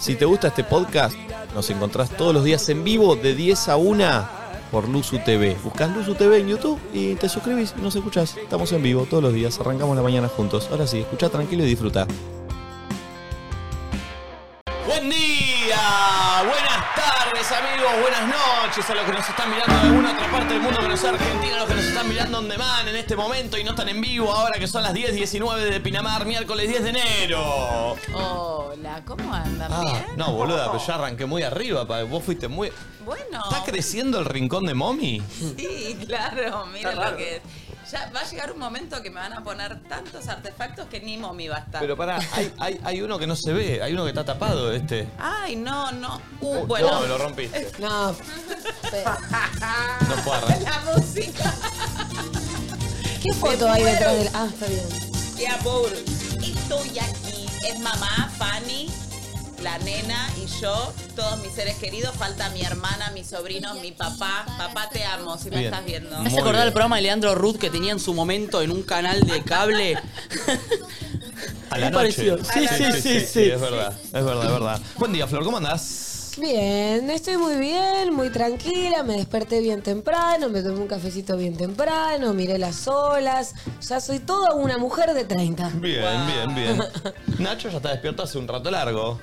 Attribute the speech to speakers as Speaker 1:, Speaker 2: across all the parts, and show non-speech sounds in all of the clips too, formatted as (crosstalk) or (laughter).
Speaker 1: Si te gusta este podcast, nos encontrás todos los días en vivo de 10 a 1 por Luzu TV. Buscás Luzu TV en YouTube y te suscribís y nos escuchás. Estamos en vivo todos los días, arrancamos la mañana juntos. Ahora sí, escucha tranquilo y disfruta. Buen día, buenas tardes amigos, buenas noches a los que nos están mirando de alguna otra parte del mundo que no sea Argentina, a los que nos están mirando on demand en este momento y no están en vivo ahora que son las 10.19 de Pinamar, miércoles 10 de enero.
Speaker 2: Hola, ¿cómo andan?
Speaker 1: Ah,
Speaker 2: ¿Bien?
Speaker 1: no, boluda, pero yo arranqué muy arriba, pa- vos fuiste muy...
Speaker 2: Bueno,
Speaker 1: ¿Está creciendo el rincón de mommy?
Speaker 2: sí, claro, mira
Speaker 3: Está raro.
Speaker 2: lo que es. Ya va a llegar un momento que me van a poner tantos artefactos que ni momi va a estar.
Speaker 1: Pero pará, hay, hay- hay uno que no se ve, hay uno que está tapado, este.
Speaker 2: Ay, no, no. Uh, bueno.
Speaker 1: No, lo rompiste.
Speaker 2: (laughs)
Speaker 3: No,
Speaker 1: No puedo arrancar.
Speaker 2: La música.
Speaker 3: ¿qué foto hay detrás del.? Ah, está bien.
Speaker 2: Qué amor. Estoy aquí. Es mamá, Fanny, la nena y yo, todos mis seres queridos. Falta mi hermana, mis sobrinos, mi papá. Papá, te amo, si me
Speaker 1: Bien.
Speaker 2: estás viendo.
Speaker 1: Muy
Speaker 4: ¿Has acordado
Speaker 1: bien.
Speaker 4: el programa de Leandro Ruth que tenía en su momento en un canal de cable?
Speaker 1: A la noche.
Speaker 4: Es parecido. Sí, sí, sí, sí.
Speaker 1: Es verdad, es verdad, es verdad. Buen día, Flor, ¿cómo andás?
Speaker 3: Bien, estoy muy bien, muy tranquila. Me desperté bien temprano, me tomé un cafecito bien temprano, miré las olas. Ya soy toda una mujer de 30.
Speaker 1: Bien, bien, bien.
Speaker 3: (laughs)
Speaker 1: Nacho ya está despierto hace un rato largo.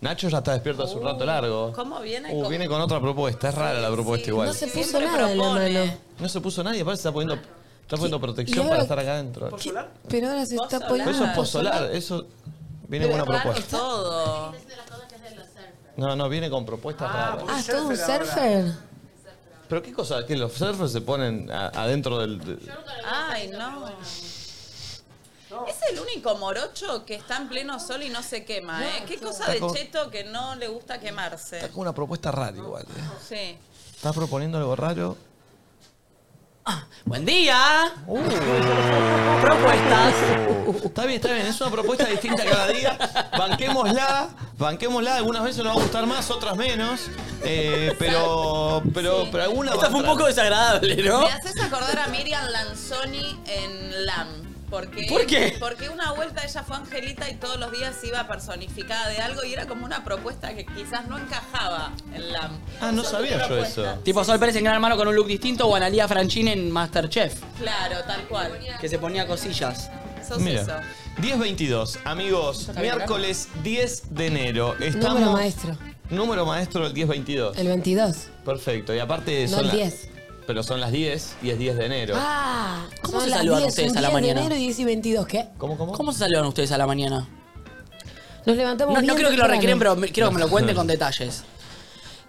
Speaker 1: Nacho ya está despierto hace un rato largo.
Speaker 2: ¿Cómo viene?
Speaker 1: Uh,
Speaker 2: ¿Cómo?
Speaker 1: viene con otra propuesta, es rara la propuesta igual.
Speaker 3: No se puso
Speaker 2: Siempre
Speaker 3: nada en la
Speaker 2: propone.
Speaker 3: mano.
Speaker 1: No se puso nadie, parece que está poniendo, está poniendo protección
Speaker 3: ¿Y
Speaker 1: para
Speaker 3: ahora
Speaker 1: estar acá adentro.
Speaker 3: Pero ahora se está
Speaker 2: solar.
Speaker 3: poniendo.
Speaker 1: Eso es posolar, eso viene con una
Speaker 2: Raro
Speaker 1: propuesta.
Speaker 2: todo.
Speaker 1: No, no, viene con propuestas raras.
Speaker 3: Ah, ¿es todo un surfer?
Speaker 1: ¿Pero qué cosa? ¿Que los surfers se ponen a- adentro del...? de-
Speaker 2: Ay, no. Es el único morocho que está en pleno sol y no se quema, ¿eh? Qué cosa de
Speaker 1: como-
Speaker 2: cheto que no le gusta quemarse.
Speaker 1: Está con una propuesta rara igual. eh.
Speaker 2: Sí.
Speaker 1: ¿Estás proponiendo algo raro?
Speaker 4: Ah, ¡Buen día!
Speaker 1: Uh.
Speaker 4: Propuestas.
Speaker 1: Está bien, está bien. Es una propuesta distinta cada día. Banquémosla, banquémosla. Algunas veces nos va a gustar más, otras menos. Eh, pero, pero, pero alguna
Speaker 4: Esta
Speaker 1: va
Speaker 4: fue un
Speaker 1: a entrar.
Speaker 4: poco desagradable, ¿no?
Speaker 2: Me haces acordar a Miriam Lanzoni en LAM. Porque,
Speaker 4: ¿Por qué?
Speaker 2: Porque una vuelta ella fue Angelita y todos los días iba personificada de algo y era como una propuesta que quizás no encajaba en LAM.
Speaker 1: (laughs) Ah, no sabía yo eso.
Speaker 4: Tipo Sol Pérez en Gran Hermano con un look distinto o Analia Franchini en Masterchef,
Speaker 2: Claro, tal cual.
Speaker 4: que se ponía cosillas.
Speaker 2: Sos eso.
Speaker 1: Mira, 10.22, amigos, miércoles 10 de enero. Estamos...
Speaker 3: Número maestro.
Speaker 1: Número maestro el 10.22.
Speaker 3: El 22.
Speaker 1: Perfecto, y aparte son
Speaker 3: No el
Speaker 1: las-
Speaker 3: 10.
Speaker 1: Pero son las 10 y es 10 de enero.
Speaker 3: Ah,
Speaker 4: ¿Cómo
Speaker 3: son
Speaker 4: se
Speaker 3: las
Speaker 4: saludan
Speaker 3: 10,
Speaker 4: ustedes
Speaker 3: un
Speaker 4: a la
Speaker 3: 10 de
Speaker 4: mañana?
Speaker 3: enero y 10 y 22, ¿qué?
Speaker 1: ¿Cómo, cómo?
Speaker 4: ¿Cómo se saludan ustedes a la mañana?
Speaker 3: Nos levantamos
Speaker 4: No, no
Speaker 3: bien
Speaker 4: quiero que lo
Speaker 3: temprano.
Speaker 4: recreen, pero me- quiero que me
Speaker 1: (laughs)
Speaker 4: lo cuenten con detalles.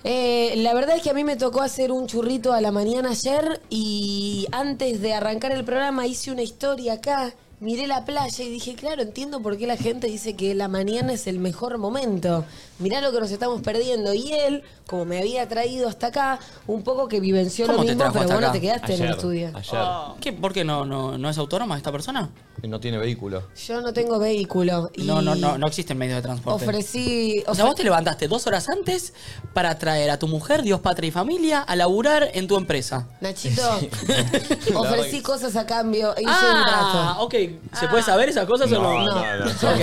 Speaker 3: Eh, la verdad es que a mí me tocó hacer un churrito a la mañana ayer y antes de arrancar el programa hice una historia acá, miré la playa y dije, claro, entiendo por qué la gente dice que la mañana es el mejor momento. Mirá lo que nos estamos perdiendo. Y él, como me había traído hasta acá, un poco que vivenció lo
Speaker 4: ¿Cómo te
Speaker 3: mismo,
Speaker 4: trajo
Speaker 3: pero
Speaker 4: hasta
Speaker 3: bueno,
Speaker 4: acá?
Speaker 3: te quedaste en el estudio.
Speaker 1: Ayer.
Speaker 2: Oh.
Speaker 4: ¿Qué? ¿Por qué no, no, no es autónoma esta persona?
Speaker 1: Y No tiene vehículo.
Speaker 3: Yo no tengo vehículo. Y
Speaker 4: No, no, no, no existen medios de transporte.
Speaker 3: Ofrecí...
Speaker 4: O sea, vos te levantaste dos horas antes para traer a tu mujer, Dios, patria y familia, a laburar en tu empresa.
Speaker 3: Nachito,
Speaker 1: (laughs) La verdad
Speaker 3: (laughs) ofrecí
Speaker 1: que-
Speaker 3: cosas a cambio. e Hice un
Speaker 4: Ah,
Speaker 3: trato.
Speaker 4: ok. ¿Se puede saber esas cosas o no?
Speaker 3: no, no.
Speaker 4: (laughs) Ok.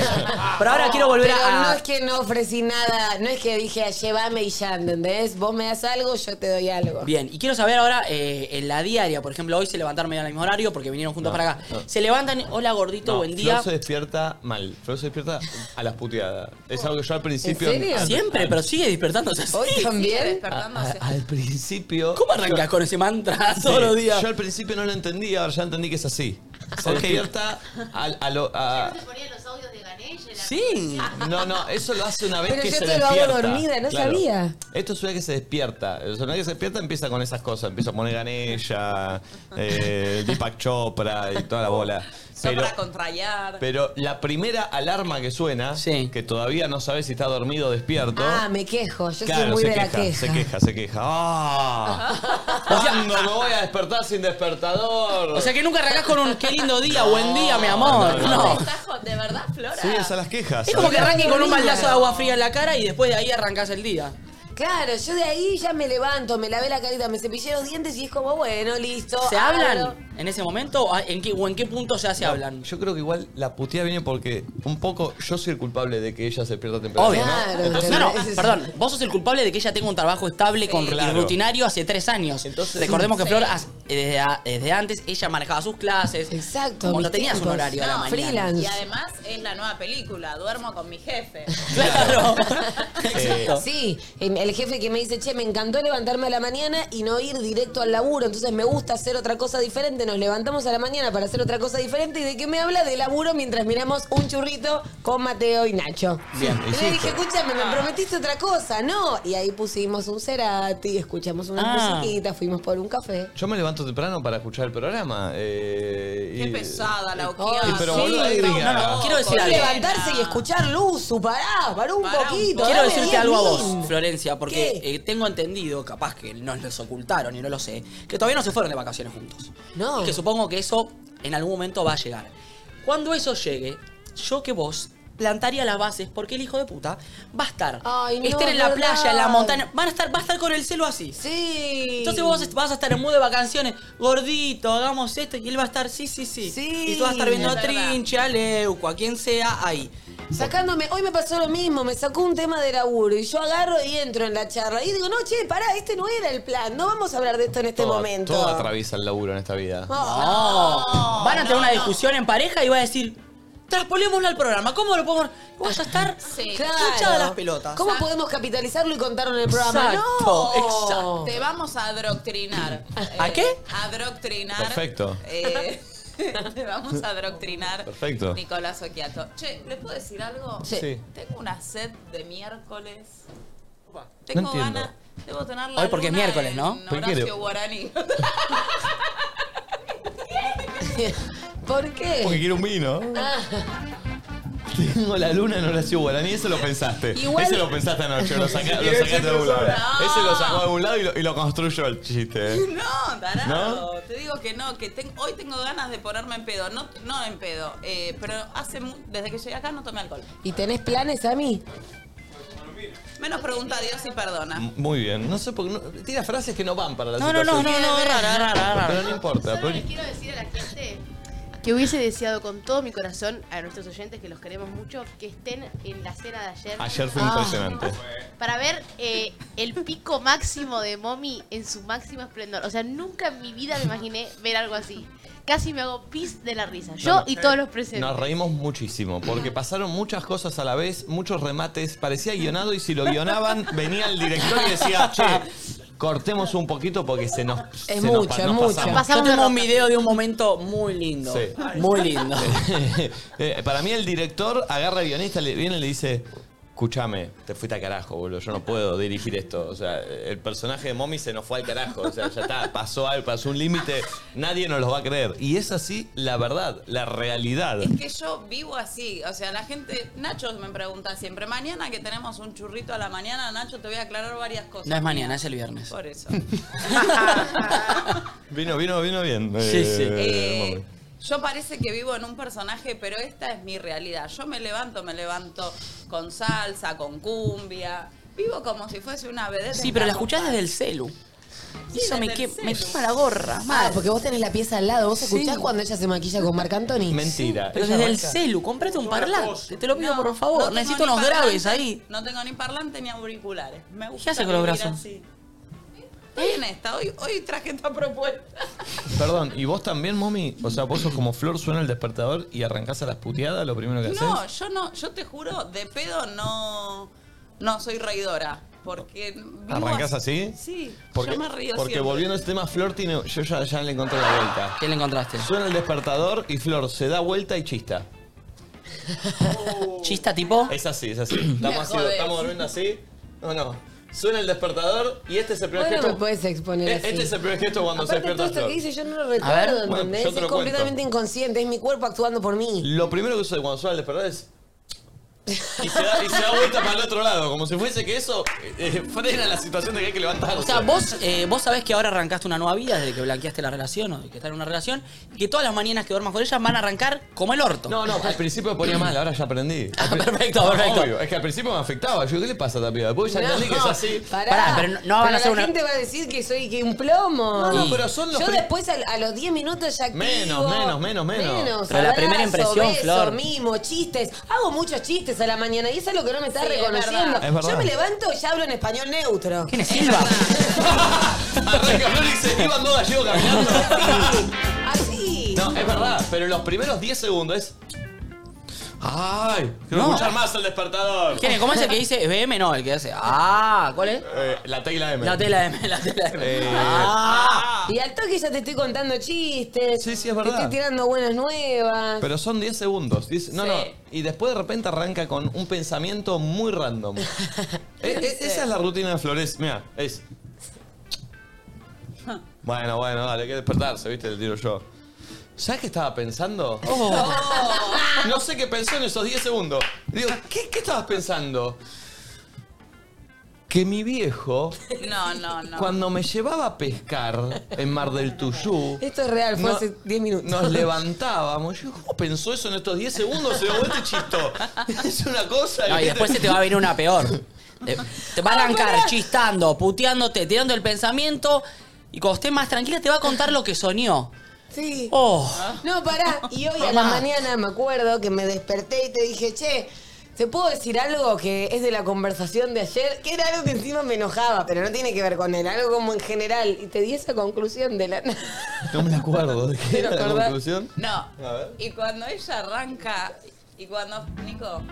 Speaker 4: Pero ahora quiero volver
Speaker 3: Pero
Speaker 4: a.
Speaker 3: no es que no ofrecí nada, no es que dije, llévame y ya, ¿entendés? Vos me das algo, yo te doy algo.
Speaker 4: Bien, y quiero saber ahora eh, en la diaria, por ejemplo, hoy se levantaron medio al mismo horario porque vinieron juntos
Speaker 1: No,
Speaker 4: para acá.
Speaker 1: no.
Speaker 4: Se levantan, hola gordito,
Speaker 1: No,
Speaker 4: buen día.
Speaker 1: Flor se despierta mal. Flor se despierta a las puteadas. Es algo que yo al principio.
Speaker 3: ¿En serio?
Speaker 1: al-
Speaker 4: Siempre, pero sigue despertándose así.
Speaker 3: Hoy también.
Speaker 1: a- a-
Speaker 2: Despertándose.
Speaker 1: Ah,
Speaker 3: ah,
Speaker 1: al principio.
Speaker 4: ¿Cómo arrancas con ese mantra (laughs)
Speaker 1: Sí,
Speaker 4: todos los días?
Speaker 1: Yo al principio no lo entendía, ahora ya entendí que es así. Se
Speaker 4: Ok.
Speaker 1: despierta al- a lo- a-
Speaker 5: se ponía los audios de Ganesh? la-
Speaker 4: Sí.
Speaker 1: No, no, eso lo hace una vez
Speaker 3: Pero
Speaker 1: que
Speaker 3: yo
Speaker 1: se
Speaker 3: te lo hago
Speaker 1: despierta.
Speaker 3: dormida, no sabía.
Speaker 1: Esto es una vez que se despierta. O sea, una vez que se despierta empieza con esas cosas. Empieza a poner Ganella, eh, Deepak Chopra y toda la bola. Pero,
Speaker 2: Sopra contrayar.
Speaker 1: pero la primera alarma que suena,
Speaker 4: Sí.
Speaker 1: que todavía no sabes si está dormido o despierto.
Speaker 3: Ah, me quejo, yo soy
Speaker 1: Claro,
Speaker 3: muy
Speaker 1: se
Speaker 3: de
Speaker 1: queja,
Speaker 3: la queja.
Speaker 1: se queja, se queja. ¡Ah! ¿Cuándo me voy a despertar sin despertador?
Speaker 4: O sea que nunca arrancás con un qué lindo día, buen día, mi amor.
Speaker 1: no,
Speaker 4: No.
Speaker 2: Estás jo- ¿De verdad, Flora?
Speaker 1: Subes a las quejas.
Speaker 4: Es como que arranques con un
Speaker 3: Claro.
Speaker 4: baldazo de agua fría en la cara y después de ahí arrancás el día.
Speaker 3: Claro, yo de ahí ya me levanto, me lavé la carita, me cepillé los dientes y es como, bueno, listo.
Speaker 4: ¿Se
Speaker 3: abro.
Speaker 4: hablan? en ese momento? ¿A- ¿En qué, ¿O en qué punto ya se hablan?
Speaker 1: Yo creo que igual la puteada viene porque un poco yo soy el culpable de que ella se pierda temprano.
Speaker 4: Obvio.
Speaker 1: ¿no?
Speaker 4: Entonces, no, no, perdón. Vos sos el culpable de que ella tenga un trabajo estable con,
Speaker 1: Claro.
Speaker 4: y rutinario hace tres años. Recordemos que
Speaker 2: Sí.
Speaker 4: Flor, as- eh, desde, a- desde antes, ella manejaba sus clases.
Speaker 3: Exacto,
Speaker 4: Como
Speaker 3: mis
Speaker 4: no tenías un
Speaker 3: tiempos.
Speaker 4: horario a la
Speaker 3: No,
Speaker 4: mañana.
Speaker 3: freelance.
Speaker 2: Y además es la nueva película, duermo con mi jefe.
Speaker 4: Claro.
Speaker 1: Eh,
Speaker 4: Exacto.
Speaker 3: Sí, em, el jefe que me dice, che, me encantó levantarme a la mañana y no ir directo al laburo, entonces me gusta hacer otra cosa diferente, nos levantamos a la mañana para hacer otra cosa diferente y de qué me habla de laburo mientras miramos un churrito con Mateo y Nacho.
Speaker 1: Bien,
Speaker 3: y le
Speaker 1: insisto.
Speaker 3: dije, escúchame,
Speaker 4: Ah.
Speaker 3: me prometiste otra cosa, ¿no? Y ahí pusimos un cerati, escuchamos una
Speaker 4: Ah.
Speaker 3: musiquita, fuimos por un café.
Speaker 1: Yo me levanto temprano para escuchar el programa. eh,
Speaker 2: Qué
Speaker 1: y-
Speaker 2: pesada la
Speaker 3: Ay,
Speaker 2: oquía.
Speaker 1: pero boluda, es gringa. No, no,
Speaker 4: quiero decir
Speaker 3: Y
Speaker 4: algo.
Speaker 3: levantarse y escuchar Luzu, pará, pará un
Speaker 2: Pará un
Speaker 3: poquito.
Speaker 2: poco.
Speaker 4: Quiero
Speaker 3: dame
Speaker 4: decirte
Speaker 3: 10
Speaker 4: algo a
Speaker 3: min.
Speaker 4: vos, Florencia, porque
Speaker 3: ¿Qué?
Speaker 4: eh, tengo entendido, capaz que nos los ocultaron y no lo sé, que todavía no se fueron de vacaciones juntos.
Speaker 3: No.
Speaker 4: Y que supongo que eso en algún momento va a llegar. Cuando eso llegue, yo que vos plantaría las bases porque el hijo de puta va a estar.
Speaker 3: Ay, no,
Speaker 4: estén en la
Speaker 3: verdad.
Speaker 4: playa, en la montaña, van a estar, va a estar con el celo así.
Speaker 3: Sí.
Speaker 4: Entonces vos est- vas a estar en mood de vacaciones, gordito, hagamos esto, y él va a estar, sí, sí, sí.
Speaker 3: Sí.
Speaker 4: Y tú vas a estar viendo
Speaker 2: Es
Speaker 4: a
Speaker 2: verdad.
Speaker 4: Trinche, a Leuco, a quien sea, ahí.
Speaker 3: Sacándome, hoy me pasó lo mismo, me sacó un tema de laburo y yo agarro y entro en la charla y digo, no, che, pará, este no era el plan, no vamos a hablar de esto en este
Speaker 1: Todo-
Speaker 3: momento.
Speaker 1: Todo atraviesa el laburo en esta vida.
Speaker 3: Oh,
Speaker 4: No. Van a tener
Speaker 2: no,
Speaker 4: una
Speaker 2: no.
Speaker 4: discusión en pareja y va a decir, traspolémoslo al programa. ¿Cómo lo podemos...? Vas a estar
Speaker 2: Sí.
Speaker 3: claro.
Speaker 4: hinchada las pelotas.
Speaker 3: ¿Cómo podemos capitalizarlo y contarlo en el programa?
Speaker 4: Exacto,
Speaker 3: no.
Speaker 4: (laughs) exacto.
Speaker 2: Te vamos a adoctrinar.
Speaker 4: (laughs) ¿A
Speaker 2: Eh,
Speaker 4: qué?
Speaker 2: Adoctrinar.
Speaker 1: Perfecto.
Speaker 2: Eh, (laughs) te vamos a adoctrinar.
Speaker 1: Perfecto.
Speaker 2: Nicolás Oquiato. Che, ¿les puedo decir algo?
Speaker 3: Sí.
Speaker 1: Sí.
Speaker 2: Tengo una sed de miércoles.
Speaker 1: No
Speaker 2: Tengo
Speaker 1: entiendo.
Speaker 2: ganas. Debo tener la
Speaker 4: Hoy porque es
Speaker 2: luna
Speaker 4: miércoles,
Speaker 2: en
Speaker 4: ¿no?
Speaker 1: ¿Por qué?
Speaker 4: (laughs)
Speaker 2: Horacio Guarani.
Speaker 3: ¿Por
Speaker 1: Porque
Speaker 3: qué?
Speaker 1: quiero un vino.
Speaker 4: (laughs)
Speaker 1: Tengo la luna en Horacio Guaraní, eso lo pensaste.
Speaker 3: Igual-
Speaker 1: Ese lo pensaste anoche, lo, saca- lo sacaste de algún lado. Ese lo sacó de algún lado y lo, y lo construyó el chiste.
Speaker 2: No, tarado.
Speaker 1: ¿Eh? ¿No?
Speaker 2: Te digo que no, que ten- hoy tengo ganas de ponerme en pedo. No, no en pedo, eh, pero hace mu- desde que llegué acá no tomé alcohol.
Speaker 3: ¿Y tenés planes a mí?
Speaker 2: Menos pregunta a Dios y perdona.
Speaker 1: M- Muy bien. No sé por qué. no- tira frases que no van para la
Speaker 4: No, no,
Speaker 1: situación.
Speaker 4: no, no, no, rara, rara,
Speaker 1: Pero
Speaker 4: rara.
Speaker 1: no importa.
Speaker 6: Solo
Speaker 1: pero-
Speaker 6: les quiero decir a la gente que hubiese deseado con todo mi corazón a nuestros oyentes, que los queremos mucho, que estén en la cena de ayer. Ah.
Speaker 1: Ayer fue impresionante.
Speaker 6: Para ver eh, el pico máximo de Momi en su máximo esplendor. O sea, nunca en mi vida me imaginé ver algo así. Casi me hago pis de la risa. Yo
Speaker 1: No, no.
Speaker 6: y todos los presentes.
Speaker 1: Nos reímos muchísimo porque pasaron muchas cosas a la vez, muchos remates. Parecía guionado y si lo
Speaker 6: (laughs)
Speaker 1: guionaban, venía el director y decía, che, cortemos un poquito porque se nos. se nos
Speaker 3: mucho,
Speaker 1: pa-
Speaker 3: es
Speaker 1: nos
Speaker 3: mucho.
Speaker 1: pasamos".
Speaker 6: Pasamos
Speaker 4: Yo tengo
Speaker 6: de
Speaker 4: un
Speaker 6: rosca.
Speaker 4: video de un momento muy lindo.
Speaker 1: Sí.
Speaker 4: Muy lindo.
Speaker 1: (laughs) Eh, para mí el director agarra al guionista, le viene y le dice, escúchame, te fuiste a carajo, boludo, yo no puedo dirigir esto. O sea, el personaje de Mommy se nos fue al carajo. O sea, ya está, pasó algo, pasó un límite, nadie nos lo va a creer. Y es así la verdad, la realidad.
Speaker 2: Es que yo vivo así, o sea, la gente, Nacho me pregunta siempre, mañana que tenemos un churrito a la mañana, Nacho, te voy a aclarar varias cosas.
Speaker 4: No es mañana, es el viernes.
Speaker 2: Por eso.
Speaker 1: (laughs) Vino, vino, vino bien.
Speaker 4: Sí, sí.
Speaker 2: Eh,
Speaker 1: Mommy.
Speaker 2: yo parece que vivo en un personaje, pero esta es mi realidad. Yo me levanto, me levanto con salsa, con cumbia. Vivo como si fuese una vedette.
Speaker 4: Sí,
Speaker 2: en
Speaker 4: pero la
Speaker 2: Tacuba.
Speaker 4: escuchás desde el celu. Y
Speaker 2: Sí,
Speaker 4: eso me,
Speaker 2: desde el
Speaker 4: que-
Speaker 2: celu.
Speaker 4: me quema la gorra,
Speaker 3: Ah,
Speaker 4: mal.
Speaker 3: porque vos tenés la pieza al lado, vos escuchás
Speaker 4: Sí.
Speaker 3: cuando ella se maquilla con Marc Anthony.
Speaker 1: Mentira.
Speaker 4: Pero
Speaker 1: Ella
Speaker 4: desde el
Speaker 1: arranca-
Speaker 4: celu, comprate un parlante. Te lo pido,
Speaker 2: No,
Speaker 4: por
Speaker 2: no
Speaker 4: favor.
Speaker 2: tengo
Speaker 4: Oh, Necesito
Speaker 2: ni
Speaker 4: unos
Speaker 2: parlante,
Speaker 4: graves ahí.
Speaker 2: No tengo ni parlante ni auriculares. Me gusta
Speaker 4: hace con los
Speaker 2: vivir
Speaker 4: brazos?
Speaker 2: así. Estoy en esta, hoy, hoy traje esta propuesta.
Speaker 1: Perdón, ¿y vos también, Mommy? O sea, vos sos como Flor, suena el despertador y arrancás a las puteadas, lo primero que haces.
Speaker 2: No, yo no, yo te juro, de pedo no, no soy reidora. Porque vivo
Speaker 1: ¿Arrancás así?
Speaker 2: Sí,
Speaker 1: Porque,
Speaker 2: yo me río
Speaker 1: porque
Speaker 2: siempre.
Speaker 1: volviendo a este tema, Flor tiene. Yo ya, ya le encontré la vuelta.
Speaker 4: ¿Qué le encontraste?
Speaker 1: Suena el despertador y Flor se da vuelta y chista.
Speaker 4: (laughs) ¿Chista tipo?
Speaker 1: Es así, es así. Estamos, así,
Speaker 2: jodés.
Speaker 1: estamos durmiendo así. No, no. Suena el despertador y este es el primer
Speaker 3: Bueno, me
Speaker 1: gesto.
Speaker 3: puedes exponer
Speaker 1: E-
Speaker 3: así.
Speaker 1: Este es el primer gesto cuando se
Speaker 3: Aparte,
Speaker 1: despierta
Speaker 3: todo esto
Speaker 1: Flor.
Speaker 3: que hice yo no lo
Speaker 4: A ver,
Speaker 3: recuerdo,
Speaker 1: bueno,
Speaker 3: ¿entendés?
Speaker 1: yo te lo
Speaker 3: es completamente inconsciente, es mi cuerpo actuando por mí.
Speaker 1: Lo primero que sucede cuando suena el despertador es. Y se da, y se da vuelta para el otro lado, como si fuese que eso eh, eh, frena la situación de que hay que levantarse.
Speaker 4: O sea, vos, eh, vos sabés que ahora arrancaste una nueva vida desde que blanqueaste la relación o desde que estás en una relación y que todas las mañanas que duermas con ella van a arrancar como el orto.
Speaker 1: No, no, al principio ponía mal, ahora ya aprendí.
Speaker 4: (laughs) Ah, perfecto, perfecto.
Speaker 1: Obvio, es que al principio me afectaba. Yo, ¿qué le pasa a Tapia? Después ya entendí que es así.
Speaker 3: Pará,
Speaker 4: (laughs) Pará, pero no- no van a hacer
Speaker 3: la
Speaker 4: una-
Speaker 3: gente va a decir que soy que un plomo.
Speaker 1: No, no, pero son los
Speaker 3: Yo
Speaker 1: pri-
Speaker 3: después al- a, los 10 minutos ya activo.
Speaker 1: Menos, menos, menos, menos.
Speaker 4: Pero la primera impresión,
Speaker 3: beso,
Speaker 4: Flor.
Speaker 3: mimo, chistes. Hago muchos chistes a la mañana y eso es lo que no me está
Speaker 7: Sí, es
Speaker 3: reconociendo.
Speaker 7: verdad.
Speaker 1: Es verdad.
Speaker 3: Yo me levanto y ya hablo en español neutro.
Speaker 4: ¿Quién es Silva?
Speaker 1: Arranca Flor y dice, iban dos gallegos
Speaker 4: (laughs)
Speaker 1: caminando.
Speaker 3: Así.
Speaker 1: No, es verdad, pero los primeros 10 segundos es. ¡Ay! Quiero
Speaker 4: No.
Speaker 1: escuchar más el despertador.
Speaker 4: ¿Quién es? ¿Cómo es el que dice BM? No, el que hace. Ah, ¿cuál es?
Speaker 1: Eh, la tecla M.
Speaker 4: La tela M, la tela M.
Speaker 1: Eh.
Speaker 4: Ah.
Speaker 3: Y al toque ya te estoy contando chistes.
Speaker 1: Sí, sí, es verdad.
Speaker 3: Te estoy tirando buenas nuevas.
Speaker 1: Pero son 10 segundos. Diez- no,
Speaker 7: Sí.
Speaker 1: no. Y después de repente arranca con un pensamiento muy
Speaker 7: (laughs)
Speaker 1: random. Eh, eh, esa es la rutina de Flores. Mira, es.
Speaker 7: Ah.
Speaker 1: Bueno, bueno, dale, hay que despertarse, ¿viste? Le tiro yo. ¿Sabes qué estaba pensando? Oh. No sé qué pensó en esos 10 segundos. Digo, ¿qué, qué estabas pensando? Que mi viejo,
Speaker 2: (laughs)
Speaker 7: No, no, no.
Speaker 1: cuando me llevaba a pescar en Mar del Tuyú,
Speaker 3: Esto es real, fue
Speaker 1: No-
Speaker 3: hace 10 minutos.
Speaker 1: nos levantábamos. Yo, ¿cómo pensó eso en estos 10 segundos? Se dio este
Speaker 3: (laughs)
Speaker 1: chisto. Es una cosa.
Speaker 4: No, y después se te va a venir una peor. Te, te (laughs) va a arrancar chistando, puteándote, tirando el pensamiento. Y cuando estés más tranquila, te va a contar lo que soñó.
Speaker 3: Sí.
Speaker 4: Oh.
Speaker 3: No, pará. Y hoy a la
Speaker 4: Mamá.
Speaker 3: mañana me acuerdo que me desperté y te dije, che, ¿te puedo decir algo que es de la conversación de ayer? Que era algo que encima me enojaba, pero no tiene que ver con él, algo como en general. Y te di esa conclusión de la...
Speaker 1: No me acuerdo. ¿De qué era la
Speaker 3: acordás?
Speaker 1: conclusión?
Speaker 7: No.
Speaker 1: A ver.
Speaker 7: Y cuando ella arranca y cuando Nico,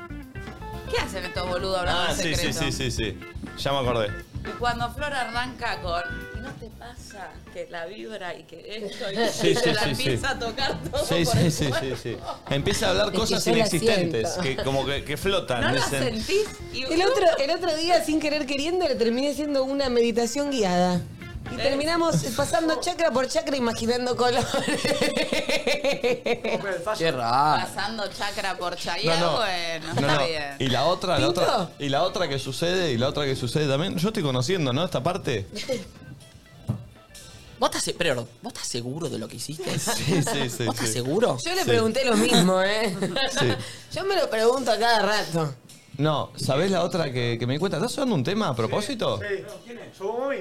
Speaker 7: ¿qué hacen estos boludos hablando
Speaker 1: Ah,
Speaker 7: en
Speaker 1: sí, sí,
Speaker 7: secreto?
Speaker 1: sí, sí, sí. Ya me acordé.
Speaker 7: Y cuando Flor arranca con ¿no te pasa que la vibra y que
Speaker 1: (laughs)
Speaker 7: esto y que
Speaker 1: Sí,
Speaker 7: se
Speaker 1: sí,
Speaker 7: la
Speaker 1: sí,
Speaker 7: empieza
Speaker 1: sí.
Speaker 7: a tocar todo
Speaker 1: Sí,
Speaker 7: por
Speaker 1: sí,
Speaker 7: el
Speaker 1: sí, sí,
Speaker 7: cuerpo?
Speaker 1: sí. Empieza
Speaker 7: (laughs)
Speaker 1: a hablar
Speaker 3: que
Speaker 1: cosas
Speaker 3: yo la
Speaker 1: inexistentes, que
Speaker 3: siento.
Speaker 1: como que, que flotan.
Speaker 7: ¿No la
Speaker 1: dicen.
Speaker 7: sentís? Y
Speaker 3: El otro, el otro día, sin querer queriendo, le terminé haciendo una meditación guiada. Y
Speaker 7: Eh.
Speaker 3: terminamos pasando chakra por chakra imaginando colores.
Speaker 4: Qué raro.
Speaker 7: pasando chakra por
Speaker 1: No,
Speaker 7: chakra.
Speaker 1: Ah. no.
Speaker 3: eh,
Speaker 7: bueno,
Speaker 1: No,
Speaker 7: está
Speaker 1: no.
Speaker 7: bien.
Speaker 1: Y la otra, la
Speaker 3: ¿Pinto?
Speaker 1: otra, y la otra que sucede, y la otra que sucede también. Yo estoy conociendo, ¿no? Esta parte.
Speaker 4: ¿Vos estás, se- pero, ¿Vos estás seguro de lo que hiciste?
Speaker 1: (laughs) Sí, sí, sí.
Speaker 4: ¿Vos estás
Speaker 1: sí.
Speaker 4: seguro?
Speaker 3: Yo le
Speaker 1: Sí.
Speaker 3: pregunté lo mismo, ¿eh?
Speaker 1: (laughs) Sí.
Speaker 3: Yo me lo pregunto a cada rato.
Speaker 1: No, ¿sabés la otra que, que me di cuenta? ¿Estás sonando un tema a propósito?
Speaker 8: Sí, ¿quién es? ¿Sos Bobby?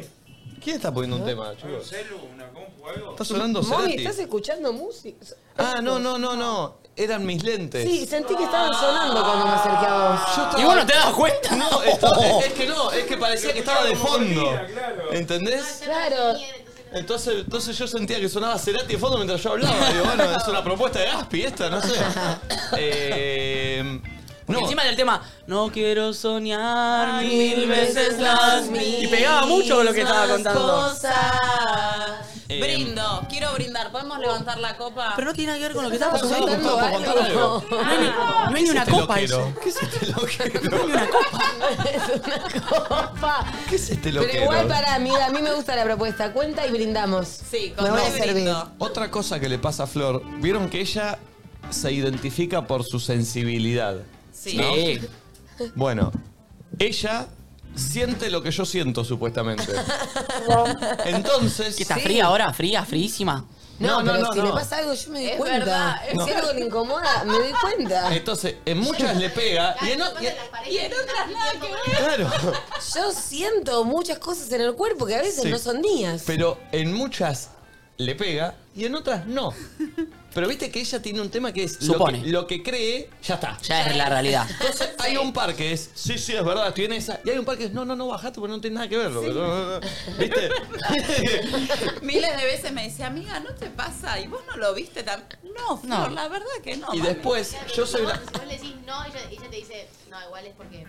Speaker 1: ¿Quién está poniendo un tema,
Speaker 8: ¿Un
Speaker 1: chicos?
Speaker 8: celu? ¿Una compu? ¿Algo?
Speaker 1: ¿Está sonando
Speaker 3: Mami,
Speaker 1: Cerati?
Speaker 3: ¿estás escuchando música?
Speaker 1: Ah, no, no, no, no. Eran mis lentes.
Speaker 3: Sí, sentí que estaban sonando cuando me acerqué a
Speaker 1: Yo estaba-
Speaker 4: ¿Y vos no te das cuenta?
Speaker 1: No,
Speaker 4: (laughs)
Speaker 1: esto- es que no, es que parecía que estaba de fondo.
Speaker 8: Volvía, claro.
Speaker 1: ¿Entendés?
Speaker 3: Claro.
Speaker 1: Entonces, entonces yo sentía que sonaba Cerati de fondo mientras yo hablaba.
Speaker 4: (laughs)
Speaker 1: Digo, bueno, es una propuesta de Gaspi esta, no sé. Eh,
Speaker 4: Y
Speaker 1: no,
Speaker 4: Encima del tema, no quiero soñar
Speaker 3: Ay,
Speaker 4: mil veces las mil. Y pegaba mucho con lo que estaba
Speaker 7: mismas
Speaker 4: contando.
Speaker 7: cosas.
Speaker 1: Eh,
Speaker 7: Brindo, quiero brindar. ¿Podemos levantar la copa? ¿eh?
Speaker 4: Pero no tiene nada que ver con lo que estaba
Speaker 3: Estaba
Speaker 4: contando.
Speaker 1: contando
Speaker 3: contando
Speaker 1: algo.
Speaker 3: algo.
Speaker 4: No hay ni una
Speaker 1: te
Speaker 4: copa
Speaker 1: loquero.
Speaker 4: eso.
Speaker 1: ¿Qué es este loquero?
Speaker 3: Es una copa.
Speaker 1: ¿Qué es este loquero?
Speaker 3: Pero igual para, amiga, a mí me gusta la propuesta. Cuenta y brindamos.
Speaker 7: Sí, con
Speaker 3: me voy a
Speaker 7: dos
Speaker 3: servir.
Speaker 7: brindo.
Speaker 1: Otra cosa que le pasa a Flor, vieron que ella se identifica por su sensibilidad.
Speaker 7: Sí.
Speaker 3: (laughs)
Speaker 4: Sí.
Speaker 1: Bueno, ella siente lo que yo siento,
Speaker 4: (laughs)
Speaker 1: supuestamente. Entonces.
Speaker 4: ¿Que está fría ahora? ¿Fría? ¿Fríísima?
Speaker 1: No,
Speaker 3: No,
Speaker 1: no,
Speaker 3: pero
Speaker 1: no,
Speaker 3: si
Speaker 1: no.
Speaker 3: le pasa algo, yo me doy
Speaker 7: Es
Speaker 3: cuenta.
Speaker 7: verdad, es
Speaker 3: Si
Speaker 1: verdad.
Speaker 3: algo le incomoda, me doy
Speaker 1: (laughs)
Speaker 3: cuenta.
Speaker 1: Entonces, eh, en muchas le pega y en, o- y en-
Speaker 7: Y en otras nada que ver.
Speaker 4: (laughs)
Speaker 1: Claro.
Speaker 3: Yo siento muchas cosas en el cuerpo que a veces
Speaker 1: Sí.
Speaker 3: no son mías.
Speaker 1: Pero en muchas le pega y en otras no. Pero viste que ella tiene un tema que es lo que,
Speaker 4: Supone.
Speaker 1: lo que cree, ya está.
Speaker 4: Ya es la realidad.
Speaker 1: Entonces hay un par que es, sí, sí, es verdad, estoy en esa. Y hay un par que es, no, no, no, bajate porque no tiene nada que ver. loco. No, no, no. ¿Viste?
Speaker 7: Miles de veces me decía, amiga, ¿no te pasa? ¿Y vos no lo viste tan No, Flor, la verdad que no.
Speaker 1: y
Speaker 7: mami.
Speaker 1: después, Pues, yo soy
Speaker 6: Vos-
Speaker 1: la.
Speaker 6: Vos le decís no y ella, y ella te dice, no, igual es porque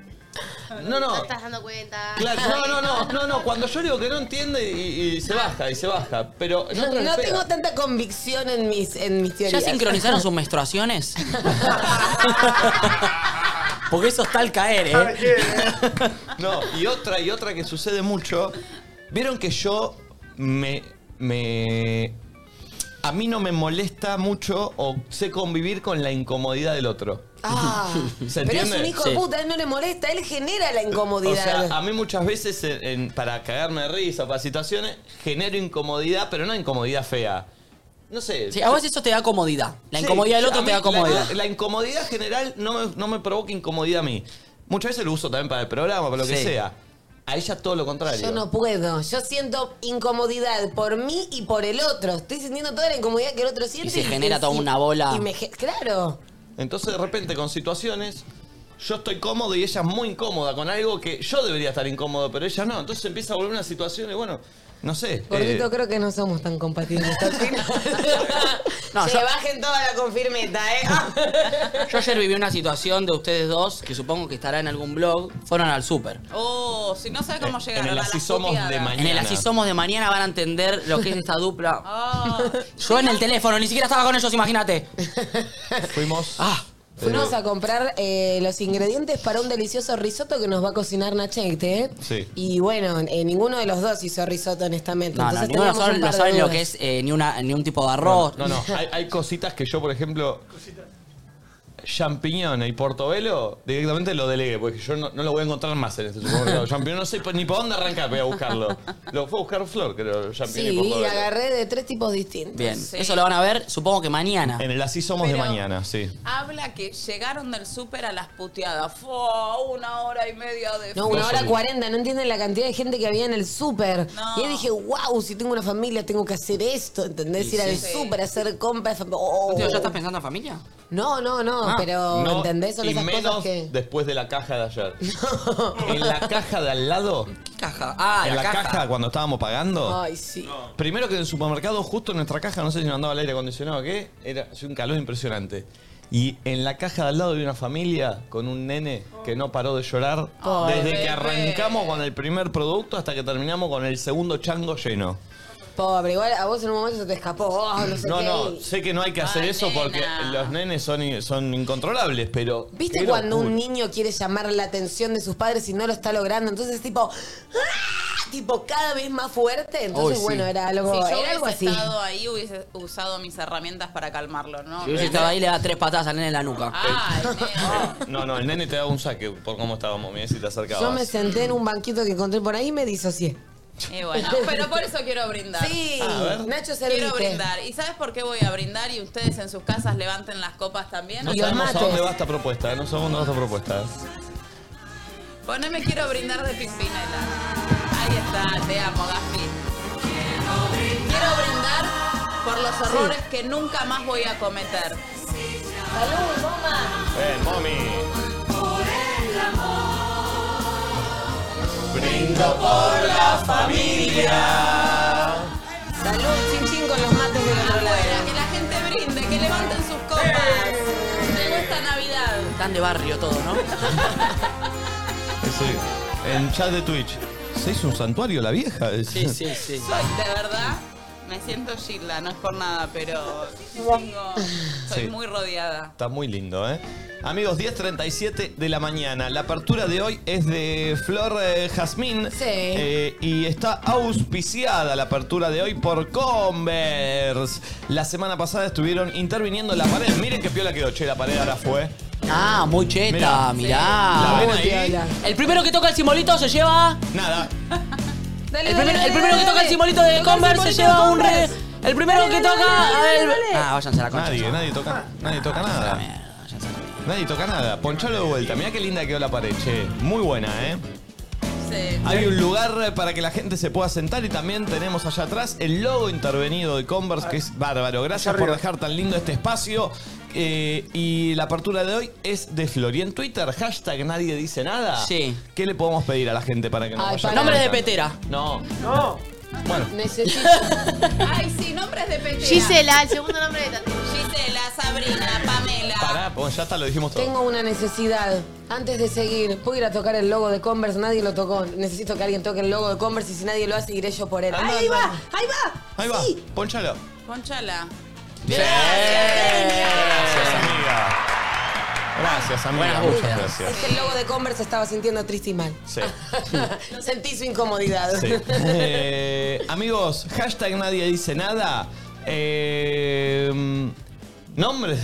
Speaker 1: No,
Speaker 6: no
Speaker 1: no.
Speaker 6: te estás dando cuenta.
Speaker 1: Claro, no, no, no, no, no. Cuando yo digo que no entiende y, y se baja, y se baja. Pero en
Speaker 3: No,
Speaker 1: otras le
Speaker 3: no
Speaker 1: pega.
Speaker 3: tengo tanta convicción en mis, en mis
Speaker 4: ¿Ya
Speaker 3: teorías.
Speaker 4: sincronizaron
Speaker 1: (laughs)
Speaker 4: sus menstruaciones? Porque eso está al caer,
Speaker 8: ¿Sabes
Speaker 4: ¿eh?
Speaker 8: qué? eh?
Speaker 1: No, y otra, y otra que sucede mucho. Vieron que yo me. me. A mí no me molesta mucho o sé convivir con la incomodidad del otro.
Speaker 3: (laughs) Ah,
Speaker 1: (laughs) ¿Se
Speaker 3: pero es
Speaker 1: entiende?
Speaker 3: un hijo de
Speaker 4: Sí.
Speaker 3: puta, él no le molesta, él genera la
Speaker 1: O
Speaker 3: incomodidad.
Speaker 1: sea, a mí muchas veces, en- en- para cagarme de risa o para situaciones, genero incomodidad, pero no incomodidad fea. No sé.
Speaker 4: Sí, a vos eso te da comodidad. La
Speaker 1: Sí,
Speaker 4: incomodidad del
Speaker 1: a
Speaker 4: otro
Speaker 1: mí
Speaker 4: te da comodidad.
Speaker 1: La, la incomodidad general no me, no me provoca incomodidad a mí. Muchas veces lo uso también para el programa, para lo que
Speaker 4: Sí.
Speaker 1: sea. A ella todo lo contrario.
Speaker 3: yo no puedo, yo siento incomodidad por mí y por el otro. Estoy sintiendo toda la incomodidad que el otro siente.
Speaker 4: se genera toda una bola.
Speaker 3: y me ge- claro.
Speaker 1: Entonces, de repente, con situaciones, yo estoy cómodo y ella es muy incómoda con algo que yo debería estar incómodo, pero ella no. Entonces empieza a volver una situación y bueno, no sé.
Speaker 3: Gordito,
Speaker 1: eh,
Speaker 3: creo que no somos tan compatibles. Tati.
Speaker 4: No,
Speaker 3: Se
Speaker 4: yo-
Speaker 3: bajen toda la confirmeta, ¿eh?
Speaker 4: Yo ayer viví una situación de ustedes dos, que supongo que estará en algún blog, fueron al súper.
Speaker 7: (laughs) Oh, si no sabes cómo llegar
Speaker 1: en
Speaker 7: a
Speaker 1: el
Speaker 7: la
Speaker 1: Así Somos de
Speaker 7: puteadas.
Speaker 1: mañana.
Speaker 4: En el Así Somos de mañana van a entender lo que es esta dupla.
Speaker 7: Ah,
Speaker 1: (laughs)
Speaker 4: Yo en el teléfono, ni siquiera estaba con ellos, imagínate.
Speaker 1: Fuimos.
Speaker 4: Ah,
Speaker 1: Eh,
Speaker 3: Fuimos a comprar eh, los ingredientes para un delicioso risotto que nos va a cocinar Nachete, ¿eh?
Speaker 1: Sí.
Speaker 3: Y bueno, eh, ninguno de los dos hizo risotto honestamente.
Speaker 4: no, no,
Speaker 3: Entonces
Speaker 4: ninguno de
Speaker 3: teníamos un par
Speaker 4: nosotros no
Speaker 3: de
Speaker 4: saben lo
Speaker 3: dudas.
Speaker 4: que es eh, ni, una, ni un tipo de
Speaker 1: No,
Speaker 4: arroz.
Speaker 1: no, no. Hay, hay cositas que yo, por ejemplo. Champiñones y portobelo, directamente lo delegué, porque yo no, no lo voy a encontrar más en este supermercado.
Speaker 3: (laughs)
Speaker 1: Champiñón, no sé ni por dónde arrancar, voy a buscarlo. Lo fue a buscar Flor, creo, champiñón y
Speaker 3: Sí,
Speaker 1: portobelo.
Speaker 3: agarré de tres tipos distintos.
Speaker 4: Bien,
Speaker 7: Sí.
Speaker 4: eso lo van a ver, supongo que mañana.
Speaker 1: En el Así Somos de
Speaker 7: Pero-
Speaker 1: mañana, sí.
Speaker 7: Habla que llegaron del súper a las puteadas. Fue una hora y media de...
Speaker 3: No,
Speaker 7: fútbol.
Speaker 3: una hora cuarenta, no entienden la cantidad de gente que había en el súper.
Speaker 7: No.
Speaker 3: Y ahí dije, wow, si tengo una familia tengo que hacer esto, ¿entendés?
Speaker 4: Y
Speaker 3: Ir al
Speaker 4: sí.
Speaker 3: súper, hacer compras. oh.
Speaker 4: Tío, ¿Ya estás pensando en familia?
Speaker 3: No, no, no,
Speaker 4: Ah,
Speaker 3: pero
Speaker 1: No,
Speaker 3: ¿entendés? Son
Speaker 1: y
Speaker 3: esas
Speaker 1: menos
Speaker 3: cosas que.
Speaker 1: después de la caja de
Speaker 3: (laughs)
Speaker 1: ayer. en la caja de al lado,
Speaker 4: ¿Qué caja? Ah,
Speaker 1: en la, caja.
Speaker 4: caja.
Speaker 1: cuando estábamos pagando,
Speaker 3: Ay, sí.
Speaker 1: primero que en el supermercado, justo en nuestra caja, no sé si no andaba el aire acondicionado o qué, era hacía un calor impresionante. Y en la caja de al lado había una familia con un nene que no paró de llorar
Speaker 7: Ay,
Speaker 1: desde
Speaker 7: bebé.
Speaker 1: que arrancamos con el primer producto hasta que terminamos con el segundo chango lleno.
Speaker 3: Pobre, igual a vos en un momento se te escapó. Oh, no sé
Speaker 1: No,
Speaker 3: qué.
Speaker 1: no, sé que no hay que hacer
Speaker 7: Ay,
Speaker 1: eso porque
Speaker 7: nena.
Speaker 1: los nenes son, in- son incontrolables, pero...
Speaker 3: ¿Viste
Speaker 1: qué
Speaker 3: cuando
Speaker 1: locura.
Speaker 3: un niño quiere llamar la atención de sus padres y no lo está logrando? Entonces, tipo. ¡ah! Tipo, cada vez más fuerte. Entonces,
Speaker 4: Uy, sí.
Speaker 3: bueno, era
Speaker 7: Si
Speaker 3: algo,
Speaker 7: yo
Speaker 3: era algo
Speaker 7: hubiese
Speaker 3: así.
Speaker 7: estado ahí, hubiese usado mis herramientas para calmarlo, ¿no?
Speaker 4: Si hubiese estado ahí, le da tres patadas al nene en la nuca.
Speaker 3: Ah,
Speaker 7: Ay, nena.
Speaker 1: No, no, el nene te da un saque por cómo estábamos, mira si te acercabas.
Speaker 3: Yo me senté en un banquito que encontré por ahí y me disocié.
Speaker 7: Y eh,
Speaker 3: (laughs)
Speaker 7: bueno, pero por eso quiero brindar.
Speaker 3: Sí,
Speaker 1: A ver.
Speaker 3: Nacho serviste.
Speaker 7: Quiero brindar. ¿Y sabes por qué voy a brindar y ustedes en sus casas levanten las copas también?
Speaker 1: No
Speaker 3: Y los
Speaker 1: sabemos a
Speaker 3: mates.
Speaker 1: dónde va esta propuesta, eh, no sabemos dónde va esta propuesta. eh.
Speaker 7: Poneme quiero brindar de Pimpinela. Ahí está, te amo, Gaspi. Quiero brindar por los errores que nunca más voy a cometer.
Speaker 3: Salud, mamá.
Speaker 1: Ven, mami. Brindo por la familia.
Speaker 3: Salud, chin chin con los mates del otro
Speaker 7: Afuera,
Speaker 3: lado.
Speaker 7: que la gente brinde, que levanten sus copas. Me gusta Navidad.
Speaker 4: Tan de barrio todo, ¿no?
Speaker 1: Sí, en chat de Twitch. ¿Se hizo un santuario la vieja?
Speaker 4: Sí, sí, sí.
Speaker 7: Soy, de verdad, me siento Gilda, no es por nada, pero tengo- soy
Speaker 1: Sí.
Speaker 7: muy rodeada.
Speaker 1: Está muy lindo, ¿eh? Amigos, 10.37 de la mañana. La apertura de hoy es de Flor eh, Jazmín.
Speaker 3: Sí.
Speaker 1: Eh, y está auspiciada la apertura de hoy por Converse. La semana pasada estuvieron interviniendo la pared. Miren qué piola quedó, che, la pared ahora fue.
Speaker 4: Ah, muy
Speaker 1: Mirá.
Speaker 4: cheta, mirá.
Speaker 1: La ven
Speaker 3: Uy,
Speaker 1: ahí.
Speaker 3: piola.
Speaker 4: El primero que toca el simbolito se lleva.
Speaker 1: Nada.
Speaker 3: Dale, dale,
Speaker 4: El, primero- el
Speaker 3: dale,
Speaker 4: primero que
Speaker 3: dale,
Speaker 4: toca el
Speaker 3: dale.
Speaker 4: simbolito de
Speaker 3: Toca el
Speaker 4: Converse se
Speaker 3: simbolito de
Speaker 4: lleva un re.
Speaker 3: Converse.
Speaker 4: El primero
Speaker 3: Dale,
Speaker 4: que
Speaker 3: dale, dale,
Speaker 4: toca.
Speaker 3: dale,
Speaker 4: el-
Speaker 3: dale.
Speaker 4: Ah, váyanse a la concha.
Speaker 1: Nadie,
Speaker 4: ya.
Speaker 1: nadie toca, nadie toca nada.
Speaker 4: Váyanse a la mierda.
Speaker 1: Nadie toca nada. Ponchalo de vuelta. Mirá qué linda quedó la pared, che. Muy buena, ¿eh?
Speaker 7: Sí.
Speaker 1: Hay un lugar eh, para que la gente se pueda sentar y también tenemos allá atrás el logo intervenido de Converse, que es bárbaro. Gracias por dejar tan lindo este espacio. Eh, y la apertura de hoy es de Flor. Y en Twitter, hashtag nadie dice nada.
Speaker 4: Sí.
Speaker 1: ¿Qué le podemos pedir a la gente para que nos
Speaker 3: Ay,
Speaker 1: vaya
Speaker 3: para-
Speaker 4: Nombres de
Speaker 1: comentando?
Speaker 4: petera.
Speaker 1: No.
Speaker 8: No.
Speaker 1: Bueno,
Speaker 3: Necesito.
Speaker 7: (laughs) Ay, sí, nombres de PT.
Speaker 6: Gisela, el segundo nombre de Tati.
Speaker 7: Gisela, Sabrina, Pamela.
Speaker 1: pará, pues ya está, lo dijimos todo.
Speaker 3: Tengo una necesidad. Antes de seguir, ¿puedo ir a tocar el logo de Converse? Nadie lo tocó. Necesito que alguien toque el logo de Converse y si nadie lo hace, iré yo por él.
Speaker 1: Anda,
Speaker 3: ¡Ahí
Speaker 1: anda,
Speaker 3: va!
Speaker 1: anda.
Speaker 3: ¡Ahí va!
Speaker 1: Ahí va,
Speaker 3: ¡Sí!
Speaker 1: ponchalo.
Speaker 7: Ponchala.
Speaker 1: Gracias, amiga. Gracias, amiga.
Speaker 4: Buenas
Speaker 1: Muchas
Speaker 4: búsquedas.
Speaker 1: gracias.
Speaker 3: Es que el logo de Converse estaba sintiendo triste y mal.
Speaker 1: Sí.
Speaker 3: (laughs) Sentí su incomodidad.
Speaker 1: Sí.
Speaker 3: (laughs)
Speaker 1: Eh, amigos, hashtag nadie dice nada. Eh, Nombre.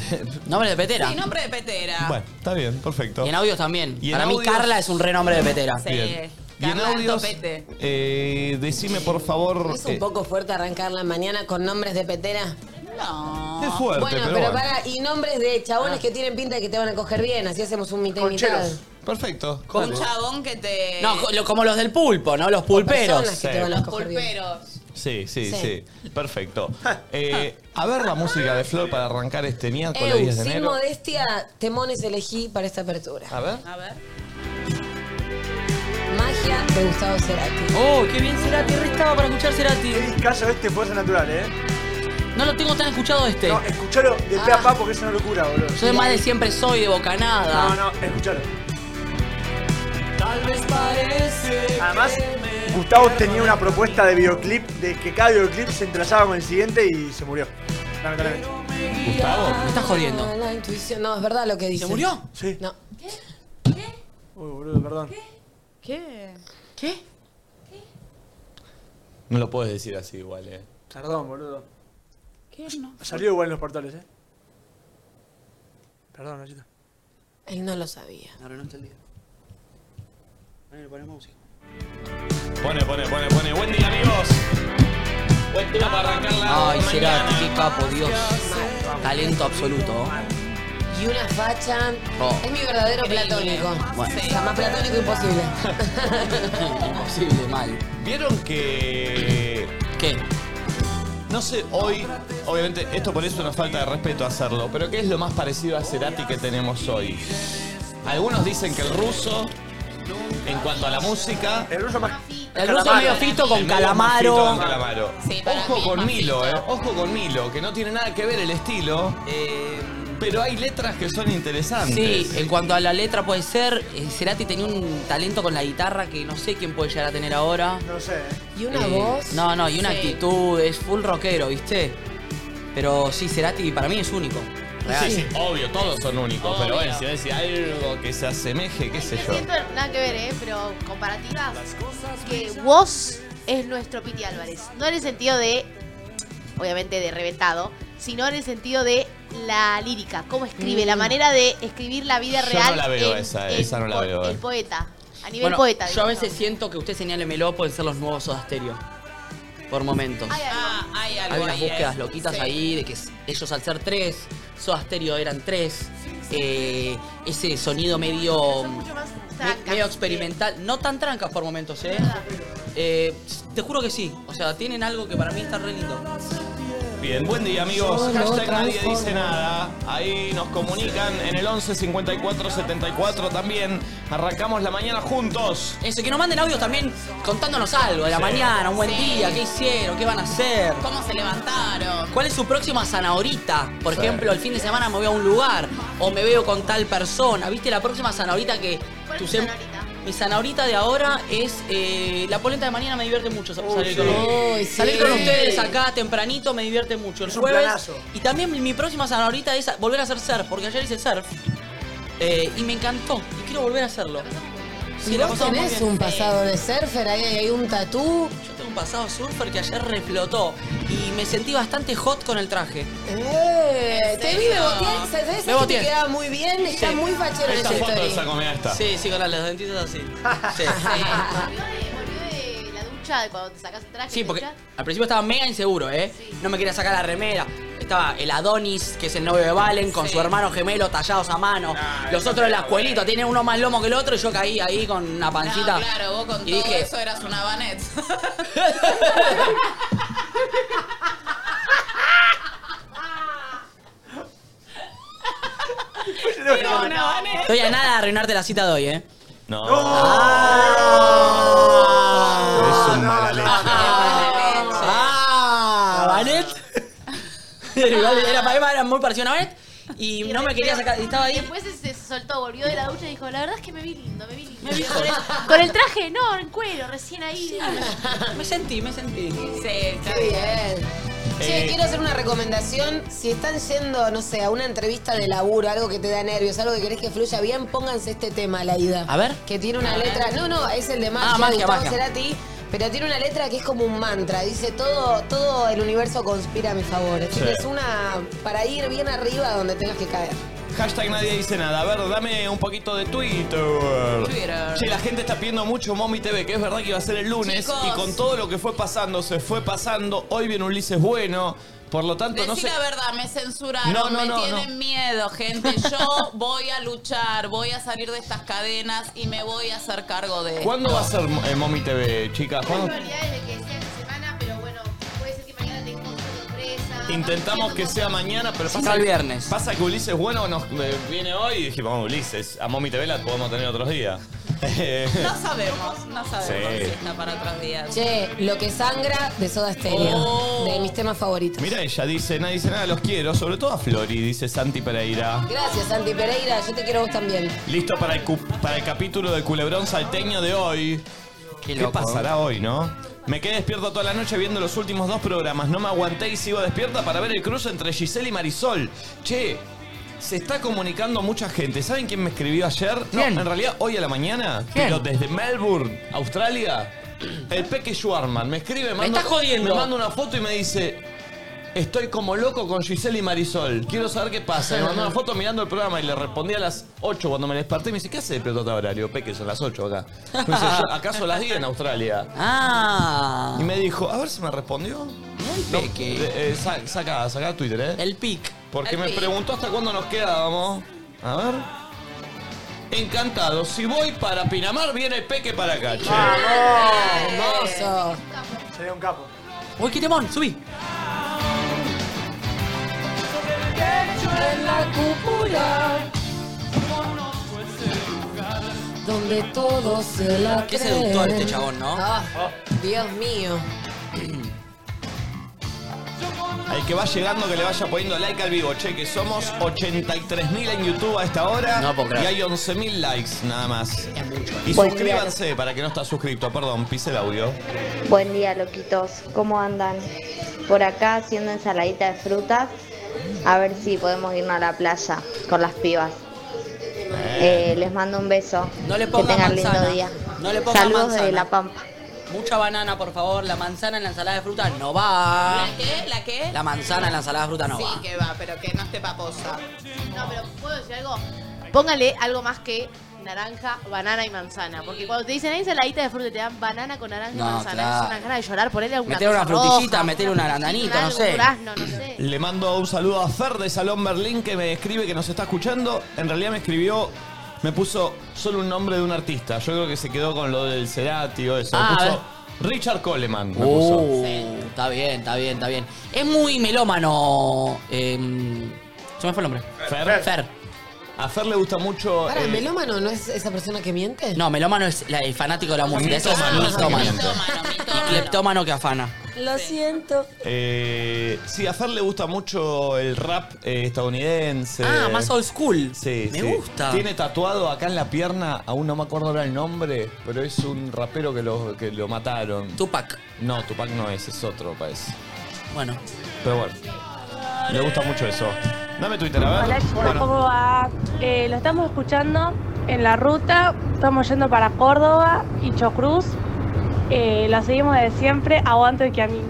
Speaker 4: Nombre de petera.
Speaker 7: Sí, nombre de petera.
Speaker 1: Bueno, está bien, perfecto.
Speaker 4: Y en audios también.
Speaker 1: Y en
Speaker 4: Para mí
Speaker 1: audios-
Speaker 4: Carla es un renombre de petera.
Speaker 7: Sí.
Speaker 1: Bien. Y en
Speaker 7: Carla
Speaker 1: audios,
Speaker 7: Topete.
Speaker 1: eh, decime por favor.
Speaker 3: ¿Es un
Speaker 1: eh,
Speaker 3: poco fuerte arrancar la mañana con nombres de petera?
Speaker 7: No. Ah.
Speaker 1: es fuerte,
Speaker 3: bueno, pero,
Speaker 1: pero, bueno.
Speaker 3: para, y nombres de chabones que tienen pinta de que te van a coger bien, así hacemos un mitad y mitad.
Speaker 9: Concheros.
Speaker 1: Perfecto.
Speaker 7: Con un chabón que te.
Speaker 4: No, co- lo- como los del pulpo, ¿no? Los pulperos.
Speaker 3: Personas que
Speaker 1: Sí.
Speaker 3: te van a
Speaker 7: los
Speaker 3: coger bien.
Speaker 7: pulperos.
Speaker 1: Sí, sí, sí,
Speaker 3: Sí.
Speaker 1: Perfecto. Eh, a ver la música de Flor para arrancar este miércoles 10
Speaker 3: Eu,
Speaker 1: de
Speaker 3: sin
Speaker 1: enero.
Speaker 3: modestia, temones elegí para esta apertura.
Speaker 1: A ver.
Speaker 7: A ver.
Speaker 3: Magia de Gustavo Cerati.
Speaker 4: Oh, qué bien Cerati, re estaba para escuchar Cerati.
Speaker 9: Qué discazo este fuerza natural, ¿eh?
Speaker 4: No lo tengo tan escuchado este.
Speaker 9: No, escuchalo de pe a pa porque es una locura, boludo.
Speaker 4: Yo de más de siempre soy, de bocanada.
Speaker 9: No, no, escuchalo.
Speaker 1: Tal vez parece.
Speaker 9: Además, Gustavo tenía una propuesta de videoclip de que cada videoclip se entrelazaba con el siguiente y se murió. Lamentablemente.
Speaker 1: Gustavo.
Speaker 4: Me estás jodiendo.
Speaker 3: Ah, La intuición, no, es verdad lo que dice.
Speaker 4: ¿Se murió?
Speaker 9: Sí.
Speaker 3: No.
Speaker 9: Uy, boludo, perdón.
Speaker 7: ¿Qué?
Speaker 1: No lo puedes decir así igual, eh.
Speaker 9: Perdón, boludo.
Speaker 7: ¿Qué no?
Speaker 9: Salió igual en los portales, ¿eh? Perdón, Nachito.
Speaker 3: Él no lo sabía.
Speaker 9: Me arruinaste el día. Daniel, ponemos música.
Speaker 1: Pone, pone, pone, pone. Buen día, amigos. Buen día para arrancar la
Speaker 4: Ay,
Speaker 1: mañana.
Speaker 4: Cerati, qué capo, Dios. Talento absoluto.
Speaker 3: Y una facha.
Speaker 4: Oh.
Speaker 3: Es mi verdadero
Speaker 7: Increíble.
Speaker 3: platónico.
Speaker 4: Bueno.
Speaker 3: O sea, más platónico imposible.
Speaker 4: Imposible, mal.
Speaker 1: Vieron que.
Speaker 4: ¿Qué?
Speaker 1: No sé, hoy. Obviamente, esto por eso es una falta de respeto hacerlo. Pero ¿qué es lo más parecido a Cerati que tenemos hoy? Algunos dicen que el ruso. En cuanto a la música.
Speaker 9: El ruso más.
Speaker 4: El ruso
Speaker 9: Calamaro.
Speaker 4: medio fito con
Speaker 1: El medio mafito con
Speaker 4: calamaro.
Speaker 1: calamaro.
Speaker 7: Sí, para
Speaker 1: Ojo
Speaker 7: mí es
Speaker 1: con
Speaker 7: mafito.
Speaker 1: Milo, eh. Ojo con Milo, que no tiene nada que ver el estilo. Pero hay letras que son interesantes.
Speaker 4: (laughs) Eh, Sí, en cuanto a la letra puede ser, eh, Cerati tenía un talento con la guitarra que no sé quién puede llegar a tener ahora.
Speaker 9: No lo sé, ¿eh?
Speaker 3: Y una
Speaker 4: Eh,
Speaker 3: voz.
Speaker 4: No, no, y una
Speaker 7: Sí.
Speaker 4: actitud, es full rockero, ¿viste? Pero sí, Cerati para mí es único. Real.
Speaker 1: Sí, sí, obvio, todos son únicos,
Speaker 7: Obvio.
Speaker 1: pero bueno, si decís algo que se asemeje, qué sé
Speaker 6: Me
Speaker 1: yo.
Speaker 6: siento nada que ver, ¿eh? Pero comparativas. Que vos es nuestro Piti Álvarez. No en el sentido de, obviamente, de reventado, sino en el sentido de la lírica. Cómo escribe,
Speaker 4: Mm.
Speaker 6: la manera de escribir la vida
Speaker 1: Yo
Speaker 6: real.
Speaker 1: no la veo
Speaker 6: en-
Speaker 1: esa,
Speaker 6: en
Speaker 1: esa no la
Speaker 6: po-
Speaker 1: veo, eh.
Speaker 6: El poeta. A nivel
Speaker 4: Bueno,
Speaker 6: poeta.
Speaker 4: yo a
Speaker 6: digamos.
Speaker 4: veces siento que usted señálemelo pueden ser los nuevos Soda Stereo. Por momentos.
Speaker 6: Hay algo.
Speaker 7: Ah, hay algo
Speaker 4: Hay unas
Speaker 7: ahí,
Speaker 4: búsquedas
Speaker 7: eh.
Speaker 4: loquitas
Speaker 7: Sí.
Speaker 4: ahí de que s- ellos al ser tres, Soda Stereo eran tres. eh, ese sonido medio,
Speaker 6: Son mucho más
Speaker 4: me-
Speaker 6: trancas.
Speaker 4: medio experimental. No tan trancas por momentos, ¿eh?
Speaker 6: Verdad.
Speaker 4: Eh, s- Te juro que sí. O sea, tienen algo que para mí está re lindo.
Speaker 1: Bien, buen día amigos.
Speaker 3: Solo
Speaker 1: Hashtag nadie
Speaker 3: transforma.
Speaker 1: dice nada. Ahí nos comunican en el 11 54 74 también. Arrancamos la mañana juntos.
Speaker 4: Eso, que nos manden audios también contándonos algo de la
Speaker 1: Sí.
Speaker 4: mañana, un buen
Speaker 7: Sí.
Speaker 4: día, qué hicieron, qué van a hacer.
Speaker 7: ¿Cómo se levantaron?
Speaker 4: ¿Cuál es su próxima zanahorita? Por ejemplo, el fin de semana me voy a un lugar o me veo con tal persona. ¿Viste la próxima zanahorita que
Speaker 6: ¿Cuál
Speaker 4: tu
Speaker 6: es tu
Speaker 4: sem-
Speaker 6: zanahorita?
Speaker 4: Mi zanahorita de ahora es eh, la polenta de mañana me divierte mucho sa-
Speaker 9: Oh,
Speaker 4: salir,
Speaker 9: sí.
Speaker 4: con,
Speaker 3: Uy, sí.
Speaker 4: salir con ustedes acá tempranito me divierte mucho el
Speaker 9: Es un
Speaker 4: jueves.
Speaker 9: planazo.
Speaker 4: Y también mi- mi próxima zanahorita es volver a hacer surf, porque ayer hice surf eh, y me encantó y quiero volver a hacerlo.
Speaker 3: Y
Speaker 4: Sí, la
Speaker 3: vos
Speaker 4: pasamos muy
Speaker 3: tenés
Speaker 4: bien.
Speaker 3: un pasado de surfer, ahí hay un tatú.
Speaker 4: Yo tengo un pasado surfer que ayer reflotó y me sentí bastante hot con el traje.
Speaker 3: Eh,
Speaker 7: ¿En
Speaker 3: te
Speaker 7: serio?
Speaker 3: vi bebotear, ¿sabés?
Speaker 4: Me
Speaker 3: ¿Sabés que
Speaker 4: boteé.
Speaker 3: te quedaba muy bien? Está
Speaker 4: Sí.
Speaker 3: muy fachero en
Speaker 1: Esta
Speaker 3: esa
Speaker 1: foto de esa
Speaker 3: historia.
Speaker 1: comida está.
Speaker 4: Sí, sí, con las los
Speaker 3: (laughs)
Speaker 4: dentitos así. Sí.
Speaker 6: Volvió de- volvió de la ducha de cuando te sacas el traje.
Speaker 4: Sí,
Speaker 6: te
Speaker 4: porque
Speaker 6: duchas.
Speaker 4: al principio estaba mega inseguro, ¿eh?
Speaker 6: Sí.
Speaker 4: No me quería sacar la remera. Estaba el Adonis, que es el novio de Valen, con
Speaker 7: Sí.
Speaker 4: su hermano gemelo tallados a mano. Los otros de la escuelita, tienen uno más lomo que el otro y yo caí ahí con una pancita.
Speaker 7: No, Ah,
Speaker 4: (laughs)
Speaker 7: claro, vos con
Speaker 4: y
Speaker 7: todo
Speaker 4: dije,
Speaker 7: eso eras una
Speaker 1: (laughs)
Speaker 7: vanet.
Speaker 10: (laughs)
Speaker 7: Era una vanet.
Speaker 4: estoy a nada de arruinarte la cita de hoy, ¿eh?
Speaker 1: No.
Speaker 9: No,
Speaker 1: es un
Speaker 9: no,
Speaker 1: mala
Speaker 9: no.
Speaker 1: leche.
Speaker 4: Ah, Vanet. (laughs) Igual era, era, era muy parecido a una Vanet y no me quería sacar. y Estaba
Speaker 7: (laughs)
Speaker 4: ahí.
Speaker 6: Después se, se soltó, volvió de la ducha y dijo, la verdad es que me vi lindo, me vi lindo. (laughs) con, el, con el traje, no, en cuero, recién ahí.
Speaker 4: Me sentí, me sentí.
Speaker 7: Sí, está
Speaker 3: Qué
Speaker 7: bien.
Speaker 3: bien. Che,
Speaker 1: Eh,
Speaker 3: quiero hacer una recomendación. Si están yendo, no sé, a una entrevista de laburo, algo que te da nervios, algo que querés que fluya bien, pónganse este tema, la ida.
Speaker 4: A ver. Ah,
Speaker 3: Que tiene una letra. No, no, es el de magia.
Speaker 4: magia,
Speaker 3: Gustavo
Speaker 4: magia.
Speaker 3: Cerati. Pero tiene una letra que es como un mantra. Dice, todo, todo el universo conspira a mi favor. Así
Speaker 1: Sí.
Speaker 3: que es una para ir bien arriba donde tengas que caer.
Speaker 1: Hashtag nadie dice nada. A ver, dame un poquito de Twitter.
Speaker 7: Twitter.
Speaker 1: Che, la gente está pidiendo mucho Mommy TV, que es verdad que iba a ser el lunes.
Speaker 7: Chicos.
Speaker 1: Y con todo lo que fue pasando, se fue pasando. Hoy viene Ulises Bueno. Por lo tanto,
Speaker 7: Decí
Speaker 1: no sé.
Speaker 7: la verdad, me censuraron,
Speaker 1: No, no,
Speaker 7: me
Speaker 1: no,
Speaker 7: tienen
Speaker 1: no.
Speaker 7: miedo,
Speaker 1: (laughs)
Speaker 7: gente. Yo voy a luchar, voy a salir de estas cadenas y me voy a hacer cargo de esto.
Speaker 1: ¿Cuándo va a ser eh, Mommy TV, chicas?
Speaker 6: Hay
Speaker 1: ¿Cuándo?
Speaker 6: probabilidades de que sea esta semana, pero bueno, puede ser que mañana tengamos una sorpresa.
Speaker 1: Intentamos que sea mañana, pero
Speaker 4: Si
Speaker 1: pasa,
Speaker 4: no, el viernes.
Speaker 1: pasa que Ulises Bueno nos eh, viene hoy y dijimos, "Vamos, Ulises, a Mommy TV la podemos tener otros días. (laughs) Eh,
Speaker 7: No sabemos, no sabemos
Speaker 1: Sí.
Speaker 7: si está para otros días.
Speaker 3: Che, lo que sangra de Soda Stereo.
Speaker 7: Oh.
Speaker 3: De mis temas favoritos.
Speaker 1: Mira, ella dice, nadie dice nada, los quiero, sobre todo a Flori, dice Santi Pereira.
Speaker 3: Gracias, Santi Pereira. Yo te quiero a vos también.
Speaker 1: Listo para el, cu- para el capítulo de Culebrón Salteño de hoy.
Speaker 4: Qué,
Speaker 1: ¿Qué
Speaker 4: loco, ¿eh?
Speaker 1: pasará hoy, no? Me quedé despierto toda la noche viendo los últimos dos programas. No me aguanté y sigo despierta para ver el cruce entre Giselle y Marisol. Che, se está comunicando mucha gente. ¿Saben quién me escribió ayer?
Speaker 4: ¿Quién?
Speaker 1: No, en realidad hoy a la mañana.
Speaker 4: ¿Quién?
Speaker 1: Pero desde Melbourne, Australia. El Peque Schwarman me escribe, me manda,
Speaker 4: estás jodiendo.
Speaker 1: me manda una foto y me dice... Estoy como loco con Giselle y Marisol. Quiero saber qué pasa. Me mandó una foto mirando el programa y le respondí a las 8 cuando me desperté. Y me dice, ¿qué hace de pelota ahora? Le digo, Peque, son las 8 acá. Me dice, "Yo- acá son las 10 en Australia.
Speaker 4: Ah,
Speaker 1: Y me dijo, a ver si me respondió.
Speaker 4: el peque.
Speaker 1: de- eh, sa- saca, saca Twitter, ¿eh?
Speaker 4: El pic.
Speaker 1: Porque
Speaker 7: el
Speaker 1: me
Speaker 7: pi.
Speaker 1: preguntó hasta cuándo nos quedábamos. A ver. Encantado. Si voy para Pinamar, viene el Peque para acá, che.
Speaker 3: Hermoso.
Speaker 9: Sería un capo.
Speaker 4: Uy, qué temón, subí.
Speaker 3: En la cúpula. Donde todo se la
Speaker 4: Qué
Speaker 3: creen.
Speaker 4: seductor este chabón, ¿no?
Speaker 3: Ah, Dios mío.
Speaker 1: Al que va llegando, que le vaya poniendo like al vivo, che, que somos 83.000 en YouTube a esta hora.
Speaker 4: No puedo creer.
Speaker 1: Y hay 11.000 likes nada más. Y
Speaker 11: Buen
Speaker 1: suscríbanse para que no está suscrito. Perdón, pise el audio.
Speaker 11: Buen día, loquitos. ¿Cómo andan? Por acá haciendo ensaladita de frutas. A ver si podemos irnos a la playa con las pibas. Eh, les mando un beso.
Speaker 4: No le ponga
Speaker 11: que tengan
Speaker 4: manzana.
Speaker 11: lindo día.
Speaker 4: No le ponga
Speaker 11: Saludos
Speaker 4: manzana.
Speaker 11: de La Pampa.
Speaker 4: Mucha banana, por favor. La manzana en la ensalada de fruta no va.
Speaker 7: ¿La qué? ¿La qué?
Speaker 4: La manzana en la ensalada de fruta no
Speaker 7: sí,
Speaker 4: va.
Speaker 7: que va, pero que no esté paposa.
Speaker 6: No, pero ¿puedo decir algo? Póngale algo más que naranja, banana y manzana. Porque cuando te dicen ahí ensaladita de fruta, te dan banana con naranja y
Speaker 4: No,
Speaker 6: manzana.
Speaker 4: claro.
Speaker 6: Es una cara de llorar, ponele alguna
Speaker 4: Metele
Speaker 6: cosa
Speaker 4: una frutillita,
Speaker 6: roja,
Speaker 4: metele una bananita, no
Speaker 6: algo,
Speaker 4: sé.
Speaker 6: Un durazno, no sé.
Speaker 1: Le mando un saludo a Fer de Salón Berlín que me escribe que nos está escuchando. En realidad me escribió, me puso solo un nombre de un artista. Yo creo que se quedó con lo del Cerati o eso. Me
Speaker 4: Ah, a
Speaker 1: puso Richard Coleman. Me puso.
Speaker 4: Uh, está bien, está bien, está bien. Es muy melómano. em, se me fue el nombre.
Speaker 1: Fer.
Speaker 4: Fer.
Speaker 1: A Fer le gusta mucho.
Speaker 3: Para,
Speaker 1: eh,
Speaker 3: ¿melómano no es esa persona que miente?
Speaker 4: No, melómano es la- el fanático de la música. Eso es
Speaker 1: Mitómano,
Speaker 4: mitómano.
Speaker 7: Mitómano, mitómano.
Speaker 4: Y cleptómano que afana.
Speaker 3: Lo siento.
Speaker 1: eh, sí, a Fer le gusta mucho el rap eh, estadounidense.
Speaker 4: Ah, más old school.
Speaker 1: Sí,
Speaker 4: me
Speaker 1: sí.
Speaker 4: gusta.
Speaker 1: Tiene tatuado acá en la pierna, aún no me acuerdo ahora el nombre, pero es un rapero que lo, que lo mataron.
Speaker 4: Tupac.
Speaker 1: No, Tupac no es, es otro, parece.
Speaker 4: Bueno.
Speaker 1: Pero bueno, me gusta mucho eso. Dame Twitter, a ver.
Speaker 12: Hola chicos,
Speaker 1: Bueno,
Speaker 12: ¿cómo va? Eh, lo estamos escuchando en la ruta, estamos yendo para Córdoba y Chocruz. Eh, lo seguimos de siempre, aguante que a mí.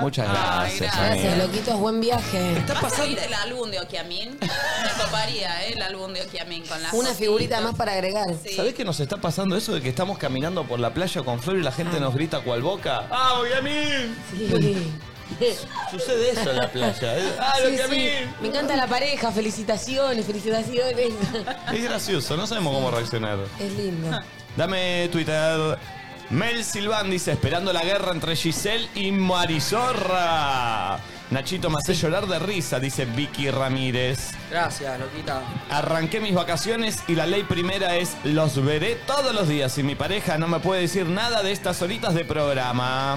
Speaker 1: Muchas
Speaker 7: Ay,
Speaker 1: gracias,
Speaker 7: gracias,
Speaker 1: amiga.
Speaker 3: Gracias, loquitos. Buen viaje.
Speaker 7: ¿Vas a ir el álbum de Okiamin? Me coparía, ¿eh? El álbum de Okiamin con las
Speaker 3: Una
Speaker 7: fotitos.
Speaker 3: figurita más para agregar.
Speaker 7: Sí.
Speaker 1: ¿Sabés que nos está pasando eso de que estamos caminando por la playa con Flor y la
Speaker 4: Ah.
Speaker 1: gente nos grita cual boca? ¡Ah, Ogamín!
Speaker 3: Sí.
Speaker 1: Sucede eso en la playa. ¿eh? ¡Ah,
Speaker 3: Sí, sí.
Speaker 1: Ogamín!
Speaker 3: Me encanta la pareja, felicitaciones, felicitaciones. (laughs)
Speaker 1: Es gracioso, no sabemos cómo reaccionar.
Speaker 3: Es lindo.
Speaker 1: Dame Twitter. Mel Silván dice, esperando la guerra entre Giselle y Marizorra. Nachito me hace llorar de risa, dice Vicky Ramírez.
Speaker 4: Gracias, loquita.
Speaker 1: Arranqué mis vacaciones y la ley primera es los veré todos los días y mi pareja no me puede decir nada de estas horitas de programa.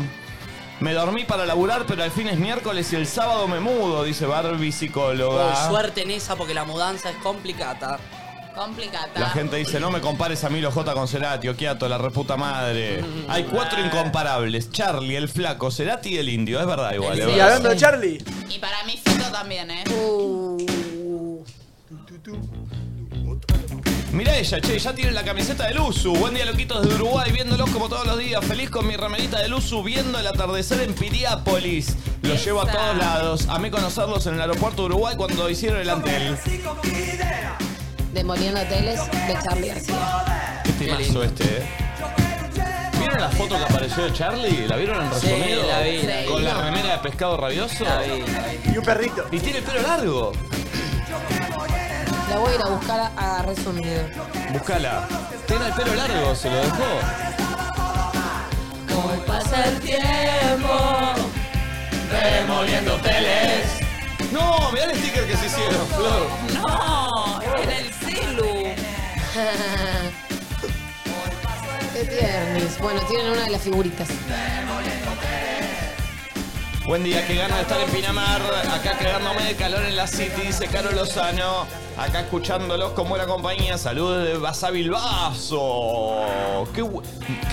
Speaker 1: Me dormí para laburar, pero al fin es miércoles y el sábado me mudo, dice Barbie psicóloga.
Speaker 4: Por suerte en esa porque la mudanza es complicada.
Speaker 7: Complicata.
Speaker 1: La gente dice, no me compares a Milo J con Cerati, Okiato, la reputa madre. Hay cuatro incomparables, Charlie, el flaco, Cerati y el indio. Es verdad igual, es
Speaker 9: Y
Speaker 1: verdad.
Speaker 9: hablando de Charlie,
Speaker 7: Y para mí Fito también, ¿eh?
Speaker 3: Uh,
Speaker 1: Mirá ella, che, ya tiene la camiseta del Usu. Buen día, loquitos de Uruguay, viéndolos como todos los días. Feliz con mi remerita del Usu, viendo el atardecer en Piriápolis. Los llevo a todos lados. Amé conocerlos en el aeropuerto de Uruguay cuando hicieron el antel.
Speaker 3: Demoliendo hoteles de Charlie García.
Speaker 1: Qué temazo este, eh. ¿Vieron la foto que apareció de Charlie? ¿La vieron en
Speaker 4: Sí,
Speaker 1: resumido?
Speaker 4: la vi, la vi.
Speaker 1: Con la remera de pescado rabioso.
Speaker 10: Y un perrito.
Speaker 1: Y tiene el pelo largo.
Speaker 3: La voy a ir a buscar a, a resumido.
Speaker 1: Buscala. Tiene el pelo largo, se lo dejó.
Speaker 3: Hoy pasa el tiempo.
Speaker 1: Removiendo hoteles. No, mirá el sticker que se hicieron, Flor.
Speaker 2: No, en el celu.
Speaker 3: (laughs) Qué tiernis. Bueno, tienen una de las figuritas.
Speaker 1: Buen día, qué ganas de estar en Pinamar. Acá quedándome de calor en la City, dice Caro Lozano. Acá escuchándolos con buena compañía. Saludos de Basavilbaso. Qué, bu-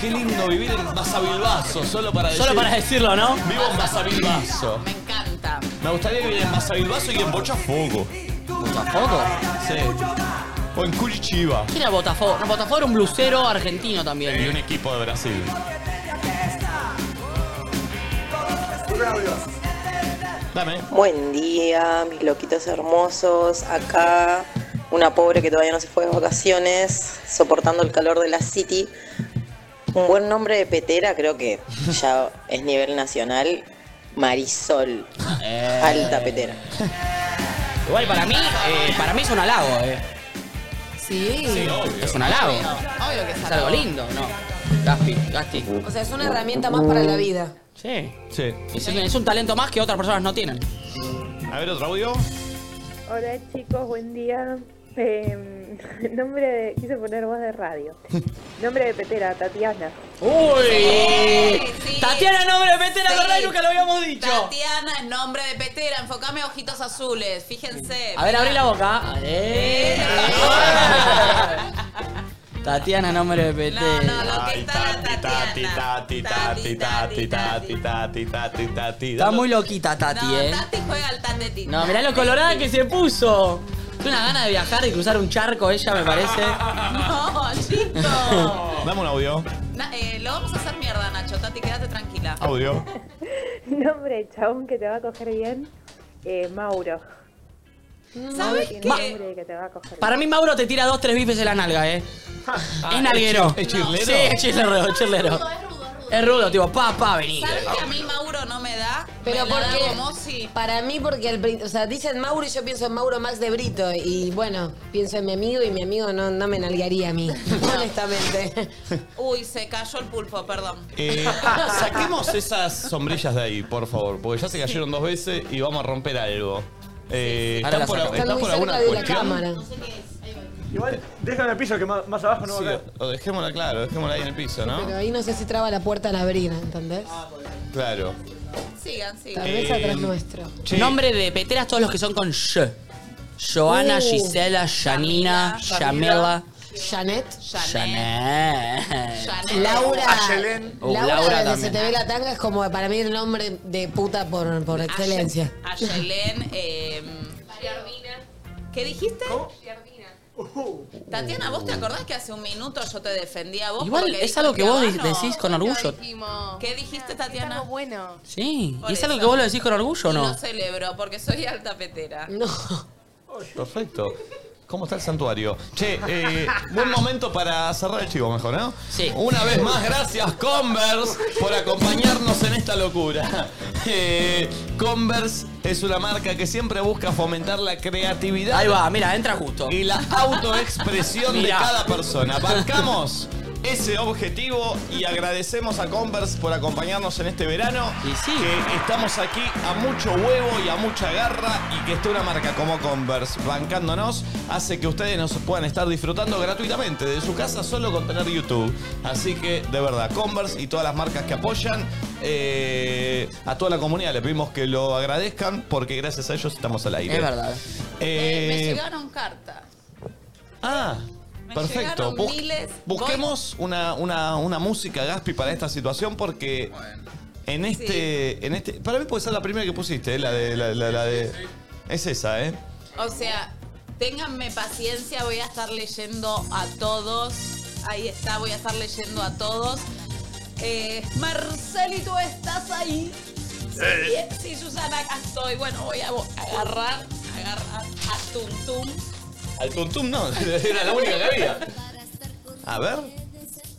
Speaker 1: qué lindo vivir en Basavilbaso, solo para decir.
Speaker 4: Solo para decirlo, ¿no?
Speaker 1: Vivo en Basavilbaso.
Speaker 2: Me encanta.
Speaker 1: Me gustaría vivir en Basavilbaso y en Bochafogo.
Speaker 4: ¿Botafogo?
Speaker 1: Sí. O en Curitiba.
Speaker 4: ¿Quién era Botafogo? No, Botafogo era un blusero argentino
Speaker 1: Y
Speaker 4: también.
Speaker 1: un equipo de Brasil. Dame.
Speaker 12: Buen día, mis loquitos hermosos. Acá Ah, una pobre que todavía no se fue de vacaciones, soportando el calor de la City. Un buen nombre de petera, creo que ya es nivel nacional. Marisol. Alta petera.
Speaker 4: Igual para mí, eh, para mí es un halago, eh.
Speaker 3: Sí.
Speaker 4: Es un halago.
Speaker 2: Obvio que es
Speaker 4: Es
Speaker 2: algo
Speaker 4: algo lindo, ¿no? Gaspi, Gasti.
Speaker 3: O sea, es una herramienta más para la vida.
Speaker 4: Sí.
Speaker 1: Sí.
Speaker 4: Es, un- es un talento más que otras personas no tienen.
Speaker 1: A ver, otro audio.
Speaker 7: Hola chicos, buen día. (laughs) em, nombre quise poner voz de radio. Nombre de Petera, Tatiana.
Speaker 4: ¡Uy!
Speaker 2: sí.
Speaker 4: Tatiana, nombre de Petera,
Speaker 2: Sí.
Speaker 4: ¿verdad? Y nunca lo habíamos dicho.
Speaker 2: Tatiana es nombre de petera. Enfocame a ojitos azules. Fíjense.
Speaker 4: A ver, abrí la boca. Eh. Tatiana, nombre de
Speaker 2: No,
Speaker 4: Petera.
Speaker 2: no, lo que está la Tatiana.
Speaker 4: Está muy loquita, Tati,
Speaker 2: No,
Speaker 4: eh.
Speaker 2: Tati juega al tan de ti.
Speaker 4: No, mirá lo colorada que se puso. Tiene una gana de viajar y cruzar un charco ella, me parece.
Speaker 2: No, chico.
Speaker 1: (laughs) Dame un audio.
Speaker 2: Na- eh, lo vamos a hacer mierda, Nacho. Tati, quédate tranquila.
Speaker 1: Audio.
Speaker 7: Nombre chabón que te va a coger bien, eh, Mauro.
Speaker 2: ¿Sabes
Speaker 4: Ma-
Speaker 2: qué?
Speaker 7: que te va a coger
Speaker 4: Para mí, Mauro te tira dos, tres bifes en la nalga, eh. es nalguero.
Speaker 1: Ah, ¿Es chirlero?
Speaker 4: Sí, es chirlero, es chirlero. Es rudo, tipo, pa, pa, vení.
Speaker 2: ¿Sabes que a mí Mauro no me da?
Speaker 3: Pero
Speaker 2: me
Speaker 3: ¿por
Speaker 2: la da
Speaker 3: qué?
Speaker 2: Gomozzi.
Speaker 3: Para mí, porque al prin- o sea, dicen Mauro y yo pienso en Mauro Max de Brito. Y bueno, pienso en mi amigo y mi amigo no, no me nalgaría
Speaker 2: (laughs)
Speaker 3: a mí, honestamente.
Speaker 2: Uy, se cayó el pulpo, perdón.
Speaker 1: Eh, saquemos esas sombrillas de ahí, por favor, porque ya se cayeron dos veces y vamos a romper algo. Eh,
Speaker 4: Ahora
Speaker 1: ¿Estás
Speaker 4: la
Speaker 1: por,
Speaker 4: saco.
Speaker 1: estás
Speaker 3: Están muy
Speaker 1: por
Speaker 3: cerca
Speaker 1: alguna
Speaker 3: de la
Speaker 1: cuestión?
Speaker 3: cámara.
Speaker 10: Igual, déjame en el piso que más, más abajo no va
Speaker 1: Sí,
Speaker 10: a caer.
Speaker 1: o dejémosla claro, dejémosla ahí en el piso, ¿no?
Speaker 3: Pero ahí no sé si traba la puerta al abrir, ¿entendés?
Speaker 2: Ah,
Speaker 1: Claro.
Speaker 2: Sigan, sigan.
Speaker 3: Tal vez
Speaker 1: Eh,
Speaker 3: atrás nuestro.
Speaker 1: Che,
Speaker 4: Nombre de peteras todos los que son con sh. Joana,
Speaker 3: Uh.
Speaker 4: Gisela, Janina,
Speaker 2: Yamila.
Speaker 4: Yamela,
Speaker 3: Janet.
Speaker 2: Janet.
Speaker 4: Janet.
Speaker 2: Janet. Ah,
Speaker 3: Laura.
Speaker 10: Ayelen.
Speaker 4: Uh,
Speaker 3: Laura,
Speaker 4: Laura
Speaker 3: desde
Speaker 4: también.
Speaker 3: Se te ve la tanga es como para mí el nombre de puta por, por excelencia.
Speaker 2: A Yelén. Eh, ¿Qué dijiste?
Speaker 10: Uh,
Speaker 2: Tatiana, ¿vos te acordás que hace un minuto yo te defendía a vos?
Speaker 4: Igual
Speaker 2: porque
Speaker 4: es algo que vos de-
Speaker 2: dijiste,
Speaker 4: decís con orgullo.
Speaker 2: ¿Qué dijiste, Tatiana?
Speaker 13: bueno.
Speaker 4: Sí,
Speaker 2: Por
Speaker 4: y es algo
Speaker 2: eso.
Speaker 4: que vos lo decís con orgullo, ¿o
Speaker 2: No.
Speaker 4: ¿no?
Speaker 2: no celebro porque soy alta petera.
Speaker 3: No.
Speaker 1: Perfecto. ¿Cómo está el santuario? Che, eh, buen momento para cerrar el chivo mejor, ¿no?
Speaker 4: Sí.
Speaker 1: Una vez más, gracias Converse por acompañarnos en esta locura. Eh, Converse es una marca que siempre busca fomentar la creatividad
Speaker 4: Ahí va, mira, entra justo.
Speaker 1: y la autoexpresión de
Speaker 4: Mirá.
Speaker 1: cada persona. Marcamos ese objetivo y agradecemos a Converse por acompañarnos en este verano.
Speaker 4: Y sí.
Speaker 1: Que estamos aquí a mucho huevo y a mucha garra y que esté una marca como Converse bancándonos hace que ustedes nos puedan estar disfrutando gratuitamente de su casa solo con tener YouTube. Así que, de verdad, Converse y todas las marcas que apoyan, eh, a toda la comunidad le pedimos que lo agradezcan porque gracias a ellos estamos al aire.
Speaker 4: Es verdad.
Speaker 1: Eh,
Speaker 2: Me llegaron cartas.
Speaker 1: Ah,
Speaker 2: Me
Speaker 1: perfecto.
Speaker 2: llegaron
Speaker 1: Bus-
Speaker 2: miles.
Speaker 1: busquemos una, una, una música Gaspi para esta situación porque en este en este para mí puede ser la primera que pusiste, eh, la de la, la- la de es esa, ¿eh?
Speaker 2: O sea, Ténganme paciencia, voy a estar leyendo a todos. Ahí está, voy a estar leyendo a todos. Eh, Marcelito, ¿estás ahí? Sí, sí, Susana, acá estoy. Bueno, voy a bo- agarrar, agarrar a Tuntum.
Speaker 1: Al tuntum no, (laughs) era la única que había. A ver,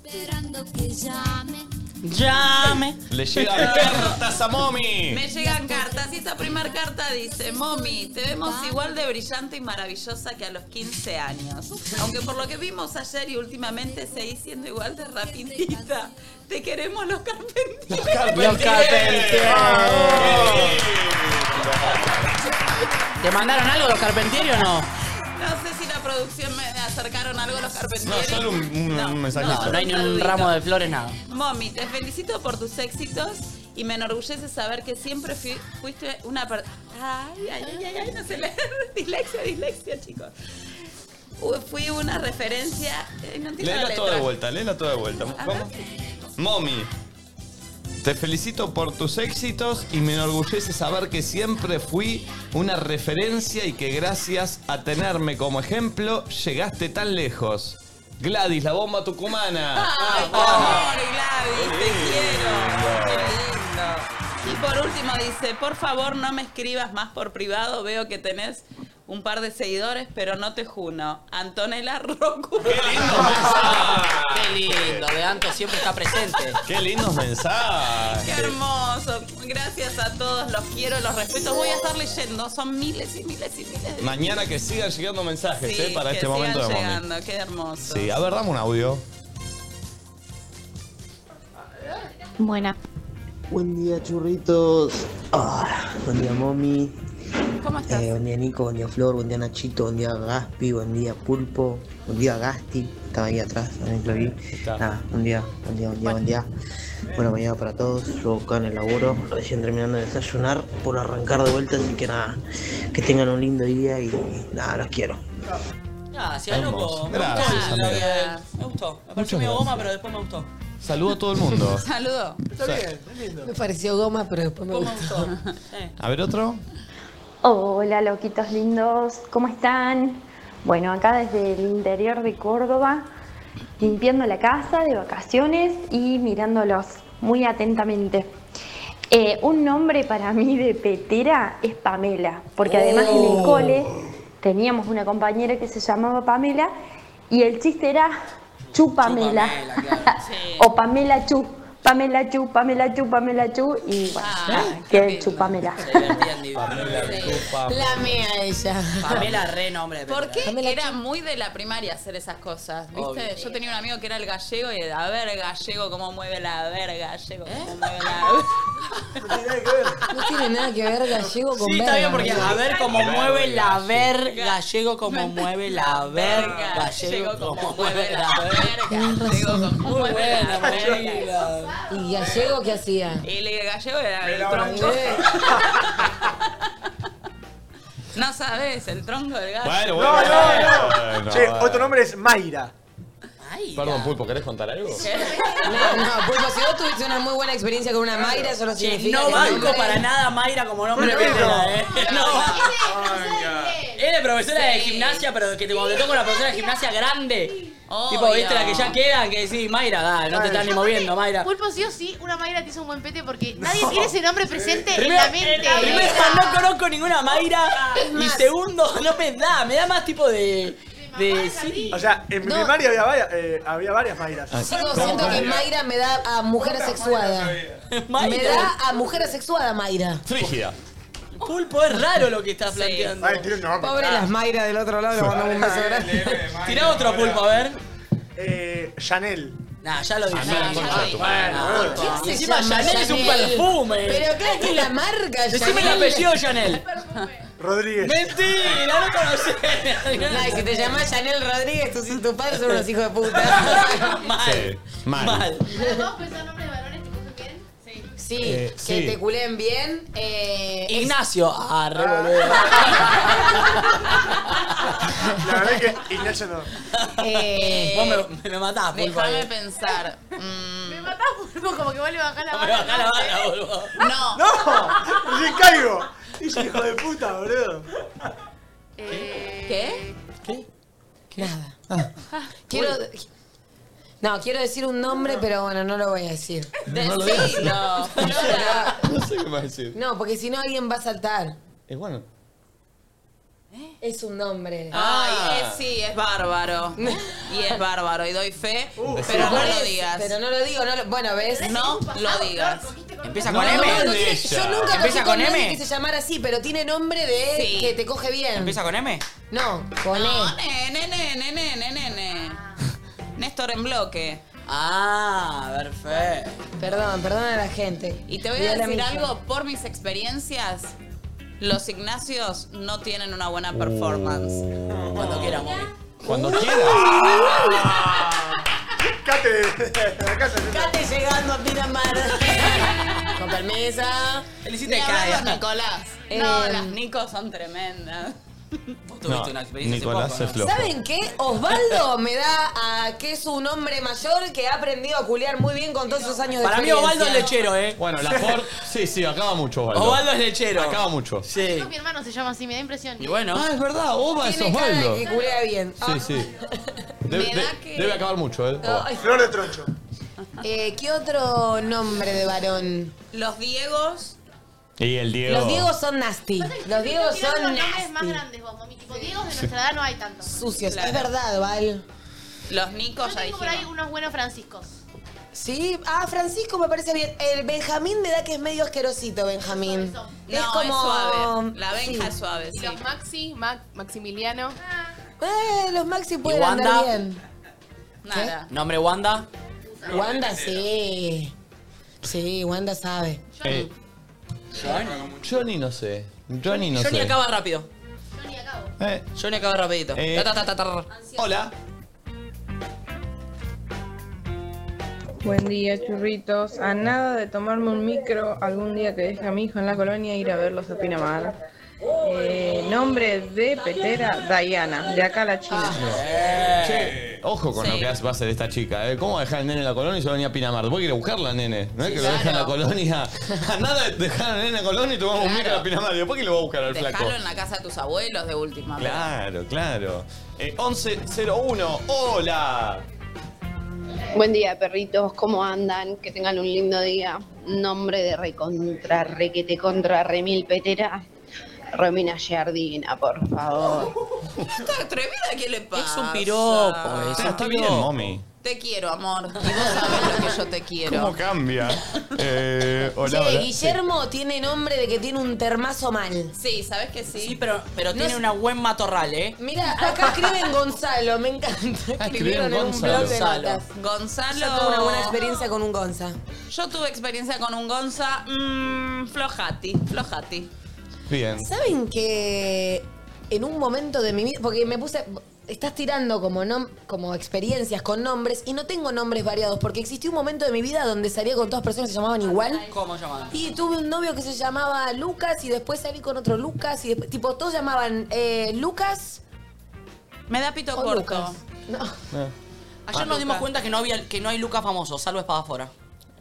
Speaker 14: Esperando que llame.
Speaker 4: Llame.
Speaker 1: le llegan cartas a mommy.
Speaker 2: Me llegan cartas y esta primera carta dice, Mami, te vemos igual de brillante y maravillosa que a los 15 años. Aunque por lo que vimos ayer y últimamente seguís siendo igual de rapidita. Te queremos los carpinteros. Los
Speaker 4: Los carpinteros. ¿Te mandaron algo los carpinteros o no?
Speaker 2: No sé si la producción me acercaron algo los
Speaker 4: No,
Speaker 2: carpinteros.
Speaker 4: solo
Speaker 1: Un, un mensajito.
Speaker 4: No, no hay ni un ramo de flores, nada.
Speaker 2: Mami, te felicito por tus éxitos y me enorgullece saber que siempre fui- fuiste una per- Ay, ay, ay, ay, ay, no sé leer. (laughs) Dislexia, dislexia, chicos. U- Fui una referencia. Ay, no entiendo la
Speaker 1: Léela
Speaker 2: letra.
Speaker 1: toda de vuelta, léela toda de vuelta.
Speaker 2: A
Speaker 1: Vamos. Mommy, te felicito por tus éxitos y me enorgullece saber que siempre fui una referencia y que gracias a tenerme como ejemplo llegaste tan lejos. Gladys, la bomba tucumana.
Speaker 2: Ay, por amor, Gladys, te quiero. Qué lindo. Y por último dice, por favor no me escribas más por privado, veo que tenés un par de seguidores, pero no te juno. Antonella Rocco.
Speaker 4: Qué lindo, de Anto siempre está presente.
Speaker 1: Qué lindos mensajes.
Speaker 2: Qué hermoso. Gracias a todos, los quiero, los respeto. Voy a estar leyendo, son miles y miles y miles. de-
Speaker 1: Mañana que sigan llegando mensajes
Speaker 2: Sí,
Speaker 1: eh, para
Speaker 2: que
Speaker 1: este
Speaker 2: sigan
Speaker 1: momento de mommy.
Speaker 2: llegando, qué hermoso.
Speaker 1: Sí, a ver, dame un audio.
Speaker 6: Buena.
Speaker 7: Buen día, churritos. Ah, buen día, mami.
Speaker 2: ¿Cómo
Speaker 7: estás? buen día, Nico. Buen día, Flor. Buen día, Nachito. Buen día, Gaspi. Buen día, Pulpo. Buen día, Gasti. Estaba ahí atrás, también lo vi. Nada, buen día, buen día, buen día, buen día. Buena mañana para todos. Yo acá en el laburo, recién terminando de desayunar, por arrancar de vuelta. Así que nada, que tengan un lindo día y nada, los quiero.
Speaker 1: Ah,
Speaker 4: Gracias,
Speaker 1: Hermoso.
Speaker 4: loco.
Speaker 1: Gracias,
Speaker 4: me, gustó,
Speaker 1: amigo.
Speaker 4: me gustó. Me
Speaker 1: Muchas
Speaker 4: pareció medio goma,
Speaker 1: gracias.
Speaker 4: pero después me gustó.
Speaker 1: Saludo a todo el mundo.
Speaker 2: (laughs) Saludo.
Speaker 1: Está bien,
Speaker 3: Me pareció goma, pero después me gustó.
Speaker 1: A ver otro.
Speaker 12: Hola, loquitos lindos, ¿cómo están? Bueno, acá desde el interior de Córdoba, limpiando la casa de vacaciones y mirándolos muy atentamente. Eh, un nombre para mí de petera es Pamela, porque además en el
Speaker 15: Oh.
Speaker 12: cole teníamos una compañera que se llamaba Pamela y el chiste era Chu Pamela. (laughs) o Pamela Chu, Pamela Chu, Pamela Chu, Pamela Chu y bueno, nada, que Chu Pamela.
Speaker 2: Ah.
Speaker 3: La mía ella.
Speaker 4: Pamela re nombre de
Speaker 2: ¿Por
Speaker 4: Pamela.
Speaker 2: qué era muy de la primaria hacer esas cosas? ¿Viste?
Speaker 4: Obvio.
Speaker 2: Yo tenía un amigo que era el gallego y a ver, gallego, cómo mueve la verga, gallego, cómo mueve (laughs) la
Speaker 3: No tiene nada que ver gallego con
Speaker 4: Sí, está
Speaker 3: verga,
Speaker 4: bien, porque
Speaker 3: ¿no?
Speaker 4: a ver cómo mueve la verga, gallego como mueve la verga, gallego como mueve la verga. Muy buena, Marcela.
Speaker 3: ¿Y gallego qué
Speaker 4: (laughs)
Speaker 3: hacía?
Speaker 2: verga. Y el gallego era el
Speaker 3: Era
Speaker 2: tronco.
Speaker 3: gallego.
Speaker 2: (laughs) no sabes, el tronco del gallo.
Speaker 1: Bueno,
Speaker 10: No,
Speaker 1: bueno,
Speaker 10: no, no.
Speaker 1: bueno,
Speaker 10: Che,
Speaker 1: bueno.
Speaker 10: otro nombre es Mayra.
Speaker 1: Perdón, Pulpo, ¿querés contar algo?
Speaker 3: No, no, Pulpo, si vos tuviste una muy buena experiencia con una Mayra, eso no
Speaker 4: Che,
Speaker 3: significa
Speaker 4: no
Speaker 3: que
Speaker 4: banco
Speaker 3: nombre-
Speaker 4: para nada Mayra como nombre de Petera, ¿eh? No. Era profesora de gimnasia, pero que te completó con la profesora de gimnasia grande. Tipo,
Speaker 2: Obvio.
Speaker 4: viste la que ya queda, que decís, Mayra, dale, no te estás ni moviendo, Mayra.
Speaker 6: Pulpo sí o sí, una Mayra te hizo un buen pete porque nadie tiene ese nombre presente en
Speaker 4: Primero, eh,
Speaker 6: la mente. (laughs)
Speaker 4: primero, no conozco ninguna Mayra. Y segundo, no me da, me da más tipo de. de sí.
Speaker 10: O sea, en mi
Speaker 3: No.
Speaker 10: primaria había varias, eh, había varias Mayras.
Speaker 3: Chicos, siento que
Speaker 4: (laughs)
Speaker 3: Mayra me da a mujer asexuada. Me da a mujer asexuada, Mayra.
Speaker 1: Frígida.
Speaker 4: Pulpo, es raro lo que estás planteando.
Speaker 3: Pobre las Mayra del otro lado, le mandamos un beso grande.
Speaker 4: Tirá otro pulpo, a ver.
Speaker 10: Eh, Chanel.
Speaker 4: Nah, ya lo dije.
Speaker 10: Chanel,
Speaker 4: Nah,
Speaker 10: concha
Speaker 4: ya
Speaker 10: de tu
Speaker 4: lo
Speaker 10: madre.
Speaker 4: dije.
Speaker 10: ¿Por qué
Speaker 4: Nah,
Speaker 10: se
Speaker 4: Encima
Speaker 10: llama
Speaker 4: Chanel es un
Speaker 10: Chanel?
Speaker 4: perfume.
Speaker 3: Pero claro que es la marca,
Speaker 4: Decime el
Speaker 3: Chanel.
Speaker 4: apellido Chanel.
Speaker 10: Rodríguez.
Speaker 4: Mentira, no conocés.
Speaker 3: Ay, si te llamás Chanel Rodríguez, tus, tus padres son unos hijos de puta.
Speaker 1: Mal. Mal.
Speaker 6: ¿Podemos pensar nombres de varones que usen bien? Sí.
Speaker 3: Sí,
Speaker 1: Eh,
Speaker 3: que
Speaker 1: sí.
Speaker 3: te culen bien. eh,
Speaker 4: Ignacio. Ah,
Speaker 10: Eh,
Speaker 4: re boludo.
Speaker 10: (laughs) La verdad es que Ignacio no.
Speaker 3: Eh,
Speaker 4: Vos me, me, me matás, Pulpo.
Speaker 2: Déjame
Speaker 4: ahí.
Speaker 2: pensar.
Speaker 6: Me matás, Pulpo, como que vos le bajás la
Speaker 4: Me
Speaker 6: mano.
Speaker 4: bajás la bala, boludo.
Speaker 2: No.
Speaker 10: ¡No! ¡Recién caigo! Dice hijo de puta, boludo.
Speaker 6: Eh,
Speaker 2: ¿Qué?
Speaker 3: Nada. Ah, Quiero. No, quiero decir un nombre, pero bueno, no lo voy a decir.
Speaker 1: No lo digas.
Speaker 3: No,
Speaker 1: No sé qué más decir.
Speaker 3: no, porque si no alguien va a saltar.
Speaker 1: Es bueno.
Speaker 3: Es un nombre.
Speaker 4: Ah.
Speaker 2: Ay, es- sí, es bárbaro. Y es bárbaro. Y doy fe,
Speaker 4: Uh,
Speaker 2: pero no lo digas.
Speaker 3: Pero no lo digo, no lo- bueno, ¿ves?
Speaker 2: No lo digas.
Speaker 4: ¿Empieza
Speaker 3: No,
Speaker 4: con
Speaker 3: no,
Speaker 4: M?
Speaker 3: no, no tiene- yo nunca cogí
Speaker 4: ¿Empieza con
Speaker 3: nadie que
Speaker 4: M?
Speaker 3: se llamara así, pero tiene nombre de
Speaker 2: Sí.
Speaker 3: que te coge bien.
Speaker 4: ¿Empieza con M?
Speaker 3: No, con
Speaker 2: No,
Speaker 3: E.
Speaker 2: nene, nene, nene, nene. Néstor en bloque.
Speaker 4: Ah, perfecto.
Speaker 3: Perdón, perdón a la gente.
Speaker 2: Y te voy
Speaker 3: Y
Speaker 2: a
Speaker 3: a la
Speaker 2: decir
Speaker 3: misa.
Speaker 2: algo por mis experiencias. Los Ignacios no tienen una buena
Speaker 4: Uh.
Speaker 2: performance. Cuando quiera,
Speaker 3: Uh.
Speaker 1: Cuando quieras.
Speaker 16: Cate, (laughs) acá se-
Speaker 3: Cate llegando a
Speaker 2: (laughs)
Speaker 3: Pinamar. Con permiso.
Speaker 2: Felicite
Speaker 4: Cade. (laughs)
Speaker 2: Nicolás. No,
Speaker 3: Eh,
Speaker 2: las Nicos son tremendas.
Speaker 4: Tuviste una experiencia hace
Speaker 1: Nicolás
Speaker 4: poco,
Speaker 1: es
Speaker 4: ¿no?
Speaker 1: flojo.
Speaker 3: ¿Saben qué? Osvaldo me da a que es un hombre mayor que ha aprendido a culiar muy bien con todos esos años de
Speaker 4: Para mí Osvaldo es
Speaker 3: experiencia.
Speaker 4: lechero, ¿eh?
Speaker 1: Bueno, la Ford. Sí, sí, acaba mucho, Osvaldo.
Speaker 4: Osvaldo es lechero.
Speaker 1: Acaba mucho.
Speaker 4: Sí.
Speaker 6: Mi hermano se llama así, me da impresión.
Speaker 4: Y bueno.
Speaker 1: Ah, es verdad, Oba es
Speaker 3: Tiene cara
Speaker 1: Osvaldo.
Speaker 3: de que culea bien.
Speaker 1: Sí, sí. De-
Speaker 3: Me da
Speaker 1: de-
Speaker 3: que-
Speaker 1: Debe acabar mucho, ¿eh? Oba.
Speaker 3: Ay.
Speaker 16: Flor de troncho.
Speaker 3: Eh, ¿Qué otro nombre de varón?
Speaker 2: Los Diegos.
Speaker 1: Y el Diego.
Speaker 3: Los Diegos son nasty. Los Diegos
Speaker 6: Tirando
Speaker 3: son
Speaker 6: los nombres más
Speaker 3: nasty.
Speaker 6: grandes vos, mami. Tipo, Diego de nuestra edad no hay tantos.
Speaker 3: Sucios.
Speaker 2: Claro.
Speaker 3: Es verdad, Val.
Speaker 2: Los Nicos
Speaker 6: Yo
Speaker 2: ya
Speaker 6: tengo por ahí
Speaker 2: dijimos.
Speaker 6: unos buenos franciscos.
Speaker 3: Sí, ah, Francisco me parece bien. El Benjamín me da que es medio asquerosito, Benjamín.
Speaker 2: No, es suave. La Benja es suave,
Speaker 17: Y
Speaker 2: sí.
Speaker 17: los Maxi, Mac- Maximiliano.
Speaker 3: Eh, los Maxi pueden
Speaker 4: ¿Y
Speaker 3: andar
Speaker 4: Wanda?
Speaker 3: bien.
Speaker 2: Nada.
Speaker 4: ¿Nombre Wanda?
Speaker 3: Wanda sí. Sí, Wanda sabe.
Speaker 1: Eh, Johnny no sé. Johnny no
Speaker 4: Johnny
Speaker 1: sé.
Speaker 4: acaba rápido.
Speaker 1: Eh,
Speaker 4: Johnny acaba rapidito.
Speaker 1: Eh.
Speaker 4: Ta, ta, ta, ta, ta.
Speaker 1: Hola.
Speaker 18: Buen día, churritos. A nada de tomarme un micro algún día que deje a mi hijo en la colonia e ir a verlos a Pinamar. Eh, nombre de petera, Diana, de acá a la China.
Speaker 2: Eh,
Speaker 1: Che, ojo con lo que hace- va a hacer esta chica, ¿eh? ¿Cómo va a dejar al nene en la colonia y se va a venir a Pinamar? Vos ir a buscarla, nene. No es que lo deja en la colonia. A nada de dejar al nene en la colonia y tomamos un micro a Pinamar. Después que lo va a buscar al flaco.
Speaker 2: Dejalo en la casa de tus abuelos de última.
Speaker 1: Claro, claro. Eh, 1101, hola.
Speaker 19: Buen día, perritos. ¿Cómo andan? Que tengan un lindo día. Nombre de recontra, requete contra, remil petera. Romina Giardina, por favor.
Speaker 2: Está atrevida, ¿qué le pasa?
Speaker 4: Es un piropo,
Speaker 2: pues,
Speaker 1: Pero
Speaker 4: es un
Speaker 1: está
Speaker 4: piropo.
Speaker 1: bien, mommy.
Speaker 2: Te quiero, amor. Y vos sabés lo que yo te quiero.
Speaker 1: ¿Cómo
Speaker 2: (laughs)
Speaker 1: cambia? Eh, hola,
Speaker 3: Che,
Speaker 1: hola.
Speaker 3: Guillermo tiene nombre de que tiene un termazo mal.
Speaker 2: Sí, ¿sabes que sí?
Speaker 4: Sí, pero, pero
Speaker 3: No
Speaker 4: tiene
Speaker 3: sé.
Speaker 4: una buen matorral, ¿eh?
Speaker 3: Mira, acá escriben Gonzalo, me
Speaker 1: Ah,
Speaker 3: encanta. Escribieron en un blog de
Speaker 4: Gonzalo.
Speaker 3: notas.
Speaker 2: Gonzalo.
Speaker 3: Yo tuve una buena experiencia con un Gonza.
Speaker 2: Yo tuve experiencia con un Gonza. Mmm, flojati, flojati.
Speaker 1: Bien.
Speaker 3: ¿Saben que en un momento de mi vida, porque me puse, estás tirando como, nom- como experiencias con nombres y no tengo nombres variados, porque existió un momento de mi vida donde salía con todas personas que se llamaban igual.
Speaker 4: ¿Cómo llaman?
Speaker 3: Y tuve un novio que se llamaba Lucas y después salí con otro Lucas y después, tipo, todos llamaban eh, Lucas.
Speaker 2: Me da pito
Speaker 3: o
Speaker 2: corto.
Speaker 3: Lucas.
Speaker 4: Ayer nos dimos cuenta que no, había, que no hay Lucas famoso, salvo Espadafora.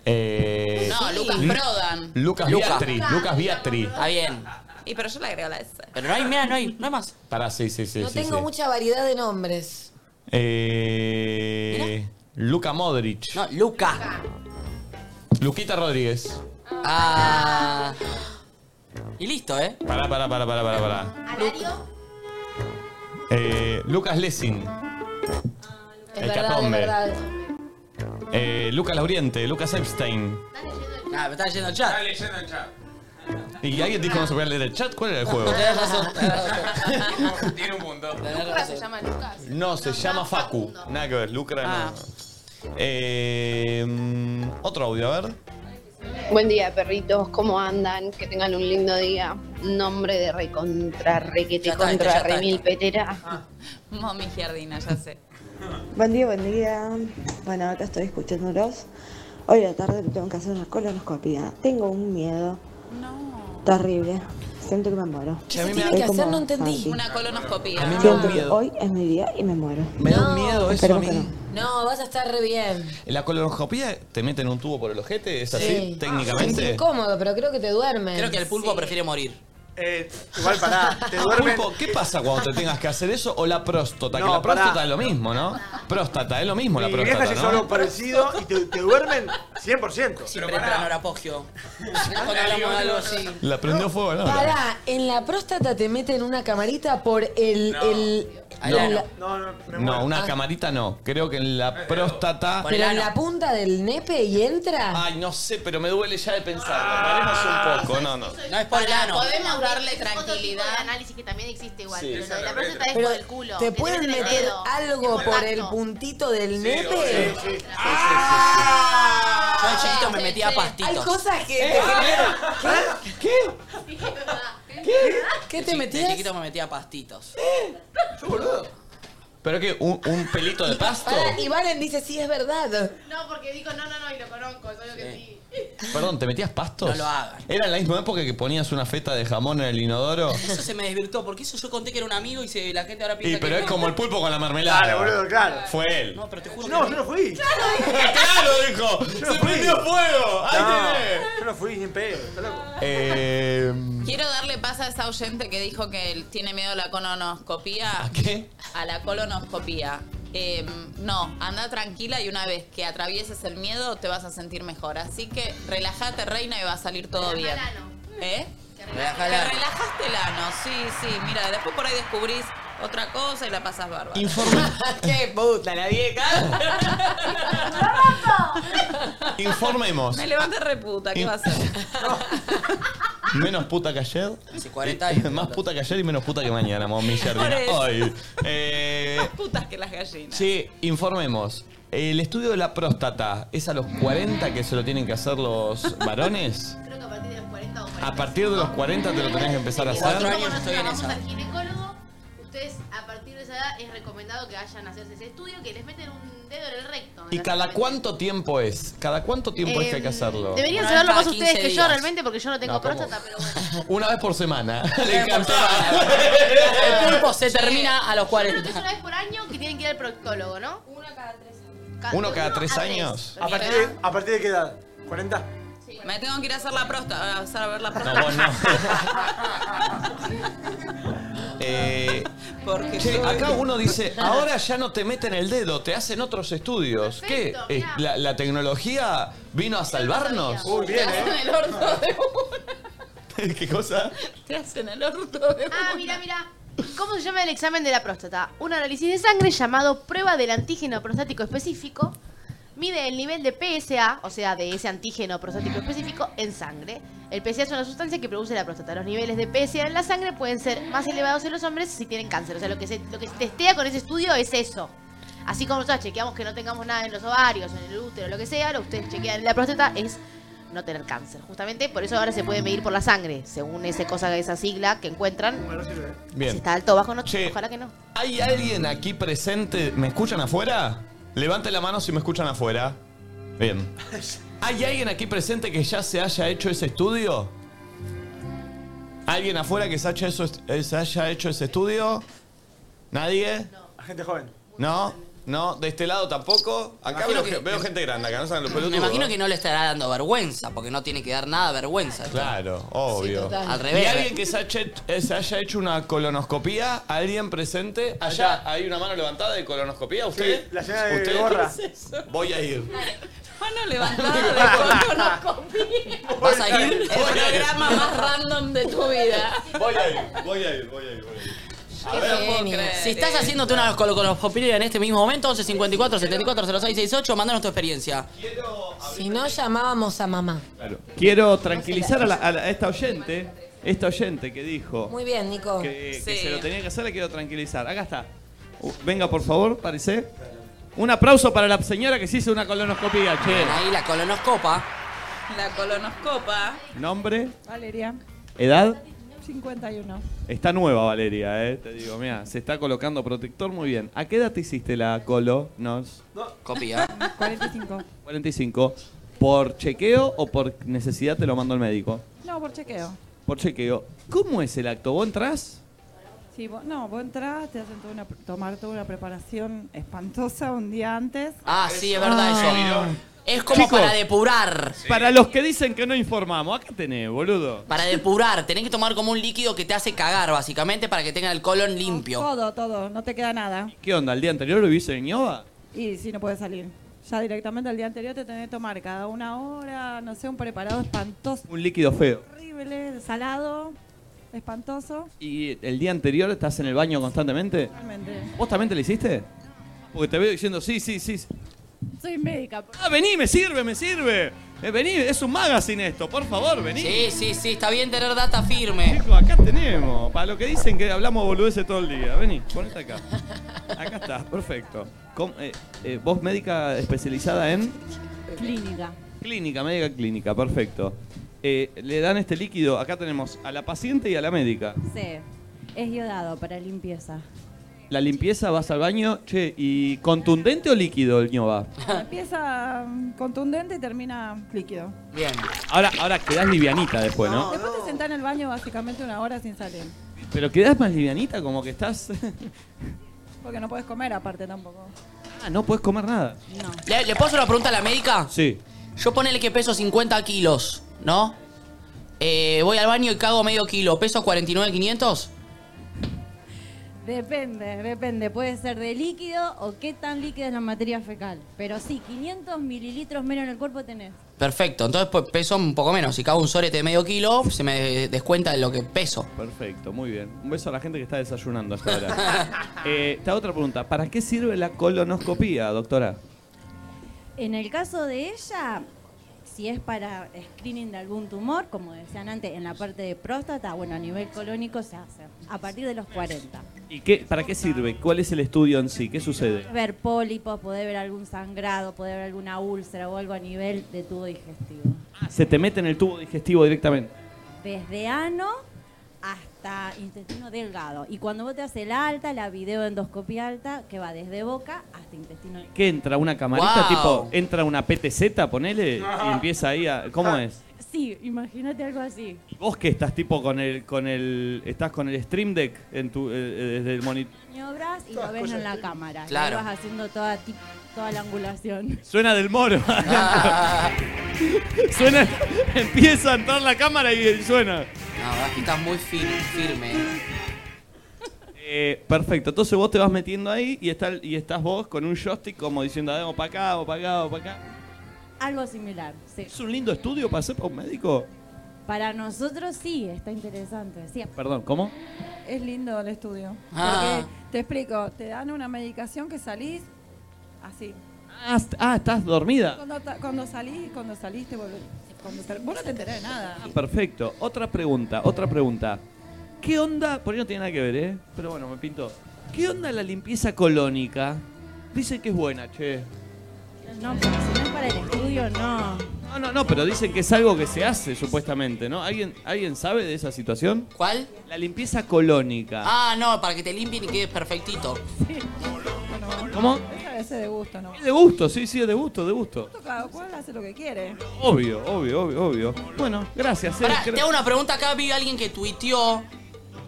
Speaker 1: Eh,
Speaker 2: No, Lucas
Speaker 1: Lu-
Speaker 2: Brodan.
Speaker 1: Lucas
Speaker 4: Lucas.
Speaker 1: Biatri. Lucas Biatri.
Speaker 4: Está bien.
Speaker 2: Y pero yo le agrego la S.
Speaker 4: Pero no hay, mira, no hay, no hay más.
Speaker 1: Pará, sí, sí, sí.
Speaker 3: no
Speaker 1: sí,
Speaker 3: tengo
Speaker 1: sí.
Speaker 3: mucha variedad de nombres.
Speaker 1: Eh, Luca Modric.
Speaker 4: No, Luca.
Speaker 1: Luquita Rodríguez.
Speaker 4: Ah. Y listo, ¿eh?
Speaker 1: Pará, pará, pará, pará, pará. pará.
Speaker 6: ¿Alario?
Speaker 1: Eh, Lucas Lessing.
Speaker 3: Es
Speaker 1: El
Speaker 3: verdad,
Speaker 1: catombe.
Speaker 3: es verdad.
Speaker 1: Eh, Lucas Lauriente. Lucas Epstein.
Speaker 4: Nah, Ah, me está leyendo el chat.
Speaker 20: leyendo el chat.
Speaker 1: ¿Y alguien dijo no se podía leer el chat? ¿Cuál era el juego?
Speaker 4: Tenés razón.
Speaker 3: (laughs)
Speaker 4: (laughs)
Speaker 20: Tiene un punto.
Speaker 17: Lucas se llama Lucas.
Speaker 1: No, se llama Facu. Nada que ver, Lucra
Speaker 17: Ah.
Speaker 1: no. Eh, mm, otro audio, a ver.
Speaker 19: Buen día, perritos. ¿Cómo andan? Que tengan un lindo día. Nombre de recontra, requete
Speaker 2: Ya está,
Speaker 19: contra,
Speaker 2: ya está, ya
Speaker 19: remil
Speaker 2: está.
Speaker 19: petera.
Speaker 2: Mami Giardina, ya sé.
Speaker 21: Buen día, buen día. Bueno, acá estoy escuchándolos. Hoy a la tarde me tengo que hacer una colonoscopia. Tengo un miedo. Terrible. Siento que me muero.
Speaker 1: Che, a mí me
Speaker 21: Estoy
Speaker 1: da- ¿Qué
Speaker 21: como
Speaker 1: hacer? No entendí.
Speaker 21: Santi.
Speaker 2: Una colonoscopía.
Speaker 1: A mí me da
Speaker 21: Siento
Speaker 1: un
Speaker 21: que
Speaker 1: miedo.
Speaker 21: hoy es mi día y me muero.
Speaker 1: Me da un miedo eso a
Speaker 21: Esperemos que
Speaker 1: mí.
Speaker 3: No, vas a estar re bien.
Speaker 1: ¿La colonoscopía te meten un tubo por el ojete? ¿Es así
Speaker 3: Sí.
Speaker 1: técnicamente?
Speaker 3: Es incómodo, pero creo que te duermen.
Speaker 4: Creo que el pulpo prefiere morir.
Speaker 10: Eh, igual
Speaker 1: (laughs)
Speaker 10: pará, te duermen.
Speaker 1: Ah, Pulpo, ¿qué pasa cuando te tengas que hacer eso o la próstata?
Speaker 10: No,
Speaker 1: que la próstata
Speaker 10: pará.
Speaker 1: es lo mismo, ¿no? Próstata, es lo mismo la
Speaker 10: Mi
Speaker 1: próstata,
Speaker 10: vieja se hizo
Speaker 1: ¿no?
Speaker 10: algo parecido y te, te duermen 100%.
Speaker 4: Siempre entran ahora pogio. Cuando hablamos de algo así.
Speaker 1: La prendió fuego, ¿no?
Speaker 3: Pará, en la próstata te meten una camarita por el. el-
Speaker 1: No.
Speaker 3: el-
Speaker 10: No, no,
Speaker 1: No, una
Speaker 3: Ah.
Speaker 1: camarita no. Creo que en
Speaker 10: Eh,
Speaker 1: la próstata.
Speaker 3: pero en la punta del nepe y
Speaker 4: Ah,
Speaker 3: entra.
Speaker 1: Ay, no sé, pero me duele ya de pensar. Paremos un poco, no, no.
Speaker 4: No es por el ano.
Speaker 2: Podemos darle tranquilidad.
Speaker 6: de análisis que también existe igual.
Speaker 1: Sí.
Speaker 6: pero
Speaker 1: Esa
Speaker 6: lo de la
Speaker 1: es la
Speaker 6: próstata es
Speaker 3: Pero
Speaker 6: por el culo.
Speaker 3: te pueden
Speaker 6: meten el
Speaker 3: meter
Speaker 6: dedo.
Speaker 3: algo
Speaker 6: Es
Speaker 3: por
Speaker 6: contacto.
Speaker 3: el puntito del nepe.
Speaker 4: obvio. Yo de chiquito me metía pastitos.
Speaker 3: Ah, Hay cosas que
Speaker 4: ¿Eh?
Speaker 3: ¿Qué? ¿Qué te
Speaker 4: De chi-
Speaker 3: metías?
Speaker 4: De chiquito me metía pastitos.
Speaker 1: ¿Pero qué? ¿Un, un pelito de pasto?
Speaker 3: Pará, y Valen dice, sí, es
Speaker 4: (laughs)
Speaker 3: verdad.
Speaker 6: No, porque digo no, no, no, y lo conozco, es obvio que sí. (laughs)
Speaker 1: Perdón, ¿te metías pastos?
Speaker 4: No lo hagan.
Speaker 1: ¿Era en la misma época que ponías una feta de jamón en el inodoro?
Speaker 4: Eso se me desvirtuó, porque eso yo conté que era un amigo y se, la gente ahora piensa
Speaker 1: Y, pero
Speaker 4: que
Speaker 1: es como el pulpo con la mermelada.
Speaker 10: Claro, boludo, claro.
Speaker 1: Fue él.
Speaker 4: No, pero te juro
Speaker 10: No,
Speaker 4: que
Speaker 10: yo no fui.
Speaker 1: ¡Claro, dijo! ¡Se prendió fuego! ¡Ahí
Speaker 10: No,
Speaker 1: tenés!
Speaker 10: yo no fui ni en pedo. está loco.
Speaker 1: Eh,
Speaker 2: Quiero darle paso a esa oyente que dijo que él tiene miedo a la colonoscopía. ¿A
Speaker 1: qué?
Speaker 2: A la colonoscopía. Eh, no, anda tranquila y una vez que atravieses el miedo te vas a sentir mejor. Así que relájate, reina, y va a salir todo bien. ¿Eh?
Speaker 4: Relaja
Speaker 2: Te
Speaker 4: el ano.
Speaker 2: relajaste el ano, sí, sí. Mira, después por ahí descubrís otra cosa y la pasas bárbaro. (laughs)
Speaker 4: ¡Qué puta la vieja!
Speaker 1: informemos.
Speaker 2: Me levanté reputa, ¿qué va a hacer?
Speaker 1: Menos puta que ayer.
Speaker 4: Hace 40 años.
Speaker 1: (laughs) Más puta que ayer y menos puta que mañana, mami Jardina.
Speaker 2: Por eso.
Speaker 1: Ay. Eh,
Speaker 2: Putas que las gallinas.
Speaker 1: che, informemos. El estudio de la próstata, ¿es a los 40 que se lo tienen que hacer los varones?
Speaker 6: Creo que a partir de los 40 o 40.
Speaker 1: ¿A partir de los 40 te lo tenés que empezar a
Speaker 4: Cuatro
Speaker 1: hacer?
Speaker 4: años estoy en
Speaker 6: vamos
Speaker 4: esa.
Speaker 6: al ginecólogo, ustedes a partir de esa edad es recomendado que vayan a hacerse ese estudio que les meten un dedo en el recto.
Speaker 1: ¿Y cada cuánto tiempo es? ¿Cada cuánto tiempo es que hay que
Speaker 6: Em,
Speaker 1: hacerlo?
Speaker 6: Deberían
Speaker 4: Una vez
Speaker 6: saberlo
Speaker 4: cada
Speaker 6: más ustedes
Speaker 4: 15
Speaker 6: que yo
Speaker 4: días.
Speaker 6: realmente porque yo no tengo
Speaker 1: No, ¿cómo?
Speaker 6: próstata, pero bueno.
Speaker 1: Una vez por semana. (laughs) Le encantó. (laughs)
Speaker 4: El pulpo se termina a los
Speaker 6: Creo que es
Speaker 4: 40.
Speaker 6: una vez por año que tienen que ir al proctólogo, ¿no? Uno cada tres años.
Speaker 2: Ah,
Speaker 1: ¿Uno cada tres años?
Speaker 10: ¿A partir, de, ¿A partir de qué edad? ¿40?
Speaker 2: Me tengo que ir a hacer la próstata, a hacer a ver la
Speaker 1: No,
Speaker 2: próstata.
Speaker 1: vos no.
Speaker 2: (laughs)
Speaker 1: Eh,
Speaker 2: Porque
Speaker 1: che,
Speaker 2: soy-
Speaker 1: acá uno dice, ahora ya no te meten el dedo, te hacen otros estudios.
Speaker 6: Perfecto,
Speaker 1: ¿Qué? Eh,
Speaker 6: mirá.
Speaker 1: la, la tecnología vino a salvarnos?
Speaker 10: Uy, bien, ¿eh?
Speaker 2: el orto de
Speaker 1: (laughs) ¿Qué cosa?
Speaker 2: (laughs) Te hacen el orto de
Speaker 6: Ah, mira, mira. ¿Cómo se llama el examen de la próstata? Un análisis de sangre llamado prueba del antígeno prostático específico. Mide el nivel de PSA, o sea, de ese antígeno prostático específico, en sangre. El PSA es una sustancia que produce la próstata. Los niveles de PSA en la sangre pueden ser más elevados en los hombres si tienen cáncer. O sea, lo que se, lo que se testea con ese estudio es eso. Así como nosotros chequeamos que no tengamos nada en los ovarios, en el útero, lo que sea, lo que ustedes chequean en la próstata es no tener cáncer. Justamente por eso ahora se puede medir por la sangre, según esa cosa, esa sigla que encuentran. Si
Speaker 1: Bien.
Speaker 6: está alto o bajo, no,
Speaker 1: Che.
Speaker 6: ojalá que no.
Speaker 1: ¿Hay alguien aquí presente? ¿Me escuchan afuera? Levante la mano si me escuchan afuera. Bien. ¿Hay alguien aquí presente que ya se haya hecho ese estudio? ¿Alguien afuera que se haya, eso- eh, se haya hecho ese estudio? ¿Nadie?
Speaker 10: A gente joven.
Speaker 1: ¿No? ¿No? ¿De este lado tampoco? Acá
Speaker 4: Imagino
Speaker 1: veo, ge-
Speaker 4: que-
Speaker 1: veo gente grande, acá no saben los
Speaker 4: Me
Speaker 1: pelotudos.
Speaker 4: imagino que no le estará dando vergüenza, porque no tiene que dar nada de vergüenza.
Speaker 1: Claro, obvio.
Speaker 4: total. Al
Speaker 1: ¿Y
Speaker 4: revés.
Speaker 1: alguien que se haya, eh, se haya hecho una colonoscopía? ¿Alguien presente? Allá hay una mano levantada de colonoscopía. ¿Usted?
Speaker 10: Sí, la señora de
Speaker 1: ¿Usted?
Speaker 4: (laughs)
Speaker 10: gorra.
Speaker 1: Voy a ir.
Speaker 2: Mano levantada de colonoscopía.
Speaker 4: ¿Vas a
Speaker 7: (laughs)
Speaker 4: ir?
Speaker 2: El programa más random de tu
Speaker 11: (laughs)
Speaker 2: vida.
Speaker 1: Voy a ir, voy a ir, voy a ir, voy a ir.
Speaker 2: Qué genio.
Speaker 4: Si estás haciéndote una colonoscopia en este mismo momento, 11 54 74 06 68, mandanos tu experiencia.
Speaker 3: Si no, llamábamos a mamá.
Speaker 22: Claro. Quiero tranquilizar a, la- a la- a esta oyente, esta oyente que dijo
Speaker 3: Muy bien, Nico.
Speaker 22: que, que se lo tenía que hacer, la quiero tranquilizar. Acá está. Uh, venga, por favor, parece. Un aplauso para la señora que se hizo una colonoscopia, che.
Speaker 4: Ahí la colonoscopa.
Speaker 2: La colonoscopa.
Speaker 22: Nombre,
Speaker 15: Valeria,
Speaker 22: edad.
Speaker 15: 51.
Speaker 22: Está nueva Valeria, eh, te digo, mira, se está colocando protector muy bien. ¿A qué edad te hiciste la colonos?
Speaker 4: Copia.
Speaker 15: 45.
Speaker 22: 45. ¿Por chequeo o por necesidad te lo mando el médico?
Speaker 15: No, por chequeo.
Speaker 22: Por chequeo. ¿Cómo es el acto? ¿Vos entrás?
Speaker 15: Sí, vos- no, vos entrás, te hacen toda una, tomar toda una preparación espantosa un día antes.
Speaker 4: Ah, sí, es verdad eso. Es como
Speaker 1: Chicos,
Speaker 4: para depurar.
Speaker 1: Para los que dicen que no informamos, acá tenés, boludo.
Speaker 4: Para depurar, tenés que tomar como un líquido que te hace cagar, básicamente, para que tenga el colon limpio.
Speaker 12: Todo, todo, no te queda nada.
Speaker 1: ¿Qué onda? ¿El día anterior lo viviste en Ñoba?
Speaker 12: Y si no puedes salir. Ya directamente el día anterior te tenés que tomar cada una hora, no sé, un preparado espantoso,
Speaker 1: Un líquido feo.
Speaker 12: horrible, salado, espantoso.
Speaker 1: ¿Y el día anterior estás en el baño constantemente?
Speaker 12: Realmente.
Speaker 1: ¿Vos también te lo hiciste? Porque te veo diciendo, sí, sí, sí. sí.
Speaker 12: Soy médica.
Speaker 1: Ah, vení, me sirve, me sirve. Eh, vení, es un magazine esto, por favor, vení.
Speaker 4: Sí, sí, sí, está bien tener data firme.
Speaker 1: Chicos, acá tenemos. Para lo que dicen que hablamos boludeces todo el día. Vení, ponete acá. Acá está, perfecto. Com- eh, eh, vos médica especializada en
Speaker 12: Clínica.
Speaker 1: clínica, médica clínica, perfecto. Eh, le dan este líquido, acá tenemos a la paciente y a la médica.
Speaker 15: Sí. Es iodado para limpieza.
Speaker 1: La limpieza, vas al baño, che, ¿y contundente o líquido el ñoba?
Speaker 12: Empieza mm, contundente y termina líquido.
Speaker 1: Bien. Ahora, ahora quedás livianita después, ¿no?
Speaker 12: Después te sentás en el baño básicamente una hora sin salir.
Speaker 1: Pero quedás más livianita, como que estás... (laughs)
Speaker 12: Porque no puedes comer aparte tampoco.
Speaker 1: ah, no puedes comer nada.
Speaker 4: ¿Le, le puedo hacer una pregunta a la médica?
Speaker 1: Sí.
Speaker 4: Yo ponele que peso 50 kilos, ¿no? Eh, voy al baño y cago medio kilo. ¿Peso 49,500?
Speaker 15: Depende, depende. Puede ser de líquido o qué tan líquida es la materia fecal. Pero sí, 500 mililitros menos en el cuerpo tenés.
Speaker 4: Perfecto, entonces pues, peso un poco menos. Si cago un sorete de medio kilo, se me descuenta de lo que peso.
Speaker 1: Perfecto, muy bien. Un beso a la gente que está desayunando hasta ahora. eh, esta otra pregunta, ¿para qué sirve la colonoscopía, doctora?
Speaker 15: En el caso de ella, si es para screening de algún tumor, como decían antes, en la parte de próstata, bueno, a nivel colónico se hace. A partir de los 40.
Speaker 1: ¿Y qué, para qué sirve? ¿Cuál es el estudio en sí? ¿Qué sucede?
Speaker 15: Ver pólipos, poder ver algún sangrado, poder ver alguna úlcera o algo a nivel de tubo digestivo.
Speaker 1: Ah, Se te mete en el tubo digestivo directamente.
Speaker 15: desde ano hasta intestino delgado. Y cuando vos te haces la alta, la videoendoscopia alta, que va desde boca hasta intestino delgado.
Speaker 1: ¿Qué entra? ¿Una camarita?
Speaker 15: Wow.
Speaker 1: Tipo, entra una PTZ, ponele, y empieza ahí a... ¿Cómo
Speaker 15: Ah.
Speaker 1: es?
Speaker 15: Sí, imagínate algo así.
Speaker 1: Vos que estás tipo con el, con el, estás con el stream deck en tu, eh, eh, desde el monitor.
Speaker 15: Maniobras y lo ves en la cámara.
Speaker 1: Claro.
Speaker 15: Y ahí vas haciendo toda, ti- toda la angulación. (laughs)
Speaker 1: Suena del
Speaker 4: (laughs)
Speaker 1: moro. suena, empieza a entrar la cámara y suena.
Speaker 4: No, aquí estás muy fir- firme.
Speaker 1: Eh, perfecto, entonces vos te vas metiendo ahí y, está, el- y estás vos con un joystick como diciendo, ah, vamos para acá, vamos para acá, vamos para acá.
Speaker 15: Algo similar, sí.
Speaker 1: ¿Es un lindo estudio para hacer para un médico?
Speaker 15: Para nosotros sí, está interesante. Sí.
Speaker 1: Perdón, ¿cómo?
Speaker 12: Es lindo el estudio.
Speaker 1: Ah.
Speaker 12: Porque, te explico, te dan una medicación que salís así.
Speaker 1: Ah, est- ah, estás dormida.
Speaker 12: Cuando, ta- cuando salís, cuando salís te volvés. cuando sal- vos no te enterás de nada.
Speaker 1: Ah, perfecto, otra pregunta, otra pregunta. ¿Qué onda? Por ahí no tiene nada que ver, ¿eh? Pero bueno, me pintó. ¿Qué onda la limpieza colónica? Dicen que es buena, che.
Speaker 15: No, porque si no es para el estudio, no.
Speaker 1: No, no, no, pero dicen que es algo que se hace supuestamente, ¿no? ¿Alguien, ¿alguien sabe de esa situación?
Speaker 4: ¿Cuál?
Speaker 1: La limpieza colónica.
Speaker 4: Ah, no, para que te limpien y quedes perfectito.
Speaker 1: ¿Cómo?
Speaker 12: Esa es de gusto, ¿no?
Speaker 1: Es de gusto, sí, sí, es de gusto, de gusto.
Speaker 12: Cada cual hace lo que quiere.
Speaker 1: Obvio, obvio, obvio, obvio. Bueno, gracias. eh,
Speaker 4: Pará,
Speaker 1: creo-
Speaker 4: te hago una pregunta acá, vi a alguien que tuiteó.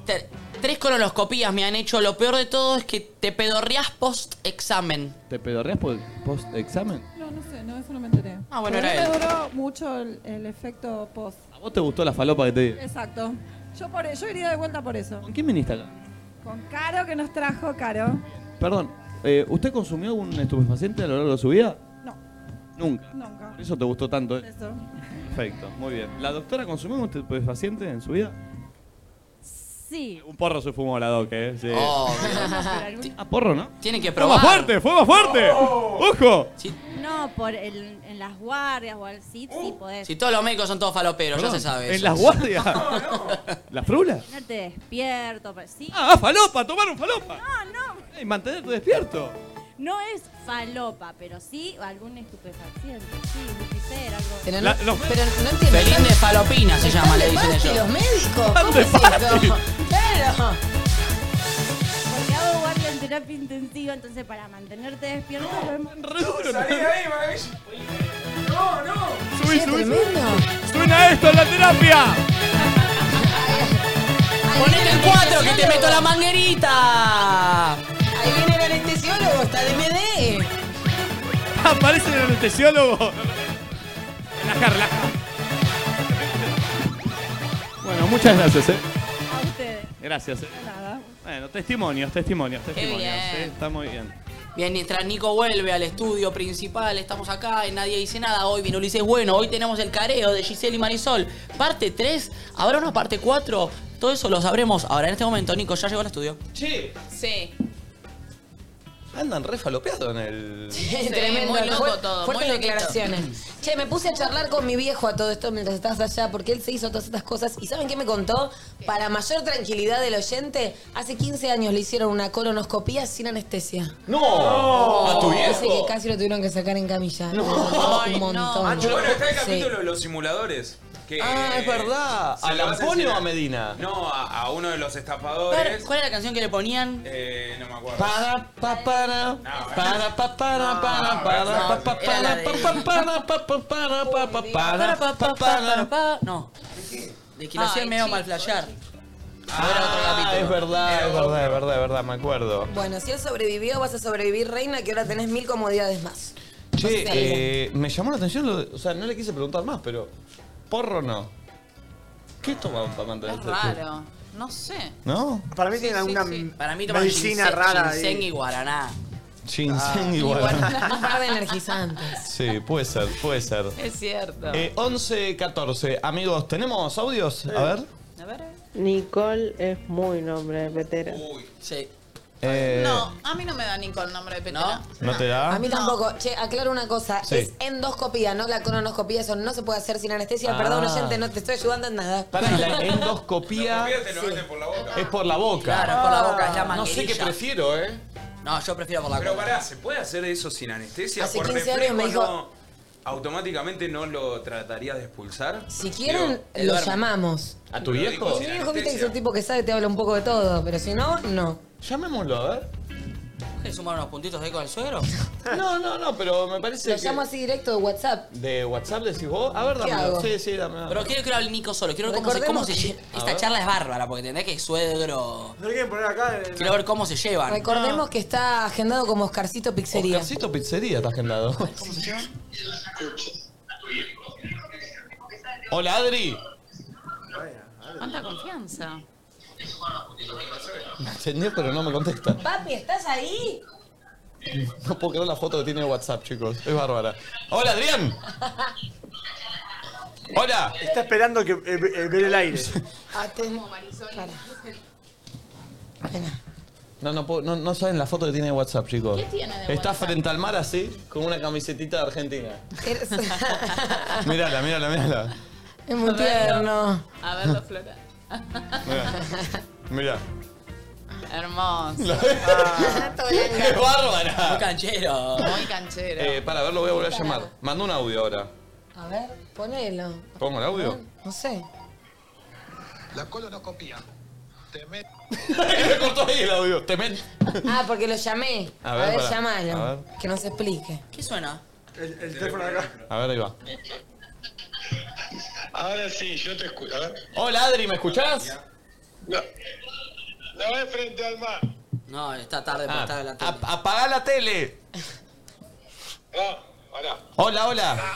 Speaker 4: "Te- tres colonoscopías me han hecho. Lo peor de todo es que te pedorreás post examen.
Speaker 1: ¿Te pedorreas por post-examen?
Speaker 12: No, no sé, no, eso no me enteré.
Speaker 4: Ah, bueno,
Speaker 12: Pero
Speaker 1: era
Speaker 12: no
Speaker 1: él.
Speaker 12: me duró mucho el, el efecto post.
Speaker 1: ¿A vos te gustó la falopa que te di?
Speaker 12: Exacto. Yo, por, yo iría de vuelta por eso.
Speaker 1: ¿Con quién viniste acá?
Speaker 12: Con Caro que nos trajo, Caro.
Speaker 1: Perdón, eh, ¿usted consumió algún estupefaciente a lo largo de su vida?
Speaker 12: No.
Speaker 1: Nunca.
Speaker 12: Nunca.
Speaker 1: Por eso te gustó tanto. eh.
Speaker 12: Eso.
Speaker 1: Perfecto, muy bien. ¿La doctora consumió un estupefaciente en su vida?
Speaker 15: Sí.
Speaker 1: Un porro se fumó la doc, ¿eh? Sí. (laughs)
Speaker 4: Oh.
Speaker 1: ah, porro, ¿no?
Speaker 4: Tiene que
Speaker 1: ¡Fue más
Speaker 4: probar.
Speaker 1: fuerte! ¡Fue más fuerte! ¡Ojo!
Speaker 15: No, por el- en las guardias o al SIT sí
Speaker 1: Uh,
Speaker 15: podés.
Speaker 4: Si todos los médicos son todos faloperos,
Speaker 1: Perdón,
Speaker 4: ya se sabe.
Speaker 1: ¿En
Speaker 4: eso.
Speaker 1: las guardias? ¿La frula?
Speaker 15: Tenerte despierto, pero sí.
Speaker 1: ¡Ah, falopa! ¡Tomar un falopa!
Speaker 15: No, no,
Speaker 1: Y mantenerte despierto.
Speaker 15: no es falopa, pero sí algún estupefaciente, sí, Lucifer, algo.
Speaker 3: Pero no,
Speaker 4: La- los-
Speaker 3: pero no entiendo.
Speaker 4: Belén de falopina se llama, le dicen
Speaker 3: Están de
Speaker 4: ellos.
Speaker 3: party los médicos?
Speaker 4: Están
Speaker 3: ¿Cómo
Speaker 4: de
Speaker 3: es
Speaker 4: party.
Speaker 3: esto? Claro.
Speaker 15: Porque hago guardia en terapia intensiva, entonces para mantenerte despierto.
Speaker 1: ¡Re duro!
Speaker 15: ¡Salí
Speaker 1: de
Speaker 15: ahí,
Speaker 1: ¡No, no! ¡Subí, subí, subí! ¡Suena esto en la terapia!
Speaker 4: ¡Ponete el 4 que te meto la manguerita!
Speaker 3: Ahí viene el anestesiólogo, está de MD.
Speaker 1: Ah,
Speaker 23: Aparece el anestesiólogo. Relaja, relaja. Bueno, muchas gracias, ¿eh?
Speaker 22: A ustedes.
Speaker 23: Gracias. ¿eh?
Speaker 22: Nada.
Speaker 23: Bueno, testimonios, testimonios, testimonios.
Speaker 4: bien.
Speaker 23: ¿eh? Está muy bien.
Speaker 4: Bien, mientras Nico vuelve al estudio principal, estamos acá y nadie dice nada. Hoy vino Ulises Bueno, hoy tenemos el careo de Giselle y Marisol. Parte 3, ¿habrá una parte 4? Todo eso lo sabremos ahora. En este momento, Nico ya llegó al estudio.
Speaker 1: Che,
Speaker 7: Sí.
Speaker 1: andan re falopeados en el.
Speaker 3: Tremendo,
Speaker 7: muy loco
Speaker 3: fuert-
Speaker 7: todo, muy
Speaker 3: Fuertes
Speaker 7: loquito.
Speaker 3: declaraciones. Che, me puse a charlar con mi viejo a todo esto mientras estabas allá, porque él se hizo todas estas cosas. ¿Y saben qué me contó? Para mayor tranquilidad del oyente, hace 15 años le hicieron una colonoscopía sin anestesia.
Speaker 1: ¡No! ¿A tu
Speaker 3: Dice que
Speaker 1: viejo?
Speaker 3: casi lo tuvieron que sacar en camilla.
Speaker 1: No. Ah,
Speaker 3: Un
Speaker 1: Ay, no.
Speaker 3: montón.
Speaker 1: Ancho,
Speaker 8: Ah, Bueno, está el
Speaker 3: Sí.
Speaker 8: capítulo de los simuladores. que, eh,
Speaker 1: Ah, es verdad.
Speaker 8: se
Speaker 1: ¿A
Speaker 8: lo vas
Speaker 1: Lampone
Speaker 8: enseñar.
Speaker 1: o a Medina?
Speaker 8: No, a, a uno de los estafadores.
Speaker 4: ¿Cuál era la canción que le ponían?
Speaker 8: Eh, no me acuerdo.
Speaker 1: Para, pa, para, para, pa, para, para, para, pa, pa,
Speaker 4: Era la
Speaker 1: para,
Speaker 4: de-
Speaker 1: pa, pa, para, pa, pa, para, pa, pa, para, pa, pa, para.
Speaker 4: No. De que lo hacían
Speaker 1: Ay,
Speaker 4: medio mal flashear.
Speaker 1: Ah, es verdad, es verdad, es verdad, es verdad, me acuerdo.
Speaker 3: Bueno, si él sobrevivió, vas a sobrevivir, reina, que ahora tenés mil comodidades más.
Speaker 1: Che,
Speaker 3: Sí.
Speaker 1: eh, me llamó la atención, lo de- o sea, no le quise preguntar más, pero porro no. ¿Qué tomaban para mantener
Speaker 7: Es raro. No sé.
Speaker 1: ¿No?
Speaker 9: Para mí tienen alguna
Speaker 4: Para mí toman
Speaker 9: medicina
Speaker 4: ginseng-
Speaker 9: rara.
Speaker 4: ginseng y guaraná.
Speaker 1: Ginseng
Speaker 4: Ah.
Speaker 1: y
Speaker 4: (laughs)
Speaker 1: guaraná.
Speaker 3: (laughs) Un par de energizantes.
Speaker 1: Sí, puede ser, puede ser.
Speaker 7: Es cierto.
Speaker 1: Eh, 11, 14. Amigos, ¿tenemos audios? A ver.
Speaker 10: Nicole es muy nombre de petera.
Speaker 4: Sí.
Speaker 1: Eh,
Speaker 7: No, a mí no me da ni con nombre de petera.
Speaker 1: ¿No te da?
Speaker 3: A mí tampoco. Che, aclaro una cosa.
Speaker 1: Sí.
Speaker 3: Es endoscopía, no la colonoscopía. Eso no se puede hacer sin anestesia.
Speaker 1: Ah.
Speaker 3: Perdón, oyente, no te estoy ayudando en nada.
Speaker 1: Para la endoscopía es por la boca.
Speaker 4: Claro, es por la boca, es la
Speaker 1: No sé qué
Speaker 4: manguerilla.
Speaker 1: prefiero, ¿eh?
Speaker 4: No, yo prefiero por la
Speaker 1: Pero
Speaker 8: Pero pará, ¿se puede hacer eso sin anestesia?
Speaker 3: Hace
Speaker 8: por
Speaker 3: 15 años me
Speaker 8: reflejo,
Speaker 3: dijo-
Speaker 8: no- automáticamente no lo trataría de expulsar.
Speaker 3: Si quieren, lo llamamos.
Speaker 1: ¿A tu viejo?
Speaker 3: Mi viejo, viste que es un tipo que sabe, te habla un poco de todo. Pero si no, no.
Speaker 1: Llamémoslo, a ver.
Speaker 4: ¿Quieres sumar unos puntitos ahí con el suegro?
Speaker 1: No, no, no, pero me parece
Speaker 3: Lo
Speaker 1: que-
Speaker 3: llamo así directo de WhatsApp.
Speaker 1: ¿De WhatsApp decís vos? A ver,
Speaker 3: ¿Qué
Speaker 1: dámelo.
Speaker 3: hago?
Speaker 1: Sí, sí, dámelo.
Speaker 4: Pero quiero que lo hable Nico solo. Quiero ver cómo se, cómo
Speaker 3: Recordemos
Speaker 4: se
Speaker 3: que-
Speaker 4: lle-
Speaker 1: A
Speaker 4: Esta
Speaker 1: ver.
Speaker 4: charla es bárbara, porque tendrás que es suegro.
Speaker 9: ¿No lo quieren poner acá? en-
Speaker 4: Quiero ver cómo se llevan.
Speaker 3: Recordemos que está agendado como Oscarcito Pizzería.
Speaker 1: Oscarcito Pizzería está agendado. Hola, Adri.
Speaker 7: ¿Cuánta confianza?
Speaker 1: Me atendió, pero no me contesta.
Speaker 3: Papi, ¿estás ahí? (laughs)
Speaker 1: No puedo creer la foto que tiene de WhatsApp, chicos. Es bárbara. Hola, Adrián. Hola.
Speaker 9: Está esperando que eh, eh, ver el aire.
Speaker 3: Atento.
Speaker 1: No, no, puedo- no, no saben la foto que tiene de WhatsApp, chicos.
Speaker 7: ¿Qué tiene de
Speaker 1: Está
Speaker 7: WhatsApp?
Speaker 1: frente al mar así, con una camisetita de Argentina. Mírala, mírala, mírala.
Speaker 3: Es muy tierno.
Speaker 7: A verlo, Flora.
Speaker 1: Mirá. Mirá.
Speaker 7: (laughs) Hermoso.
Speaker 1: La-
Speaker 15: Ah.
Speaker 1: (laughs) ¡Qué bárbara!
Speaker 4: Muy canchero.
Speaker 7: Muy canchero.
Speaker 1: Eh, para ver, lo voy a volver a llamar. Manda un audio ahora.
Speaker 3: A ver, ponelo.
Speaker 1: ¿Pongo el audio?
Speaker 3: No sé.
Speaker 24: La colonoscopía.
Speaker 1: (laughs) Me cortó ahí el audio. Te met-
Speaker 3: Ah, porque lo llamé.
Speaker 1: A
Speaker 3: A
Speaker 1: ver,
Speaker 3: ver,
Speaker 1: pará.
Speaker 3: llamalo.
Speaker 1: A ver.
Speaker 3: Que nos explique.
Speaker 4: ¿Qué suena?
Speaker 9: El, el teléfono de acá.
Speaker 1: A ver, ahí va.
Speaker 24: Ahora sí, yo te escucho. A ver.
Speaker 1: Hola, Adri, ¿me escuchás?
Speaker 24: No. La ves frente al mar.
Speaker 4: No, está tarde para
Speaker 1: Ah,
Speaker 4: estar en la tele.
Speaker 1: ap- apagá la tele.
Speaker 24: No, Ah, pará.
Speaker 1: Hola, hola.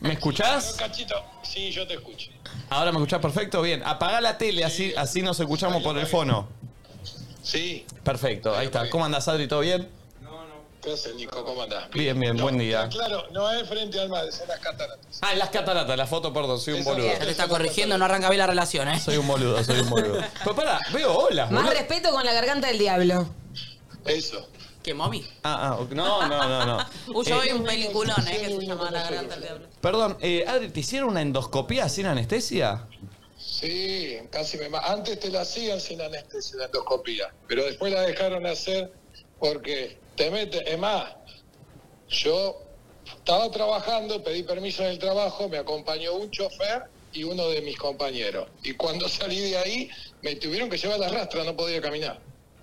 Speaker 1: ¿Me escuchás?
Speaker 24: No, cachito. Sí, yo te escucho.
Speaker 1: Ahora me escuchás perfecto. Bien, apagá la tele, así, así nos escuchamos por el fono.
Speaker 24: Sí.
Speaker 1: Perfecto, ahí está. ¿Cómo andás, Adri? ¿Todo bien?
Speaker 24: ¿Qué haces, Nico? ¿Cómo andás?
Speaker 1: Bien, bien, buen día.
Speaker 24: Claro, no es frente al mar, son las cataratas.
Speaker 1: Ah, en las cataratas, la foto, perdón, soy un boludo.
Speaker 4: Ya te está corrigiendo, no arranca bien la relación, ¿eh?
Speaker 1: Soy un boludo, soy un boludo. Pero pará, veo hola.
Speaker 3: Más respeto con la garganta del diablo.
Speaker 24: Eso.
Speaker 4: ¿Qué, mami?
Speaker 1: Ah, ah, ok. no, no, no,
Speaker 4: (laughs)
Speaker 1: no.
Speaker 7: Uy,
Speaker 1: Eh,
Speaker 7: yo vi un peliculón, ¿eh? Que se llamaba La Garganta del Diablo.
Speaker 1: Perdón, eh, Adri, ¿te hicieron una endoscopía sin anestesia?
Speaker 24: Sí, casi me ma- Antes te la hacían sin anestesia, la endoscopía, pero después la dejaron hacer porque te meten. Es más, yo estaba trabajando, pedí permiso en el trabajo, me acompañó un chofer y uno de mis compañeros. Y cuando (laughs) salí de ahí, me tuvieron que llevar la rastra, no podía caminar.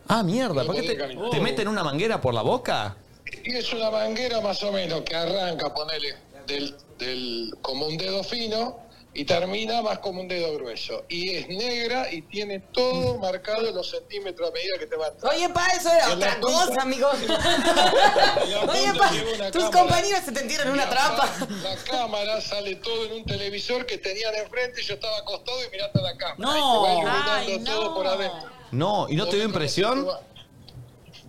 Speaker 1: Ah, mierda, ¿por qué
Speaker 24: podía
Speaker 1: te,
Speaker 24: caminar.
Speaker 1: te meten una manguera por la boca?
Speaker 24: Y es una manguera más o menos que arranca, ponele, del, del- como un dedo fino, y termina más como un dedo grueso. Y es negra y tiene todo marcado los centímetros a medida que te va entrando.
Speaker 11: Oye, pa, eso era
Speaker 24: En la
Speaker 11: otra
Speaker 24: punta-
Speaker 11: cosa,
Speaker 24: (laughs)
Speaker 11: amigo. Oye,
Speaker 24: punta
Speaker 11: pa,
Speaker 24: lleva una
Speaker 11: tus
Speaker 24: cámara.
Speaker 11: compañeros se te tiraron una
Speaker 24: La-
Speaker 11: trampa.
Speaker 24: La cámara sale todo en un televisor que tenían enfrente y yo estaba acostado y mirando la cámara.
Speaker 1: No.
Speaker 24: Y te va iluminando
Speaker 1: Ay,
Speaker 24: todo por adentro.
Speaker 1: No, ¿y no te dio impresión?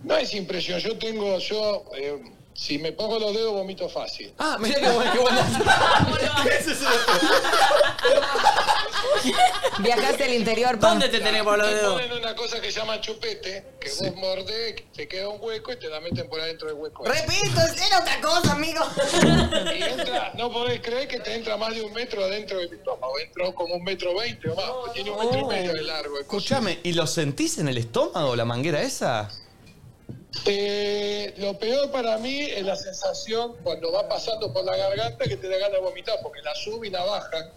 Speaker 24: No es impresión, yo tengo, yo, eh, si me pongo los dedos vomito fácil.
Speaker 1: Ah, mirá qué bueno, qué bueno.
Speaker 3: (laughs)
Speaker 1: Ese es
Speaker 11: Viajaste al interior, pa.
Speaker 4: ¿Dónde te tenemos los
Speaker 24: Te
Speaker 4: dedos?
Speaker 24: ponen una cosa que llaman chupete, que vos mordés, que te queda un hueco y te la meten por adentro del hueco.
Speaker 11: Repito, era otra cosa, amigo.
Speaker 24: Y entra- no podés creer que te entra más de un metro adentro del estómago, entró como un metro veinte o más, tiene un metro y medio de largo.
Speaker 1: Escúchame, ¿y lo sentís en el estómago, la manguera esa?
Speaker 24: Eh, lo peor para mí es la sensación cuando va pasando por la garganta que te da ganas de vomitar, porque la sube y la baja.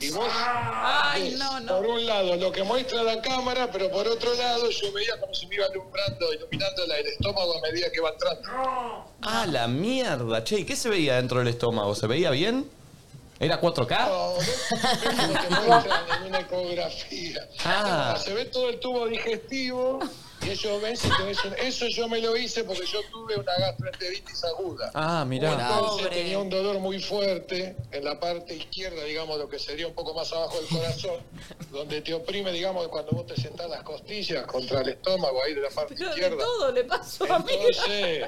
Speaker 24: Y vos ves, por un lado lo que muestra la cámara, pero por otro lado yo veía como se me iba alumbrando, iluminando la- el estómago a medida que va entrando.
Speaker 1: Ah, la mierda. Che, ¿y qué se veía dentro del estómago? ¿Se veía bien? ¿Era 4K?
Speaker 24: Te muestran en una ecografía.
Speaker 1: Ah.
Speaker 24: Se ve todo el tubo digestivo y ellos ven si tenés un- Eso yo me lo hice porque yo tuve una gastroenteritis aguda.
Speaker 1: Ah, mirá.
Speaker 24: Entonces
Speaker 1: Pobre.
Speaker 24: tenía un dolor muy fuerte en la parte izquierda, digamos, lo que sería un poco más abajo del corazón, donde te oprime, digamos, cuando vos te sentás las costillas contra el estómago ahí de la parte izquierda.
Speaker 7: le pasó
Speaker 24: Entonces,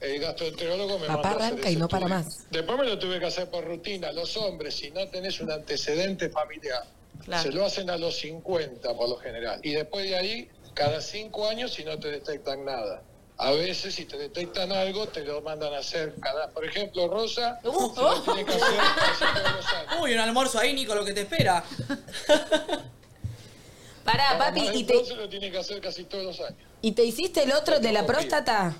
Speaker 24: el gastroenterólogo me mandó
Speaker 11: Papá
Speaker 24: a hacer
Speaker 11: arranca y
Speaker 24: ese
Speaker 11: no para
Speaker 24: estudio.
Speaker 11: más.
Speaker 24: Después me lo tuve que hacer por rutina. Los hombres, si no tenés un antecedente familiar,
Speaker 11: Claro.
Speaker 24: se lo hacen a los 50 por lo general. Y después de ahí, cada 5 años, si no te detectan nada. A veces, si te detectan algo, te lo mandan a hacer. cada Por ejemplo, Rosa,
Speaker 11: Uh,
Speaker 24: se
Speaker 11: oh.
Speaker 24: lo tiene que hacer
Speaker 11: (laughs)
Speaker 4: Uy, un almuerzo ahí, Nico, lo que te espera.
Speaker 11: Pará, papi,
Speaker 24: Además,
Speaker 11: ¿y te,
Speaker 24: entonces lo tiene que hacer casi todos los años.
Speaker 11: ¿y te hiciste el otro de la próstata?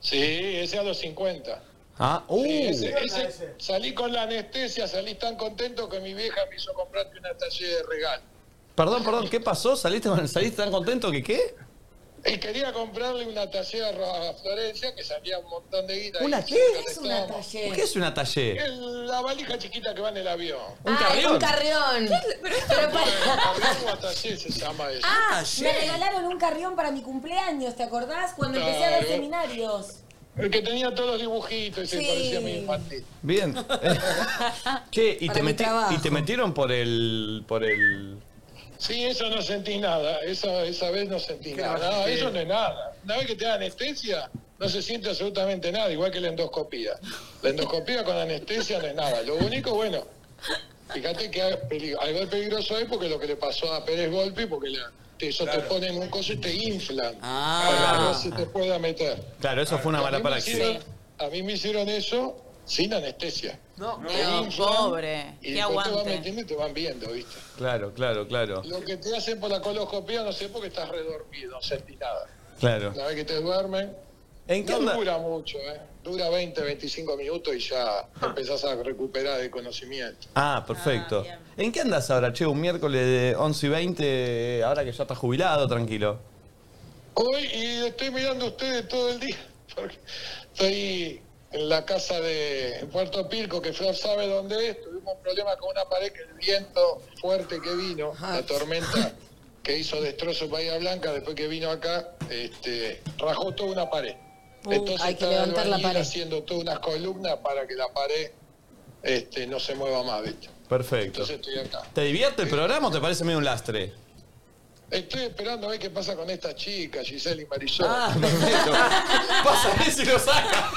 Speaker 24: Sí, ese a los 50.
Speaker 1: Ah, uh.
Speaker 24: Sí, ese- ese- salí con la anestesia, salí tan contento que mi vieja me hizo comprarte una taller de regalo.
Speaker 1: Perdón, perdón, ¿qué pasó? ¿Saliste, saliste tan contento que qué?
Speaker 24: Y quería comprarle una taller a Florencia que salía un montón de guita.
Speaker 1: ¿Una
Speaker 24: Y
Speaker 1: qué?
Speaker 24: nosotros
Speaker 1: ¿Qué es
Speaker 24: estábamos-
Speaker 11: una taller?
Speaker 1: ¿Qué es una taller?
Speaker 24: Es La valija chiquita que va en el avión.
Speaker 3: Ah,
Speaker 1: ¿Un carrión?
Speaker 11: Un carrión. Pero
Speaker 24: Carrión o a taller se llama eso.
Speaker 11: Ah, me regalaron un carrión para mi cumpleaños, ¿te acordás? Cuando empecé a dar
Speaker 24: Claro.
Speaker 11: seminarios.
Speaker 24: El que tenía todos los dibujitos y se
Speaker 11: Sí.
Speaker 24: parecía a mi infantil.
Speaker 1: Bien. che, ¿y
Speaker 24: Para
Speaker 1: te,
Speaker 24: mi
Speaker 1: meti-
Speaker 24: trabajo.
Speaker 1: ¿y te metieron por el. por el.
Speaker 24: Sí, eso no sentí nada. Esa, esa vez no sentí nada.
Speaker 1: bajé.
Speaker 24: No, eso no es nada. Una vez que te da anestesia, no se siente absolutamente nada, igual que la endoscopía. La endoscopía con anestesia no es nada. Lo único, bueno, fíjate que hay pelig- algo peligroso es porque lo que le pasó a Pérez Golpi, porque la- te, eso te ponen un coso y te inflan
Speaker 7: Ah.
Speaker 24: para que no se te pueda meter.
Speaker 1: Claro, eso fue una
Speaker 24: A
Speaker 1: mala
Speaker 24: mí Ah, me
Speaker 1: praxis.
Speaker 24: hicieron- A mí me hicieron eso sin anestesia.
Speaker 7: No,
Speaker 24: Me
Speaker 7: pero
Speaker 24: inflan
Speaker 7: pobre.
Speaker 24: Y después
Speaker 7: Qué
Speaker 24: te van
Speaker 7: aguante.
Speaker 24: metiendo y te van viendo, ¿viste?
Speaker 1: Claro, claro, claro.
Speaker 24: Lo que te hacen por la coloscopía no sé porque estás redormido, no sentí nada.
Speaker 1: Claro.
Speaker 24: Una vez que te duermen,
Speaker 1: ¿En qué
Speaker 24: no
Speaker 1: onda?
Speaker 24: dura mucho, ¿eh? Dura 20, 25 minutos y ya empezás a recuperar el conocimiento.
Speaker 1: Ah, perfecto. ¿En qué andas ahora, che? Un miércoles de 11 y 20, ahora que ya estás jubilado, tranquilo.
Speaker 24: Hoy y estoy mirando a ustedes todo el día, porque estoy en la casa de en Puerto Pilco, que Flor sabe dónde es, tuvimos un problema con una pared que el viento fuerte que vino,
Speaker 11: Ah,
Speaker 24: la tormenta que hizo destrozo en Bahía Blanca después que vino acá, este, rajó toda una pared.
Speaker 11: Uh, hay que
Speaker 24: está el
Speaker 11: levantar la
Speaker 24: albañil
Speaker 11: pared.
Speaker 24: haciendo todas unas columnas para que la pared este, no se mueva más, ¿viste?
Speaker 1: Perfecto.
Speaker 24: Entonces estoy acá.
Speaker 1: ¿Te divierte el programa o te parece medio un lastre?
Speaker 24: Estoy esperando a ver qué pasa con esta chica, Giselle y Marisol.
Speaker 11: Ah, (laughs)
Speaker 1: (laughs) Pasa a ver si lo saca.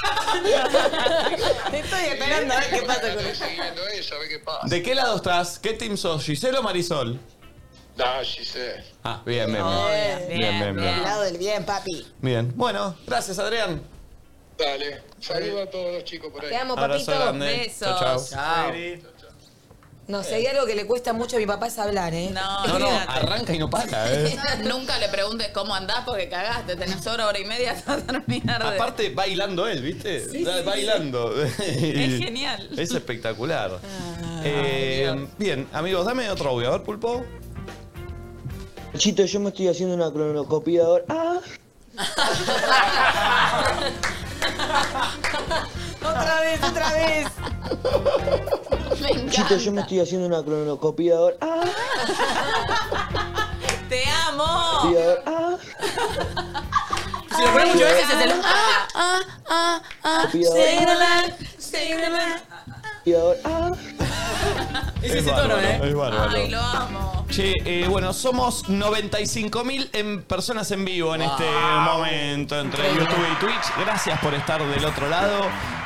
Speaker 11: (laughs) Estoy esperando a ver qué pasa con
Speaker 24: eso. siguiendo eso, a ver qué pasa.
Speaker 1: ¿De qué lado estás? ¿Qué team sos? ¿Giselle o Marisol?
Speaker 24: No, Giselle.
Speaker 1: Ah, bien, bien,
Speaker 11: Obvio,
Speaker 1: bien. Bien, bien, bien.
Speaker 11: Del lado del bien, papi.
Speaker 1: Bien. Bueno, gracias, Adrián.
Speaker 24: Dale. Saludos a todos los chicos por ahí.
Speaker 11: Te amo,
Speaker 1: Abrazo
Speaker 11: papito.
Speaker 1: grande. Besos. Chao, chao. Chao.
Speaker 11: No, si hay algo que le cuesta mucho a mi
Speaker 3: (laughs)
Speaker 11: papá es hablar, ¿eh? No,
Speaker 1: No, no, arranca y no para,
Speaker 2: (laughs)
Speaker 1: eh.
Speaker 7: Nunca le preguntes cómo andás porque cagaste. Tenés hora, hora y media hasta (laughs) terminar de.
Speaker 1: Aparte, bailando él, ¿viste?
Speaker 7: Sí,
Speaker 1: Da-
Speaker 7: sí,
Speaker 1: bailando. (laughs)
Speaker 7: Es genial.
Speaker 1: Es espectacular. Eh, bien, amigos, dame otro audio. A ver, Pulpo.
Speaker 25: Chito, yo me estoy haciendo una cronoscopía ahora. ¡Ah!
Speaker 11: otra vez, otra vez.
Speaker 25: Chicos, yo me estoy haciendo una colonoscopia ahora. Ah,
Speaker 7: ¡Te amo!
Speaker 25: estoy ahora.
Speaker 4: Si lo pones muchas veces es el.
Speaker 7: Ah, ah, ah, ah.
Speaker 25: Copiado.
Speaker 7: Stay alive, stay alive.
Speaker 25: Estoy ahora. Ah.
Speaker 1: Es
Speaker 25: ese
Speaker 1: bárbaro,
Speaker 25: tono, ¿eh?
Speaker 1: Es bárbaro.
Speaker 7: Ay, lo amo.
Speaker 1: Che, eh, bueno, somos 95.000 en personas en vivo en este momento entre YouTube y Twitch. Gracias por estar del otro lado.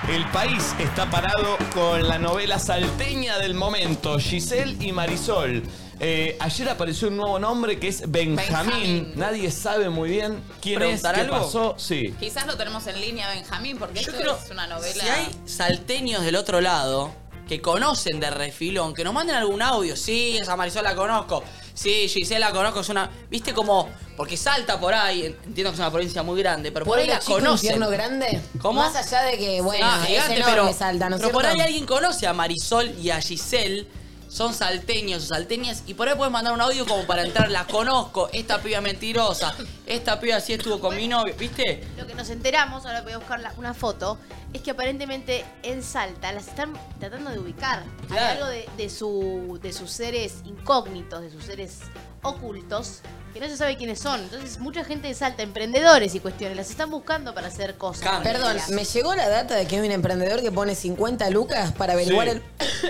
Speaker 1: El país está parado con la novela salteña del momento, Giselle y Marisol. Eh, ayer apareció un nuevo nombre que es Benjamín.
Speaker 7: Benjamín.
Speaker 1: Nadie sabe muy bien quién es, qué
Speaker 4: ¿Preguntar algo?
Speaker 1: pasó. Sí.
Speaker 7: Quizás lo tenemos en línea, Benjamín, porque esto
Speaker 4: creo-
Speaker 7: es una novela.
Speaker 4: Si hay salteños del otro lado que conocen de refilón, que nos manden algún audio. Sí, esa Marisol la conozco. Sí, Gisela la conozco. Es una. ¿Viste como.? Porque salta por ahí. Entiendo que es una provincia muy grande, pero por ahí la
Speaker 3: Pueblo chico,
Speaker 4: conocen.
Speaker 3: infierno grande?
Speaker 4: ¿Cómo?
Speaker 3: Más allá de que, Eh, bueno,
Speaker 4: Ah,
Speaker 3: es
Speaker 4: gigante,
Speaker 3: enorme
Speaker 4: pero,
Speaker 3: Salta, ¿no es
Speaker 4: pero por ahí
Speaker 3: cierto?
Speaker 4: alguien conoce a Marisol y a Giselle. Son salteños o salteñas. Y por ahí puedes mandar un audio como para entrar. La conozco. Esta piba es mentirosa. Esta piba sí estuvo con mi novio. ¿Viste?
Speaker 6: Lo que nos enteramos, ahora voy a buscar la- una foto, es que aparentemente en Salta las están tratando de ubicar.
Speaker 4: Claro.
Speaker 6: Hay algo de, de su, de sus seres incógnitos, de sus seres ocultos, que no se sabe quiénes son. Entonces, mucha gente de Salta, emprendedores y cuestiones, las están buscando para hacer cosas.
Speaker 3: Perdón, me llegó la data de que hay un emprendedor que pone 50 lucas para averiguar
Speaker 1: Sí.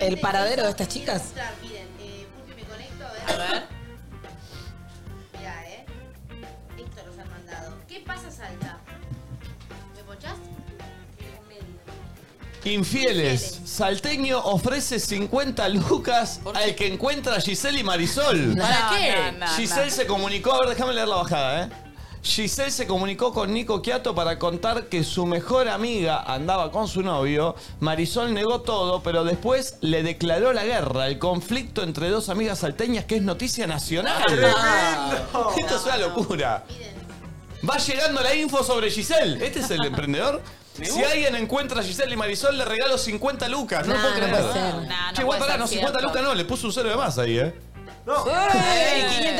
Speaker 3: el, el paradero de estas chicas.
Speaker 6: Mirá, eh.
Speaker 3: este-
Speaker 6: Esto nos han mandado. ¿Qué pasa, Salta? ¿Me pochás?
Speaker 1: Infieles. Salteño ofrece 50 lucas al que encuentra a Giselle y Marisol.
Speaker 4: No, ¿Para qué? no, no,
Speaker 1: Giselle
Speaker 4: no.
Speaker 1: se comunicó, a ver, déjame leer la bajada, ¿eh? Giselle se comunicó con Nico Quiato para contar que su mejor amiga andaba con su novio. Marisol negó todo, pero después le declaró la guerra, el conflicto entre dos amigas salteñas que es noticia nacional.
Speaker 4: Ah, ¡Tremendo!
Speaker 1: Esto es una locura. Va llegando la info sobre Giselle. Este es el emprendedor. Si alguien encuentra a Giselle y Marisol, le regalo 50 lucas. No, lo
Speaker 7: Nah,
Speaker 1: puedo
Speaker 7: no
Speaker 1: creer.
Speaker 7: puede ser. Nah, no
Speaker 1: che, igual
Speaker 7: puede
Speaker 1: pará,
Speaker 7: ser
Speaker 1: no 50
Speaker 7: cierto.
Speaker 1: lucas no, le puso un cero de más ahí, ¿eh?
Speaker 3: ¡Ey!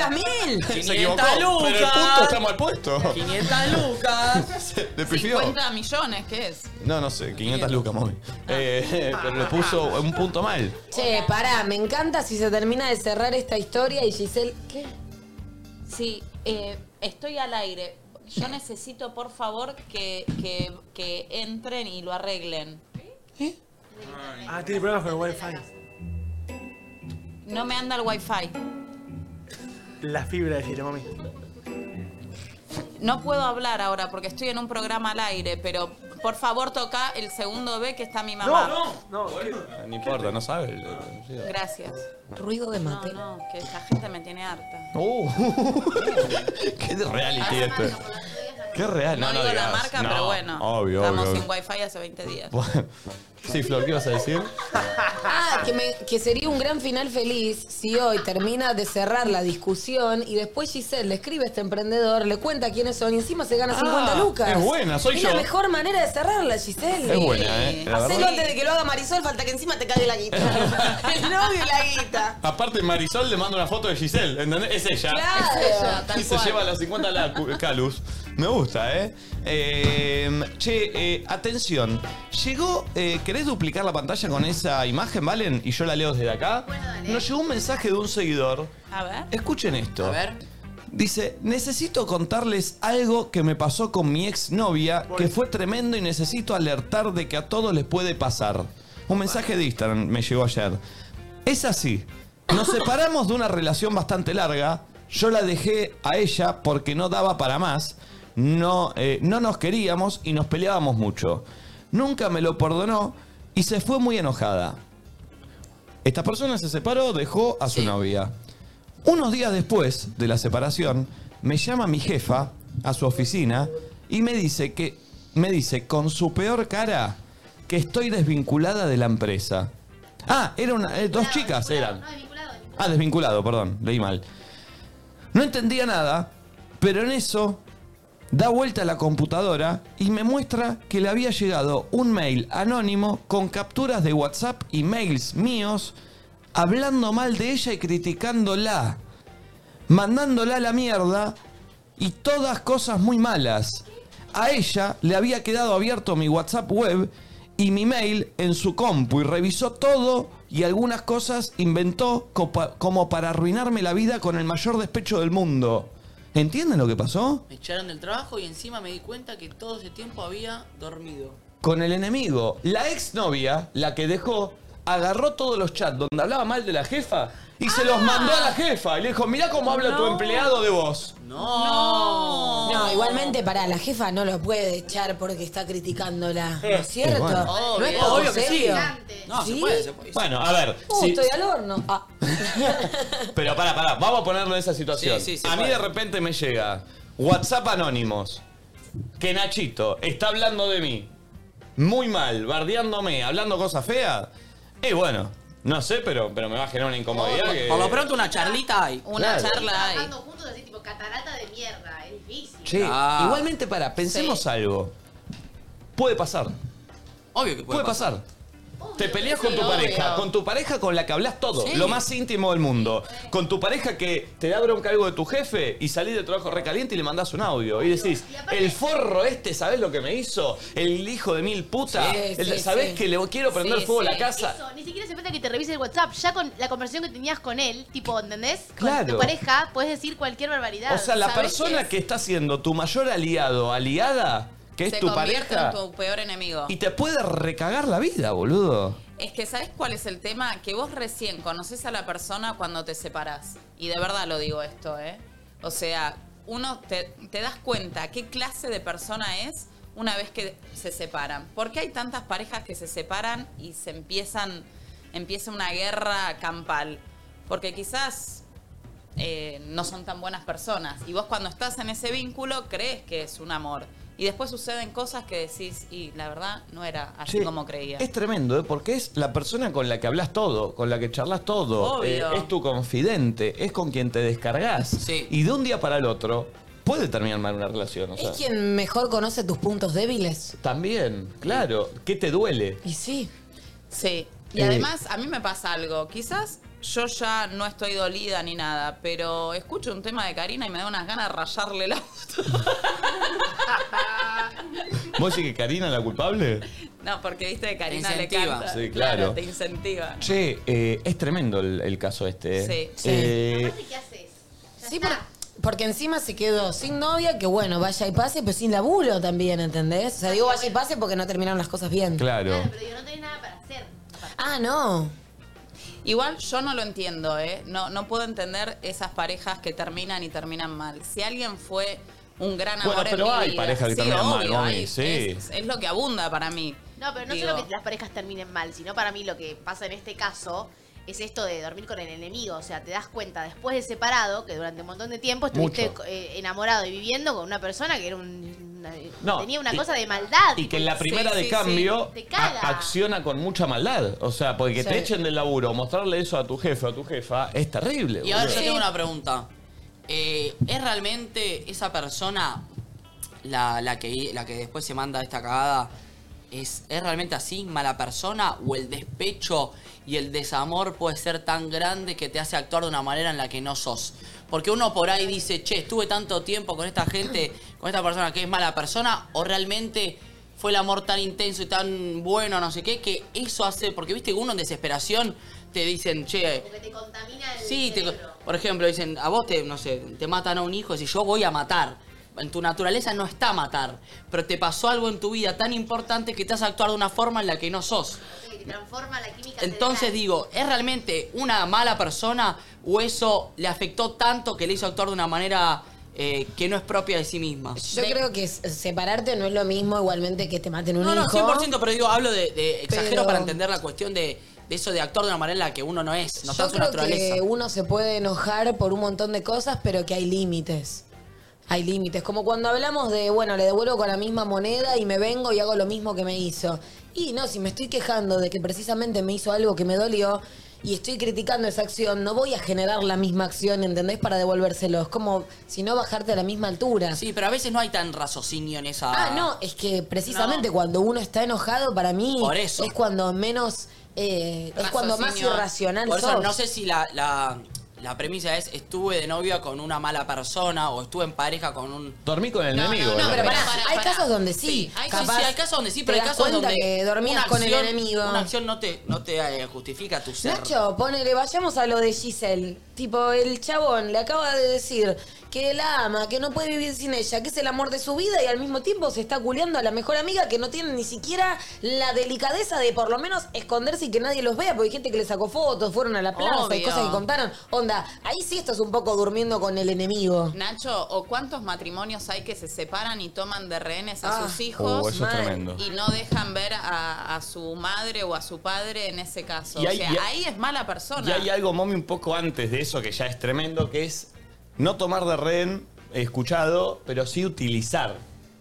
Speaker 3: ¡500
Speaker 1: Se equivocó.
Speaker 4: 500
Speaker 1: Pero el
Speaker 4: lucas.
Speaker 1: punto está mal puesto.
Speaker 4: 500 lucas.
Speaker 1: Le pifió.
Speaker 7: 50 millones, ¿qué es?
Speaker 1: No, no sé, 500 lucas, mami. Eh, pero le puso un punto mal.
Speaker 3: Che, pará, me encanta si se termina de cerrar esta historia y Giselle. ¿Qué?
Speaker 2: Sí, eh, estoy al aire. Yo necesito, por favor, que, que, que entren y lo arreglen.
Speaker 9: Ah, tiene problemas con el wifi.
Speaker 2: No me anda el wifi.
Speaker 9: La fibra de Chile, mami.
Speaker 2: No puedo hablar ahora porque estoy en un programa al aire, pero por favor toca el segundo B que está mi mamá.
Speaker 9: no, no.
Speaker 3: (laughs)
Speaker 1: No importa, no sabe.
Speaker 2: Gracias.
Speaker 3: Ruido de mate.
Speaker 2: No, no, que esta gente me tiene harta.
Speaker 1: Uh, qué de reality este. Qué real, no,
Speaker 2: No
Speaker 1: no,
Speaker 2: digo la
Speaker 1: digas.
Speaker 2: marca,
Speaker 1: No,
Speaker 2: pero bueno.
Speaker 1: Obvio,
Speaker 2: estamos
Speaker 1: obvio.
Speaker 2: sin wifi hace 20 días.
Speaker 1: Bueno. Sí, Flor, ¿qué ibas a decir?
Speaker 3: Ah, que, me- que sería un gran final feliz si hoy termina de cerrar la discusión y después Giselle le escribe a este emprendedor, le cuenta quiénes son y encima se gana
Speaker 1: Ah,
Speaker 3: 50 lucas.
Speaker 1: es buena, soy
Speaker 3: es
Speaker 1: yo.
Speaker 3: la mejor manera de cerrarla, Giselle.
Speaker 1: Es buena, ¿eh? La
Speaker 11: Hacelo
Speaker 1: verdad.
Speaker 11: antes de que lo haga Marisol, falta que encima te cague la
Speaker 1: (laughs)
Speaker 11: guita. El novio y la guita.
Speaker 1: Aparte, Marisol le manda una foto de Giselle, ¿entendés? Es ella. (laughs)
Speaker 11: Claro. Es ella, tal
Speaker 1: y se
Speaker 11: cual.
Speaker 1: lleva las 50 la cu- calus. Me gusta, ¿eh? Eh, che, eh, atención. Llegó, eh, ¿querés duplicar la pantalla con esa imagen, Valen? Y yo la leo desde acá. Nos llegó un mensaje de un seguidor.
Speaker 2: A ver.
Speaker 1: Escuchen esto.
Speaker 2: A ver.
Speaker 1: Dice, necesito contarles algo que me pasó con mi exnovia, que fue tremendo y necesito alertar de que a todos les puede pasar. Un mensaje de Instagram me llegó ayer. Es así, nos separamos de una relación bastante larga, yo la dejé a ella porque no daba para más, no, eh, no nos queríamos y nos peleábamos mucho. Nunca me lo perdonó y se fue muy enojada. Esta persona se separó, dejó a su novia. Unos días después de la separación, me llama mi jefa a su oficina y me dice que me dice con su peor cara que estoy desvinculada de la empresa. Ah, era una, eh, dos chicas eran. Ah, desvinculado, perdón, leí mal. No entendía nada, pero en eso da vuelta a la computadora y me muestra que le había llegado un mail anónimo con capturas de WhatsApp y mails míos hablando mal de ella y criticándola, mandándola a la mierda y todas cosas muy malas. A ella le había quedado abierto mi WhatsApp web y mi mail en su compu y revisó todo y algunas cosas inventó copa- como para arruinarme la vida con el mayor despecho del mundo. ¿Entienden lo que pasó?
Speaker 4: Me echaron del trabajo y encima me di cuenta que todo ese tiempo había dormido.
Speaker 1: con el enemigo. La exnovia, la que dejó, agarró todos los chats donde hablaba mal de la jefa y se los mandó a la jefa. Y le dijo, mirá cómo habla tu
Speaker 3: Ah. No.
Speaker 1: empleado de vos.
Speaker 3: No. No, igualmente, pará, la jefa no lo puede echar porque está criticándola. ¿No es cierto?
Speaker 1: Eh, bueno.
Speaker 3: no es
Speaker 1: Obvio,
Speaker 3: poco
Speaker 1: obvio que sí.
Speaker 3: serio.
Speaker 4: No,
Speaker 3: ¿Sí?
Speaker 4: se puede, se puede.
Speaker 1: Bueno, a ver.
Speaker 3: Uh,
Speaker 1: si-
Speaker 3: estoy al horno. Ah,
Speaker 1: pero pará, pará, vamos a ponerlo en esa situación.
Speaker 4: Sí, sí, sí,
Speaker 1: a mí
Speaker 4: vale.
Speaker 1: de repente me llega WhatsApp Anónimos, que Nachito está hablando de mí, muy mal, bardeándome, hablando cosas feas. Y bueno, no sé, pero, pero me va a generar una incomodidad.
Speaker 4: Por-
Speaker 1: que-
Speaker 4: Por lo pronto una charlita hay.
Speaker 1: Una Claro.
Speaker 4: charla hay.
Speaker 6: juntos así, tipo catarata de mierda. Es difícil.
Speaker 1: Che,
Speaker 4: Ah.
Speaker 1: igualmente para, pensemos algo. Puede pasar.
Speaker 4: Obvio que
Speaker 1: puede, pasar. Te peleas
Speaker 4: que
Speaker 1: con tu
Speaker 4: sí,
Speaker 1: pareja,
Speaker 4: obvio.
Speaker 1: con tu pareja con la que hablas todo,
Speaker 4: Sí.
Speaker 1: lo más íntimo del mundo. Con tu pareja que te da bronca algo de tu jefe y salís del trabajo recaliente y le mandás un audio. Y decís, el forro este, ¿sabés lo que me hizo? El hijo de mil puta.
Speaker 4: Sí,
Speaker 1: El-
Speaker 4: sí,
Speaker 1: ¿Sabés
Speaker 4: sí.
Speaker 1: que le quiero prender
Speaker 4: Sí,
Speaker 1: fuego a
Speaker 4: sí.
Speaker 1: la casa?
Speaker 6: Eso, ni siquiera se falta que te revise el WhatsApp. Ya con la conversación que tenías con él, tipo, ¿entendés? Con
Speaker 1: Claro.
Speaker 6: tu pareja puedes decir cualquier barbaridad.
Speaker 1: O sea, la
Speaker 6: ¿Sabés
Speaker 1: persona que está siendo tu mayor aliado, aliada, que es
Speaker 2: Se
Speaker 1: tu
Speaker 2: convierte
Speaker 1: pareja,
Speaker 2: en tu peor enemigo.
Speaker 1: y te puede recagar la vida, boludo.
Speaker 2: Es que, ¿sabes cuál es el tema? Que vos recién conoces a la persona cuando te separás. Y de verdad lo digo esto, ¿eh? O sea, uno te, te das cuenta qué clase de persona es una vez que se separan. ¿Por qué hay tantas parejas que se separan y se empiezan, empieza una guerra campal? Porque quizás eh, no son tan buenas personas. Y vos cuando estás en ese vínculo crees que es un amor. Y después suceden cosas que decís, y la verdad no era así
Speaker 1: Che,
Speaker 2: como creía.
Speaker 1: Es tremendo, ¿eh? porque es la persona con la que hablas todo, con la que charlas todo.
Speaker 2: Obvio.
Speaker 1: eh, es tu confidente, es con quien te descargas. Y de un día para el otro puede terminar mal una relación. O sea,
Speaker 3: es quien mejor conoce tus puntos débiles.
Speaker 1: También, claro. ¿Qué te duele?
Speaker 3: Y sí.
Speaker 2: Sí. Y
Speaker 1: Eh.
Speaker 2: además, a mí me pasa algo. Quizás yo ya no estoy dolida ni nada, pero escucho un tema de Karina y me da unas ganas de rayarle el auto.
Speaker 1: ¿Vos decís que Karina es la culpable?
Speaker 2: No, porque viste que Karina
Speaker 4: Te
Speaker 2: le
Speaker 4: incentiva.
Speaker 2: canta.
Speaker 1: Sí, claro.
Speaker 2: Te incentiva.
Speaker 1: Che, eh, es tremendo el, el caso este. ¿eh?
Speaker 2: Sí. Sí.
Speaker 1: Eh,
Speaker 6: ¿Qué haces?
Speaker 3: Sí, por- porque encima se quedó sin novia, que bueno, vaya y pase, pero sin laburo también, ¿entendés? O sea, digo vaya y pase porque no terminaron las cosas bien.
Speaker 1: claro.
Speaker 3: Ah, no.
Speaker 2: Igual yo no lo entiendo, ¿eh? No, no puedo entender esas parejas que terminan y terminan mal. Si alguien fue un gran amor
Speaker 1: Bueno,
Speaker 2: en
Speaker 1: pero
Speaker 2: mi
Speaker 1: hay
Speaker 2: vida-
Speaker 1: parejas que
Speaker 2: Sí,
Speaker 1: terminan mal,
Speaker 2: obvio,
Speaker 1: Gomi,
Speaker 2: hay-
Speaker 1: sí.
Speaker 2: Es, es lo que abunda para mí.
Speaker 6: No, pero no
Speaker 2: Digo.
Speaker 6: solo que las parejas terminen mal, sino para mí lo que pasa en este caso es esto de dormir con el enemigo. O sea, te das cuenta después de separado que durante un montón de tiempo estuviste
Speaker 1: Mucho.
Speaker 6: eh, enamorado y viviendo con una persona que era un, una-
Speaker 1: No,
Speaker 6: tenía una
Speaker 1: y-
Speaker 6: cosa de maldad.
Speaker 1: Y
Speaker 6: Ah, tipo,
Speaker 1: que en la
Speaker 6: sí,
Speaker 1: primera
Speaker 6: sí,
Speaker 1: de
Speaker 6: sí.
Speaker 1: cambio
Speaker 6: Te caga.
Speaker 1: a- acciona con mucha maldad. O sea, porque
Speaker 4: Sí.
Speaker 1: te echen del laburo, mostrarle eso a tu jefe o a tu jefa es terrible.
Speaker 4: Y ahora
Speaker 1: boludo.
Speaker 4: yo tengo una pregunta. Eh, ¿Es realmente esa persona la, la que, la que después se manda esta cagada? ¿Es, ¿Es realmente así mala persona o el despecho y el desamor puede ser tan grande que te hace actuar de una manera en la que no sos? Porque uno por ahí dice, che, estuve tanto tiempo con esta gente, con esta persona que es mala persona, o realmente fue el amor tan intenso y tan bueno, no sé qué, que eso hace, porque viste que uno en desesperación te dicen, che, Sí, te- por ejemplo, dicen, a vos te, no sé, te matan a un hijo y si yo voy a matar. En tu naturaleza no está matar, pero te pasó algo en tu vida tan importante que te has actuado de una forma en la que no sos.
Speaker 6: Que te transforma la química
Speaker 4: Entonces digo, ¿es realmente una mala persona o eso le afectó tanto que le hizo actuar de una manera eh, que no es propia de sí misma?
Speaker 3: Yo creo que s- separarte no es lo mismo igualmente que te maten un
Speaker 4: No,
Speaker 3: hijo.
Speaker 4: no, 100%, pero digo, hablo de, de- exagero
Speaker 3: Pero-
Speaker 4: para entender la cuestión de, de eso de actuar de una manera en la que uno no es, no está
Speaker 3: Yo
Speaker 4: en su
Speaker 3: creo
Speaker 4: naturaleza.
Speaker 3: que uno se puede enojar por un montón de cosas, pero que hay límites. Hay límites. Como cuando hablamos de, bueno, le devuelvo con la misma moneda y me vengo y hago lo mismo que me hizo. Y no, si me estoy quejando de que precisamente me hizo algo que me dolió y estoy criticando esa acción, no voy a generar la misma acción, ¿entendés? Para devolvérselo. Es como, si no, bajarte a la misma altura.
Speaker 4: Sí, pero a veces no hay tan raciocinio en esa...
Speaker 3: Ah, no, es que precisamente cuando uno está enojado, para mí,
Speaker 4: Por eso.
Speaker 3: es cuando menos, eh, es cuando más
Speaker 4: Raciocinio.
Speaker 3: irracional
Speaker 4: Por eso
Speaker 3: sos.
Speaker 4: no sé si la, la- la premisa es estuve de novia con una mala persona o estuve en pareja con un...
Speaker 1: Dormí con el enemigo.
Speaker 4: no,
Speaker 1: ¿eh?
Speaker 4: pero pará.
Speaker 3: Hay casos donde sí.
Speaker 4: hay,
Speaker 3: capaz
Speaker 4: sí, sí, hay casos donde sí,
Speaker 3: te
Speaker 4: pero hay
Speaker 3: das
Speaker 4: casos
Speaker 3: cuenta
Speaker 4: donde
Speaker 3: que dormías
Speaker 4: una
Speaker 3: con el
Speaker 4: acción-
Speaker 3: enemigo.
Speaker 4: Una acción no te, no te eh, justifica tu ser.
Speaker 3: Nacho, ponele, vayamos a lo de Giselle. Tipo, el chabón le acaba de decir que la ama, que no puede vivir sin ella, que es el amor de su vida y al mismo tiempo se está culeando a la mejor amiga que no tiene ni siquiera la delicadeza de por lo menos esconderse y que nadie los vea, porque hay gente que le sacó fotos, fueron a la plaza, hay
Speaker 2: Obvio.
Speaker 3: cosas que contaron. Onda, ahí sí estás un poco durmiendo con el enemigo.
Speaker 2: Nacho, ¿o cuántos matrimonios hay que se separan y toman de rehenes a
Speaker 3: Ah.
Speaker 2: sus hijos
Speaker 1: Oh, eso es Mal. tremendo.
Speaker 2: y no dejan ver a, a su madre o a su padre en ese caso?
Speaker 1: Y
Speaker 2: o
Speaker 1: hay-
Speaker 2: sea,
Speaker 1: y hay-
Speaker 2: ahí es mala persona.
Speaker 1: Y hay algo, Momi, un poco antes de eso que ya es tremendo, que es no tomar de rehén, he escuchado, pero sí utilizar.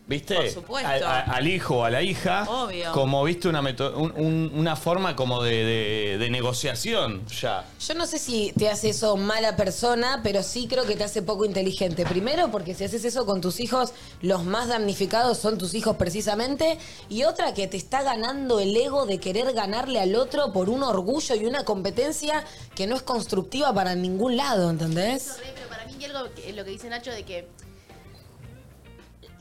Speaker 1: ¿Viste?
Speaker 2: Por supuesto.
Speaker 1: Al, a- al hijo o a la hija.
Speaker 2: Obvio.
Speaker 1: Como, viste, una, meto- un- un- una forma como de, de- de negociación ya.
Speaker 3: Yo no sé si te hace eso mala persona, pero sí creo que te hace poco inteligente. Primero, porque si haces eso con tus hijos, los más damnificados son tus hijos precisamente. Y otra, que te está ganando el ego de querer ganarle al otro por un orgullo y una competencia que no es constructiva para ningún lado, ¿entendés?
Speaker 6: Pero para mí hay algo que- lo que dice Nacho de que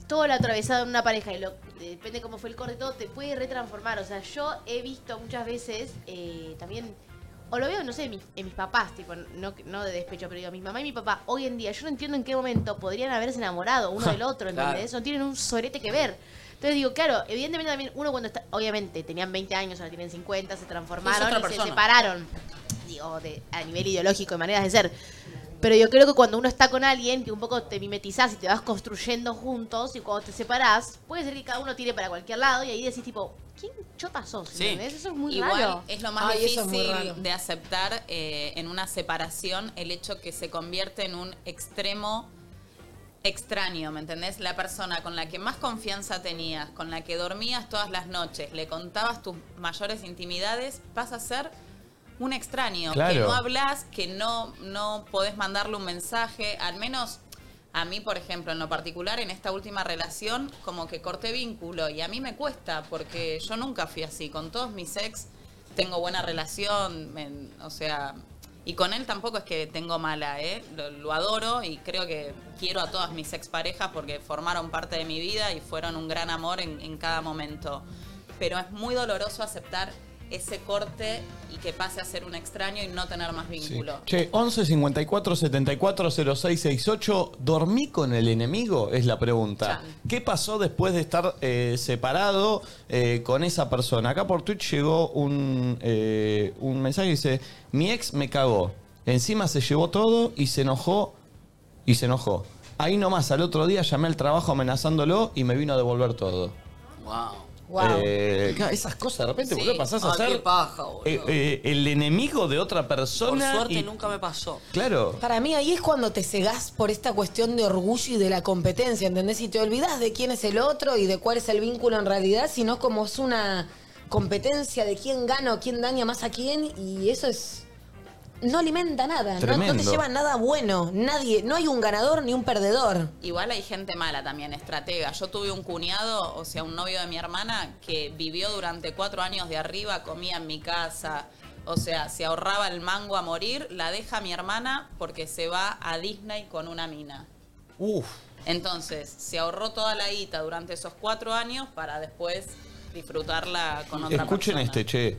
Speaker 6: todo lo atravesado en una pareja y lo, depende cómo fue el corte todo te puede retransformar o sea yo he visto muchas veces eh, también o lo veo no sé en mis, en mis papás tipo no, no de despecho pero digo mis mamá y mi papá hoy en día yo no entiendo en qué momento podrían haberse enamorado uno del otro
Speaker 12: Claro.
Speaker 6: ¿entendés? no tienen un sorete que ver entonces digo, claro, evidentemente también uno cuando está, obviamente tenían 20 años, ahora tienen 50, se transformaron
Speaker 12: otra
Speaker 6: y se
Speaker 12: persona.
Speaker 6: separaron, digo, de- a nivel ideológico y maneras de ser. Pero yo creo que cuando uno está con alguien, que un poco te mimetizás y te vas construyendo juntos, y cuando te separás, puede ser que cada uno tire para cualquier lado y ahí decís tipo, ¿quién chota sos? ¿Entendés? Eso es muy
Speaker 2: Igual
Speaker 6: raro.
Speaker 2: es lo más
Speaker 6: Ay, eso es muy
Speaker 2: difícil
Speaker 6: raro.
Speaker 2: de aceptar eh, en una separación el hecho que se convierte en un extremo extraño, ¿me entendés? La persona con la que más confianza tenías, con la que dormías todas las noches, le contabas tus mayores intimidades, pasa a ser un extraño, que
Speaker 12: Claro.
Speaker 2: no hablas, que no, no podés mandarle un mensaje, al menos a mí, por ejemplo, en lo particular, en esta última relación, como que corté vínculo y a mí me cuesta porque yo nunca fui así. Con todos mis ex tengo buena relación, me- o sea, y con él tampoco es que tengo mala, ¿eh? Lo, lo adoro y creo que quiero a todas mis exparejas porque formaron parte de mi vida y fueron un gran amor en, en cada momento. Pero es muy doloroso aceptar ese corte y que pase a ser un extraño y no tener más vínculo.
Speaker 1: Che, 11 54 74 06 68, ¿dormí con el enemigo? Es la pregunta. ¿Qué pasó después de estar eh, separado eh, con esa persona? Acá por Twitch llegó un, eh, un mensaje que dice, mi ex me cagó, encima se llevó todo y se enojó y se enojó. Ahí nomás, al otro día llamé al trabajo amenazándolo y me vino a devolver todo.
Speaker 4: Wow.
Speaker 1: Eh, claro, esas cosas de repente,
Speaker 4: Sí.
Speaker 1: boludo, pasás a
Speaker 4: Ah, qué
Speaker 1: ser
Speaker 4: paja, boludo.
Speaker 1: eh, eh, el enemigo de otra
Speaker 4: Por
Speaker 1: persona.
Speaker 4: suerte
Speaker 1: y-
Speaker 4: nunca
Speaker 1: (laughs)
Speaker 4: me pasó.
Speaker 1: Claro.
Speaker 3: Para mí ahí es cuando te cegás por esta cuestión de orgullo y de la competencia, ¿entendés? Y te olvidás de quién es el otro y de cuál es el vínculo en realidad, sino como es una competencia de quién gana o quién daña más a quién y eso es... No alimenta nada, no, no te
Speaker 2: Tremendo.
Speaker 3: lleva nada bueno, nadie, no hay un ganador ni un perdedor.
Speaker 2: Igual hay gente mala también, estratega. Yo tuve un cuñado, o sea, un novio de mi hermana, que vivió durante cuatro años de arriba, comía en mi casa. O sea, se ahorraba el mango a morir, la deja mi hermana porque se va a Disney con una mina.
Speaker 1: Uf.
Speaker 2: Entonces, se ahorró toda la guita durante esos cuatro años para después disfrutarla con otra
Speaker 1: Escuchen
Speaker 2: persona.
Speaker 1: este, che.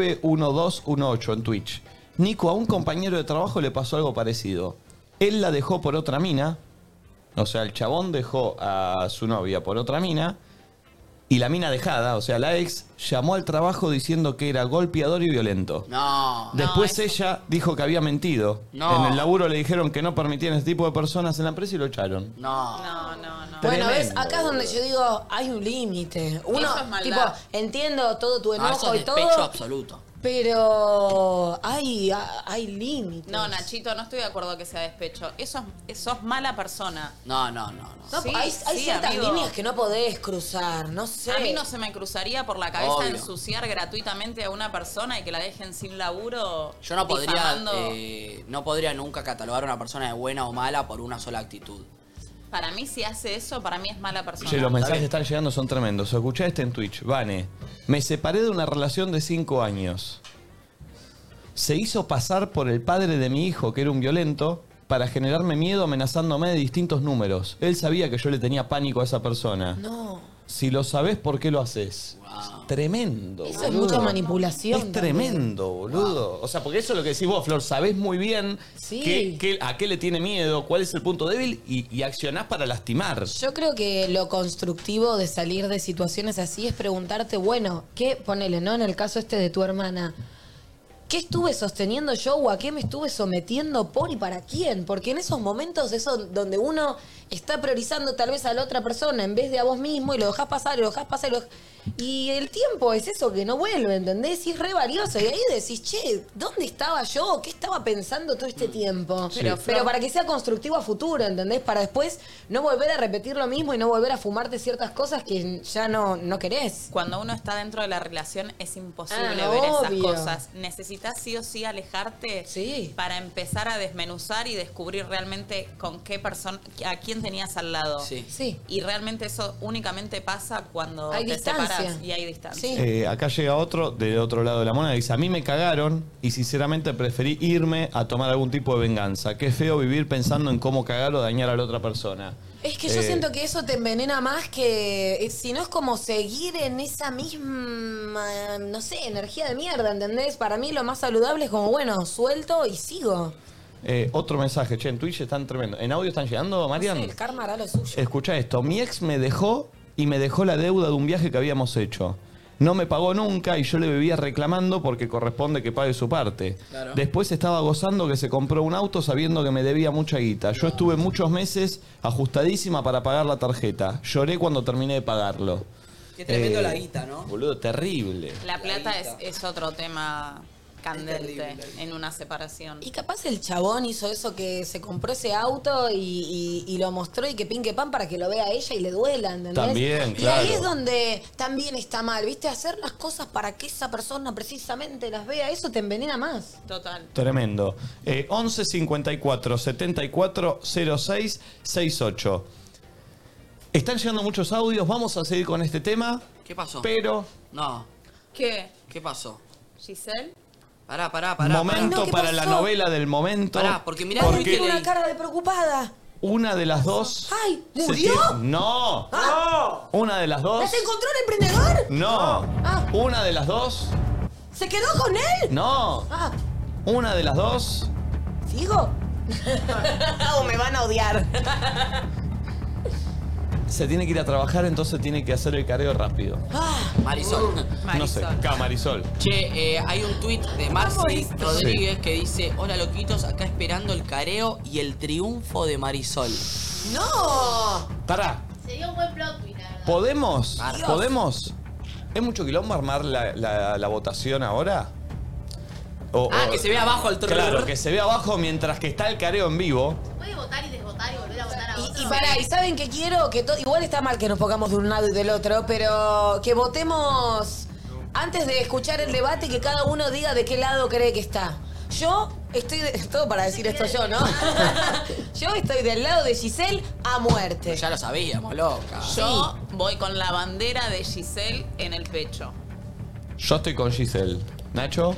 Speaker 1: Albert091218 en Twitch. Nico, a un compañero de trabajo le pasó algo parecido. Él la dejó por otra mina. O sea, el chabón dejó a su novia por otra mina. Y la mina dejada, o sea, la ex, llamó al trabajo diciendo que era golpeador y violento.
Speaker 4: No.
Speaker 1: Después ella dijo que había mentido.
Speaker 4: No.
Speaker 1: En el laburo le dijeron que no permitían ese tipo de personas en la empresa y lo echaron.
Speaker 4: No.
Speaker 2: No, no, no.
Speaker 3: Bueno, ves,
Speaker 1: Tremendo,
Speaker 3: acá es donde yo digo, hay un límite. Uno,
Speaker 4: Eso es
Speaker 3: tipo,
Speaker 4: maldad.
Speaker 3: entiendo todo tu
Speaker 4: No,
Speaker 3: enojo
Speaker 4: Ah, eso
Speaker 3: y
Speaker 4: es despecho
Speaker 3: todo,
Speaker 4: absoluto.
Speaker 3: pero hay, hay límites.
Speaker 2: No, Nachito, no estoy de acuerdo que sea despecho. Eso es, sos mala persona.
Speaker 4: No, no, no. no.
Speaker 3: No,
Speaker 2: Sí,
Speaker 3: hay hay
Speaker 2: sí,
Speaker 3: ciertas
Speaker 2: amigo.
Speaker 3: líneas que no podés cruzar, no sé.
Speaker 2: A mí no se me cruzaría por la cabeza
Speaker 4: Obvio.
Speaker 2: ensuciar gratuitamente a una persona y que la dejen sin laburo.
Speaker 4: Yo no podría,
Speaker 2: difamando.
Speaker 4: eh, no podría nunca catalogar a una persona de buena o mala por una sola actitud.
Speaker 2: Para mí, si hace eso, para mí es mala persona.
Speaker 1: Che, los mensajes están llegando, son tremendos. Escuchá este en Twitch. Vane, me separé de una relación de 5 años. se hizo pasar por el padre de mi hijo, que era un violento, para generarme miedo amenazándome de distintos números. Él sabía que yo le tenía pánico a esa persona.
Speaker 3: No.
Speaker 1: Si lo sabes, ¿por qué lo haces?
Speaker 2: Ah,
Speaker 1: Es Tremendo.
Speaker 3: Eso es
Speaker 1: boludo.
Speaker 3: mucha manipulación.
Speaker 1: Es
Speaker 3: también.
Speaker 1: tremendo, boludo. O sea, porque eso es lo que decís vos, Flor. Sabés muy bien
Speaker 3: Sí.
Speaker 1: qué- qué- a qué le tiene miedo, cuál es el punto débil y, y accionás para lastimar.
Speaker 3: Yo creo que lo constructivo de salir de situaciones así es preguntarte, bueno, ¿qué, ponele, ¿no? En el caso este de tu hermana, ¿qué estuve sosteniendo yo o a qué me estuve sometiendo por y para quién? Porque en esos momentos, eso donde uno está priorizando tal vez a la otra persona en vez de a vos mismo y lo dejás pasar y lo dejás pasar y lo dej- Y el tiempo es eso que no vuelve, ¿entendés? Y es re valioso. Y ahí decís, che, ¿dónde estaba yo? ¿Qué estaba pensando todo este tiempo?
Speaker 7: Sí.
Speaker 3: Pero, pero para que sea constructivo a futuro, ¿entendés? Para después no volver a repetir lo mismo y no volver a fumarte ciertas cosas que ya no, no querés.
Speaker 2: Cuando uno está dentro de la relación es imposible
Speaker 3: Ah,
Speaker 2: ver
Speaker 3: obvio.
Speaker 2: esas cosas. Necesitas sí o sí alejarte para empezar a desmenuzar y descubrir realmente con qué persona, a quién tenías al lado.
Speaker 4: Sí.
Speaker 3: Sí.
Speaker 2: Y realmente eso únicamente pasa cuando
Speaker 3: Hay
Speaker 2: te
Speaker 3: distancia.
Speaker 2: separas y hay distancia.
Speaker 1: Eh, acá llega otro del otro lado de la moneda. Dice: A mí me cagaron y sinceramente preferí irme a tomar algún tipo de venganza. Qué feo vivir pensando en cómo cagar o dañar a la otra persona.
Speaker 3: Es que yo
Speaker 1: Eh,
Speaker 3: siento que eso te envenena más que eh, si no es como seguir en esa misma, no sé, energía de mierda, ¿entendés? Para mí lo más saludable es como, bueno, suelto y sigo.
Speaker 1: eh, otro mensaje, che, en Twitch están tremendo. ¿En audio están llegando, Marian?
Speaker 3: El karma hará lo suyo.
Speaker 1: Escucha esto, mi ex me dejó y me dejó la deuda de un viaje que habíamos hecho. No me pagó nunca y yo le vivía reclamando porque corresponde que pague su parte.
Speaker 4: Claro.
Speaker 1: Después estaba gozando que se compró un auto sabiendo que me debía mucha guita. Yo estuve muchos meses ajustadísima para pagar la tarjeta. Lloré cuando terminé de pagarlo.
Speaker 4: Qué tremendo
Speaker 1: Eh,
Speaker 4: la guita, ¿no?
Speaker 1: Boludo, terrible.
Speaker 2: La plata es, es otro tema candente en una separación.
Speaker 3: Y capaz el chabón hizo eso que se compró ese auto y, y- y lo mostró y que pinque pan para que lo vea ella y le duela, ¿entendés?
Speaker 1: También,
Speaker 3: Y ahí
Speaker 1: claro.
Speaker 3: es donde también está mal, ¿viste? Hacer las cosas para que esa persona precisamente las vea, eso te envenena más.
Speaker 2: Total.
Speaker 1: Tremendo. Eh, 11 54 74 06 68. Están llegando muchos audios, vamos a seguir con este tema.
Speaker 4: ¿Qué pasó?
Speaker 1: Pero.
Speaker 4: No,
Speaker 2: ¿Qué?
Speaker 4: ¿qué pasó?
Speaker 2: ¿Giselle?
Speaker 4: Pará, pará, pará.
Speaker 1: momento
Speaker 4: pará.
Speaker 1: para la novela del momento.
Speaker 4: Pará, porque mirá
Speaker 1: Porque
Speaker 4: el
Speaker 3: Tiene una cara de preocupada.
Speaker 1: una de las dos.
Speaker 3: ¡Ay!
Speaker 1: se
Speaker 3: ¿Murió?
Speaker 1: tiene- No. Una de las dos.
Speaker 3: ¿Las encontró el emprendedor? Ah.
Speaker 1: No. Una de las dos.
Speaker 3: ¿Se quedó con él?
Speaker 1: No.
Speaker 3: Ah,
Speaker 1: Una de las dos.
Speaker 3: ¿sigo?
Speaker 11: (laughs) o me van a
Speaker 3: (laughs)
Speaker 11: odiar.
Speaker 1: Se tiene que ir a trabajar, entonces tiene que hacer el careo rápido.
Speaker 4: Marisol.
Speaker 1: No sé. Camarisol.
Speaker 4: Che, eh, hay un tuit de Marci Rodríguez que dice, hola loquitos, acá esperando el careo y el triunfo de Marisol.
Speaker 3: ¡No!
Speaker 1: Pará.
Speaker 6: Sería un buen plot twist.
Speaker 1: ¿Podemos?
Speaker 4: Dios.
Speaker 1: ¿Podemos? ¿Es mucho quilombo armar la, la- la votación ahora? O-
Speaker 4: Ah,
Speaker 1: o-
Speaker 4: que se vea abajo el trrr.
Speaker 1: Claro, que se vea abajo mientras que está el careo en vivo.
Speaker 6: Puede votar y desvotar y volver a votar a otro.
Speaker 3: Y pará, ¿y saben qué quiero? Que to- Igual está mal que nos pongamos de un lado y del otro, pero que votemos antes de escuchar el debate que cada uno diga de qué lado cree que está. Yo estoy de- (laughs) todo para decir esto yo, ¿no? (laughs) yo estoy del lado de Giselle a muerte.
Speaker 4: Ya lo sabíamos, loca.
Speaker 2: Yo voy con la bandera de Giselle en el pecho.
Speaker 1: Yo estoy con Giselle. ¿Nacho?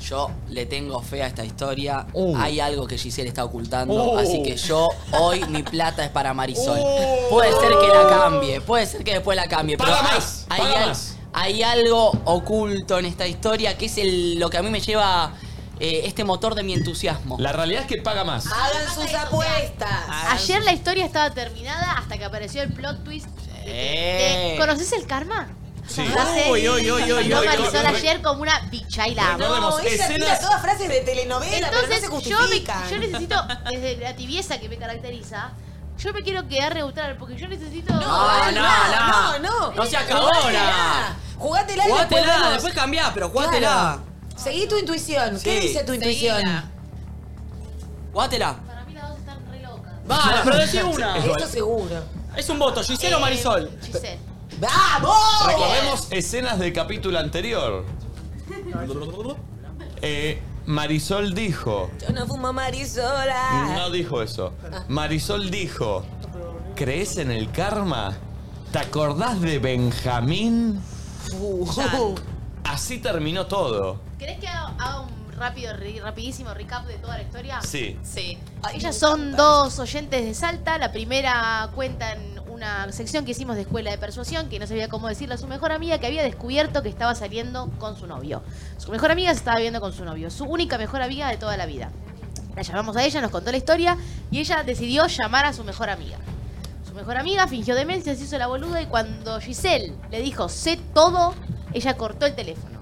Speaker 4: Yo le tengo fe a esta historia.
Speaker 1: Uh.
Speaker 4: Hay algo que Giselle está ocultando.
Speaker 1: Uh.
Speaker 4: Así que yo, hoy, mi plata es para Marisol.
Speaker 1: Uh.
Speaker 4: Puede ser que la cambie. Puede ser que después la cambie.
Speaker 1: Paga
Speaker 4: pero hay-
Speaker 1: más,
Speaker 4: hay,
Speaker 1: paga
Speaker 4: al-
Speaker 1: más.
Speaker 4: hay algo oculto en esta historia que es el- lo que a mí me lleva eh, este motor de mi entusiasmo.
Speaker 1: La realidad es que paga más.
Speaker 3: Hagan sus apuestas.
Speaker 6: Ayer la historia estaba terminada hasta que apareció el plot twist.
Speaker 4: Eh.
Speaker 6: de- ¿Conoces el karma?
Speaker 1: Sí.
Speaker 6: La serie.
Speaker 1: Uy, uy, uy, uy,
Speaker 6: Mandó
Speaker 1: uy,
Speaker 6: Marisol
Speaker 1: uy, uy.
Speaker 6: ayer como una bicha y la amo.
Speaker 1: Recordemos, escenas-
Speaker 3: todas frases de telenovela, pero no
Speaker 6: yo,
Speaker 3: se
Speaker 6: me-
Speaker 3: justifican.
Speaker 6: yo necesito, desde la tibieza que me caracteriza, yo me quiero quedar neutral porque yo necesito.
Speaker 4: No, no,
Speaker 3: no,
Speaker 4: no.
Speaker 3: no.
Speaker 4: No seas cabona.
Speaker 3: Jugátela y después
Speaker 4: Jugátela,
Speaker 3: vemos.
Speaker 4: después cambiá, pero
Speaker 3: Claro.
Speaker 4: jugátela.
Speaker 3: Seguí tu intuición. ¿Qué
Speaker 4: Sí.
Speaker 3: dice tu intuición?
Speaker 4: Jugátela.
Speaker 6: Para mí las dos están re locas.
Speaker 4: Vale, pero
Speaker 1: (laughs)
Speaker 4: decí una.
Speaker 3: Eso seguro.
Speaker 4: Es un voto, Giselle o
Speaker 6: Eh,
Speaker 4: Marisol.
Speaker 6: Giselle.
Speaker 3: ¡Vamos! (laughs)
Speaker 1: Recordemos escenas del capítulo anterior. Eh, Marisol dijo.
Speaker 3: Yo no fumo marisola.
Speaker 1: No dijo eso. Marisol dijo. ¿Crees en el karma? ¿Te acordás de Benjamín? Así terminó todo.
Speaker 6: ¿Querés que haga, haga un rápido, ri- rapidísimo recap de toda la historia?
Speaker 1: Sí.
Speaker 6: Sí. Ah, Ellas son dos oyentes de Salta. La primera cuenta en una sección que hicimos de escuela de persuasión, que no sabía cómo decirle a su mejor amiga que había descubierto que estaba saliendo con su novio. Su mejor amiga se estaba viendo con su novio, su única mejor amiga de toda la vida. La llamamos a ella, nos contó la historia y ella decidió llamar a su mejor amiga. Su mejor amiga fingió demencia, se hizo la boluda y cuando Giselle le dijo sé todo, ella cortó el teléfono.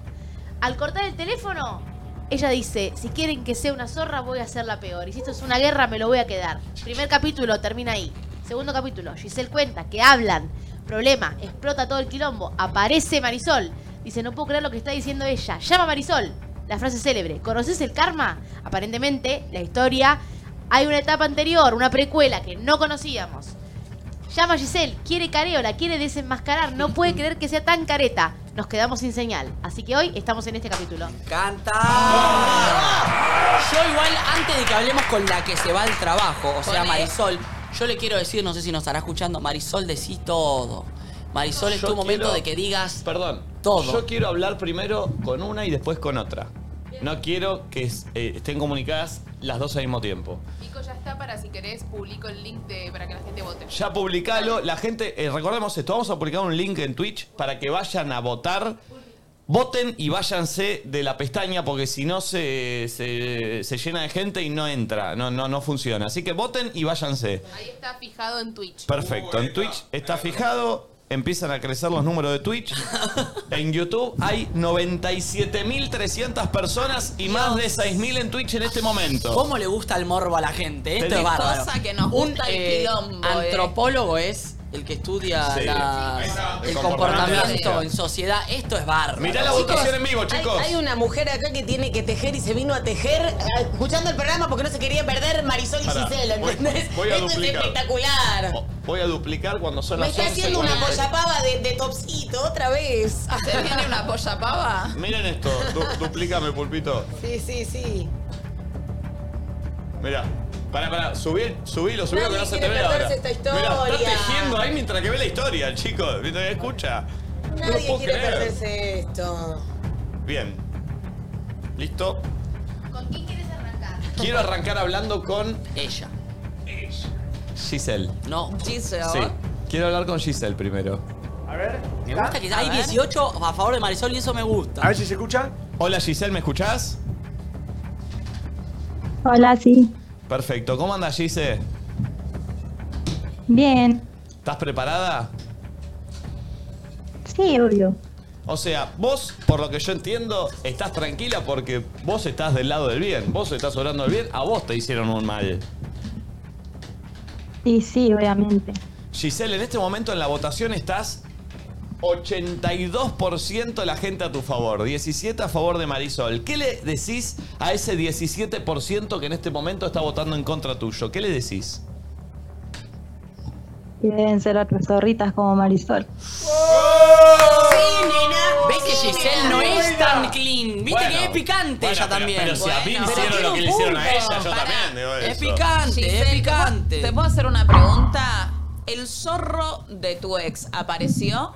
Speaker 6: Al cortar el teléfono, ella dice, si quieren que sea una zorra voy a ser la peor y si esto es una guerra me lo voy a quedar. Primer capítulo termina ahí. Segundo capítulo, Giselle cuenta que hablan, problema, explota todo el quilombo, aparece Marisol. Dice, no puedo creer lo que está diciendo ella. Llama a Marisol. La frase célebre, ¿conoces el karma? Aparentemente, la historia, hay una etapa anterior, una precuela que no conocíamos. Llama a Giselle, quiere careo, la quiere desenmascarar, no puede creer que sea tan careta. Nos quedamos sin señal. Así que hoy estamos en este capítulo.
Speaker 4: Yo igual, antes de que hablemos con la que se va al trabajo, o sea,
Speaker 6: Con
Speaker 4: Marisol, yo le quiero decir, no sé si nos estará escuchando, Marisol, decí todo. Marisol, es
Speaker 1: Yo
Speaker 4: tu momento
Speaker 1: quiero-
Speaker 4: de que digas...
Speaker 1: Perdón.
Speaker 4: Todo.
Speaker 1: Yo quiero hablar primero con una y después con otra. No quiero que eh, estén comunicadas las dos al mismo tiempo.
Speaker 26: Nico ya está para si querés publico el link de para que la gente vote.
Speaker 1: Ya publicalo. La gente, eh, recordemos esto, vamos a publicar un link en Twitch para que vayan a votar. Voten y váyanse de la pestaña porque si no se, se- se llena de gente y no entra, no, no, no funciona. Así que voten y váyanse.
Speaker 26: Ahí está fijado en Twitch.
Speaker 1: Perfecto, en Twitch está fijado, empiezan a crecer los números de Twitch. En YouTube hay 97.300 personas y más de 6.000 en Twitch en este momento.
Speaker 4: ¿Cómo le gusta el morbo a la gente? Esto
Speaker 1: Tenés-
Speaker 4: es bárbaro.
Speaker 1: Cosa
Speaker 2: que nos
Speaker 4: Un
Speaker 2: gusta el
Speaker 4: eh,
Speaker 2: quilombo, eh.
Speaker 4: antropólogo es el que estudia
Speaker 1: Sí.
Speaker 4: la-
Speaker 1: Ahí está.
Speaker 4: el
Speaker 1: El comportamiento de
Speaker 4: comportamiento
Speaker 1: la
Speaker 4: en sociedad. Esto es bárbaro.
Speaker 11: Chicos,
Speaker 1: hay-
Speaker 11: Hay, una mujer acá que tiene que tejer y se vino a tejer ah, escuchando el programa porque no se quería perder Marisol y
Speaker 1: Pará,
Speaker 11: Gisela,
Speaker 1: voy-
Speaker 11: ¿entendés?
Speaker 1: voy a
Speaker 11: Esto es
Speaker 1: duplicar.
Speaker 11: espectacular.
Speaker 1: Voy a duplicar cuando son
Speaker 11: Me
Speaker 1: las
Speaker 11: está
Speaker 1: 11
Speaker 11: haciendo una
Speaker 1: cuarenta y tres.
Speaker 11: pollapava de, de topsito otra vez.
Speaker 2: ¿Te ¿Ah, viene una pollapava?
Speaker 1: Miren esto,
Speaker 11: (laughs)
Speaker 1: du- duplícame, pulpito.
Speaker 11: Sí, sí, sí.
Speaker 1: Mirá. Pará, pará, subí, subilo, subilo que
Speaker 11: Nadie
Speaker 1: no se
Speaker 11: quiere
Speaker 1: te vea ahora.
Speaker 11: perderse esta
Speaker 1: Mirá, está
Speaker 11: historia.
Speaker 1: tejiendo ahí mientras que ve la historia, el chico. Mientras que escucha. No lo
Speaker 11: Nadie
Speaker 1: puedo
Speaker 11: quiere
Speaker 1: creer.
Speaker 11: perderse esto.
Speaker 1: Bien. ¿Listo?
Speaker 6: ¿Con quién quieres arrancar?
Speaker 1: Quiero arrancar hablando con...
Speaker 4: Ella.
Speaker 1: Giselle.
Speaker 4: No.
Speaker 1: Sí. Quiero hablar con Giselle primero.
Speaker 4: Me gusta que hay 18 a favor de Marisol y eso me gusta.
Speaker 1: A ver si se escucha. Hola Giselle, ¿me escuchás?
Speaker 12: Hola, sí.
Speaker 1: Perfecto. ¿Cómo andas, Gise?
Speaker 12: Bien.
Speaker 1: ¿Estás preparada?
Speaker 12: Sí, obvio.
Speaker 1: O sea, vos, por lo que yo entiendo, estás tranquila porque vos estás del lado del bien. Vos estás orando del bien, a vos te hicieron un mal.
Speaker 12: Y sí, obviamente.
Speaker 1: Giselle, en este momento en la votación estás 82% de la gente a tu favor, 17 a favor de Marisol. ¿Qué le decís a ese 17% que en este momento está votando en contra tuyo? ¿Qué le decís?
Speaker 12: Y deben ser otras zorritas como Marisol.
Speaker 4: ¿Ves que Giselle no es tan clean? ¿Viste
Speaker 1: Bueno.
Speaker 4: que es picante
Speaker 1: Bueno,
Speaker 4: ella
Speaker 1: pero-
Speaker 4: también?
Speaker 1: pero si a mí
Speaker 4: Bueno.
Speaker 1: hicieron
Speaker 4: Pero
Speaker 1: lo que le
Speaker 4: tiene un
Speaker 1: hicieron a
Speaker 4: punto.
Speaker 1: ella, yo
Speaker 4: Pará.
Speaker 1: también digo
Speaker 4: Es
Speaker 1: eso.
Speaker 4: picante, es
Speaker 2: Giselle,
Speaker 4: picante.
Speaker 2: ¿Te puedo hacer una pregunta? ¿El zorro de tu ex apareció?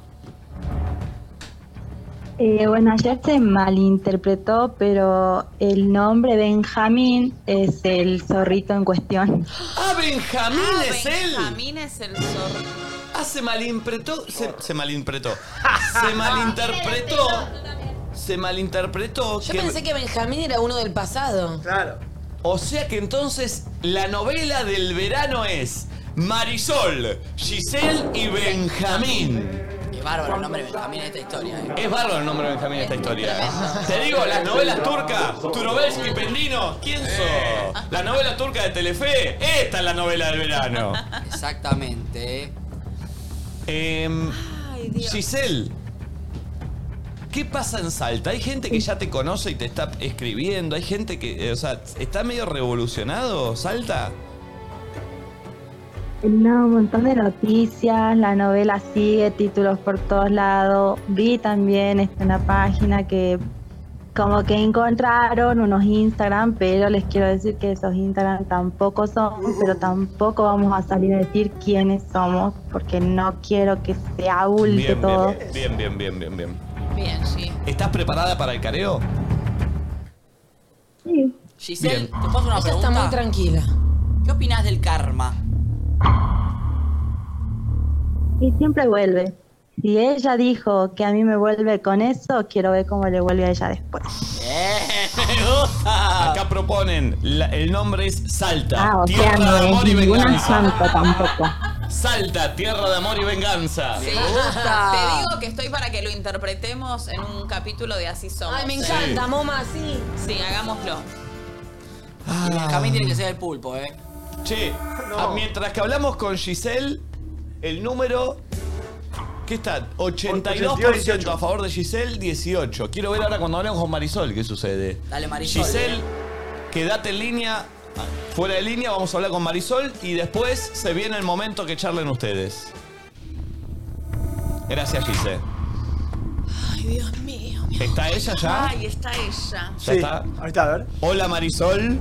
Speaker 12: Eh, bueno, ayer se malinterpretó, pero el nombre Benjamín es el zorrito en cuestión.
Speaker 1: Ah, Benjamín es él.
Speaker 2: Benjamín es el zorro.
Speaker 1: Ah, se malinterpretó. Se, se
Speaker 3: (laughs)
Speaker 1: malinterpretó. Se malinterpretó. Se malinterpretó.
Speaker 3: Yo pensé que Benjamín era uno del pasado.
Speaker 1: Claro. O sea que entonces la novela del verano es Marisol, Giselle y Benjamín.
Speaker 4: Es bárbaro el nombre de Benjamín en esta historia. eh.
Speaker 1: (laughs) Es bárbaro el nombre de Benjamín en esta historia. ¿eh? Te digo, las novelas turcas, Turovelsky, Pendino, ¿quién sos? La novela turca de Telefe, esta es la novela del verano.
Speaker 4: Exactamente.
Speaker 1: Em, Giselle, ¿qué pasa en Salta? Hay gente que ya te conoce y te está escribiendo, hay gente que, eh, o sea, ¿está medio revolucionado Salta?
Speaker 12: No, un montón de noticias, la novela sigue, títulos por todos lados. Vi también este, una página que como que encontraron unos Instagram, pero les quiero decir que esos Instagram tampoco somos, pero tampoco vamos a salir a decir quiénes somos, porque no quiero que se abulte
Speaker 1: Bien,
Speaker 12: todo.
Speaker 1: bien, bien, bien, bien, bien, bien.
Speaker 2: Bien, sí.
Speaker 1: ¿Estás preparada para el careo?
Speaker 4: Giselle,
Speaker 1: Bien.
Speaker 4: ¿te puedo hacer una
Speaker 3: Ella
Speaker 4: pregunta?
Speaker 3: está muy tranquila.
Speaker 4: ¿Qué opinás del karma?
Speaker 12: Y siempre vuelve. Si ella dijo que a mí me vuelve con eso, quiero ver cómo le vuelve a ella después.
Speaker 1: (laughs) Acá proponen, la- el nombre es Salta.
Speaker 12: Ah, o sea,
Speaker 1: tierra
Speaker 12: no
Speaker 1: de amor y
Speaker 12: es ninguna
Speaker 1: venganza.
Speaker 12: santa tampoco.
Speaker 1: Salta, tierra de amor y venganza.
Speaker 2: Sí.
Speaker 4: (laughs)
Speaker 2: Te digo que estoy para que lo interpretemos en un capítulo de Así Somos.
Speaker 3: Ay, me
Speaker 2: ¿eh?
Speaker 3: encanta, moma, sí.
Speaker 2: Sí, hagámoslo.
Speaker 4: Y Benjamín tiene que ser el pulpo, ¿eh?
Speaker 1: Ah. Che, ah, mientras que hablamos con Giselle, el número. ¿Qué está? 82% a favor de Giselle, 18. Quiero ver ahora cuando hablamos con Marisol qué sucede.
Speaker 4: Dale, Marisol.
Speaker 1: Giselle, quédate en línea. Fuera de línea, vamos a hablar con Marisol y después se viene el momento que charlen ustedes. Gracias, Giselle.
Speaker 2: Ay, Dios mío.
Speaker 1: ¿Está ella ya?
Speaker 2: Ay, está ella.
Speaker 1: ¿Ya está?
Speaker 9: Ahí está, a ver.
Speaker 1: Hola, Marisol.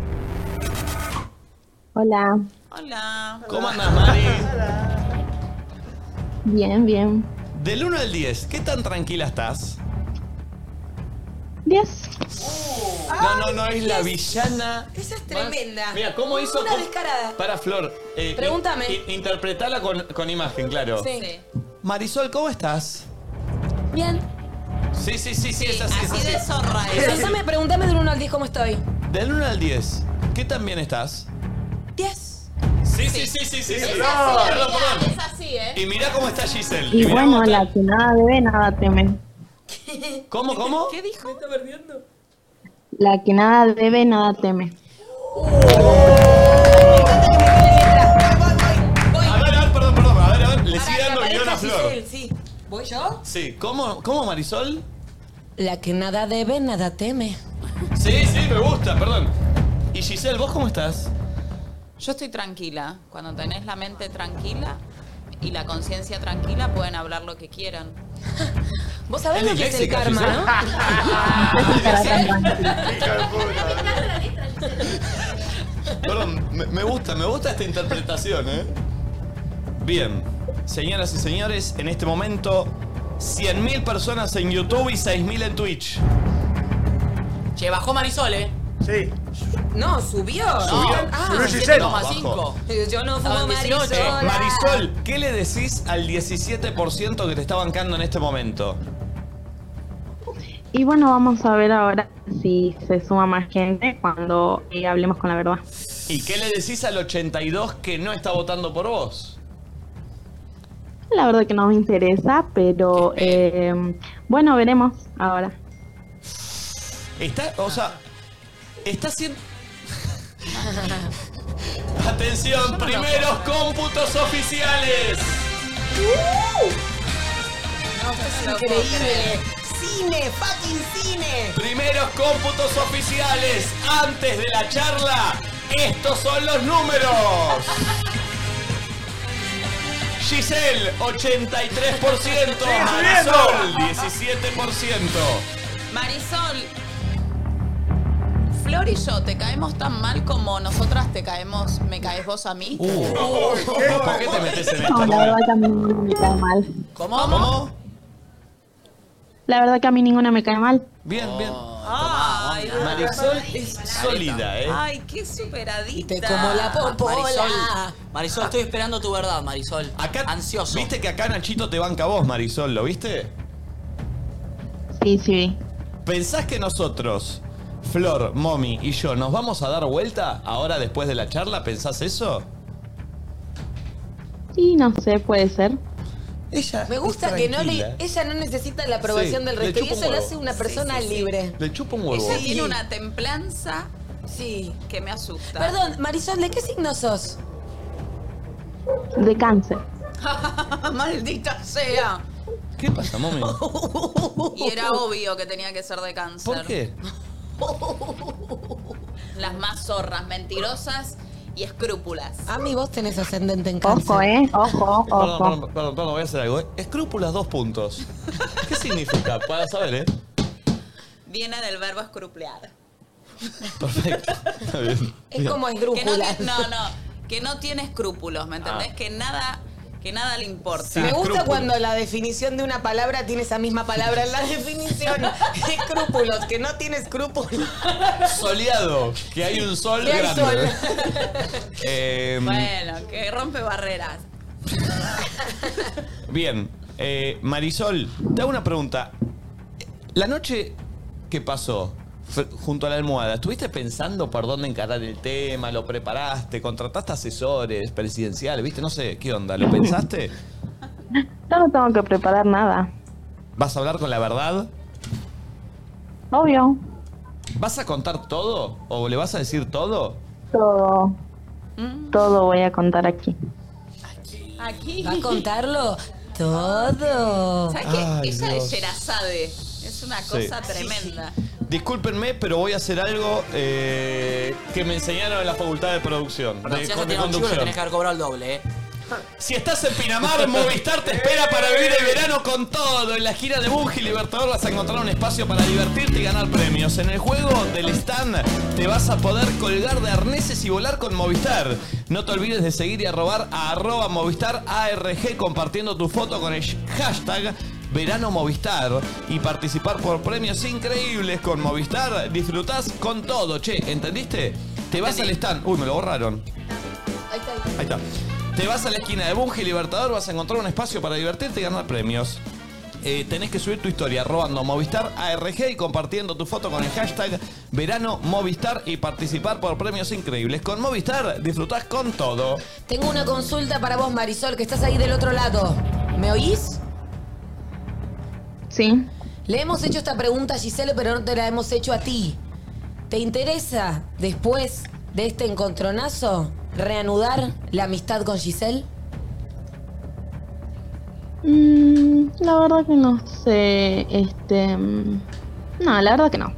Speaker 12: Hola.
Speaker 2: Hola.
Speaker 1: ¿Cómo andas, Mari?
Speaker 12: Bien, bien.
Speaker 1: Del 1 al 10, ¿qué tan tranquila estás?
Speaker 12: 10.
Speaker 1: No, no, no, es la villana.
Speaker 3: Esa es tremenda.
Speaker 1: Mira, ¿cómo hizo?
Speaker 3: Una
Speaker 1: ¿Cómo-
Speaker 3: descarada.
Speaker 1: Para Flor. eh,
Speaker 3: Pregúntame.
Speaker 1: in- interpretala con, con imagen, claro.
Speaker 3: Sí.
Speaker 1: Marisol, ¿cómo estás?
Speaker 3: Bien.
Speaker 1: Sí, sí, sí, sí, es así. es así. Es así.
Speaker 3: Pregúntame, pregúntame del 1 al 10 cómo estoy.
Speaker 1: Del 1 al 10, ¿qué tan bien estás?
Speaker 3: 10.
Speaker 1: Sí, sí, sí, sí, sí. sí.
Speaker 3: Es así,
Speaker 1: Perdón,
Speaker 3: amiga,
Speaker 1: perdón.
Speaker 3: es así, ¿eh?
Speaker 1: Y mirá cómo está Giselle.
Speaker 12: Y
Speaker 1: Mirá
Speaker 3: (laughs)
Speaker 12: bueno,
Speaker 1: cómo está-
Speaker 12: la que nada debe, nada teme.
Speaker 1: ¿Cómo, cómo?
Speaker 3: ¿Qué dijo? Me está perdiendo.
Speaker 12: La que nada debe, nada teme.
Speaker 1: A ver, a ver, perdón, perdón. A ver, a ver, le sigue dando guión a Flor.
Speaker 3: Giselle, sí. ¿Voy yo?
Speaker 1: Sí, ¿cómo, cómo Marisol?
Speaker 3: La que nada debe, nada teme.
Speaker 1: Sí, sí, me gusta, perdón. Y Giselle, ¿vos cómo estás?
Speaker 2: Yo estoy tranquila. Cuando tenés la mente tranquila y la conciencia tranquila, pueden hablar lo que quieran.
Speaker 3: Vos sabés lo que es el
Speaker 1: (laughs)
Speaker 3: karma, (laughs)
Speaker 1: Perdón, me, me gusta, me gusta esta interpretación, ¿eh? Bien, señoras y señores, en este momento 100.000 personas en YouTube y 6.000 en Twitch.
Speaker 4: Che, bajó Marisol, ¿eh?
Speaker 9: Sí.
Speaker 3: No, subió.
Speaker 1: Subió.
Speaker 3: Ah,
Speaker 1: Subió Giselle.
Speaker 4: 7,5.
Speaker 3: Yo no fumo
Speaker 4: Estaban 18.
Speaker 3: marisola.
Speaker 1: Marisol, ¿qué le decís al 17% que te está bancando en este momento?
Speaker 12: Y bueno, vamos a ver ahora si se suma más gente cuando eh, hablemos con la verdad.
Speaker 1: ¿Y qué le decís al 82 que no está votando por vos?
Speaker 12: La verdad que no me interesa, pero eh, bueno, veremos ahora.
Speaker 1: Está, o sea, está haciendo... Atención, primeros cómputos oficiales.
Speaker 11: No, esto es increíble. Cine, fucking cine.
Speaker 1: Primeros cómputos oficiales. Antes de la charla, estos son los números. Giselle, 83%. Marisol, 17%.
Speaker 2: Marisol, Flor y yo te caemos tan mal como nosotras te caemos, me caes vos a mí.
Speaker 1: Uh. ¿Por qué te metes en
Speaker 12: No,
Speaker 1: esto?
Speaker 12: la verdad que a mí ninguna me cae mal.
Speaker 4: ¿Cómo?
Speaker 12: La verdad que a mí ninguna me cae mal.
Speaker 1: Bien, bien.
Speaker 4: Oh.
Speaker 2: Ay,
Speaker 1: Marisol es sólida, ¿eh?
Speaker 2: Ay, qué superadita.
Speaker 4: como la Marisol, Marisol, estoy esperando tu verdad, Marisol.
Speaker 1: Acá, Ansioso. ¿Viste que acá Nachito te banca vos, Marisol? ¿Lo viste?
Speaker 12: Sí, sí.
Speaker 1: ¿Pensás que nosotros, Flor, Momi y yo, nos vamos a dar vuelta ahora después de la charla? ¿Pensás eso?
Speaker 12: Y no sé, puede ser.
Speaker 1: Ella
Speaker 3: Me gusta
Speaker 1: es
Speaker 3: que no le,
Speaker 1: tranquila.
Speaker 3: ella no necesita la aprobación
Speaker 1: Sí,
Speaker 3: del
Speaker 1: le
Speaker 3: resto y
Speaker 1: chupa un
Speaker 3: eso la
Speaker 1: huevo.
Speaker 3: hace una persona
Speaker 2: Sí, sí, sí.
Speaker 3: libre.
Speaker 1: Le chupa un huevo.
Speaker 2: Ella tiene una templanza
Speaker 3: sí.
Speaker 2: que me asusta.
Speaker 3: Perdón, Marisol, ¿de qué signo sos?
Speaker 12: De cáncer.
Speaker 2: (laughs) Maldita sea.
Speaker 1: ¿Qué pasa, Momi?
Speaker 2: Y era obvio que tenía que ser de cáncer.
Speaker 10: (laughs)
Speaker 1: ¿Por qué?
Speaker 2: Las más zorras, mentirosas y escrúpulas.
Speaker 3: A mí vos tenés ascendente en cáncer.
Speaker 12: Ojo, eh. Ojo,
Speaker 1: Perdón,
Speaker 12: ojo.
Speaker 1: perdón, perdón, perdón, voy a hacer algo. ¿eh? Escrúpulas, dos puntos. (laughs) ¿Qué significa? Para saber, ¿eh?
Speaker 2: Viene del verbo escruplear.
Speaker 1: Está bien.
Speaker 3: Es como
Speaker 2: Que no,
Speaker 3: esdrújula.
Speaker 2: ti- no, no, que no tiene escrúpulos, ¿me entendés?
Speaker 1: Ah.
Speaker 2: Que nada que nada le importa.
Speaker 11: Me gusta cuando la definición de una palabra tiene esa misma palabra
Speaker 3: (laughs)
Speaker 11: en la definición. Escrúpulos, que no tiene escrúpulos.
Speaker 1: Soleado, que hay un sol
Speaker 11: Que hay
Speaker 1: grande.
Speaker 11: sol.
Speaker 1: (laughs) Eh,
Speaker 2: Bueno, que rompe barreras.
Speaker 1: Bien, eh, Marisol, te hago una pregunta. La noche que pasó fr- junto a la almohada, ¿estuviste pensando por dónde encarar el tema? ¿Lo preparaste? ¿Contrataste asesores presidenciales? ¿Viste? No sé, ¿qué onda? ¿Lo pensaste?
Speaker 12: Yo no tengo que preparar nada.
Speaker 1: ¿Vas a hablar con la verdad?
Speaker 12: Obvio,
Speaker 1: ¿Vas a contar todo? ¿O le vas a decir todo?
Speaker 12: todo. Todo voy a contar aquí.
Speaker 2: Aquí.
Speaker 3: ¿Va a contarlo? Todo.
Speaker 2: ¿Sabes qué?
Speaker 1: Ay,
Speaker 2: Ella
Speaker 1: Dios.
Speaker 2: es Sherazade. Es una
Speaker 1: Sí.
Speaker 2: cosa tremenda.
Speaker 1: Discúlpenme, pero voy a hacer algo eh, que me enseñaron en la facultad de producción.
Speaker 4: Perdón,
Speaker 1: de-
Speaker 4: si
Speaker 1: de
Speaker 4: has tirado un chivo, lo
Speaker 1: conducción.
Speaker 4: tenés que haber cobrado el doble, ¿eh?
Speaker 1: Si estás en Pinamar, Movistar te espera para vivir el verano con todo. En la gira de Bungie Libertador vas a encontrar un espacio para divertirte y ganar premios. En el juego del stand te vas a poder colgar de arneses y volar con Movistar. No te olvides de seguir y arrobar a arroba Movistar ARG compartiendo tu foto con el hashtag Verano Movistar y participar por premios increíbles con Movistar. Disfrutás con todo, che, ¿entendiste? Te vas al stand. Uy, me lo borraron. Ahí está. Te vas a la esquina de Bunge Libertador, vas a encontrar un espacio para divertirte y ganar premios. Eh, tenés que subir tu historia robando Movistar ARG y compartiendo tu foto con el hashtag Verano Movistar y participar por premios increíbles. Con Movistar disfrutás con todo.
Speaker 3: Tengo una consulta para vos, Marisol, que estás ahí del otro lado. ¿Me oís?
Speaker 12: Sí.
Speaker 3: Le hemos hecho esta pregunta a Giselle, pero no te la hemos hecho a ti. ¿Te interesa, después de este encontronazo, reanudar la amistad con Giselle?
Speaker 12: Mm, la verdad que no sé, este... mm, No, la verdad que no.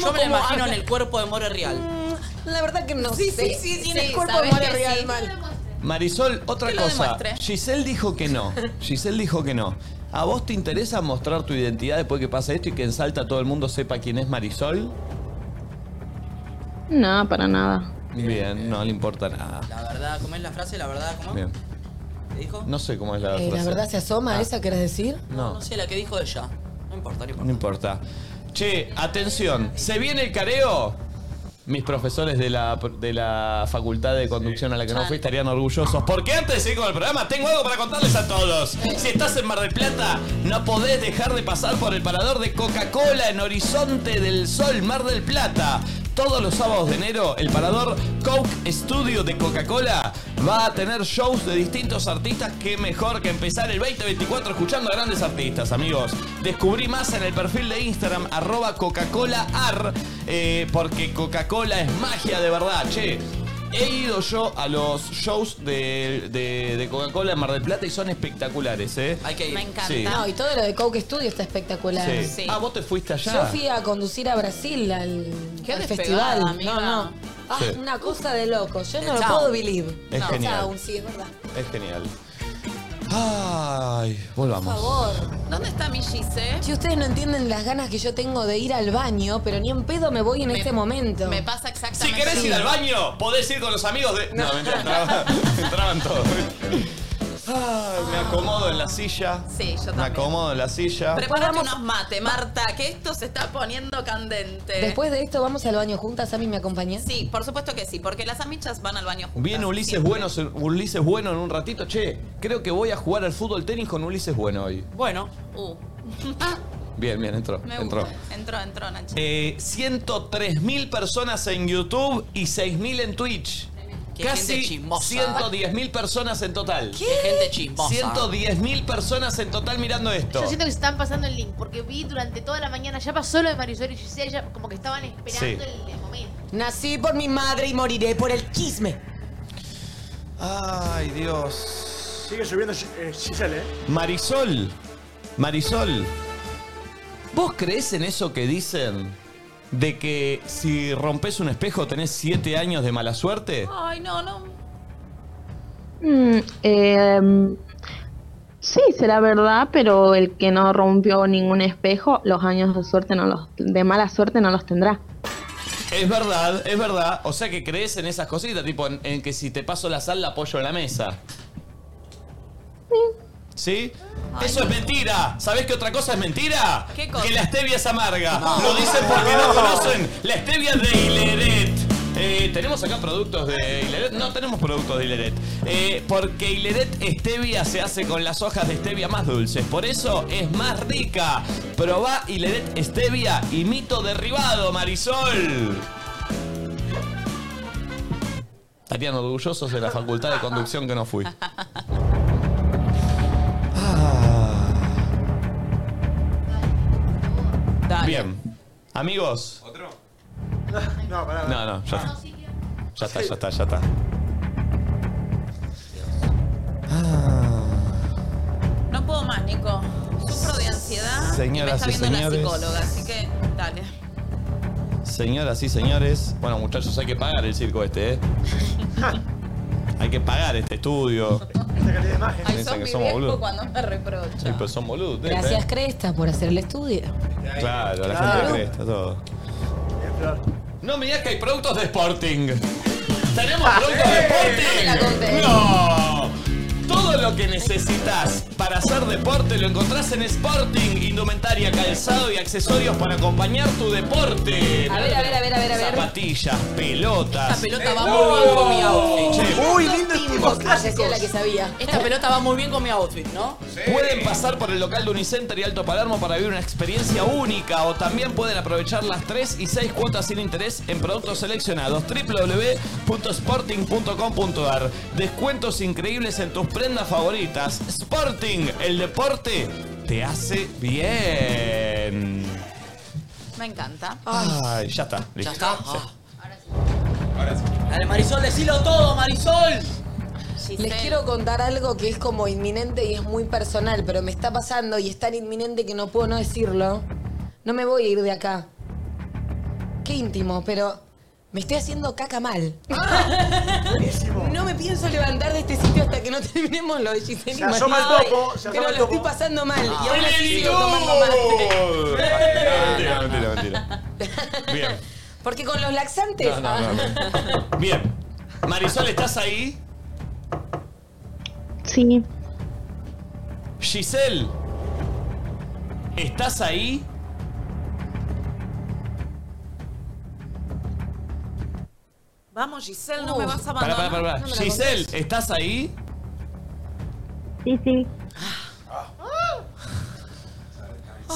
Speaker 4: Yo me la imagino en el cuerpo de More Real.
Speaker 3: Mm, La verdad que no
Speaker 11: Sí,
Speaker 3: sé.
Speaker 11: sí, sí, tiene
Speaker 3: Sí,
Speaker 11: el cuerpo de
Speaker 3: sabés
Speaker 11: María
Speaker 3: que
Speaker 11: Real
Speaker 3: sí.
Speaker 11: mal.
Speaker 1: Marisol, otra
Speaker 11: Que lo
Speaker 1: cosa.
Speaker 11: demuestre.
Speaker 1: Giselle dijo
Speaker 11: (laughs)
Speaker 1: que no. Giselle dijo que no. ¿A vos te interesa mostrar tu identidad después que pasa esto y que en Salta todo el mundo sepa quién es Marisol?
Speaker 12: No, para nada.
Speaker 4: Eh,
Speaker 1: Bien, no le importa nada.
Speaker 4: La verdad, ¿cómo es la frase? La verdad, ¿cómo?
Speaker 1: Bien.
Speaker 4: ¿Te dijo?
Speaker 1: No sé cómo es la
Speaker 3: Eh,
Speaker 1: frase.
Speaker 3: la verdad se asoma
Speaker 1: Ah.
Speaker 3: a esa, ¿querés decir?
Speaker 1: No.
Speaker 4: No sé, la que dijo ella. No importa, no importa.
Speaker 1: No importa. Che, atención, ¿se viene el careo? Mis profesores de la, de la facultad de conducción a la que no fui estarían orgullosos. Porque antes de seguir con el programa, tengo algo para contarles a todos. Si estás en Mar del Plata, no podés dejar de pasar por el parador de Coca-Cola en Horizonte del Sol, Mar del Plata. Todos los sábados de enero, el parador Coke Studio de Coca-Cola va a tener shows de distintos artistas. Qué mejor que empezar el 2024 escuchando a grandes artistas, amigos. Descubrí más en el perfil de Instagram, arroba Coca-Cola AR, eh, porque Coca-Cola es magia de verdad, che. He ido yo a los shows de, de- de Coca-Cola en Mar del Plata y son espectaculares, ¿eh?
Speaker 4: Hay que
Speaker 3: Me encanta.
Speaker 1: Sí.
Speaker 3: No, y todo lo de Coke Studio está espectacular.
Speaker 1: Sí. Ah, vos te fuiste allá.
Speaker 3: Yo fui a conducir a Brasil al, al
Speaker 7: despegada,
Speaker 3: festival.
Speaker 7: amiga.
Speaker 3: No, no. Ah,
Speaker 1: Sí.
Speaker 3: una cosa de loco. Yo no lo
Speaker 7: Chao.
Speaker 3: puedo believe.
Speaker 1: Es
Speaker 3: no.
Speaker 1: genial.
Speaker 3: Chao, sí, es verdad.
Speaker 1: Es genial. Ay, volvamos.
Speaker 3: favor.
Speaker 2: ¿Dónde está mi Gise?
Speaker 3: Si ustedes no entienden las ganas que yo tengo de ir al baño, pero ni en pedo me voy en este momento.
Speaker 2: Me pasa exactamente.
Speaker 1: Si querés ir al baño, podés ir con los amigos de. No, mentira, entraba- entraban todos. Ay, me acomodo en la silla.
Speaker 2: Sí, yo
Speaker 1: Me
Speaker 2: también.
Speaker 1: acomodo en la silla.
Speaker 2: Prepárate unos mate, Marta, que esto se está poniendo candente.
Speaker 3: Después de esto, ¿vamos al baño juntas? ¿Sami me acompañás?
Speaker 2: Sí, por supuesto que sí, porque las amichas van al baño juntas.
Speaker 1: Viene Ulises
Speaker 2: siempre.
Speaker 1: bueno, Ulises bueno en un ratito. Che, creo que voy a jugar al fútbol tenis con Ulises bueno hoy.
Speaker 4: Bueno.
Speaker 2: Uh. (laughs)
Speaker 1: Bien, bien, entró.
Speaker 2: Me
Speaker 1: entró.
Speaker 2: gusta. Entró, entró, Nacho.
Speaker 1: Eh, 103.000 personas en YouTube y 6.000 en Twitch.
Speaker 4: Qué gente
Speaker 1: Casi
Speaker 4: chismosa.
Speaker 1: 110.000 personas en total.
Speaker 4: Qué gente chismosa.
Speaker 1: 110.000 personas en total mirando esto.
Speaker 6: Yo siento que se están pasando el link, porque vi durante toda la mañana, ya pasó lo de Marisol y Giselle, ya como que estaban esperando
Speaker 1: Sí.
Speaker 6: el, el momento.
Speaker 11: Nací por mi madre y moriré por el chisme.
Speaker 1: Ay, Dios.
Speaker 9: Sigue subiendo eh, Giselle, ¿eh?
Speaker 1: Marisol, Marisol, ¿vos crees en eso que dicen de que si rompes un espejo tenés 7 años de mala suerte?
Speaker 2: Ay, no, no.
Speaker 12: Mm, eh, sí, será verdad, pero el que no rompió ningún espejo, los años de suerte no los, de mala suerte no los tendrá.
Speaker 1: Es verdad, es verdad. O sea que crees en esas cositas, tipo en, en que si te paso la sal la apoyo en la mesa. ¿Sí? Eso es mentira. ¿Sabés qué otra cosa es mentira?
Speaker 2: ¿Qué cosa?
Speaker 1: Que la stevia es amarga. Lo dicen porque no,
Speaker 2: No.
Speaker 1: conocen la stevia de Hileret. Eh, ¿Tenemos acá productos de Hileret? No tenemos productos de Hileret. Eh, porque Hileret Stevia se hace con las hojas de stevia más dulces. Por eso es más rica. Probá Hileret Stevia y mito derribado, Marisol. Estarían orgullosos de la facultad de conducción que no fui. Bien. Amigos. ¿Otro?
Speaker 19: No, pará.
Speaker 1: No, no, ya, ya está, ya está, ya está.
Speaker 2: No puedo más, Nico. Sufro de ansiedad.
Speaker 1: Señoras
Speaker 2: y me está
Speaker 1: y
Speaker 2: viendo
Speaker 1: señores.
Speaker 2: una psicóloga, así que dale.
Speaker 1: Señoras y señores. Bueno, muchachos, hay que pagar el circo este, ¿eh? hay que pagar este estudio.
Speaker 2: Ay, sos
Speaker 1: Piensan que
Speaker 2: mi
Speaker 1: somos
Speaker 2: viejo
Speaker 1: boludos.
Speaker 2: cuando me reprocho.
Speaker 1: Sí, pero son boludos. ustedes,
Speaker 3: Gracias,
Speaker 1: ¿eh?
Speaker 3: Cresta, por hacer el estudio.
Speaker 1: Claro, la
Speaker 3: Claro.
Speaker 1: gente cresta todo. No me digas que hay productos de Sporting. ¿Tenemos
Speaker 27: Ah,
Speaker 1: productos de Sporting? ¡No! Todo lo que necesitas para hacer deporte lo encontrás en Sporting. Indumentaria, calzado y accesorios para acompañar tu deporte.
Speaker 27: A ver, a ver, a ver, a ver, a ver.
Speaker 1: Zapatillas, pelotas. Eh,
Speaker 4: Esta pelota va muy bien con mi outfit.
Speaker 1: este
Speaker 3: Decía la que sabía.
Speaker 4: Esta pelota va muy bien con mi outfit, ¿no?
Speaker 1: Pueden pasar por el local de Unicenter y Alto Palermo para vivir una experiencia única o también pueden aprovechar las 3 y 6 cuotas sin interés en productos seleccionados. www.sporting.com.ar Descuentos increíbles en tus prendas favoritas. Sporting, el deporte te hace bien.
Speaker 2: Me encanta.
Speaker 1: Ay, ya está.
Speaker 4: Ya
Speaker 1: listo.
Speaker 4: está.
Speaker 1: Sí.
Speaker 4: Ah. Dale, Marisol, decilo todo, Marisol.
Speaker 3: Les quiero contar algo que es como inminente y es muy personal, pero me está pasando y es tan inminente que no puedo no decirlo. No me voy a ir de acá. Qué íntimo, pero me estoy haciendo caca mal.
Speaker 22: No me pienso levantar de este sitio hasta que no terminemos lo de Giselle
Speaker 3: Se asoma el topo, se asoma
Speaker 22: Pero
Speaker 3: el
Speaker 22: lo
Speaker 3: topo. Ah.
Speaker 22: estoy pasando mal. Y aún así sigo tomando
Speaker 1: ¡Plenitud!
Speaker 22: mate.
Speaker 1: Mentira, mentira, mentira. Bien.
Speaker 3: Porque con los laxantes.
Speaker 1: No, no, no,
Speaker 3: (laughs)
Speaker 1: no. Bien. Marisol, ¿estás ahí?
Speaker 18: Sí,
Speaker 1: Giselle, ¿estás ahí?
Speaker 2: Vamos, Giselle, no me vas a
Speaker 1: Pará,
Speaker 2: abandonar.
Speaker 1: pará, pará.
Speaker 2: No me la
Speaker 1: Giselle,
Speaker 2: contestes.
Speaker 1: ¿estás ahí?
Speaker 18: sí, sí.
Speaker 2: Ah.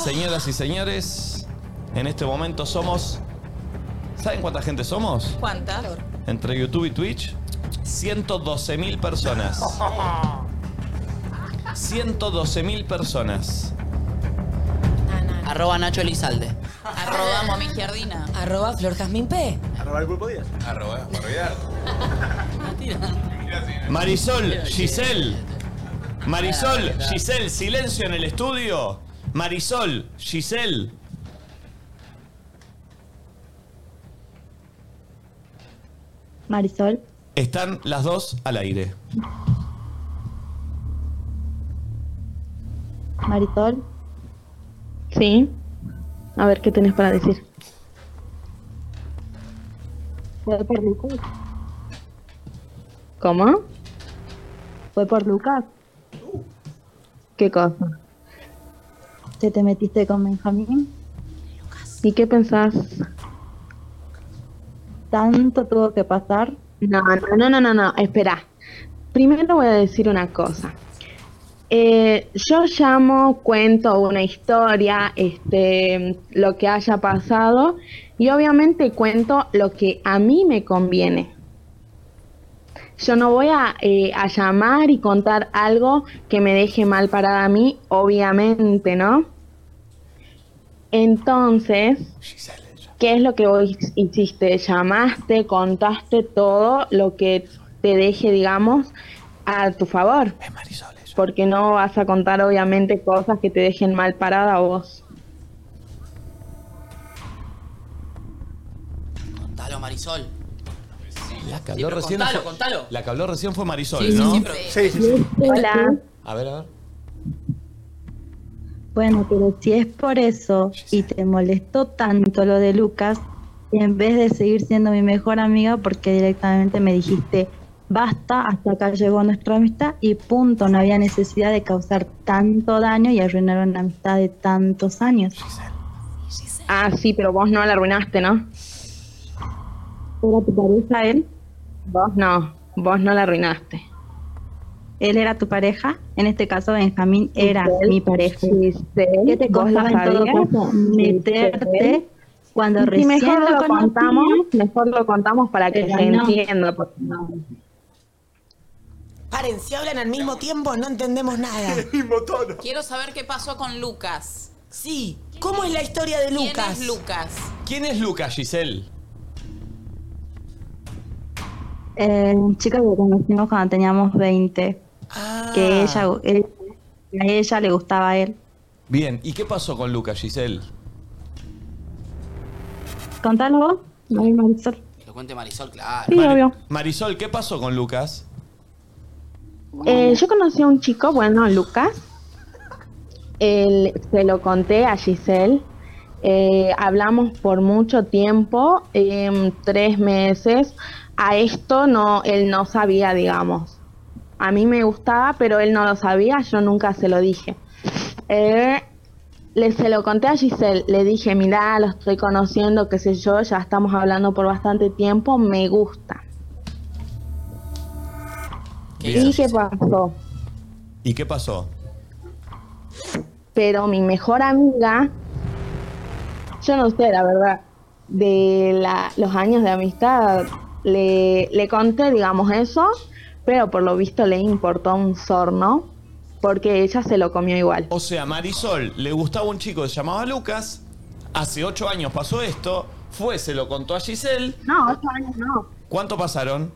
Speaker 1: Señoras y señores, en este momento somos. ¿Saben cuánta gente somos?
Speaker 2: ¿Cuántas?
Speaker 1: Entre YouTube y Twitch, 112.000 personas.
Speaker 2: (laughs)
Speaker 1: 112.000 personas.
Speaker 4: Arroba Nacho Elizalde.
Speaker 2: Arroba Momi Giardina.
Speaker 3: Arroba Flor Jazmín P.
Speaker 19: Arroba el pulpo Díaz.
Speaker 28: Arroba, por olvidar.
Speaker 1: Marisol, Giselle. Marisol, Giselle, silencio en el estudio. Marisol, Giselle.
Speaker 18: Marisol,
Speaker 1: Están las dos al aire.
Speaker 18: Marisol. Sí. A ver qué tenés para decir. Fue por Lucas. ¿Cómo? Fue por Lucas. ¿Qué cosa?
Speaker 12: ¿Te te metiste con Benjamín?
Speaker 18: ¿Y qué pensás? ¿Tanto tuvo que pasar? No, no, no, no, no, no, espera. Primero voy a decir una cosa. Eh, yo llamo, cuento una historia, este, lo que haya pasado y obviamente cuento lo que a mí me conviene. Yo no voy a, eh, a llamar y contar algo que me deje mal parada a mí, obviamente, ¿no? Entonces, ¿qué es lo que vos hiciste? Llamaste, contaste todo lo que te deje, digamos, a tu favor. Porque no vas a contar, obviamente, cosas que te dejen mal parada a vos.
Speaker 4: Contalo, Marisol.
Speaker 1: La que
Speaker 4: Sí, pero contalo, contalo.
Speaker 1: La que habló recién fue Marisol,
Speaker 4: Sí, sí,
Speaker 1: ¿no?
Speaker 4: sí, pero- Sí, sí,
Speaker 18: Hola.
Speaker 1: A ver, a ver.
Speaker 18: Bueno, pero si es por eso y te molestó tanto lo de Lucas, en vez de seguir siendo mi mejor amiga, porque directamente me dijiste,
Speaker 12: basta, hasta acá llegó nuestra amistad y punto, no había necesidad de causar tanto daño y arruinar una amistad de tantos años.
Speaker 18: Ah, sí, pero vos no la arruinaste, ¿no?
Speaker 12: ¿Era tu pareja él?
Speaker 18: Vos no, vos no la arruinaste.
Speaker 12: Él era tu pareja, en este caso Benjamín era
Speaker 18: Giselle,
Speaker 12: mi pareja. ¿Qué te
Speaker 18: ¿vos la
Speaker 12: costaba en todo
Speaker 18: sabías?
Speaker 12: caso meterte
Speaker 18: Giselle.
Speaker 12: cuando
Speaker 18: Y
Speaker 12: recién
Speaker 18: mejor lo,
Speaker 12: conocías?
Speaker 18: contamos, mejor lo contamos para que
Speaker 12: Pero
Speaker 18: se
Speaker 12: no.
Speaker 18: entienda. porque no.
Speaker 11: Paren, si hablan al mismo tiempo no entendemos nada. el
Speaker 9: mismo tono.
Speaker 2: Quiero saber qué pasó con Lucas.
Speaker 11: Sí. ¿Cómo es la historia de
Speaker 2: ¿Quién
Speaker 11: Lucas?
Speaker 2: es Lucas?
Speaker 1: ¿Quién es Lucas, Giselle?
Speaker 12: Eh, un chico que conocimos cuando teníamos 20,
Speaker 3: Ah.
Speaker 12: que ella, él- a ella le gustaba a él.
Speaker 1: Bien, ¿y qué pasó con Lucas, Giselle?
Speaker 12: Contalo vos, María Marisol.
Speaker 4: Lo cuente Marisol, claro.
Speaker 12: Sí, obvio.
Speaker 1: Marisol, ¿qué pasó con Lucas?
Speaker 18: Eh, yo conocí a un chico, bueno, Lucas. Él- se lo conté a Giselle. Eh, hablamos por mucho tiempo, em, tres meses. A esto no, él no sabía, digamos. A mí me gustaba, pero él no lo sabía, yo nunca se lo dije. Eh, le, se lo conté a Giselle, le dije, mirá, lo estoy conociendo, qué sé yo, ya estamos hablando por bastante tiempo, me gusta. ¿Y qué pasó?
Speaker 1: ¿Y qué pasó?
Speaker 18: pero mi mejor amiga, yo no sé, la verdad, de la- los años de amistad, le, le conté, digamos, eso, pero por lo visto le importó un sorno, porque ella se lo comió igual.
Speaker 1: O sea, Marisol le gustaba un chico que se llamaba Lucas. Hace ocho años pasó esto. Fue, se lo contó a Giselle.
Speaker 18: No, ocho años no,
Speaker 1: ¿Cuánto pasaron?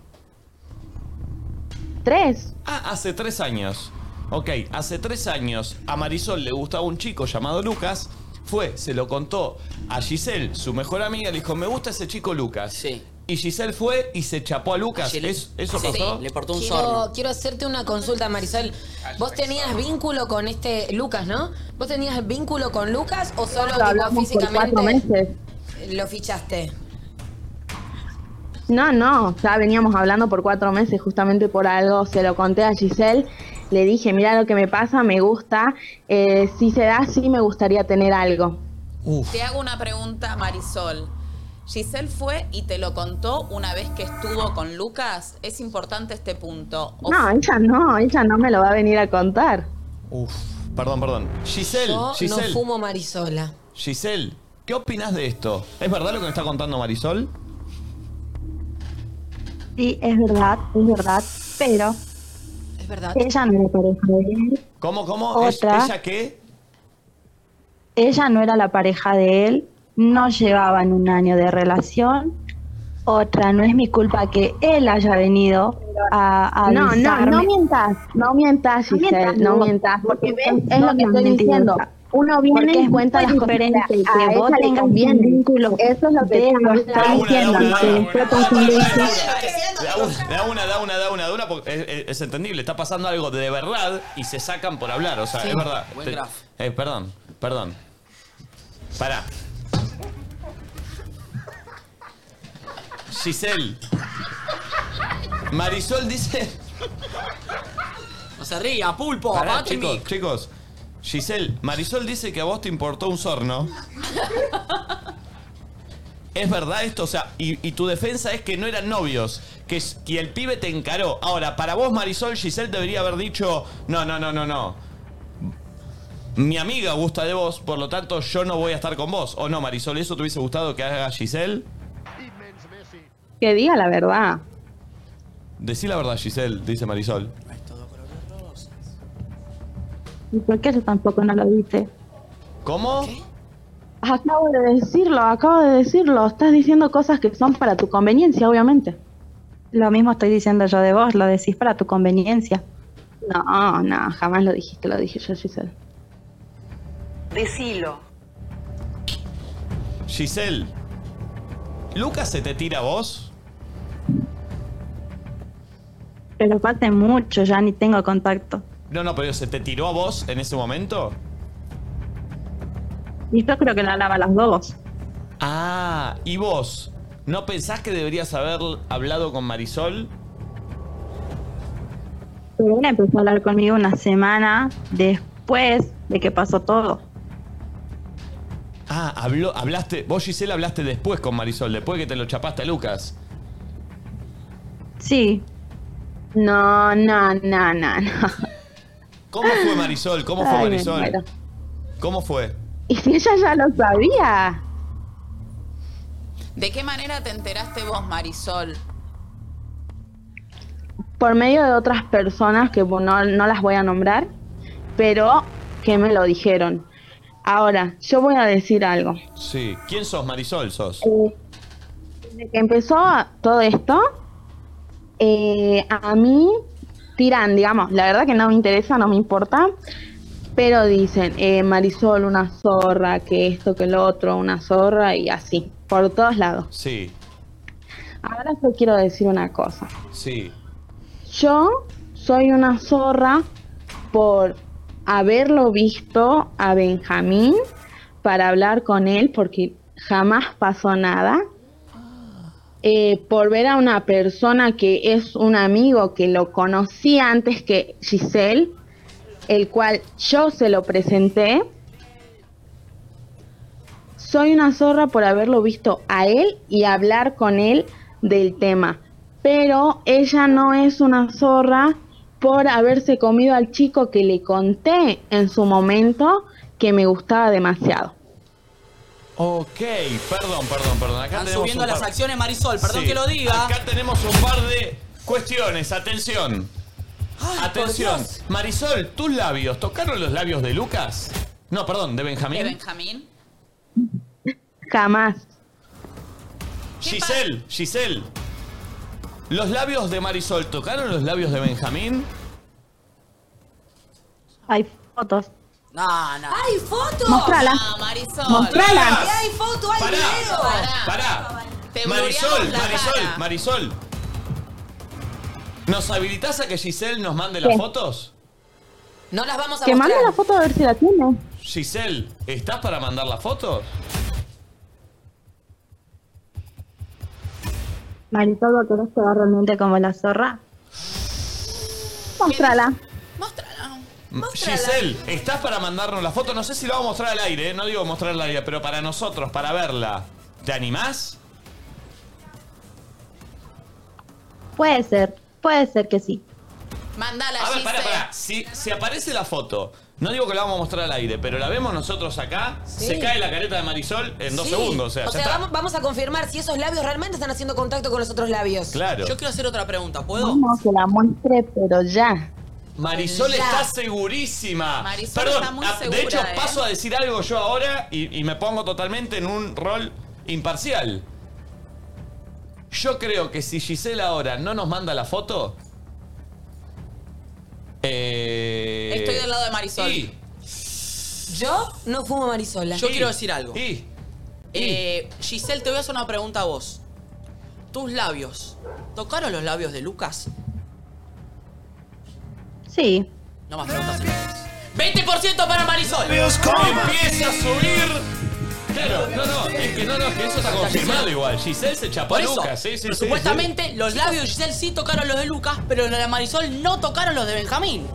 Speaker 18: tres.
Speaker 1: Ah, hace tres años. Ok, hace tres años a Marisol le gustaba un chico llamado Lucas. Fue, se lo contó a Giselle, su mejor amiga, le dijo, me gusta ese chico Lucas. Sí. Y Giselle fue y se chapó a Lucas. ¿Es- ¿Eso
Speaker 4: Sí,
Speaker 1: pasó?
Speaker 4: le portó
Speaker 3: Quiero, quiero hacerte una consulta, Marisol. ¿Vos tenías vínculo con este Lucas, no? ¿Vos tenías vínculo con Lucas o solo tipo,
Speaker 18: hablamos por cuatro
Speaker 3: físicamente
Speaker 18: meses.
Speaker 3: lo fichaste?
Speaker 18: No, no, ya veníamos hablando por cuatro meses justamente por algo, se lo conté a Giselle, le dije, mira lo que me pasa, me gusta, eh, si se da, sí me gustaría tener algo.
Speaker 2: Te hago una pregunta, Marisol. Giselle fue y te lo contó una vez que estuvo con Lucas. Es importante este punto. O
Speaker 18: No, ella no, ella no me lo va a venir a contar.
Speaker 1: Uf, perdón, perdón. Giselle,
Speaker 3: Yo
Speaker 1: Giselle,
Speaker 3: no fumo Marisola.
Speaker 1: Giselle, ¿qué opinas de esto? ¿Es verdad lo que me está contando Marisol?
Speaker 12: Sí, es verdad, es verdad, pero
Speaker 3: es verdad.
Speaker 12: ella no era pareja de él,
Speaker 1: ¿Cómo, cómo? ¿Es-
Speaker 12: Otra.
Speaker 1: ¿Ella qué?
Speaker 12: ella no era la pareja de él, no llevaban un año de relación. Otra, no es mi culpa que él haya venido a, a
Speaker 18: No, no,
Speaker 12: avisarme.
Speaker 18: no mientas, no mientas,
Speaker 12: No mientas,
Speaker 18: Giselle, no
Speaker 12: no.
Speaker 18: mientas, porque ves, es
Speaker 12: No
Speaker 18: lo que
Speaker 12: seas
Speaker 18: estoy diciendo.
Speaker 12: mentirosa.
Speaker 18: Uno viene
Speaker 12: Porque
Speaker 18: y
Speaker 12: es
Speaker 18: cuenta
Speaker 12: muy
Speaker 18: las cosas
Speaker 12: diferente
Speaker 18: que a
Speaker 12: que vos
Speaker 18: ella le
Speaker 12: tengas un
Speaker 18: convienen.
Speaker 12: vínculo
Speaker 18: Eso es lo que
Speaker 12: de
Speaker 18: ella me está
Speaker 12: amistad.
Speaker 18: diciendo.
Speaker 12: Entiendo,
Speaker 18: que
Speaker 12: sí.
Speaker 18: explotas un vínculo.
Speaker 1: Da una, da una, da una, da una, da una, porque es, es- es entendible. Está pasando algo de verdad y se sacan por hablar, o sea,
Speaker 4: Sí.
Speaker 1: es verdad.
Speaker 4: Buen graf.
Speaker 1: eh, perdón, perdón. Pará. Giselle. Marisol dice...
Speaker 4: No se ría, pulpo,
Speaker 1: Pará,
Speaker 4: apagate el
Speaker 1: chicos,
Speaker 4: mic.
Speaker 1: chicos. Giselle, Marisol dice que a vos te importó un sorno. ¿Es verdad esto? O sea, y, y tu defensa es que no eran novios, que, es- que el pibe te encaró. Ahora, para vos, Marisol, Giselle debería haber dicho, no, no, no, no, no. Mi amiga gusta de vos, por lo tanto yo no voy a estar con vos. ¿O no, Marisol? ¿Eso te hubiese gustado que haga Giselle?
Speaker 18: Que diga la verdad.
Speaker 1: Decí la verdad, Giselle, dice Marisol.
Speaker 12: ¿Y por qué eso tampoco no lo dice?
Speaker 1: ¿Cómo?
Speaker 18: Acabo de decirlo, acabo de decirlo. Estás diciendo cosas que son para tu conveniencia, obviamente.
Speaker 12: Lo mismo estoy diciendo yo de vos, lo decís para tu conveniencia.
Speaker 18: No, no, jamás lo dijiste, lo dije yo, Giselle.
Speaker 29: Decilo.
Speaker 1: Giselle, ¿Lucas se te tira a vos?
Speaker 12: Pero fue hace mucho, ya ni tengo contacto.
Speaker 1: No, no, pero ¿se te tiró a vos en ese momento?
Speaker 12: Y yo creo que la lava las dos.
Speaker 1: Ah, ¿y vos? ¿No pensás que deberías haber hablado con Marisol?
Speaker 18: Pero él empezó a hablar conmigo una semana después de que pasó todo.
Speaker 1: Ah, habló, hablaste, vos Gisela hablaste después con Marisol, después que te lo chapaste a Lucas.
Speaker 18: Sí. No, no, no, no, (laughs) no.
Speaker 1: ¿Cómo fue Marisol? ¿Cómo fue
Speaker 18: Ah. Ay, me
Speaker 1: Marisol?
Speaker 18: muero.
Speaker 1: ¿Cómo fue?
Speaker 18: Y si ella ya lo sabía.
Speaker 2: ¿De qué manera te enteraste vos, Marisol?
Speaker 18: por medio de otras personas que bueno, no, no las voy a nombrar, pero que me lo dijeron. Ahora, yo voy a decir algo.
Speaker 1: Sí. ¿Quién sos, Marisol? ¿Sos?
Speaker 18: Eh, Desde que empezó todo esto, eh, a mí tiran, digamos, la verdad que no me interesa, no me importa, pero dicen, eh, Marisol, una zorra, que esto, que lo otro, una zorra y así, por todos lados.
Speaker 1: Sí,
Speaker 18: Ahora yo quiero decir una cosa.
Speaker 1: sí.
Speaker 18: Yo soy una zorra por haberlo visto a Benjamín para hablar con él porque jamás pasó nada. Eh, por ver a una persona que es un amigo que lo conocí antes que Giselle, el cual yo se lo presenté. Soy una zorra por haberlo visto a él y hablar con él del tema. Pero ella no es una zorra por haberse comido al chico que le conté en su momento que me gustaba demasiado.
Speaker 1: Ok, perdón, perdón, perdón. Acá
Speaker 4: Están
Speaker 1: tenemos
Speaker 4: subiendo
Speaker 1: un par-
Speaker 4: las acciones, Marisol, perdón
Speaker 1: Sí.
Speaker 4: que lo diga.
Speaker 1: Acá tenemos un par de cuestiones, atención. atención. Marisol, tus labios, ¿tocaron los labios de Lucas? No, perdón, de Benjamín.
Speaker 2: ¿De Benjamín?
Speaker 18: Jamás.
Speaker 1: Giselle, Giselle. ¿Los labios de Marisol tocaron los labios de Benjamín?
Speaker 18: Hay fotos.
Speaker 4: No, no.
Speaker 12: ¡Hay fotos!
Speaker 18: Mostrala.
Speaker 2: No, Marisol.
Speaker 18: Mostrala.
Speaker 12: ¿Qué hay fotos? ¡Hay video!
Speaker 1: Pará.
Speaker 2: Te
Speaker 1: Marisol,
Speaker 2: blureamos la
Speaker 1: Marisol,
Speaker 2: cara.
Speaker 1: Marisol. ¿Nos habilitas a que Giselle nos mande las
Speaker 18: ¿Qué?
Speaker 1: fotos?
Speaker 4: No las vamos
Speaker 18: Que mande la foto a ver si la tiene.
Speaker 1: Giselle, ¿estás para mandar las fotos?
Speaker 18: Marisol, ¿vos querés quedar realmente como la zorra? Mostrala.
Speaker 1: Giselle, ¿estás para mandarnos la foto? No sé si la vamos a mostrar al aire, ¿eh? no digo mostrar al aire, pero para nosotros, para verla. ¿Te animás?
Speaker 18: Puede ser, puede ser que sí.
Speaker 2: Mandala,
Speaker 1: A ver, pará,
Speaker 2: Giselle.
Speaker 1: pará. Si, si aparece la foto, no digo que la vamos a mostrar al aire, pero la vemos nosotros acá,
Speaker 3: Sí.
Speaker 1: se cae la careta de Marisol en dos
Speaker 3: Sí.
Speaker 1: segundos. O sea, ya está.
Speaker 3: vamos, vamos a confirmar si esos labios realmente están haciendo contacto con los otros labios.
Speaker 1: Claro.
Speaker 4: Yo quiero hacer otra pregunta, ¿puedo?
Speaker 18: Vamos, que la muestre, pero ya.
Speaker 1: Marisol
Speaker 4: Ya.
Speaker 1: está segurísima.
Speaker 4: Marisol
Speaker 1: Perdón,
Speaker 4: está muy
Speaker 1: a-
Speaker 4: segura,
Speaker 1: de hecho
Speaker 4: ¿eh?
Speaker 1: paso a decir algo yo ahora y, y me pongo totalmente en un rol imparcial. Yo creo que si Giselle ahora no nos manda la foto... eh,
Speaker 3: Estoy del lado de
Speaker 2: Marisol.
Speaker 1: y-
Speaker 3: Yo no fumo marisola.
Speaker 4: Yo quiero decir algo.
Speaker 3: Y.
Speaker 4: Eh, Giselle, te voy a hacer una pregunta a vos. ¿Tus labios tocaron los labios de Lucas?
Speaker 18: Sí.
Speaker 4: No más preguntas. 20% para Marisol.
Speaker 1: Empieza a subir. Claro, no, no, es que no, no, es que eso está confirmado igual. Giselle se chapó
Speaker 4: Por
Speaker 1: a
Speaker 4: eso,
Speaker 1: Lucas, sí, sí, sí, sí.
Speaker 4: supuestamente los labios de Giselle sí tocaron los de Lucas, pero los de Marisol no tocaron los de Benjamín.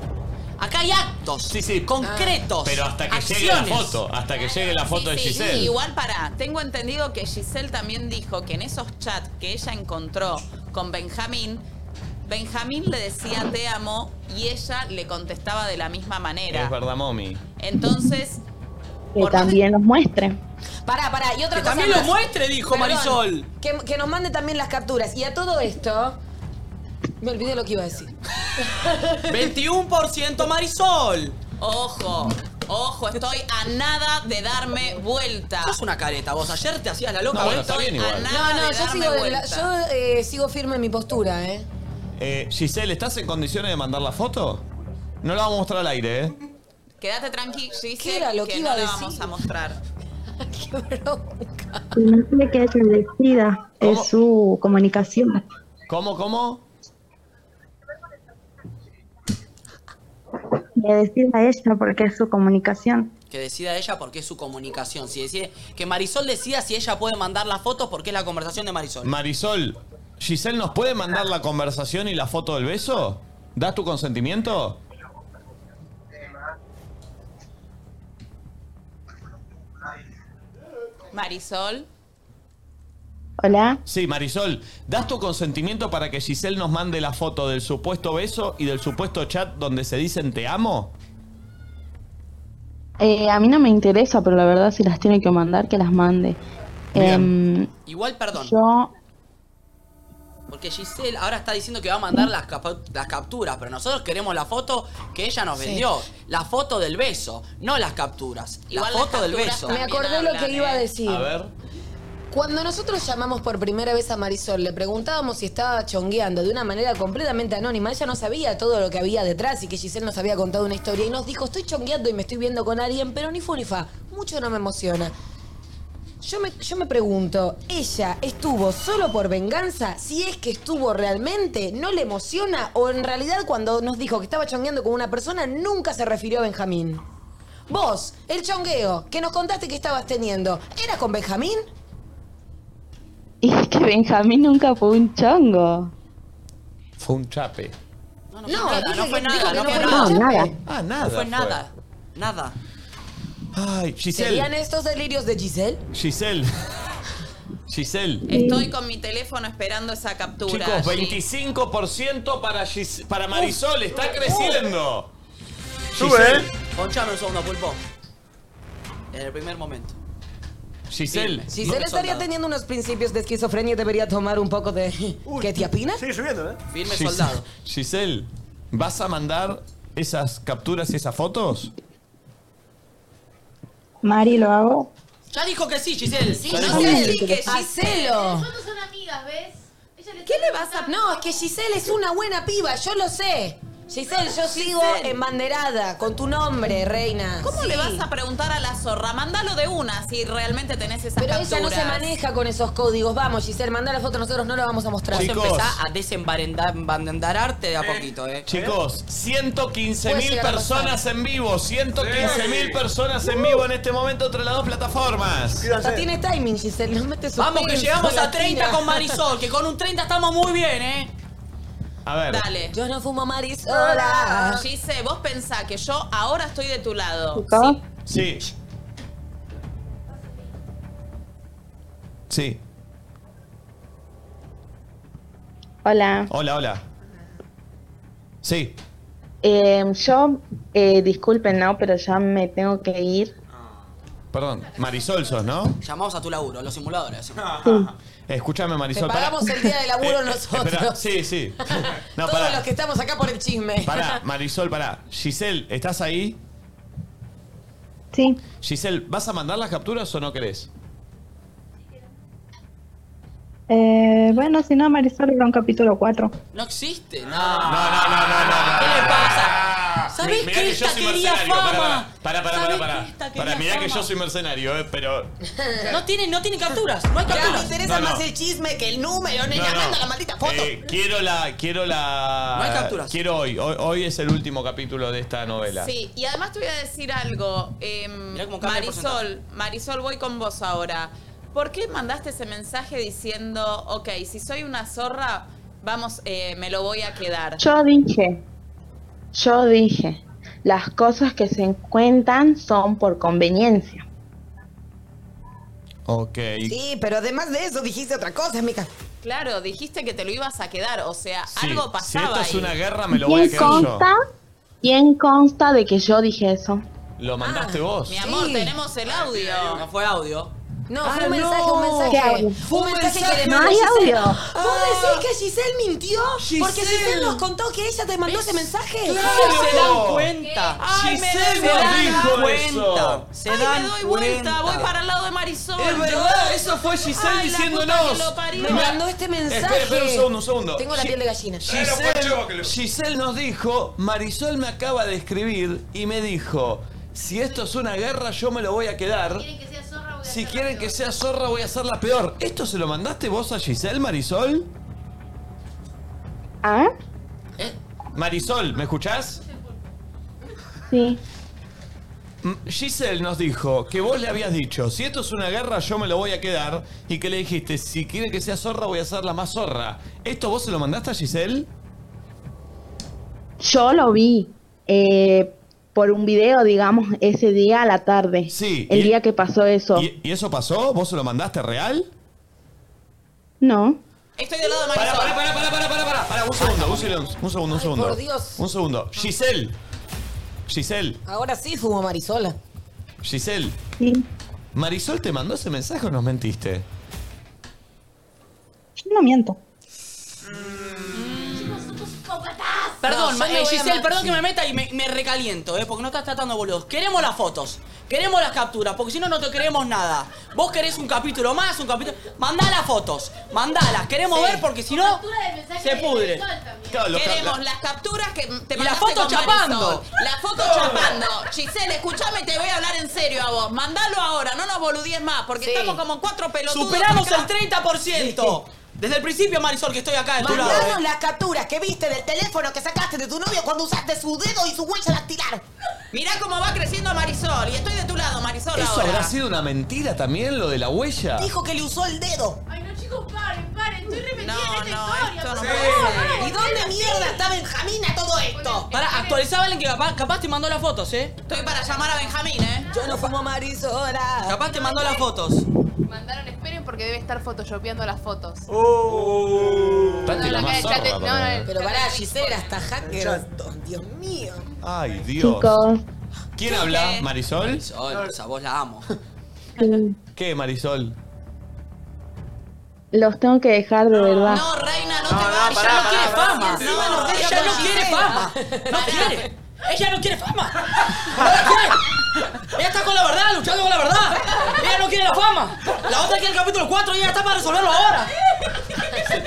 Speaker 4: Acá hay actos concretos.
Speaker 1: Pero hasta que llegue
Speaker 4: acciones.
Speaker 1: la foto, hasta que llegue la foto de
Speaker 2: Sí,
Speaker 1: Giselle.
Speaker 2: sí, igual para. Tengo entendido que Giselle también dijo que en esos chats que ella encontró con Benjamín, Benjamín le decía te amo y ella le contestaba de la misma
Speaker 1: Es
Speaker 2: manera.
Speaker 1: verdad, mommy.
Speaker 2: Entonces,
Speaker 18: Que también los muestre.
Speaker 3: Pará, pará, Ah, y otra
Speaker 4: Que
Speaker 3: cosa.
Speaker 4: también lo
Speaker 3: más.
Speaker 4: muestre, dijo Marisol.
Speaker 3: Que, que nos mande también las capturas. Y a todo esto. Me olvidé lo que iba a decir.
Speaker 4: 21% Marisol.
Speaker 2: ojo, ojo, estoy a nada de darme vuelta.
Speaker 4: Sos una careta, vos ayer te hacías la loca,
Speaker 1: No,
Speaker 4: hoy
Speaker 1: bueno, está
Speaker 4: estoy
Speaker 1: bien
Speaker 4: a
Speaker 1: igual.
Speaker 4: nada
Speaker 3: No, no,
Speaker 4: de
Speaker 3: yo
Speaker 4: darme
Speaker 3: sigo, de la-
Speaker 4: vuelta.
Speaker 3: yo, eh, sigo firme en mi postura, ¿eh?
Speaker 1: Eh, Giselle, ¿estás en condiciones de mandar la foto? No la vamos a mostrar al aire, ¿eh?
Speaker 2: Quédate tranqui, Giselle,
Speaker 3: ¿Qué era lo que
Speaker 2: que
Speaker 3: iba
Speaker 2: no
Speaker 3: a
Speaker 2: la
Speaker 3: decir?
Speaker 2: vamos a mostrar.
Speaker 18: Y No sé que ella decida, es su comunicación.
Speaker 1: ¿Cómo, cómo?
Speaker 18: Que decida ella porque es su comunicación.
Speaker 4: Que decida ella porque es su comunicación. Si decide, que Marisol decida si ella puede mandar las fotos porque es la conversación de Marisol.
Speaker 1: Marisol, ¿Giselle nos puede mandar la conversación y la foto del beso? ¿Das tu consentimiento?
Speaker 2: Marisol.
Speaker 1: Hola. Sí, Marisol, ¿das tu consentimiento para que Giselle nos mande la foto del supuesto beso y del supuesto chat donde se dicen te amo?
Speaker 18: Eh, a mí no me interesa, pero la verdad si las tiene que mandar, que las mande. Em,
Speaker 4: Igual, perdón.
Speaker 18: yo,
Speaker 4: Porque Giselle ahora está diciendo que va a mandar las, capa- las capturas, pero nosotros queremos la foto que ella nos
Speaker 3: Sí.
Speaker 4: vendió. La foto del beso, no las capturas.
Speaker 3: Igual
Speaker 4: la
Speaker 3: las
Speaker 4: foto del
Speaker 3: capturas
Speaker 4: beso.
Speaker 3: también Me acordé lo hablan, que iba a ¿eh? decir. A ver.
Speaker 1: ver.
Speaker 3: Cuando nosotros llamamos por primera vez a Marisol, le preguntábamos si estaba chongueando de una manera completamente anónima. Ella no sabía todo lo que había detrás y que Giselle nos había contado una historia. Y nos dijo, estoy chongueando y me estoy viendo con alguien, pero ni fu ni fa. Mucho no me emociona. Yo me, yo me pregunto, ¿ella estuvo solo por venganza? Si es que estuvo realmente, ¿no le emociona? ¿O en realidad cuando nos dijo que estaba chongueando con una persona, nunca se refirió a Benjamín? Vos, el chongueo, que nos contaste que estabas teniendo, ¿era con Benjamín?
Speaker 18: (laughs) y es que Benjamín nunca fue un chongo.
Speaker 1: Fue un chape.
Speaker 4: No,
Speaker 3: No,
Speaker 4: nada, no
Speaker 3: dije
Speaker 4: fue
Speaker 3: que-
Speaker 4: nada,
Speaker 3: dijo que
Speaker 4: no
Speaker 3: no
Speaker 4: fue
Speaker 3: fue
Speaker 4: nada.
Speaker 3: un
Speaker 18: nada.
Speaker 1: Ah, nada.
Speaker 4: No fue
Speaker 1: fue.
Speaker 4: nada. Nada.
Speaker 1: Ay,
Speaker 3: ¿Serían
Speaker 1: Giselle.
Speaker 3: estos delirios de Giselle?
Speaker 1: Giselle. (laughs) Giselle.
Speaker 2: Estoy con mi teléfono esperando esa captura.
Speaker 1: Chicos,
Speaker 2: G.
Speaker 1: 25% para, Gis- para Marisol. Está creciendo.
Speaker 4: Sube, ¿eh? Ponchame un segundo, pulpo. En el primer momento.
Speaker 1: Giselle.
Speaker 3: Giselle estaría teniendo unos principios de esquizofrenia y debería tomar un poco de... ¿Qué te opinas?
Speaker 9: Sigue subiendo, ¿eh?
Speaker 4: Firme
Speaker 1: Gis-
Speaker 4: soldado.
Speaker 1: Giselle, ¿vas a mandar esas capturas y esas fotos?
Speaker 12: Mari, lo hago.
Speaker 4: Ya dijo que sí, Giselle.
Speaker 3: Sí,
Speaker 4: Ya
Speaker 3: no
Speaker 4: dijo
Speaker 3: seas
Speaker 4: que sí.
Speaker 3: lique, Giselle. Hacelo.
Speaker 6: Nosotros son amigas, ¿ves?
Speaker 3: ¿Qué le vas a.? No, es que Giselle es una buena piba, yo lo sé. Giselle, yo sigo embanderada con tu nombre, reina.
Speaker 2: ¿Cómo
Speaker 3: Sí.
Speaker 2: le vas a preguntar a la zorra? Mándalo de una si realmente tenés esas
Speaker 3: Pero
Speaker 2: capturas.
Speaker 3: ella no se maneja con esos códigos. Vamos, Giselle, manda la foto, nosotros no la vamos a mostrar.
Speaker 4: Vos empezá a desembarendararte de a poquito, eh.
Speaker 1: Chicos, 115
Speaker 4: Puede
Speaker 1: mil
Speaker 4: llegar a pasar.
Speaker 1: personas en vivo. 115 mil
Speaker 4: Sí.
Speaker 1: personas en vivo en este momento entre las dos plataformas.
Speaker 3: Hasta tiene timing, Giselle, no metes
Speaker 4: Vamos que llegamos a 30 con Marisol, que con un 30 estamos muy bien, eh.
Speaker 1: A ver.
Speaker 2: Dale.
Speaker 3: Yo no fumo marisola.
Speaker 2: Gise, vos pensá que yo ahora estoy de tu lado.
Speaker 1: Sí. Sí.
Speaker 18: Hola.
Speaker 1: Hola, hola. Sí.
Speaker 18: Em, yo, eh, disculpen, no, pero ya me tengo que ir.
Speaker 1: Perdón, Marisol sos, ¿no?
Speaker 4: Llamamos a tu laburo, a los simuladores.
Speaker 1: Escúchame, Marisol.
Speaker 4: Te
Speaker 1: pará.
Speaker 4: pagamos el día
Speaker 1: (laughs)
Speaker 4: de laburo
Speaker 1: espera,
Speaker 4: nosotros.
Speaker 1: Sí, sí. No,
Speaker 3: Todos
Speaker 1: pará.
Speaker 3: los que estamos acá por el chisme.
Speaker 4: (laughs)
Speaker 1: Pará, Marisol, pará. Giselle, ¿estás ahí?
Speaker 18: Sí.
Speaker 1: Giselle, ¿vas a mandar las capturas o no querés?
Speaker 12: Eh, bueno, si no, Marisol era un capítulo 4.
Speaker 4: No existe, no.
Speaker 1: ¿Qué
Speaker 4: le pasa? ¿Sabés
Speaker 1: Mirá
Speaker 4: que
Speaker 1: yo
Speaker 4: esta
Speaker 1: soy
Speaker 4: quería
Speaker 1: mercenario,
Speaker 4: fama?
Speaker 1: Pará, pará,
Speaker 4: ¿Sabés
Speaker 1: pará,
Speaker 4: que
Speaker 1: pará.
Speaker 4: esta
Speaker 1: Pará,
Speaker 4: quería
Speaker 1: Pará, mirá que
Speaker 4: fama?
Speaker 1: yo soy mercenario, eh, pero.
Speaker 4: No tiene, no tiene capturas, no hay
Speaker 11: Ya me
Speaker 4: capturas.
Speaker 11: interesa
Speaker 1: No, no.
Speaker 11: más el chisme que el número,
Speaker 1: No,
Speaker 11: nena.
Speaker 1: no.
Speaker 11: Manda la maldita foto.
Speaker 1: Eh, quiero la. Quiero la.
Speaker 4: No hay capturas.
Speaker 1: Quiero hoy. hoy. hoy es el último capítulo de esta novela.
Speaker 2: Sí, y además te voy a decir algo. em,
Speaker 4: cambia el
Speaker 2: Marisol, Marisol, voy con vos ahora. ¿Por qué mandaste ese mensaje diciendo, ok, si soy una zorra, vamos, eh, me lo voy a quedar?
Speaker 18: Yo dije, yo dije, las cosas que se encuentran son por conveniencia.
Speaker 1: Ok.
Speaker 11: Sí, pero además de eso dijiste otra cosa, amiga.
Speaker 2: Claro, dijiste que te lo ibas a quedar, o sea,
Speaker 1: Sí,
Speaker 2: algo
Speaker 1: Si
Speaker 2: pasaba
Speaker 1: esto es
Speaker 2: ahí.
Speaker 1: una guerra, me lo voy a
Speaker 18: ¿Quién
Speaker 1: quedar yo.
Speaker 18: consta? ¿Quién consta de que yo dije eso?
Speaker 1: Lo mandaste
Speaker 4: Ah,
Speaker 1: vos.
Speaker 2: Mi amor, tenemos el audio.
Speaker 4: No fue audio.
Speaker 3: No,
Speaker 2: Ah,
Speaker 3: fue un
Speaker 2: no.
Speaker 3: mensaje, un
Speaker 18: ¿Qué
Speaker 3: mensaje.
Speaker 18: hago?
Speaker 3: Fue un mensaje que le
Speaker 18: No
Speaker 3: mandó
Speaker 18: hay
Speaker 3: Giselle.
Speaker 18: audio.
Speaker 3: ¿Vos decís que Giselle mintió? Porque Giselle nos contó que ella te mandó ese mensaje.
Speaker 4: Claro. Se dan cuenta.
Speaker 3: Ah, Ay, me
Speaker 4: Giselle
Speaker 3: doy
Speaker 4: nos
Speaker 3: vuelta.
Speaker 4: dijo
Speaker 1: eso.
Speaker 4: Se
Speaker 2: Ay,
Speaker 4: dan
Speaker 2: me doy vuelta,
Speaker 4: cuenta.
Speaker 2: voy para el lado de Marisol.
Speaker 1: Es verdad, eso fue Giselle
Speaker 2: Ay, la puta
Speaker 1: diciéndonos.
Speaker 2: que lo parió.
Speaker 3: Me mandó este mensaje.
Speaker 1: Espera, espera un segundo, un segundo.
Speaker 3: Tengo la
Speaker 1: Gi-
Speaker 3: piel de gallina.
Speaker 1: Giselle, Giselle nos dijo, Marisol me acaba de escribir y me dijo, si esto es una guerra yo me lo voy a quedar. Si quieren que sea zorra voy a hacerla peor. ¿Esto se lo mandaste vos a Giselle, Marisol?
Speaker 18: ¿Ah?
Speaker 1: Marisol, ¿me escuchás?
Speaker 18: Sí.
Speaker 1: Mm, Giselle nos dijo que vos le habías dicho, si esto es una guerra yo me lo voy a quedar y que le dijiste, si quieren que sea zorra voy a hacerla más zorra. ¿Esto vos se lo mandaste a Giselle?
Speaker 18: Yo lo vi eh, por un video, digamos, ese día a la tarde.
Speaker 1: Sí.
Speaker 18: El
Speaker 1: y-
Speaker 18: día que pasó eso.
Speaker 1: ¿Y, y eso pasó? ¿Vos se lo mandaste real?
Speaker 18: No.
Speaker 2: Estoy del lado de
Speaker 1: Marisol. Pará, pará, pará, pará, pará, pará, pará, un segundo, un silencio, un segundo, un segundo.
Speaker 3: por Dios.
Speaker 1: Un segundo. Giselle. Giselle,
Speaker 3: Ahora sí fumo marisola.
Speaker 1: Giselle.
Speaker 18: Sí.
Speaker 1: ¿Marisol te mandó ese mensaje o nos mentiste?
Speaker 18: Yo no miento.
Speaker 4: Perdón,
Speaker 2: No,
Speaker 4: ma-
Speaker 2: yo me
Speaker 4: eh,
Speaker 2: voy a
Speaker 4: Giselle,
Speaker 2: ma-
Speaker 4: perdón que me meta y me, me recaliento, eh, porque no estás tratando boludos. Queremos las fotos, queremos las capturas, porque si no, no te queremos nada. Vos querés un capítulo más, un capítulo. Mandá las fotos, mandalas, queremos ver, porque si no, se pudre.
Speaker 1: Claro, los ca-
Speaker 2: Queremos
Speaker 1: la-
Speaker 2: las capturas que te
Speaker 4: Y
Speaker 2: mandaste
Speaker 4: la foto
Speaker 2: con
Speaker 4: chapando.
Speaker 2: Marisol. La foto chapando. Giselle, escúchame, te voy a hablar en serio a vos. Mandalo ahora, no nos boludíes más, porque estamos como cuatro pelotudos.
Speaker 4: Superamos
Speaker 2: acá.
Speaker 4: el 30%. Desde el principio, Marisol, que estoy acá de tu lado. eh.
Speaker 11: Mandanos las capturas que viste del teléfono que sacaste de tu novio cuando usaste su dedo y su huella dactilar.
Speaker 2: Mirá cómo va creciendo Marisol. Y estoy de tu lado, Marisol,
Speaker 1: ¿Eso
Speaker 2: ahora.
Speaker 1: habrá sido una mentira también, lo de la huella?
Speaker 11: Dijo que le usó el dedo.
Speaker 2: Ay, no, chicos, paren, paren. Estoy remetida
Speaker 11: en esta
Speaker 2: historia.
Speaker 11: No,
Speaker 4: Sí.
Speaker 11: no, ¿Y dónde mierda está Benjamín a todo esto?
Speaker 4: Pará, actualizá, Valen, que capaz, capaz te mandó las fotos, ¿eh?
Speaker 2: Estoy para llamar a Benjamín, ¿eh?
Speaker 11: Yo no fumo marisola.
Speaker 4: Capaz te mandó las fotos.
Speaker 26: Mandaron, esperen porque debe estar photoshopeando las fotos.
Speaker 4: Uh.
Speaker 1: Tati
Speaker 26: No,
Speaker 1: la
Speaker 26: la
Speaker 1: más
Speaker 26: cara de
Speaker 1: zorra,
Speaker 26: Chate- no,
Speaker 1: para mí.
Speaker 26: no,
Speaker 11: Pero pará, Gisela, hasta hacker. Dios mío.
Speaker 1: Ay, Dios.
Speaker 18: Chicos.
Speaker 1: ¿Quién habla? ¿Marisol?
Speaker 4: Marisol, esa voz la amo.
Speaker 18: sí,
Speaker 1: ¿Qué, Marisol?
Speaker 18: Los tengo que dejar de verdad.
Speaker 4: Ella no quiere fama. Ella no quiere fama. No quiere. Ella no quiere fama. No la quiere. Ella está con la verdad, luchando con la verdad. Ella no quiere la fama. La otra quiere el capítulo 4 y ella está para resolverlo ahora.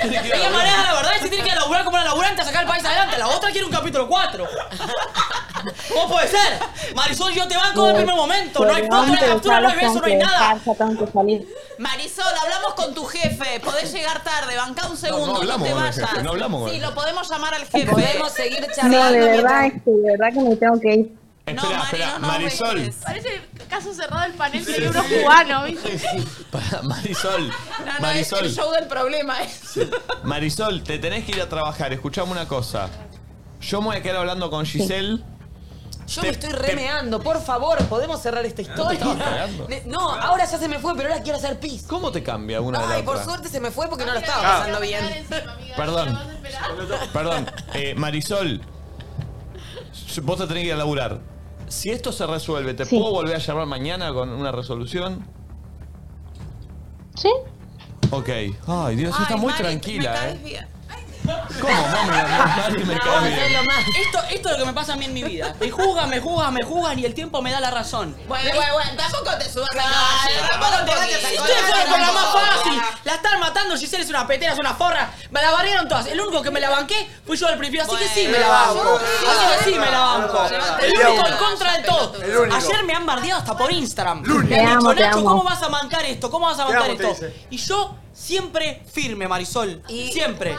Speaker 4: Ella maneja la verdad y se tiene que laburar como una laburante a sacar el país adelante. La otra quiere un capítulo 4. ¿Cómo puede ser? Marisol, yo te banco
Speaker 18: Eh,
Speaker 4: del primer momento. No hay foto, no hay captura, no hay beso, no hay nada.
Speaker 2: Marisol, hablamos con tu jefe. Podés llegar tarde. Bancá un segundo. No,
Speaker 1: hablamos
Speaker 2: te
Speaker 1: con el
Speaker 2: vayas.
Speaker 1: jefe, no hablamos con
Speaker 2: Sí,
Speaker 1: el
Speaker 2: lo podemos llamar al jefe.
Speaker 3: Podemos seguir
Speaker 18: No, de verdad, es que de verdad que me tengo que ir.
Speaker 1: Espera, espera, Marisol.
Speaker 26: Parece caso cerrado el panel de libros
Speaker 1: sí.
Speaker 26: cubanos, ¿viste?
Speaker 1: Pará, Marisol.
Speaker 2: No, no,
Speaker 1: Marisol.
Speaker 2: es el show del problema. ¿eh?
Speaker 1: Marisol, te tenés que ir a trabajar. Escuchame una cosa. Yo me voy a quedar hablando con Giselle.
Speaker 3: Yo
Speaker 1: Te-
Speaker 3: me estoy
Speaker 1: te-
Speaker 3: remeando, por favor, podemos cerrar esta historia.
Speaker 1: estabas cagando.
Speaker 3: Ne- No, ahora ya se me fue, pero ahora quiero hacer pis.
Speaker 1: ¿Cómo te cambia una de la
Speaker 3: Ay, por
Speaker 1: otra?
Speaker 3: suerte se me fue porque no lo estaba
Speaker 1: Ah.
Speaker 3: pasando bien.
Speaker 1: Perdón, perdón. Eh, Marisol, vos te tenés que ir a laburar. Si esto se resuelve, ¿te puedo volver a llamar mañana con una resolución?
Speaker 18: Sí.
Speaker 1: Ok. Ay, Dios, está muy tranquila, ¿eh? ¿Cómo,
Speaker 2: (laughs)
Speaker 1: mami? Mari, me cae bien.
Speaker 4: Esto, esto es lo que me pasa a mí en mi vida. Me juzgan, me juzgan, me juzgan y el tiempo me da la razón.
Speaker 2: Bueno, bueno, bueno, tampoco te subas a
Speaker 4: Ay, tampoco te vayas a colgar. Ustedes fueron por la más fácil. La están matando, Giselle es una petera, es una forra. Me la barrieron todas. El único que me la banqué fui yo al principio, así que sí me la banco. Así que sí me la banco.
Speaker 9: Llevate
Speaker 4: El
Speaker 9: la
Speaker 4: único
Speaker 9: boca.
Speaker 4: en contra de
Speaker 9: El único.
Speaker 4: todo. Ayer me han bardeado hasta por Instagram.
Speaker 9: Te
Speaker 4: Me han dicho,
Speaker 9: amo, te
Speaker 4: Nacho,
Speaker 9: amo.
Speaker 4: ¿cómo vas a bancar esto? ¿Cómo vas a
Speaker 9: Te
Speaker 4: bancar
Speaker 9: amo, te
Speaker 4: esto? Y yo siempre firme, Marisol. Siempre.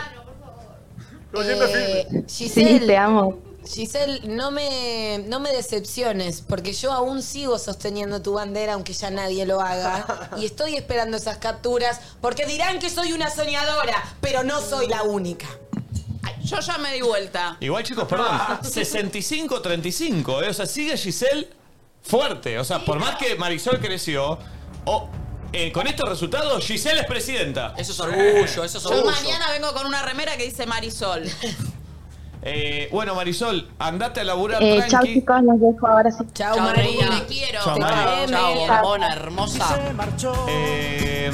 Speaker 3: Eh,
Speaker 18: Sí, te
Speaker 3: Giselle,
Speaker 18: amo.
Speaker 3: Giselle, no me, no me decepciones, porque yo aún sigo sosteniendo tu bandera, aunque ya nadie lo haga. Y estoy esperando esas capturas, porque dirán que soy una soñadora, pero no soy la única.
Speaker 2: Yo ya me di vuelta.
Speaker 1: Igual, chicos, perdón.
Speaker 2: Ah.
Speaker 1: 65-35, ¿eh? O sea, sigue Giselle fuerte. O sea, por más que Marisol creció, o- eh, con estos resultados, Giselle es presidenta.
Speaker 4: Eso es orgullo, eso
Speaker 2: Yo mañana vengo con una remera que dice Marisol.
Speaker 1: Eh, bueno, Marisol, andate a laburar
Speaker 18: Eh, chao
Speaker 1: tranqui.
Speaker 18: chicos, los dejo ahora sí.
Speaker 3: Chao,
Speaker 4: María.
Speaker 2: Te quiero.
Speaker 1: Chao, Mari.
Speaker 4: Chao, bombona hermosa.
Speaker 1: Eh,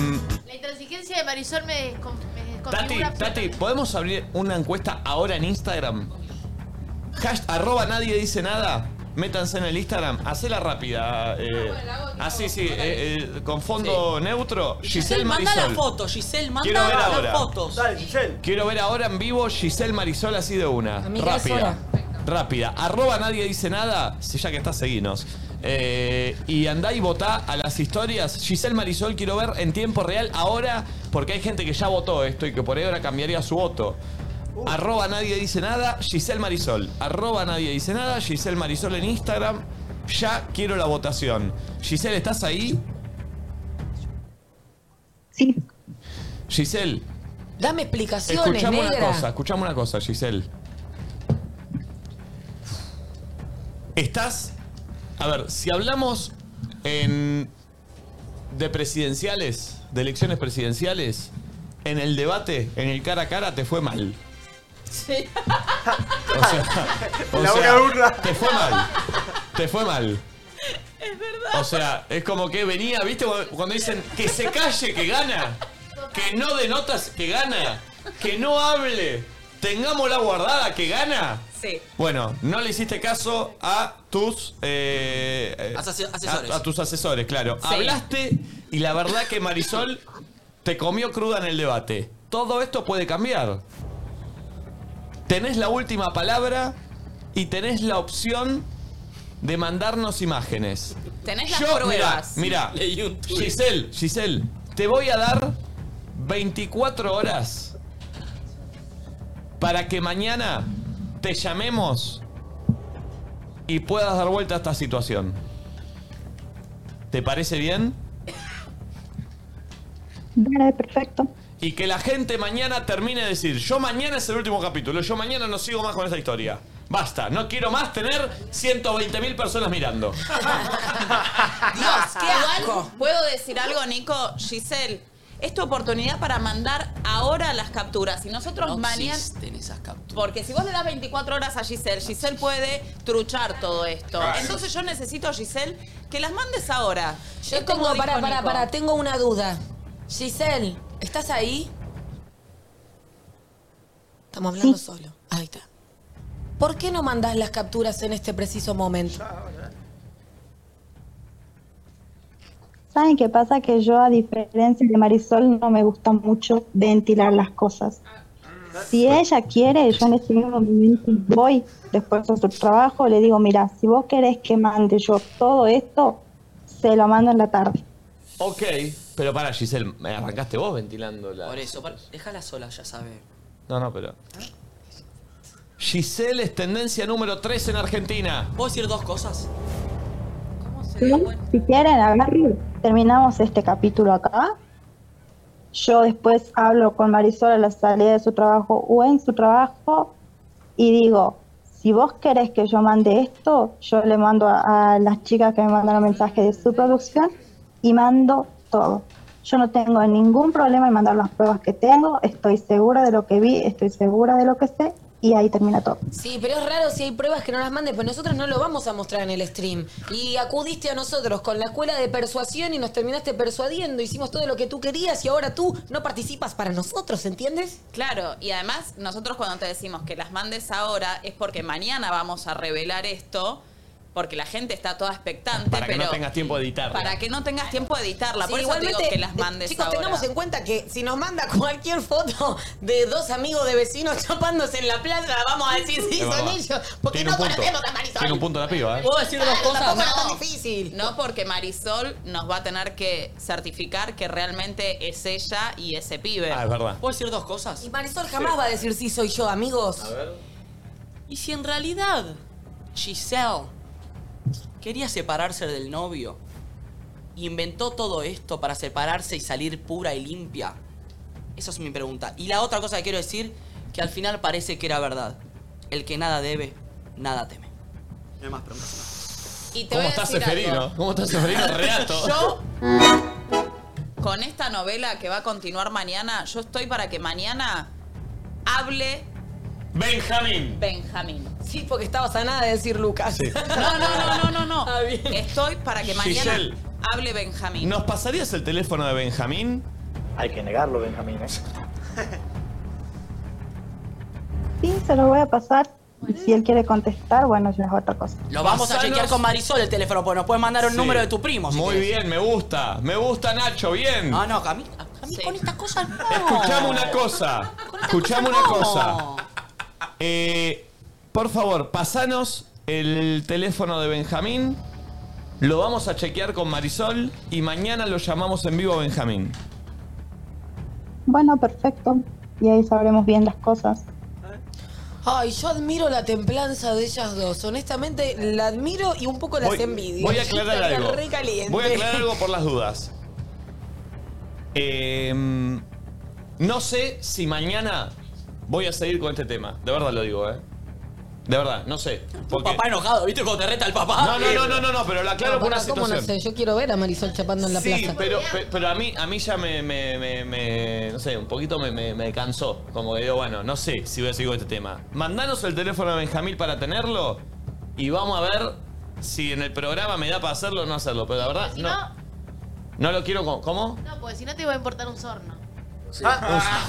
Speaker 26: La intransigencia de Marisol me, descon- me
Speaker 1: Tati,
Speaker 26: desconfigura.
Speaker 1: Tati, ¿podemos abrir una encuesta ahora en Instagram? Hasht- arroba nadie dice nada. Métanse en el Instagram. Hacela rápida. eh, así, sí. eh, eh, con fondo neutro. Giselle
Speaker 4: Giselle, manda
Speaker 1: Marisol.
Speaker 4: la foto, Giselle,
Speaker 1: Quiero
Speaker 4: manda
Speaker 1: ver
Speaker 4: las
Speaker 1: ahora.
Speaker 4: fotos.
Speaker 1: Quiero ver ahora en vivo Giselle Marisol así de una.
Speaker 4: Amiga, es hora.
Speaker 1: Rápida. Rápida. Arroba nadie dice nada. Si ya que estás, seguinos. Eh, y andá y votá a las historias. Giselle Marisol quiero ver en tiempo real ahora, porque hay gente que ya votó esto y que por ahí ahora cambiaría su voto. Arroba nadie dice nada, Giselle Marisol. Arroba nadie dice nada, Giselle Marisol en Instagram. Ya quiero la votación. Giselle, ¿estás ahí?
Speaker 18: Sí.
Speaker 1: Giselle,
Speaker 3: Dame explicaciones,
Speaker 1: Escuchame una
Speaker 3: negra.
Speaker 1: cosa, escuchame una cosa, Giselle. Estás. A ver, si hablamos en- de presidenciales, de elecciones presidenciales, en el debate, en el cara a cara, te fue mal.
Speaker 8: (laughs)
Speaker 3: (laughs)
Speaker 22: Sí.
Speaker 1: O sea, o
Speaker 10: La
Speaker 1: sea,
Speaker 10: boca dura.
Speaker 1: te fue mal. Te fue mal. Es verdad. O sea, es como que venía, ¿viste? Cuando dicen que se calle, que gana. Que no denotas, que gana. Que no hable. Tengámosla guardada, que gana.
Speaker 2: Sí.
Speaker 1: Bueno, no le hiciste caso a tus eh, eh,
Speaker 4: Asesio- asesores.
Speaker 1: A, a tus asesores, claro.
Speaker 4: Sí.
Speaker 1: Hablaste y la verdad que Marisol te comió cruda en el debate. Todo esto puede cambiar. Tenés la última palabra y tenés la opción de mandarnos imágenes.
Speaker 2: Tenés las
Speaker 1: Yo,
Speaker 2: pruebas.
Speaker 1: Mira, Giselle, Giselle, te voy a dar 24 horas para que mañana te llamemos y puedas dar vuelta a esta situación. ¿Te parece bien?
Speaker 7: Vale, perfecto.
Speaker 1: Y que la gente mañana termine de decir, yo mañana es el último capítulo, yo mañana no sigo más con esta historia. Basta, no quiero más tener 120.000 personas mirando.
Speaker 2: Igual, Ah, ¿puedo decir algo, Nico? Giselle, es tu oportunidad para mandar ahora las capturas. Y nosotros
Speaker 4: No
Speaker 2: mañana...
Speaker 4: existen esas capturas.
Speaker 2: Porque si vos le das 24 horas a Giselle, Giselle puede truchar todo esto.
Speaker 3: Claro.
Speaker 2: Entonces yo necesito, Giselle, que las mandes ahora.
Speaker 3: Yo
Speaker 2: Es
Speaker 3: tengo,
Speaker 2: como
Speaker 3: para,
Speaker 2: dijo
Speaker 3: para,
Speaker 2: Nico.
Speaker 3: para, tengo una duda. Giselle, ¿estás ahí? Estamos hablando solo. Ahí está. ¿Por qué no mandás las capturas en este preciso momento?
Speaker 7: ¿Saben qué pasa? Que yo, a diferencia de Marisol, no me gusta mucho ventilar las cosas. Si ella quiere, yo en este mismo momento voy después de su trabajo, le digo, mira, si vos querés que mande yo todo esto, se lo mando en la tarde.
Speaker 1: Ok, pero para Giselle, me arrancaste vos ventilando la...
Speaker 4: Por eso, par- déjala sola, ya sabe.
Speaker 1: No, no, pero... Giselle es tendencia número 3 en Argentina.
Speaker 4: ¿Puedo decir dos cosas?
Speaker 7: ¿Sí? Si quieren, agarren, terminamos este capítulo acá. Yo después hablo con Marisol a la salida de su trabajo o en su trabajo y digo, si vos querés que yo mande esto, yo le mando a, a las chicas que me mandaron mensajes de su producción y mando todo. Yo no tengo ningún problema en mandar las pruebas que tengo, estoy segura de lo que vi, estoy segura de lo que sé y ahí termina todo.
Speaker 3: Sí, pero es raro si hay pruebas que no las mandes, pues nosotros no lo vamos a mostrar en el stream. Y acudiste a nosotros con la escuela de persuasión y nos terminaste persuadiendo, hicimos todo lo que tú querías y ahora tú no participas para nosotros, ¿entiendes?
Speaker 2: Claro, y además nosotros cuando te decimos que las mandes ahora es porque mañana vamos a revelar esto, porque la gente está toda expectante,
Speaker 1: Para que
Speaker 2: pero
Speaker 1: no tengas tiempo de editarla.
Speaker 2: para que no tengas tiempo de editarla.
Speaker 30: Sí,
Speaker 2: Por eso te digo
Speaker 30: igualmente,
Speaker 2: que las
Speaker 30: eh,
Speaker 2: mandes
Speaker 30: Chicos,
Speaker 2: ahora.
Speaker 30: tengamos en cuenta que si nos manda cualquier foto de dos amigos de
Speaker 3: (laughs)
Speaker 30: vecinos chapándose en la plaza, vamos a decir sí,
Speaker 1: Es
Speaker 30: son
Speaker 1: verdad.
Speaker 30: ellos. Porque
Speaker 1: Tiene
Speaker 30: no
Speaker 1: un punto.
Speaker 30: conocemos a Marisol.
Speaker 1: Tiene un punto la piba, ¿eh?
Speaker 30: Claro, tampoco era tan
Speaker 2: No,
Speaker 30: difícil.
Speaker 2: No, porque Marisol nos va a tener que certificar que realmente es ella y ese pibe.
Speaker 1: Ah, es verdad.
Speaker 4: ¿Puedo decir dos cosas?
Speaker 3: Y Marisol jamás va a decir sí soy yo, amigos.
Speaker 4: Y si en realidad Giselle quería separarse del novio, inventó todo esto para separarse y salir pura y limpia. Esa es mi pregunta. Y la otra cosa que quiero decir, que al final parece que era verdad. El que nada debe, nada teme. No hay más preguntas.
Speaker 2: Y te
Speaker 1: ¿Cómo
Speaker 2: voy a
Speaker 1: estás,
Speaker 2: decir
Speaker 1: Seferino?
Speaker 2: algo.
Speaker 1: ¿Cómo estás,
Speaker 2: (laughs)
Speaker 1: Seferino? Reato.
Speaker 2: Yo, con esta novela que va a continuar mañana, yo estoy para que mañana hable
Speaker 1: Benjamín.
Speaker 2: Benjamín.
Speaker 30: Sí, porque estabas a nada de decir Lucas. (laughs)
Speaker 2: No, no, no, no, no, no. Estoy para que mañana
Speaker 1: Giselle.
Speaker 2: hable Benjamín.
Speaker 1: ¿Nos pasarías el teléfono de Benjamín? Hay que negarlo, Benjamín, ¿eh?
Speaker 7: Sí, se lo voy a pasar. Y si él quiere contestar, bueno, ya es otra cosa.
Speaker 4: Lo vamos a
Speaker 1: Pasanos-
Speaker 4: chequear con Marisol el teléfono, porque nos puedes mandar un
Speaker 1: Sí.
Speaker 4: número de tu primo. si
Speaker 1: Muy
Speaker 4: querés. Ah,
Speaker 1: bien, me gusta. Me gusta, Nacho, bien. No,
Speaker 4: no, a mí, a mí con estas cosas no.
Speaker 1: Escuchame una
Speaker 4: Ah,
Speaker 1: cosa. Escuchame una cosa. Eh, por favor, pasanos el teléfono de Benjamín. Lo vamos a chequear con Marisol y mañana lo llamamos en vivo a Benjamín.
Speaker 7: Bueno, perfecto. Y ahí sabremos bien las cosas.
Speaker 3: Ay, yo admiro la templanza de ellas dos. Honestamente, la admiro y un poco las envidio.
Speaker 1: Voy a aclarar
Speaker 30: Estaría
Speaker 1: algo.
Speaker 30: re caliente.
Speaker 1: Voy a aclarar
Speaker 3: (laughs)
Speaker 1: algo por las dudas. Eh, no sé si mañana voy a seguir con este tema. De verdad lo digo, ¿eh? De verdad, no sé. Porque-
Speaker 4: Papá enojado, ¿viste cuando te reta el papá?
Speaker 1: No, no, no, no, no, no, pero lo aclaro por una
Speaker 3: pará, ¿Cómo
Speaker 1: situación.
Speaker 3: no sé? Yo quiero ver a Marisol chapando en la
Speaker 1: sí,
Speaker 3: plaza.
Speaker 1: pero, pe- pero a mí a mí ya me, me- me- me- no sé, un poquito me, me- me cansó. Como que digo, bueno, no sé si voy a seguir con este tema. Mandanos el teléfono a Benjamín para tenerlo y vamos a ver si en el programa me da para hacerlo o no hacerlo. Pero la verdad,
Speaker 6: Si
Speaker 1: no.
Speaker 6: no,
Speaker 1: No lo quiero con... ¿Cómo?
Speaker 6: no, porque si no te va a importar un sorno.
Speaker 1: (laughs)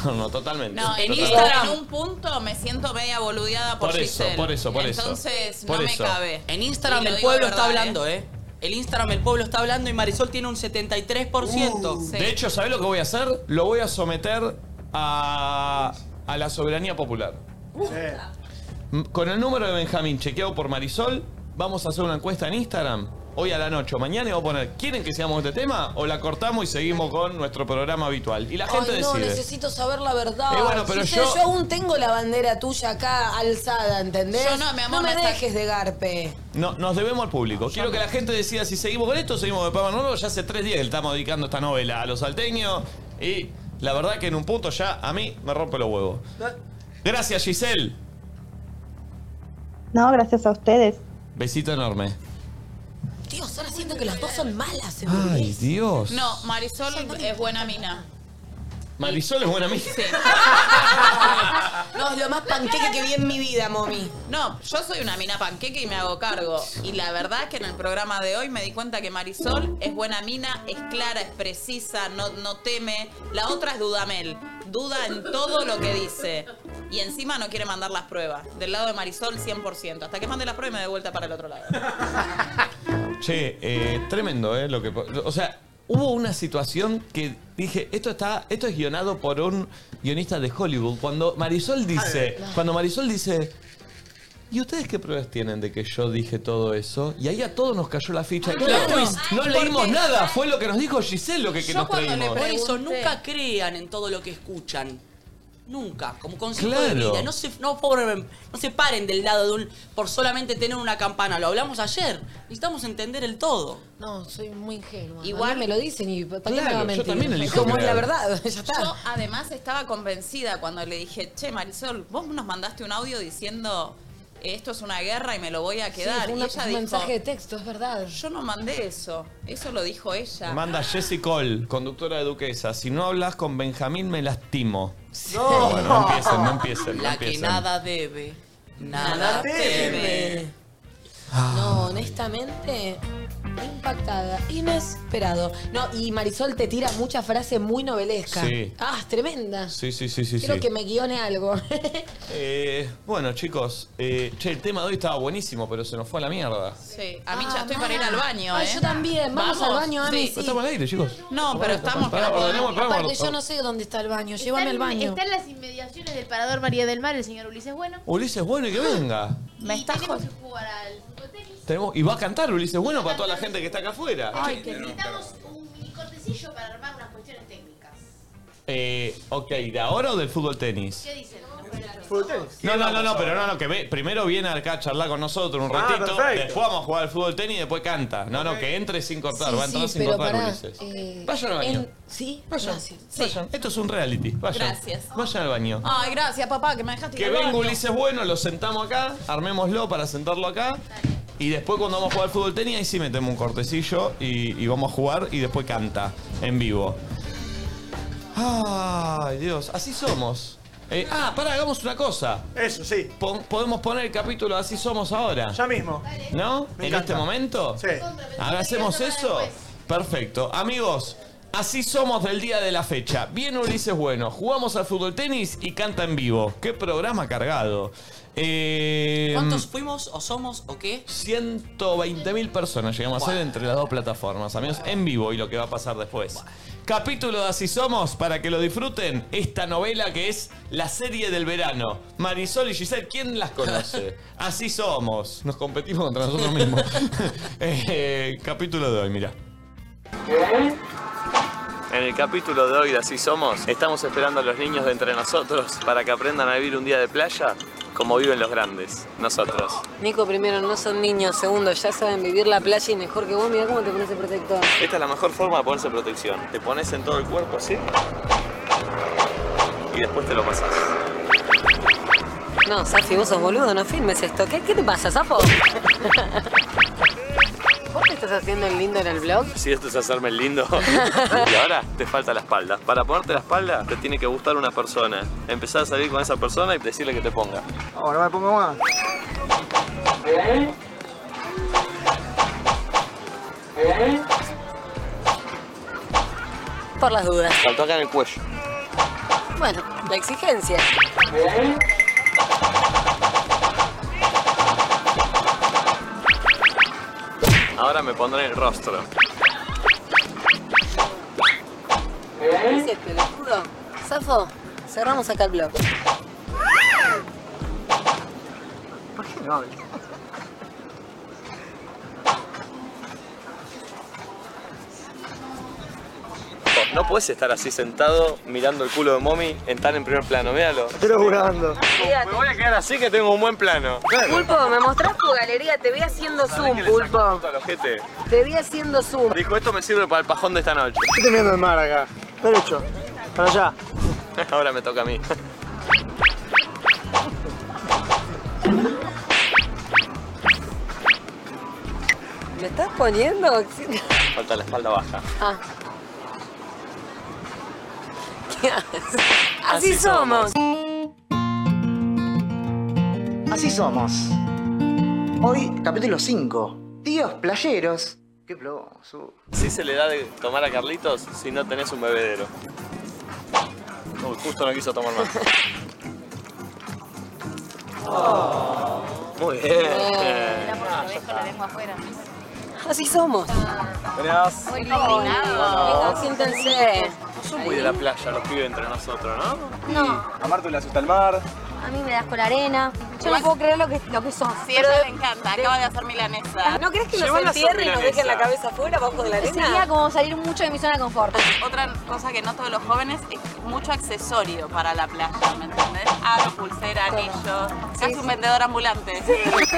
Speaker 1: No, no, totalmente.
Speaker 2: Ah. No, en
Speaker 1: Totalmente.
Speaker 2: Instagram en un punto me siento media boludeada por,
Speaker 1: Por eso,
Speaker 2: Giselle.
Speaker 1: por eso, por eso.
Speaker 2: Entonces
Speaker 1: Por
Speaker 2: no
Speaker 1: eso.
Speaker 2: me cabe.
Speaker 4: En Instagram
Speaker 2: Y lo
Speaker 4: el
Speaker 2: digo de
Speaker 4: pueblo está
Speaker 2: verdad,
Speaker 4: hablando, ¿eh? El Instagram el pueblo está hablando y Marisol tiene un 73%.
Speaker 1: Uh, De hecho, ¿sabés lo que voy a hacer? Lo voy a someter a, a la soberanía popular. M- Con el número de Benjamín chequeado por Marisol, vamos a hacer una encuesta en Instagram. Hoy a la noche o mañana y vamos a poner, ¿quieren que sigamos este tema? O la cortamos y seguimos con nuestro programa habitual. Y la gente
Speaker 3: Ay, no,
Speaker 1: decide.
Speaker 3: necesito saber la verdad.
Speaker 1: Eh, bueno, pero
Speaker 3: Giselle,
Speaker 1: yo-
Speaker 3: aún tengo la bandera tuya acá alzada, ¿entendés?
Speaker 2: Yo no, mi amor,
Speaker 3: me
Speaker 2: me sa-
Speaker 3: dejes de garpe.
Speaker 1: No, nos debemos al público. Quiero que la gente decida si seguimos con esto o seguimos con Pablo Nuevo. Ya hace tres días que le estamos dedicando esta novela a los salteños. Y la verdad que en un punto ya a mí me rompe los huevos. Gracias, Giselle.
Speaker 12: No, gracias a ustedes.
Speaker 1: Besito enorme.
Speaker 3: Dios, ahora siento que las dos son malas.
Speaker 1: Ay, Dios.
Speaker 2: No, Marisol es buena mina.
Speaker 1: Marisol es buena amiga.
Speaker 2: No, es lo más panqueque que vi en mi vida, mommy. No, yo soy una mina panqueque y me hago cargo. Y la verdad es que en el programa de hoy me di cuenta que Marisol es buena mina, es clara, es precisa, no, no teme. La otra es Dudamel. Duda en todo lo que dice. Y encima no quiere mandar las pruebas. Del lado de Marisol, 100%. Hasta que mande las pruebas y me dé vuelta para el otro lado.
Speaker 1: Che, eh, tremendo, ¿eh? Lo que, po- o sea, hubo una situación que dije, esto está, esto es guionado por un guionista de Hollywood. Cuando Marisol dice, cuando Marisol dice, ¿y ustedes qué pruebas tienen de que yo dije todo eso? Y ahí a todos nos cayó la ficha.
Speaker 4: Ah, Claro.
Speaker 1: Claro, pues, no
Speaker 4: Porque-
Speaker 1: leímos nada, fue lo que nos dijo Giselle lo que, que
Speaker 4: Yo
Speaker 1: nos
Speaker 4: cuando le
Speaker 1: creímos.
Speaker 4: Por eso nunca crean en todo lo que escuchan. Nunca, como consejo de
Speaker 1: Claro.
Speaker 4: vida. No se, no, formen- no se paren del lado de un. por solamente tener una campana. Lo hablamos ayer. Necesitamos entender el todo.
Speaker 3: No, soy muy ingenua.
Speaker 2: Igual-
Speaker 3: Igual me lo dicen y ¿para qué me va a
Speaker 4: Claro, yo
Speaker 3: mentir?
Speaker 4: también elijo
Speaker 3: Como es la
Speaker 4: creer.
Speaker 3: verdad, (laughs) ya está.
Speaker 2: Yo además estaba convencida cuando le dije, che, Marisol, vos nos mandaste un audio diciendo eh, esto es una guerra y me lo voy a quedar.
Speaker 3: Sí, fue
Speaker 2: y
Speaker 3: una-
Speaker 2: ella
Speaker 3: un
Speaker 2: dijo,
Speaker 3: mensaje de texto, es verdad.
Speaker 2: yo no mandé eso, eso lo dijo ella.
Speaker 1: Manda Jessie Cole, conductora de Duquesa. Si no hablas con Benjamín, me lastimo.
Speaker 4: No.
Speaker 1: Bueno, no empiecen, no empiecen. no
Speaker 4: La que
Speaker 1: empiecen.
Speaker 4: nada debe, nada, teme.
Speaker 1: Ah.
Speaker 3: No, honestamente, impactada, inesperado. No, y Marisol te tira muchas frases muy novelescas.
Speaker 1: Sí.
Speaker 3: Ah, es tremenda.
Speaker 1: Sí, sí, sí, sí.
Speaker 3: Quiero
Speaker 1: sí.
Speaker 3: que me guione algo.
Speaker 1: Eh, bueno, chicos, eh, che, el tema de hoy estaba buenísimo, pero se nos fue a la mierda.
Speaker 2: Sí, a mí
Speaker 3: Ah,
Speaker 2: ya estoy
Speaker 3: ma.
Speaker 2: para ir al baño.
Speaker 3: Ay,
Speaker 2: ¿eh?
Speaker 3: yo también. Vamos al baño, Ami, sí.
Speaker 1: Estamos al aire, chicos.
Speaker 2: No, pero estamos
Speaker 1: Pará,
Speaker 2: que no
Speaker 1: ordenemos,
Speaker 2: podemos.
Speaker 1: pará,
Speaker 3: Aparte,
Speaker 1: ordenemos.
Speaker 3: yo no sé dónde está el baño.
Speaker 6: Está
Speaker 3: Llévame
Speaker 6: en-
Speaker 3: al baño.
Speaker 6: Está en las inmediaciones del Parador María del Mar, el señor Ulises Bueno.
Speaker 1: Ulises Bueno y que venga.
Speaker 2: Me está
Speaker 6: Tenemos que jugar al fútbol tenis.
Speaker 1: Tenemos, y va a cantar Ulises Bueno para toda la gente que está acá afuera.
Speaker 6: Ay, necesitamos un mini cortecillo para armar unas cuestiones técnicas.
Speaker 1: Eh, ok, ¿de ahora o del fútbol tenis?
Speaker 6: ¿Qué dicen?
Speaker 1: No, no, no, no, pero no, no, que ve- primero viene acá a charlar con nosotros un
Speaker 9: Ah,
Speaker 1: ratito,
Speaker 9: perfecto.
Speaker 1: después vamos a jugar al fútbol tenis y después canta. No, no, que entre sin cortar, va a entrar sin
Speaker 3: pero
Speaker 1: cortar
Speaker 3: pará,
Speaker 1: Ulises.
Speaker 3: eh,
Speaker 1: Vayan al baño.
Speaker 3: en- sí, gracias.
Speaker 1: Vayan, esto es un reality. Vayan.
Speaker 2: Gracias.
Speaker 1: Vayan al baño.
Speaker 2: Ay, gracias, papá, que me dejaste ir
Speaker 1: Que
Speaker 2: al
Speaker 1: venga
Speaker 2: baño.
Speaker 1: Ulises Bueno, lo sentamos acá, armémoslo para sentarlo acá. Y después cuando vamos a jugar al fútbol tenis, ahí sí metemos un cortecillo y, y vamos a jugar y después canta en vivo. Ay, Dios, así somos. Eh, ah, pará, hagamos una cosa.
Speaker 9: Eso, sí.
Speaker 1: podemos poner el capítulo Así somos ahora.
Speaker 9: Ya mismo.
Speaker 1: ¿No?
Speaker 9: Me
Speaker 1: ¿En
Speaker 9: encanta.
Speaker 1: este momento?
Speaker 9: Sí.
Speaker 1: Ahora, ¿Hacemos eso? Perfecto. Amigos, así somos del día de la fecha. Bien Ulises Bueno, jugamos al fútbol tenis y canta en vivo. Qué programa cargado. Eh,
Speaker 4: ¿Cuántos fuimos o somos o qué?
Speaker 1: 120.000 personas llegamos a ser entre las dos plataformas, amigos, en vivo y lo que va a pasar después. Capítulo de Así Somos para que lo disfruten. Esta novela que es la serie del verano. Marisol y Giselle, ¿quién las conoce? Así somos. Nos competimos contra nosotros mismos. (laughs) Eh, capítulo de hoy, mira. En el capítulo de hoy de Así Somos, estamos esperando a los niños de entre nosotros para que aprendan a vivir un día de playa como viven los grandes, nosotros.
Speaker 3: Nico, primero, no son niños. Segundo, ya saben vivir la playa y mejor que vos. Mirá cómo te pones el protector.
Speaker 1: Esta es la mejor forma de ponerse protección. Te pones en todo el cuerpo así y después te lo pasas.
Speaker 3: No, Safi, vos sos boludo, no filmes esto. ¿Qué, qué te pasa, Sapo? (laughs) ¿Vos te estás haciendo el lindo en el blog?
Speaker 1: Si esto es hacerme el
Speaker 3: (laughs)
Speaker 1: lindo. y ahora te falta la espalda. Para ponerte la espalda, te tiene que gustar una persona. Empezar a salir con esa persona y decirle que te ponga.
Speaker 15: Ahora me pongo más.
Speaker 3: Por las dudas.
Speaker 1: Saltó acá en el cuello.
Speaker 3: Bueno, la exigencia.
Speaker 1: Ahora me pondré el rostro.
Speaker 3: Ese pelotudo. Safo, cerramos acá el blog.
Speaker 15: ¿Por qué no hablas?
Speaker 1: No puedes estar así sentado mirando el culo de mommy en tan en primer plano, míralo.
Speaker 15: Te lo jurando.
Speaker 1: Me voy a quedar así que tengo un buen plano.
Speaker 3: Pulpo, me mostrás tu galería, te vi haciendo zoom, Pulpo.
Speaker 1: Puto al ojete.
Speaker 3: Te vi haciendo zoom.
Speaker 1: Dijo, esto me sirve para el pajón de esta noche.
Speaker 15: Estoy mirando el mar acá. Derecho. Para allá.
Speaker 1: (laughs) Ahora me toca a mí. (laughs)
Speaker 3: ¿Me estás poniendo? (laughs)
Speaker 1: Falta la espalda baja.
Speaker 3: Ah. ¿Qué haces? Así, somos.
Speaker 4: Así somos. Hoy, capítulo 5. Tíos playeros. Qué plomo, su.
Speaker 1: Si se le da de tomar a Carlitos si no tenés un bebedero. Uy, justo no quiso (laughs) tomar más. Muy bien.
Speaker 3: Eh,
Speaker 6: Era porque lo ves con la lengua afuera.
Speaker 3: Así somos.
Speaker 1: Buenas.
Speaker 6: Muy lindo.
Speaker 3: Venga, siéntense.
Speaker 1: Muy de la playa los pibes entre nosotros, ¿no?
Speaker 3: No,
Speaker 1: A Marto le asusta el mar.
Speaker 3: a mí me das con la arena. Yo no puedo creer lo que, lo que sos.
Speaker 2: Sí, eso le encanta. Acaba de hacer milanesa.
Speaker 3: ¿No crees que
Speaker 2: Llevó
Speaker 3: nos
Speaker 2: la
Speaker 3: entierren y nos
Speaker 2: milanesa.
Speaker 3: dejen la cabeza afuera bajo de la arena?
Speaker 2: Sería
Speaker 3: como salir mucho de mi zona de confort.
Speaker 2: Otra cosa que noto de los jóvenes es mucho accesorio para la playa, ¿me entendés? Aro, pulsera, anillo. Casi un vendedor ambulante.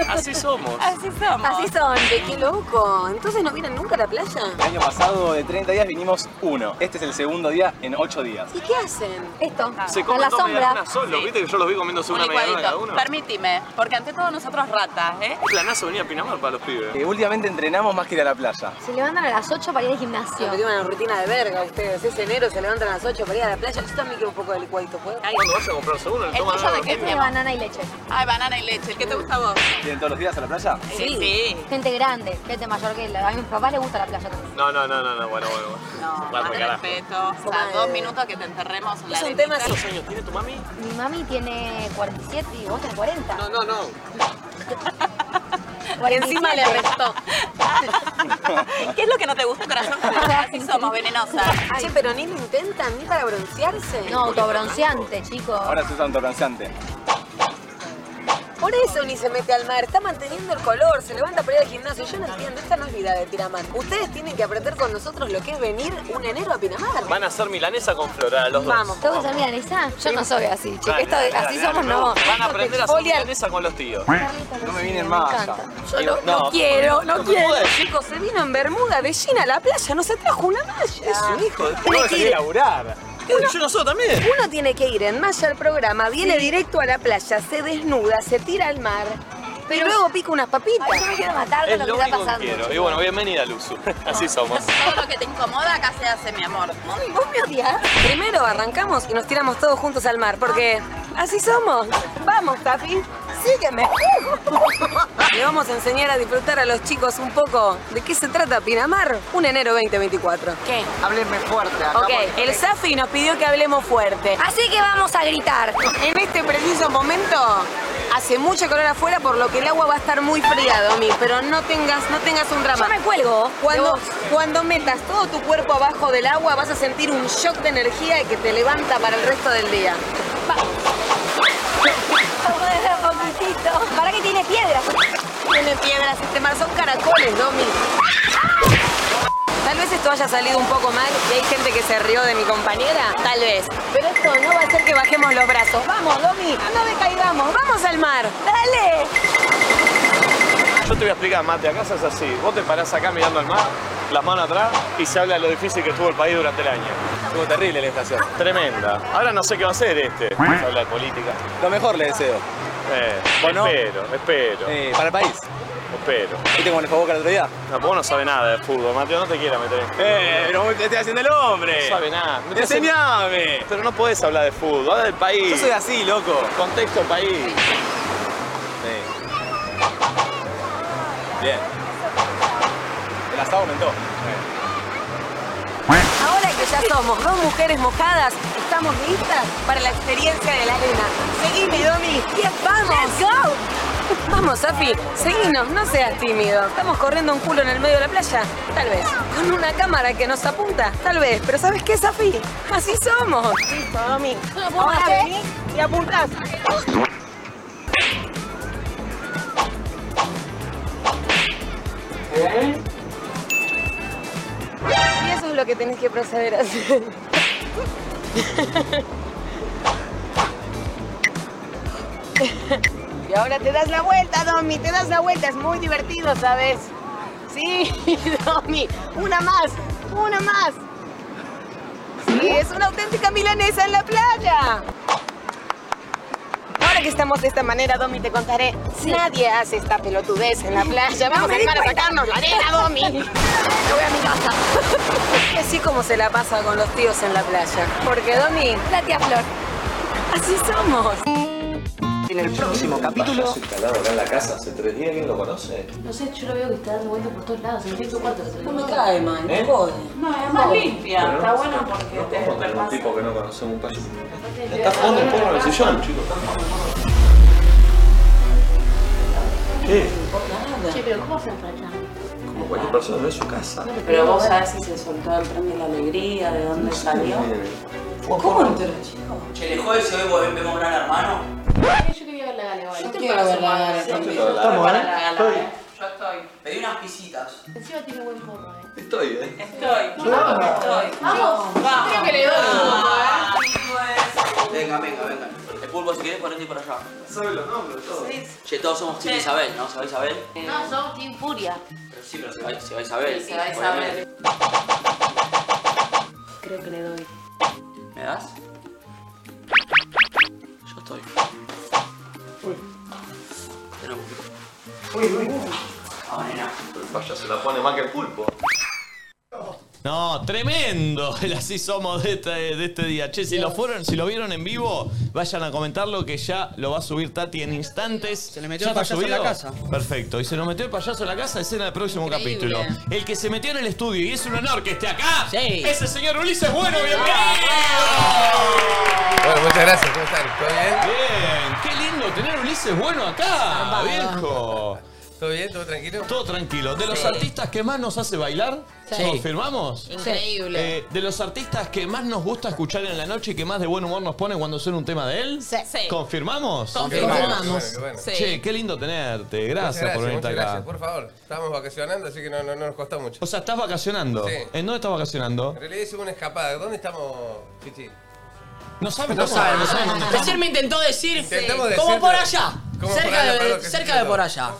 Speaker 1: Así somos.
Speaker 3: Así somos. Así son, de qué loco. Entonces no vienen nunca a la playa.
Speaker 10: El año pasado de 30 días vinimos uno. Este es el segundo día en 8 días.
Speaker 3: ¿Y qué hacen? Esto,
Speaker 1: Se
Speaker 3: a
Speaker 1: comen
Speaker 3: la
Speaker 1: dos
Speaker 3: sombra.
Speaker 1: medialunas solo, viste que yo los vi comiéndose
Speaker 2: Ah. Un
Speaker 1: una medialuna cada uno.
Speaker 2: licuadito. Permítime, porque ante todo nosotros ratas, ¿eh?
Speaker 1: Un planazo venía a Pinamar para los pibes.
Speaker 10: Eh, últimamente entrenamos más que ir a la playa.
Speaker 3: Se levantan a las 8 para ir al gimnasio. Tienen una rutina de verga ustedes. Es enero, se levantan a las 8 para ir a la playa. Yo también quiero un poco de licuadito, ¿puedo?
Speaker 1: ¿Cuándo vas a comprar seguro?
Speaker 3: El tuyo de qué tema? Banana y leche.
Speaker 2: Ay, banana y leche. ¿El que te gusta a vos?
Speaker 10: ¿Vienen todos los días a la playa?
Speaker 3: Sí. Gente grande, gente mayor que la- a mis papás les gusta la playa también.
Speaker 1: No, no, no, no, no, bueno, bueno, bueno.
Speaker 2: No,
Speaker 1: Guarda,
Speaker 2: más de
Speaker 1: carajo.
Speaker 2: respeto. O sea, dos minutos que te enterremos en la
Speaker 3: eh. Es un
Speaker 2: arenita.
Speaker 3: tema así. ¿Cuántos
Speaker 1: años tiene tu mami?
Speaker 3: Mi mami tiene 47 y vos tenés 40.
Speaker 1: No, no,
Speaker 3: (laughs)
Speaker 1: no.
Speaker 3: Encima le restó.
Speaker 2: (laughs) ¿Qué es lo que no te gusta, corazón? Así somos, venenosas.
Speaker 3: Che, pero ni lo intentan ni para broncearse. No, autobronceante, chicos.
Speaker 10: Ahora se usa autobronceante.
Speaker 3: Por eso ni se mete al mar, está manteniendo el color, se levanta para ir al gimnasio. Yo no entiendo, esta no es vida de Tiramar. Ustedes tienen que aprender con nosotros lo que es venir un enero a Pinamar.
Speaker 1: Van a hacer milanesa con floral los dos.
Speaker 3: Vamos, ¿todos amigas de esa? Yo no soy así, chicos.
Speaker 1: Dale,
Speaker 3: Esto,
Speaker 1: dale, dale,
Speaker 3: así
Speaker 1: dale,
Speaker 3: somos,
Speaker 1: me
Speaker 3: no.
Speaker 1: gusta. Van a aprender a hacer
Speaker 3: Folia-
Speaker 1: milanesa con los tíos.
Speaker 3: No
Speaker 10: me vienen más.
Speaker 3: encanta.
Speaker 10: ya.
Speaker 3: Yo no, no
Speaker 10: No,
Speaker 3: quiero, no,
Speaker 10: no me
Speaker 3: quiero.
Speaker 10: jodas.
Speaker 3: Chicos, se vino en Bermuda de Gina a la playa, no se trajo una malla.
Speaker 10: Es un hijo de
Speaker 3: Tiene
Speaker 10: puedo
Speaker 3: que
Speaker 10: salir a
Speaker 3: ir-
Speaker 10: laburar.
Speaker 1: Yo nosotros también.
Speaker 3: Uno tiene que ir en malla al programa, viene directo a la playa, se desnuda, se tira al mar. Pero luego pica unas papitas. yo me quiero matar
Speaker 1: Es lo único que quiero. Y bueno, bienvenida, Luzu. (laughs) Así somos.
Speaker 2: Todo lo que te incomoda acá se hace, mi amor.
Speaker 3: ¿Vos me odias? Primero arrancamos y nos tiramos todos juntos al mar, porque así somos. Vamos, Tafi, sígueme. (laughs) Le vamos a enseñar a disfrutar a los chicos un poco de qué se trata Pinamar, un enero 2024. ¿Qué?
Speaker 4: Háblenme fuerte. acá
Speaker 3: Ok,
Speaker 4: porque-
Speaker 3: el Safi nos pidió que hablemos fuerte. Así que vamos a gritar. En este preciso momento hace mucho calor afuera, por lo que el agua va a estar muy fría, Domi. Pero no tengas, no tengas un drama. Yo me cuelgo.
Speaker 31: de
Speaker 3: Cuando,
Speaker 31: vos.
Speaker 3: cuando metas todo tu cuerpo abajo del agua, vas a sentir un shock de energía que te levanta para el resto del día. Vamos. ¿Para que tiene piedras? Tiene piedras este mar, son caracoles, Domi. Tal vez esto haya salido un poco mal y hay gente que se rió de mi compañera. Tal vez. Pero esto no va a hacer que bajemos los brazos. Vamos, Domi, no decaigamos. Vamos al mar. Dale.
Speaker 1: Yo te voy a explicar, Mate, acá es así. Vos te parás acá mirando al mar, las manos atrás, y se habla de lo difícil que estuvo el país durante el año. Estuvo terrible la estación. Tremenda. Ahora no sé qué va a hacer este. Se habla de política.
Speaker 10: Lo mejor le deseo.
Speaker 32: Eh,
Speaker 15: Bueno.
Speaker 32: Espero, espero.
Speaker 15: Eh, para el país.
Speaker 32: Espero.
Speaker 15: ¿Viste con el Boca el otro día?
Speaker 32: No, vos no sabés nada de fútbol, Mateo, no te quieras meter
Speaker 1: este
Speaker 32: en fútbol.
Speaker 15: Eh, pero vos te estás haciendo el hombre.
Speaker 32: No sabe nada.
Speaker 15: Te enseñame.
Speaker 32: Pero no podés hablar de fútbol, habla del país.
Speaker 15: Yo soy así, loco.
Speaker 32: Contexto país.
Speaker 15: Sí. Bien. El asado aumentó.
Speaker 3: Ahora que ya somos dos mujeres mojadas, estamos listas para la experiencia de la arena. Seguime, Domi. Yes, vamos. Let's go. Vamos, Afi, seguinos, no seas tímido. Estamos corriendo un culo en el medio de la playa, tal vez. Con una cámara que nos apunta, tal vez. Pero ¿sabes qué, Safi? Así somos. Listo, Domi.
Speaker 19: Ahora venís
Speaker 3: y apuntás.
Speaker 19: Y eso es lo que tenés que proceder a hacer. (laughs) Y ahora te das la vuelta, Domi, te das la vuelta, es muy divertido, ¿sabes? Sí, (laughs) Domi, una más, una más. Sí, es una auténtica milanesa en la playa. Ahora que estamos de esta manera, Domi, te contaré. Nadie hace esta pelotudez en la playa. Vamos a
Speaker 3: para
Speaker 19: a sacarnos la arena,
Speaker 3: (laughs)
Speaker 19: Domi.
Speaker 3: voy a mi casa.
Speaker 19: (laughs)
Speaker 3: Y así como se la pasa con los tíos en la playa. Porque Domi, la tía Flor. Así somos.
Speaker 10: En el próximo capítulo.
Speaker 32: instalado acá en la casa hace tres días, ¿quién lo conoce?
Speaker 6: No sé, yo lo veo que está dando vueltas por todos lados. En el su cuarto. No me cae, man,
Speaker 32: ¿Eh?
Speaker 6: jode. No, es más limpia.
Speaker 32: Pero no, está
Speaker 6: bueno porque
Speaker 32: ¿Cómo tener un tipo que no conoce un país? Está jugando un poco en el sillón, chicos. ¿Qué?
Speaker 6: Che, pero ¿cómo se enfrachan?
Speaker 32: Como cualquier persona, no es su casa.
Speaker 6: Pero vos sabés si se soltó el tren de la alegría, de dónde salió.
Speaker 4: ¿Cómo no te lo chico? Che, le jode si hoy vos vemos un gran hermano.
Speaker 6: Yo quería ver la gala, vale.
Speaker 4: Yo quiero ver la gala, también.
Speaker 6: Yo
Speaker 4: Estamos,
Speaker 6: para
Speaker 4: ¿eh?
Speaker 6: la gala,
Speaker 4: Estoy.
Speaker 6: eh.
Speaker 4: Yo estoy. Pedí unas pisitas.
Speaker 6: Encima tiene buen forro, eh.
Speaker 32: Estoy, ¿eh?
Speaker 4: Estoy.
Speaker 6: Vamos.
Speaker 4: Estoy.
Speaker 6: Vamos. Creo que le doy un poco,
Speaker 15: Ah,
Speaker 6: eh.
Speaker 4: Vamos. Venga, venga, venga. El pulpo, si querés, ponete por allá.
Speaker 32: Sabe los nombres, todo.
Speaker 4: Che, todos somos Team Isabel, ¿no? ¿Sabés Isabel?
Speaker 6: No, somos Team Furia.
Speaker 4: Pero sí, pero se va, se va Isabel.
Speaker 6: Sí, se va
Speaker 4: obviamente.
Speaker 6: Creo que le doy.
Speaker 4: ¿Me das? Yo estoy. Pero- Ah, nena.
Speaker 32: El payaso se la pone más que el pulpo.
Speaker 1: No, tremendo (laughs) el así somos de este, de este día. Che, si lo fueron, si lo vieron en vivo, vayan a comentarlo que ya lo va a subir Tati en instantes. Se le
Speaker 4: metió el payaso en la casa.
Speaker 1: Perfecto. Y se lo metió el payaso en la casa, escena del próximo
Speaker 4: Increíble.
Speaker 1: capítulo. El que se metió en el estudio y es un honor que esté acá.
Speaker 4: Sí.
Speaker 1: Ese señor Ulises Bueno, bienvenido.
Speaker 22: Bueno, muchas gracias, ¿cómo están? ¿Todo bien?
Speaker 1: Bien, qué lindo tener a Ulises Bueno acá, viejo.
Speaker 22: ¿Todo bien? ¿Todo tranquilo?
Speaker 1: Todo tranquilo. De los
Speaker 22: Sí.
Speaker 1: artistas que más nos hace bailar,
Speaker 22: Sí.
Speaker 1: ¿confirmamos?
Speaker 18: Increíble.
Speaker 1: Eh, de los artistas que más nos gusta escuchar en la noche y que más de buen humor nos pone cuando suena un tema de él,
Speaker 18: Sí. Sí.
Speaker 1: ¿confirmamos?
Speaker 22: Confirmamos. Confirmamos. Qué bueno, qué bueno. Sí.
Speaker 1: Che, qué lindo tenerte. Gracias,
Speaker 22: Muchas
Speaker 1: por venir
Speaker 22: muchas
Speaker 1: acá.
Speaker 22: Gracias, por favor. Estábamos vacacionando, así que no, no- no nos costó mucho.
Speaker 1: O sea, estás vacacionando.
Speaker 22: Sí.
Speaker 1: ¿En dónde estás vacacionando?
Speaker 22: En realidad hicimos una escapada. ¿Dónde estamos, Chichi?
Speaker 1: No sabes,
Speaker 22: No
Speaker 1: cómo-
Speaker 22: sabe, no sabe.
Speaker 1: dónde
Speaker 4: Recién
Speaker 1: estamos.
Speaker 4: me intentó decir.
Speaker 22: Intentamos
Speaker 4: Como
Speaker 22: decirlo.
Speaker 4: por allá.
Speaker 22: Como por
Speaker 4: Cerca
Speaker 22: allá,
Speaker 4: de
Speaker 22: perdón, que
Speaker 4: cerca
Speaker 22: sí,
Speaker 4: de por
Speaker 22: no.
Speaker 4: allá.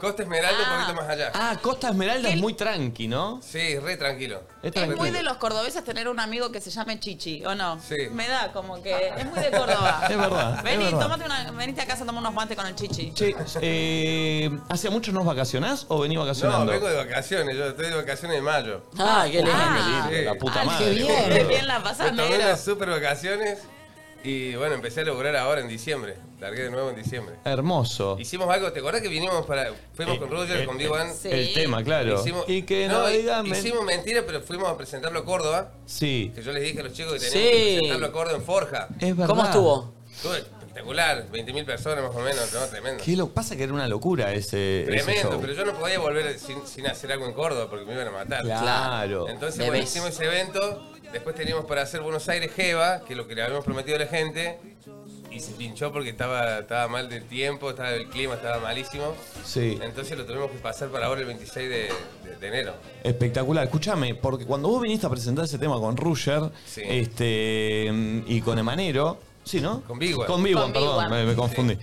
Speaker 22: Costa Esmeralda, un poquito más allá.
Speaker 1: Ah, Costa Esmeralda es muy tranqui, ¿no?
Speaker 22: Sí, re tranquilo.
Speaker 2: Es muy de los cordobeses tener un amigo que se llame Chichi, ¿o no?
Speaker 22: Sí.
Speaker 2: Me da como que es muy de Córdoba.
Speaker 1: (laughs) Es verdad, es
Speaker 2: Vení,
Speaker 1: verdad.
Speaker 2: tómate una, venite a casa, toma unos guantes con el Chichi.
Speaker 1: Che, eh, ¿hace mucho nos vacacionás o venís
Speaker 22: No,
Speaker 1: vacacionando?
Speaker 22: vengo de vacaciones. Yo estoy de vacaciones de mayo.
Speaker 4: Ah, qué lindo.
Speaker 1: Ah, qué lindo, la puta Ay, madre, qué bien.
Speaker 22: boludo.
Speaker 1: Bien la pasás,
Speaker 22: Me tomé
Speaker 1: negro.
Speaker 22: unas super vacaciones y bueno, empecé a laburar ahora en diciembre. Largué de nuevo en diciembre.
Speaker 1: Hermoso.
Speaker 22: Hicimos algo, ¿te acordás que vinimos para. Fuimos
Speaker 1: Oh. Eh,
Speaker 22: con Roger,
Speaker 1: eh,
Speaker 22: con
Speaker 1: eh,
Speaker 22: Vivan?
Speaker 1: el tema, claro. Y que no digan men-
Speaker 22: Hicimos mentira, pero fuimos a presentarlo a Córdoba.
Speaker 1: Sí.
Speaker 22: Que yo les dije a los chicos que
Speaker 1: Sí.
Speaker 22: teníamos que presentarlo a Córdoba en Forja.
Speaker 1: Es verdad. ¿Cómo estuvo?
Speaker 22: Estuvo espectacular, 20.000 personas más o menos, ¿no? Tremendo.
Speaker 1: ¿Qué lo pasa que era una locura ese, ese
Speaker 22: Tremendo,
Speaker 1: show?
Speaker 22: pero yo no podía volver sin, sin hacer algo en Córdoba porque me iban a matar.
Speaker 1: Claro.
Speaker 22: Entonces,
Speaker 1: Debes.
Speaker 22: bueno, hicimos ese evento. Después teníamos para hacer Buenos Aires Jeva, que es lo que le habíamos prometido a la gente. Y se pinchó porque estaba, estaba mal de tiempo, estaba el clima, estaba malísimo.
Speaker 1: Sí.
Speaker 22: Entonces lo tuvimos que pasar para ahora el 26 de, de- de enero.
Speaker 1: Espectacular. Escúchame, porque cuando vos viniste a presentar ese tema con Ruger
Speaker 22: Sí.
Speaker 1: este, mm, y con Emanero, ¿sí, no?
Speaker 22: Con Big One.
Speaker 1: Con Big One,
Speaker 22: Con Big
Speaker 1: perdón,
Speaker 22: One.
Speaker 1: me, me confundí.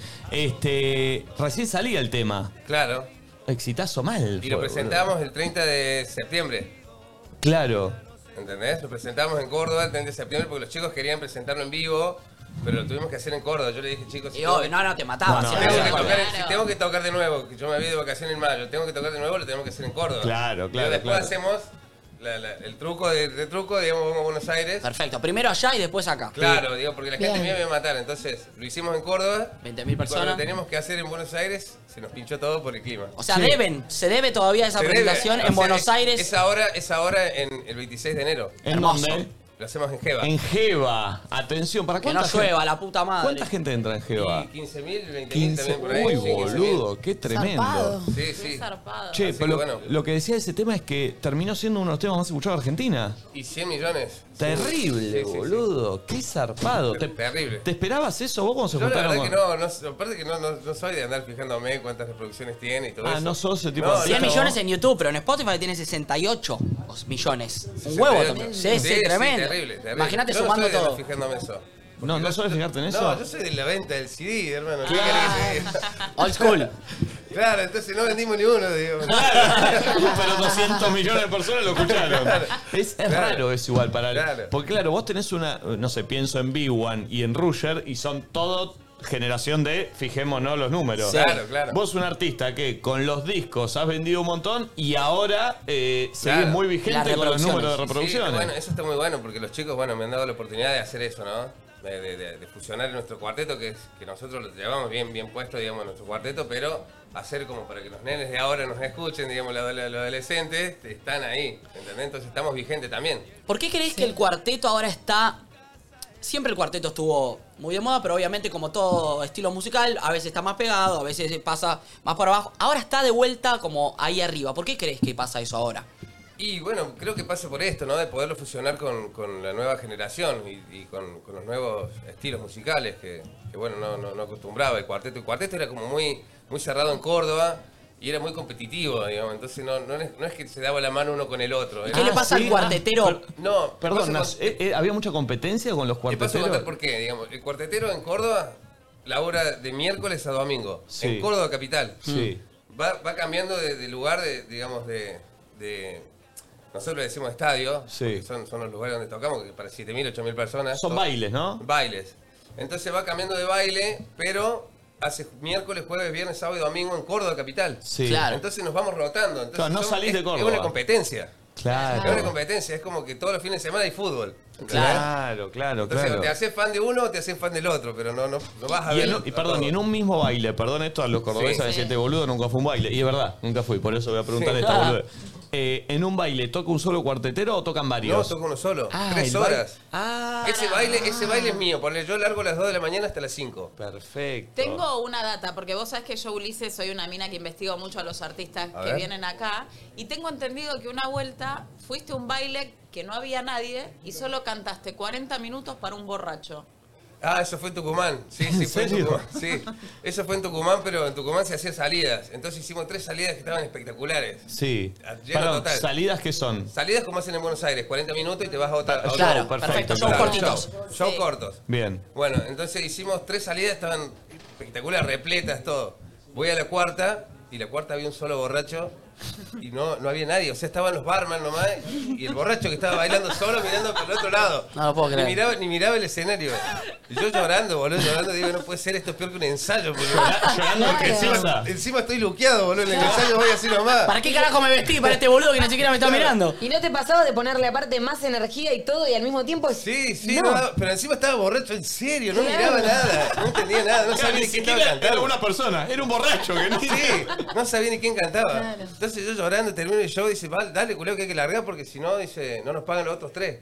Speaker 1: Este, recién salía el tema.
Speaker 22: Claro.
Speaker 1: Exitazo mal.
Speaker 22: Y lo
Speaker 1: fue,
Speaker 22: presentamos el 30 de septiembre.
Speaker 1: boludo. Claro.
Speaker 22: ¿Entendés? Lo presentamos en Córdoba el 30 de septiembre porque los chicos querían presentarlo en vivo. Pero lo tuvimos que hacer en Córdoba. Yo le dije, chicos,
Speaker 4: Y
Speaker 22: tengo
Speaker 4: obvio,
Speaker 22: que-
Speaker 4: no, no, te mataba,
Speaker 22: Si
Speaker 4: sí,
Speaker 22: tengo que
Speaker 4: claro.
Speaker 22: tocar- si tengo que tocar de nuevo, que yo me había de vacaciones en mayo, tengo que tocar de nuevo, lo tenemos que hacer en Córdoba.
Speaker 1: Claro,
Speaker 22: Y
Speaker 1: claro,
Speaker 22: después
Speaker 1: claro.
Speaker 22: hacemos la- la- el truco de, de truco, digamos, vamos a Buenos Aires.
Speaker 4: Perfecto, primero allá y después acá.
Speaker 22: Claro, digo, porque la gente
Speaker 4: Bien.
Speaker 22: mía me iba a matar. Entonces, lo hicimos en Córdoba.
Speaker 4: 20.000
Speaker 22: Cuando
Speaker 4: personas.
Speaker 22: lo teníamos que hacer en Buenos Aires, se nos pinchó todo por el clima.
Speaker 4: O sea, deben, se debe todavía esa
Speaker 22: Se debe.
Speaker 4: presentación
Speaker 22: O
Speaker 4: en
Speaker 22: sea,
Speaker 4: Buenos
Speaker 22: es-
Speaker 4: Aires.
Speaker 22: Es ahora, es ahora en el 26 de enero.
Speaker 1: ¿En Hermoso. dónde?
Speaker 22: Lo hacemos en Jeva.
Speaker 1: En Jeva. Atención, ¿para
Speaker 22: Que no
Speaker 1: cuánta
Speaker 22: llueva,
Speaker 1: gente?
Speaker 22: la puta madre.
Speaker 1: ¿Cuánta gente entra en Jeva?
Speaker 22: 15.000, 20.000
Speaker 1: 15.
Speaker 22: también por ahí.
Speaker 1: Uy,
Speaker 22: sí, 15.000.
Speaker 1: boludo, qué tremendo. Zarpado.
Speaker 22: Sí, sí.
Speaker 1: Che,
Speaker 22: Así
Speaker 1: pero
Speaker 22: que
Speaker 1: lo,
Speaker 22: bueno,
Speaker 1: lo que decía ese tema es que terminó siendo uno de los temas más escuchados de Argentina.
Speaker 22: y 100 millones.
Speaker 1: Terrible, boludo. Qué zarpado. Te-
Speaker 22: Terrible.
Speaker 1: ¿Te esperabas eso vos cuando se
Speaker 22: Yo la
Speaker 1: juntaron
Speaker 22: verdad que
Speaker 1: con-
Speaker 22: no, no, aparte que no, no, no soy de andar fijándome cuántas reproducciones tiene y todo
Speaker 1: Ah,
Speaker 22: eso.
Speaker 1: no sos ese tipo de-
Speaker 4: 100
Speaker 1: no.
Speaker 4: millones en YouTube, pero en Spotify tiene 68 millones. Un huevo también. Sí, sí, tremendo.
Speaker 22: terrible, terrible.
Speaker 4: Imagínate
Speaker 22: Yo no
Speaker 4: sumando
Speaker 22: soy de andar
Speaker 4: todo.
Speaker 22: fijándome eso.
Speaker 1: No, no sabes fijarte en eso.
Speaker 22: No, yo soy de la venta del CD, hermano. ¿Qué querés que te diga?
Speaker 4: Old school.
Speaker 22: (laughs) Claro, entonces no vendimos ni uno,
Speaker 4: (laughs)
Speaker 22: digo.
Speaker 1: Pero 200 millones de personas lo (laughs) escucharon. Es, es raro eso igual para el- Porque claro, vos tenés una, no sé, pienso en B1 y en Ruger y son todo generación de fijémonos los números.
Speaker 22: Sí. Claro, claro.
Speaker 1: Vos un artista que con los discos has vendido un montón y ahora eh, seguís muy vigente con los números de reproducciones.
Speaker 22: Sí, bueno, eso está muy bueno porque los chicos, bueno, me han dado la oportunidad de hacer eso, ¿no? De, de- de- de fusionar nuestro cuarteto, que, es, que nosotros lo llevamos bien, bien puesto, digamos, en nuestro cuarteto, pero hacer como para que los nenes de ahora nos escuchen, digamos, los, los- los adolescentes, están ahí, ¿entendés? Entonces estamos vigentes también.
Speaker 4: ¿Por qué creéis que el cuarteto ahora está... Siempre el cuarteto estuvo muy de moda, pero obviamente como todo estilo musical, a veces está más pegado, a veces pasa más para abajo. Ahora está de vuelta como ahí arriba. ¿Por qué crees que pasa eso ahora?
Speaker 22: Y bueno, creo que pasa por esto, ¿no? De poderlo fusionar con, con la nueva generación y, y con, con los nuevos estilos musicales que, que, bueno, no, no, no acostumbraba el cuarteto. El cuarteto era como muy, muy cerrado en Córdoba y era muy competitivo, digamos. Entonces no, no, es, no es que se daba la mano uno con el otro.
Speaker 1: ¿Y
Speaker 22: era-
Speaker 1: qué le pasa Ah, al sí, cuartetero? ah, per-
Speaker 22: No,
Speaker 1: Perdón,
Speaker 22: pasa
Speaker 1: Nas, eh, eh, ¿había mucha competencia con los
Speaker 22: te paso a contar
Speaker 1: cuarteteros?
Speaker 22: por qué, digamos. El cuartetero en Córdoba, la hora de miércoles a domingo.
Speaker 1: Sí.
Speaker 22: En Córdoba capital. Mm.
Speaker 1: Sí.
Speaker 22: Va, va cambiando de, de lugar, de, digamos, de, de- Nosotros le decimos estadio,
Speaker 1: Sí.
Speaker 22: porque son, son los lugares donde tocamos, que para 7.000, 8.000 personas.
Speaker 1: Son
Speaker 22: To-
Speaker 1: bailes, ¿no?
Speaker 22: Bailes. Entonces va cambiando de baile, pero hace miércoles, jueves, viernes, sábado y domingo en Córdoba capital.
Speaker 1: Sí. Claro.
Speaker 22: Entonces nos vamos rotando. Entonces
Speaker 1: Claro, no
Speaker 22: somos-
Speaker 1: salís
Speaker 22: es-
Speaker 1: de Córdoba.
Speaker 22: Es una competencia. Es una
Speaker 1: Claro.
Speaker 22: competencia, es como que todos los fines de semana hay fútbol.
Speaker 1: Claro, claro,
Speaker 22: Entonces,
Speaker 1: claro.
Speaker 22: o te haces fan de uno o te haces fan del otro, pero no, no, no vas a
Speaker 1: Y,
Speaker 22: ver.
Speaker 1: en un- y perdón, y en un mismo baile, perdón esto a los cordobeses
Speaker 22: Sí.
Speaker 1: a decir, este boludo nunca fue un baile. Y es verdad, nunca fui, por eso voy a preguntar
Speaker 22: Sí.
Speaker 1: esta
Speaker 22: Ah. (laughs)
Speaker 1: boludo. Eh, ¿En un baile toca un solo cuartetero o tocan
Speaker 22: No,
Speaker 1: varios?
Speaker 22: toco uno solo.
Speaker 1: Ah,
Speaker 22: tres
Speaker 1: el baile- Ah.
Speaker 22: horas. ese, baile, ese baile es mío. Ponle, yo largo a las 2 de la mañana hasta las 5.
Speaker 1: Perfecto.
Speaker 2: Tengo una data, porque vos sabés que yo, Ulises, soy una mina que investigo mucho a los artistas
Speaker 22: A
Speaker 2: que
Speaker 22: ver.
Speaker 2: vienen acá. Y tengo entendido que una vuelta fuiste a un baile que no había nadie y solo cantaste 40 minutos para un borracho.
Speaker 22: Ah, eso fue en Tucumán. Sí, sí, fue en Tucumán. Sí. Eso fue en Tucumán, pero en Tucumán se hacían salidas. Entonces hicimos tres salidas que estaban espectaculares.
Speaker 1: Sí.
Speaker 22: Lleno
Speaker 1: Perdón,
Speaker 22: total.
Speaker 1: ¿salidas qué son?
Speaker 22: Salidas como hacen en Buenos Aires, 40 minutos y te vas a otra. a otro-
Speaker 1: Claro, perfecto, shows
Speaker 22: Claro,
Speaker 1: cortitos.
Speaker 22: show, show cortos.
Speaker 1: Bien.
Speaker 22: Bueno, entonces hicimos tres salidas, estaban espectaculares, repletas, todo. Voy a la cuarta y la cuarta había un solo borracho y no, no había nadie. O sea, estaban los barman nomás y el borracho que estaba bailando solo mirando por el otro lado.
Speaker 4: No lo puedo
Speaker 22: ni
Speaker 4: creer.
Speaker 22: miraba, ni miraba el escenario. Y yo llorando, boludo, llorando. Digo, no puede ser, esto es peor que un ensayo. boludo.
Speaker 1: llorando
Speaker 22: Porque
Speaker 1: en
Speaker 22: encima,
Speaker 1: prensa.
Speaker 22: encima estoy luqueado, boludo. En el ensayo voy así nomás.
Speaker 4: ¿Para qué carajo me vestí? Para este boludo que ni siquiera me está mirando.
Speaker 3: ¿Y no te pasaba de ponerle aparte más energía y todo y al mismo tiempo?
Speaker 22: Sí, Sí, no, pero encima estaba borracho, en serio, no miraba nada, no entendía nada, no
Speaker 1: Claro,
Speaker 22: sabía
Speaker 1: ni
Speaker 22: ni quién
Speaker 1: siquiera
Speaker 22: estaba cantando.
Speaker 1: era una persona, era un borracho que (laughs) no-
Speaker 22: Sí, no sabía ni quién cantaba.
Speaker 1: Claro.
Speaker 22: Entonces yo llorando termino el show y dice, "Val, dale culeo que hay que largar porque si no, dice, no nos pagan los otros tres.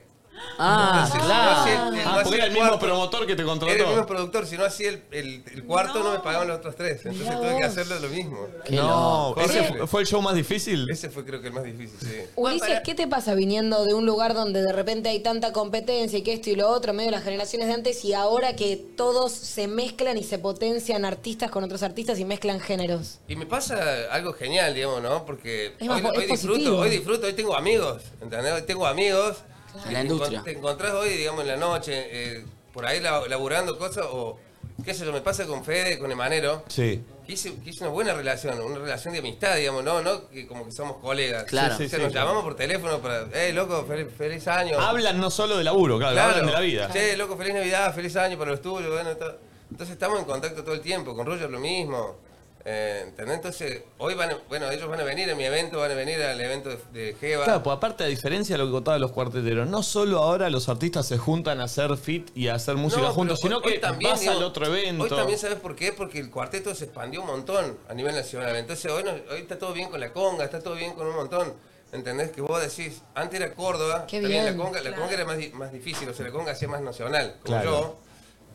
Speaker 4: Ah,
Speaker 22: Entonces,
Speaker 4: claro.
Speaker 22: si no hacía- no
Speaker 1: Ah, porque
Speaker 22: hacía
Speaker 1: era el mismo
Speaker 22: cuarto,
Speaker 1: promotor que te contrató.
Speaker 22: Era el mismo productor, si no hacía el, el- el cuarto no. me pagaban los otros tres. Entonces
Speaker 1: Mirá
Speaker 22: tuve que
Speaker 1: vos.
Speaker 22: hacerlo lo mismo.
Speaker 1: No, ¿ese
Speaker 22: Horrible.
Speaker 1: fue- fue el show más difícil?
Speaker 22: Ese fue creo que el más difícil, sí.
Speaker 3: Ulises, ¿qué te pasa viniendo de un lugar donde de repente hay tanta competencia y que esto y lo otro, en medio de las generaciones de antes y ahora que todos se mezclan y se potencian artistas con otros artistas y mezclan géneros?
Speaker 22: Y me pasa algo genial, digamos, ¿no? Porque
Speaker 3: Es
Speaker 22: hoy,
Speaker 3: más,
Speaker 22: hoy
Speaker 3: es
Speaker 22: disfruto,
Speaker 3: positivo.
Speaker 22: hoy disfruto, hoy tengo amigos, ¿entendés? Hoy tengo amigos. que
Speaker 4: La
Speaker 22: te
Speaker 4: industria.
Speaker 22: encon- Te encontrás hoy, digamos, en la noche, eh, por ahí la- laburando cosas o, qué sé yo, me pasa con Fede, con Emanero,
Speaker 1: Sí.
Speaker 22: que es, que es una buena relación, una relación de amistad, digamos, ¿no? ¿No? Que como que somos colegas.
Speaker 1: Claro.
Speaker 22: O sea,
Speaker 1: Sí, sí,
Speaker 22: nos
Speaker 1: sí.
Speaker 22: llamamos por teléfono para, eh, loco, feliz, feliz año.
Speaker 1: Hablan no solo de laburo, claro, hablan de la vida.
Speaker 22: Che, loco, feliz Navidad, feliz año para los tuyos. Bueno, ta- entonces estamos en contacto todo el tiempo, con Roger lo mismo. Eh, ¿entendés? Entonces, hoy van, a- bueno, ellos van a venir a mi evento, van a venir al evento de, de Jeva.
Speaker 1: Claro, pues aparte, a diferencia de lo que contaban los cuarteteros, no solo ahora los artistas se juntan a hacer fit y a hacer música
Speaker 22: No,
Speaker 1: juntos,
Speaker 22: pero
Speaker 1: sino
Speaker 22: hoy
Speaker 1: que
Speaker 22: también,
Speaker 1: vas
Speaker 22: digo,
Speaker 1: al otro evento.
Speaker 22: Hoy también, ¿sabes por qué? Porque el cuarteto se expandió un montón a nivel nacional. Entonces, hoy, no- hoy está todo bien con la conga, está todo bien con un montón. ¿Entendés? Que vos decís, antes era Córdoba,
Speaker 1: Qué
Speaker 22: también la
Speaker 1: bien.
Speaker 22: conga, la
Speaker 1: Claro.
Speaker 22: conga era más, di- más difícil, o sea, la conga hacía más nacional, como
Speaker 1: Claro.
Speaker 22: yo.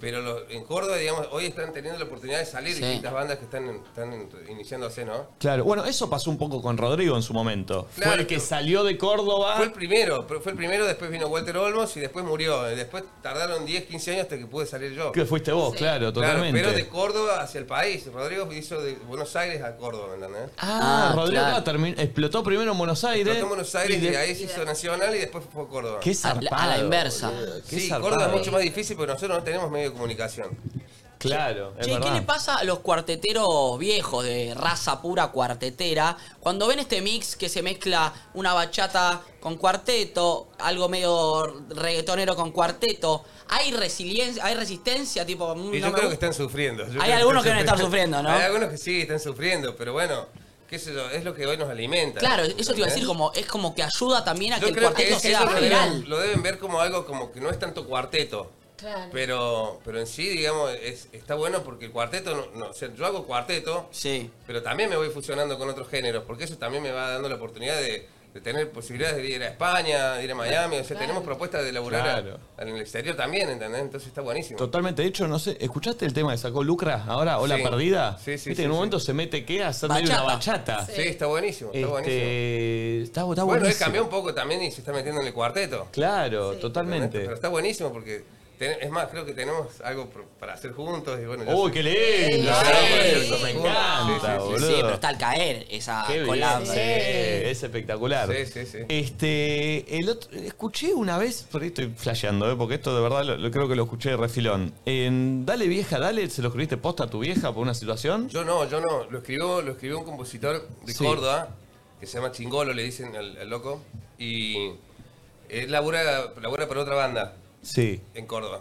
Speaker 22: Pero los- en Córdoba, digamos, hoy están teniendo la oportunidad de salir
Speaker 1: Sí.
Speaker 22: distintas bandas que están, están iniciándose, ¿no?
Speaker 1: Claro, bueno, eso pasó un poco con Rodrigo en su momento. Fue
Speaker 22: Claro,
Speaker 1: el que salió de Córdoba.
Speaker 22: Fue el primero, pero fue el primero, después vino Walter Olmos y después murió. Después tardaron 10, 15 años hasta que pude salir yo.
Speaker 1: Que fuiste vos, claro, totalmente.
Speaker 22: pero de Córdoba hacia el país. Rodrigo hizo de Buenos Aires a Córdoba, ¿me ¿entendés?
Speaker 1: Ah, Rodrigo claro, terminó- explotó primero en Buenos Aires.
Speaker 22: Explotó en Buenos Aires y
Speaker 1: Ah, de-
Speaker 22: de ahí se hizo Nacional y después fue a Córdoba.
Speaker 1: Qué zarpado, A la- a la inversa. boludo. Qué
Speaker 22: Sí,
Speaker 1: zarpado.
Speaker 22: Córdoba es mucho más difícil porque nosotros no tenemos medio de comunicación.
Speaker 4: Mm,
Speaker 1: Claro,
Speaker 4: Che, ¿qué le pasa a los cuarteteros viejos de raza pura cuartetera cuando ven este mix que se mezcla una bachata con cuarteto, algo medio reggaetonero con cuarteto? ¿Hay resiliencia, hay resistencia? Tipo,
Speaker 22: Y
Speaker 4: mm,
Speaker 22: yo
Speaker 4: no me
Speaker 22: creo que
Speaker 4: gusta?
Speaker 22: están sufriendo. Yo
Speaker 4: Hay
Speaker 22: creo
Speaker 4: algunos que
Speaker 22: están
Speaker 4: deben estar sufriendo, ¿no?
Speaker 22: Hay algunos que sí están sufriendo, pero bueno, qué sé yo, es lo que hoy nos alimenta.
Speaker 4: Claro, eso te iba a decir,
Speaker 22: ¿Eh?
Speaker 4: como, es como que ayuda también a
Speaker 22: Yo
Speaker 4: que el
Speaker 22: creo que
Speaker 4: cuarteto
Speaker 22: es-
Speaker 4: sea
Speaker 22: ellos lo
Speaker 4: viral.
Speaker 22: deben, lo deben ver como algo como que no es tanto cuarteto.
Speaker 3: Claro.
Speaker 22: Pero, pero en sí, digamos, es, está bueno porque el cuarteto, no, no, o sea, yo hago cuarteto, pero también me voy fusionando con otros géneros, porque eso también me va dando la oportunidad de, de tener posibilidades de ir a España, de ir a Miami, o sea,
Speaker 1: Claro.
Speaker 22: tenemos propuestas de laburar a-
Speaker 1: Claro.
Speaker 22: en el exterior también, ¿entendés? Entonces está buenísimo.
Speaker 1: Totalmente, de hecho, no sé, ¿escuchaste el tema que sacó Lucra ahora, Hola
Speaker 22: Sí.
Speaker 1: Perdida?
Speaker 22: Sí, sí, sí,
Speaker 1: Viste, en un
Speaker 22: sí.
Speaker 1: momento se mete, ¿qué? A hacer medio una bachata.
Speaker 22: Sí, está buenísimo, está
Speaker 1: Este,
Speaker 22: buenísimo.
Speaker 1: Está, está
Speaker 22: bueno, él
Speaker 1: buenísimo.
Speaker 22: cambió un poco también y se está metiendo en el cuarteto.
Speaker 1: Claro, totalmente.
Speaker 22: Pero está buenísimo porque, ten- es más, creo que tenemos algo pro- para hacer juntos. Y bueno, yo
Speaker 1: ¡Uy,
Speaker 22: sé-
Speaker 1: qué lindo!
Speaker 22: Sí,
Speaker 1: Sí,
Speaker 22: sí,
Speaker 1: me
Speaker 22: sí.
Speaker 1: encanta,
Speaker 22: Sí, sí, sí.
Speaker 1: boludo.
Speaker 4: Sí, pero está al caer esa
Speaker 1: Qué bien,
Speaker 4: collab.
Speaker 1: sí, Es espectacular.
Speaker 22: Sí, sí, sí.
Speaker 1: Este, el otro, escuché una vez, por ahí estoy flasheando, ¿eh? porque esto de verdad lo, lo- creo que lo escuché de refilón. En Dale vieja, dale, ¿se lo escribiste posta a tu vieja por una situación?
Speaker 22: Yo no, yo no. Lo escribió, lo escribió un compositor de
Speaker 1: Sí.
Speaker 22: Córdoba que se llama Chingolo, le dicen al, al loco. Y él labura, labura para otra banda
Speaker 1: Sí.
Speaker 22: en Córdoba.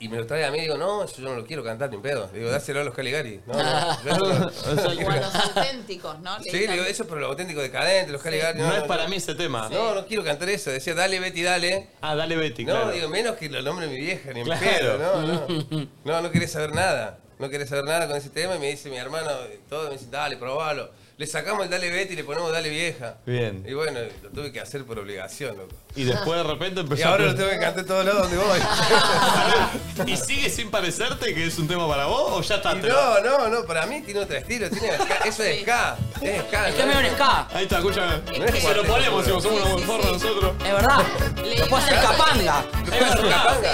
Speaker 22: Y me lo trae a mí y digo, no, eso yo no lo quiero cantar ni en pedo. Le digo, dáselo a los Caligari. No, no, yo no-
Speaker 2: (laughs) O a
Speaker 22: (laughs)
Speaker 2: los auténticos, ¿no?
Speaker 22: Sí, le digo, eso pero los auténticos decadentes, los Caligari.
Speaker 1: No es para mí ese tema.
Speaker 22: No, no quiero cantar eso. Decía, dale, Betty, dale.
Speaker 1: Ah, dale Betty,
Speaker 22: No,
Speaker 1: claro.
Speaker 22: digo, menos que lo nombre mi vieja, ni en
Speaker 1: Claro.
Speaker 22: pedo, no,
Speaker 1: (laughs)
Speaker 22: no. Mm. No, no querés saber nada. No querés saber nada con ese tema. Y me dice mi hermano, eh, todo, me dice, dale, probalo. Le sacamos el dale Betty y le ponemos dale vieja.
Speaker 1: Bien.
Speaker 22: Y bueno, lo tuve que hacer por obligación, loco.
Speaker 1: Y después de repente empezó
Speaker 22: Y ahora
Speaker 1: a-
Speaker 22: lo tengo que cantar en todos lados donde voy.
Speaker 1: (laughs) ¿Y sigue sin parecerte que es un tema para vos o ya está?
Speaker 22: Y no, no, no, para mí tiene otro estilo. Tiene ska, eso es ska. Es ska.
Speaker 1: Este
Speaker 22: ¿no?
Speaker 1: medio un ska. Ahí está, escúchame.
Speaker 22: No es
Speaker 1: Se lo
Speaker 22: cuarteto,
Speaker 1: ponemos,
Speaker 22: boludo.
Speaker 1: si somos unos forros nosotros.
Speaker 4: Es verdad.
Speaker 2: Leí
Speaker 4: Lo puedo hacer
Speaker 2: una-
Speaker 4: capanga.
Speaker 22: Es verdad.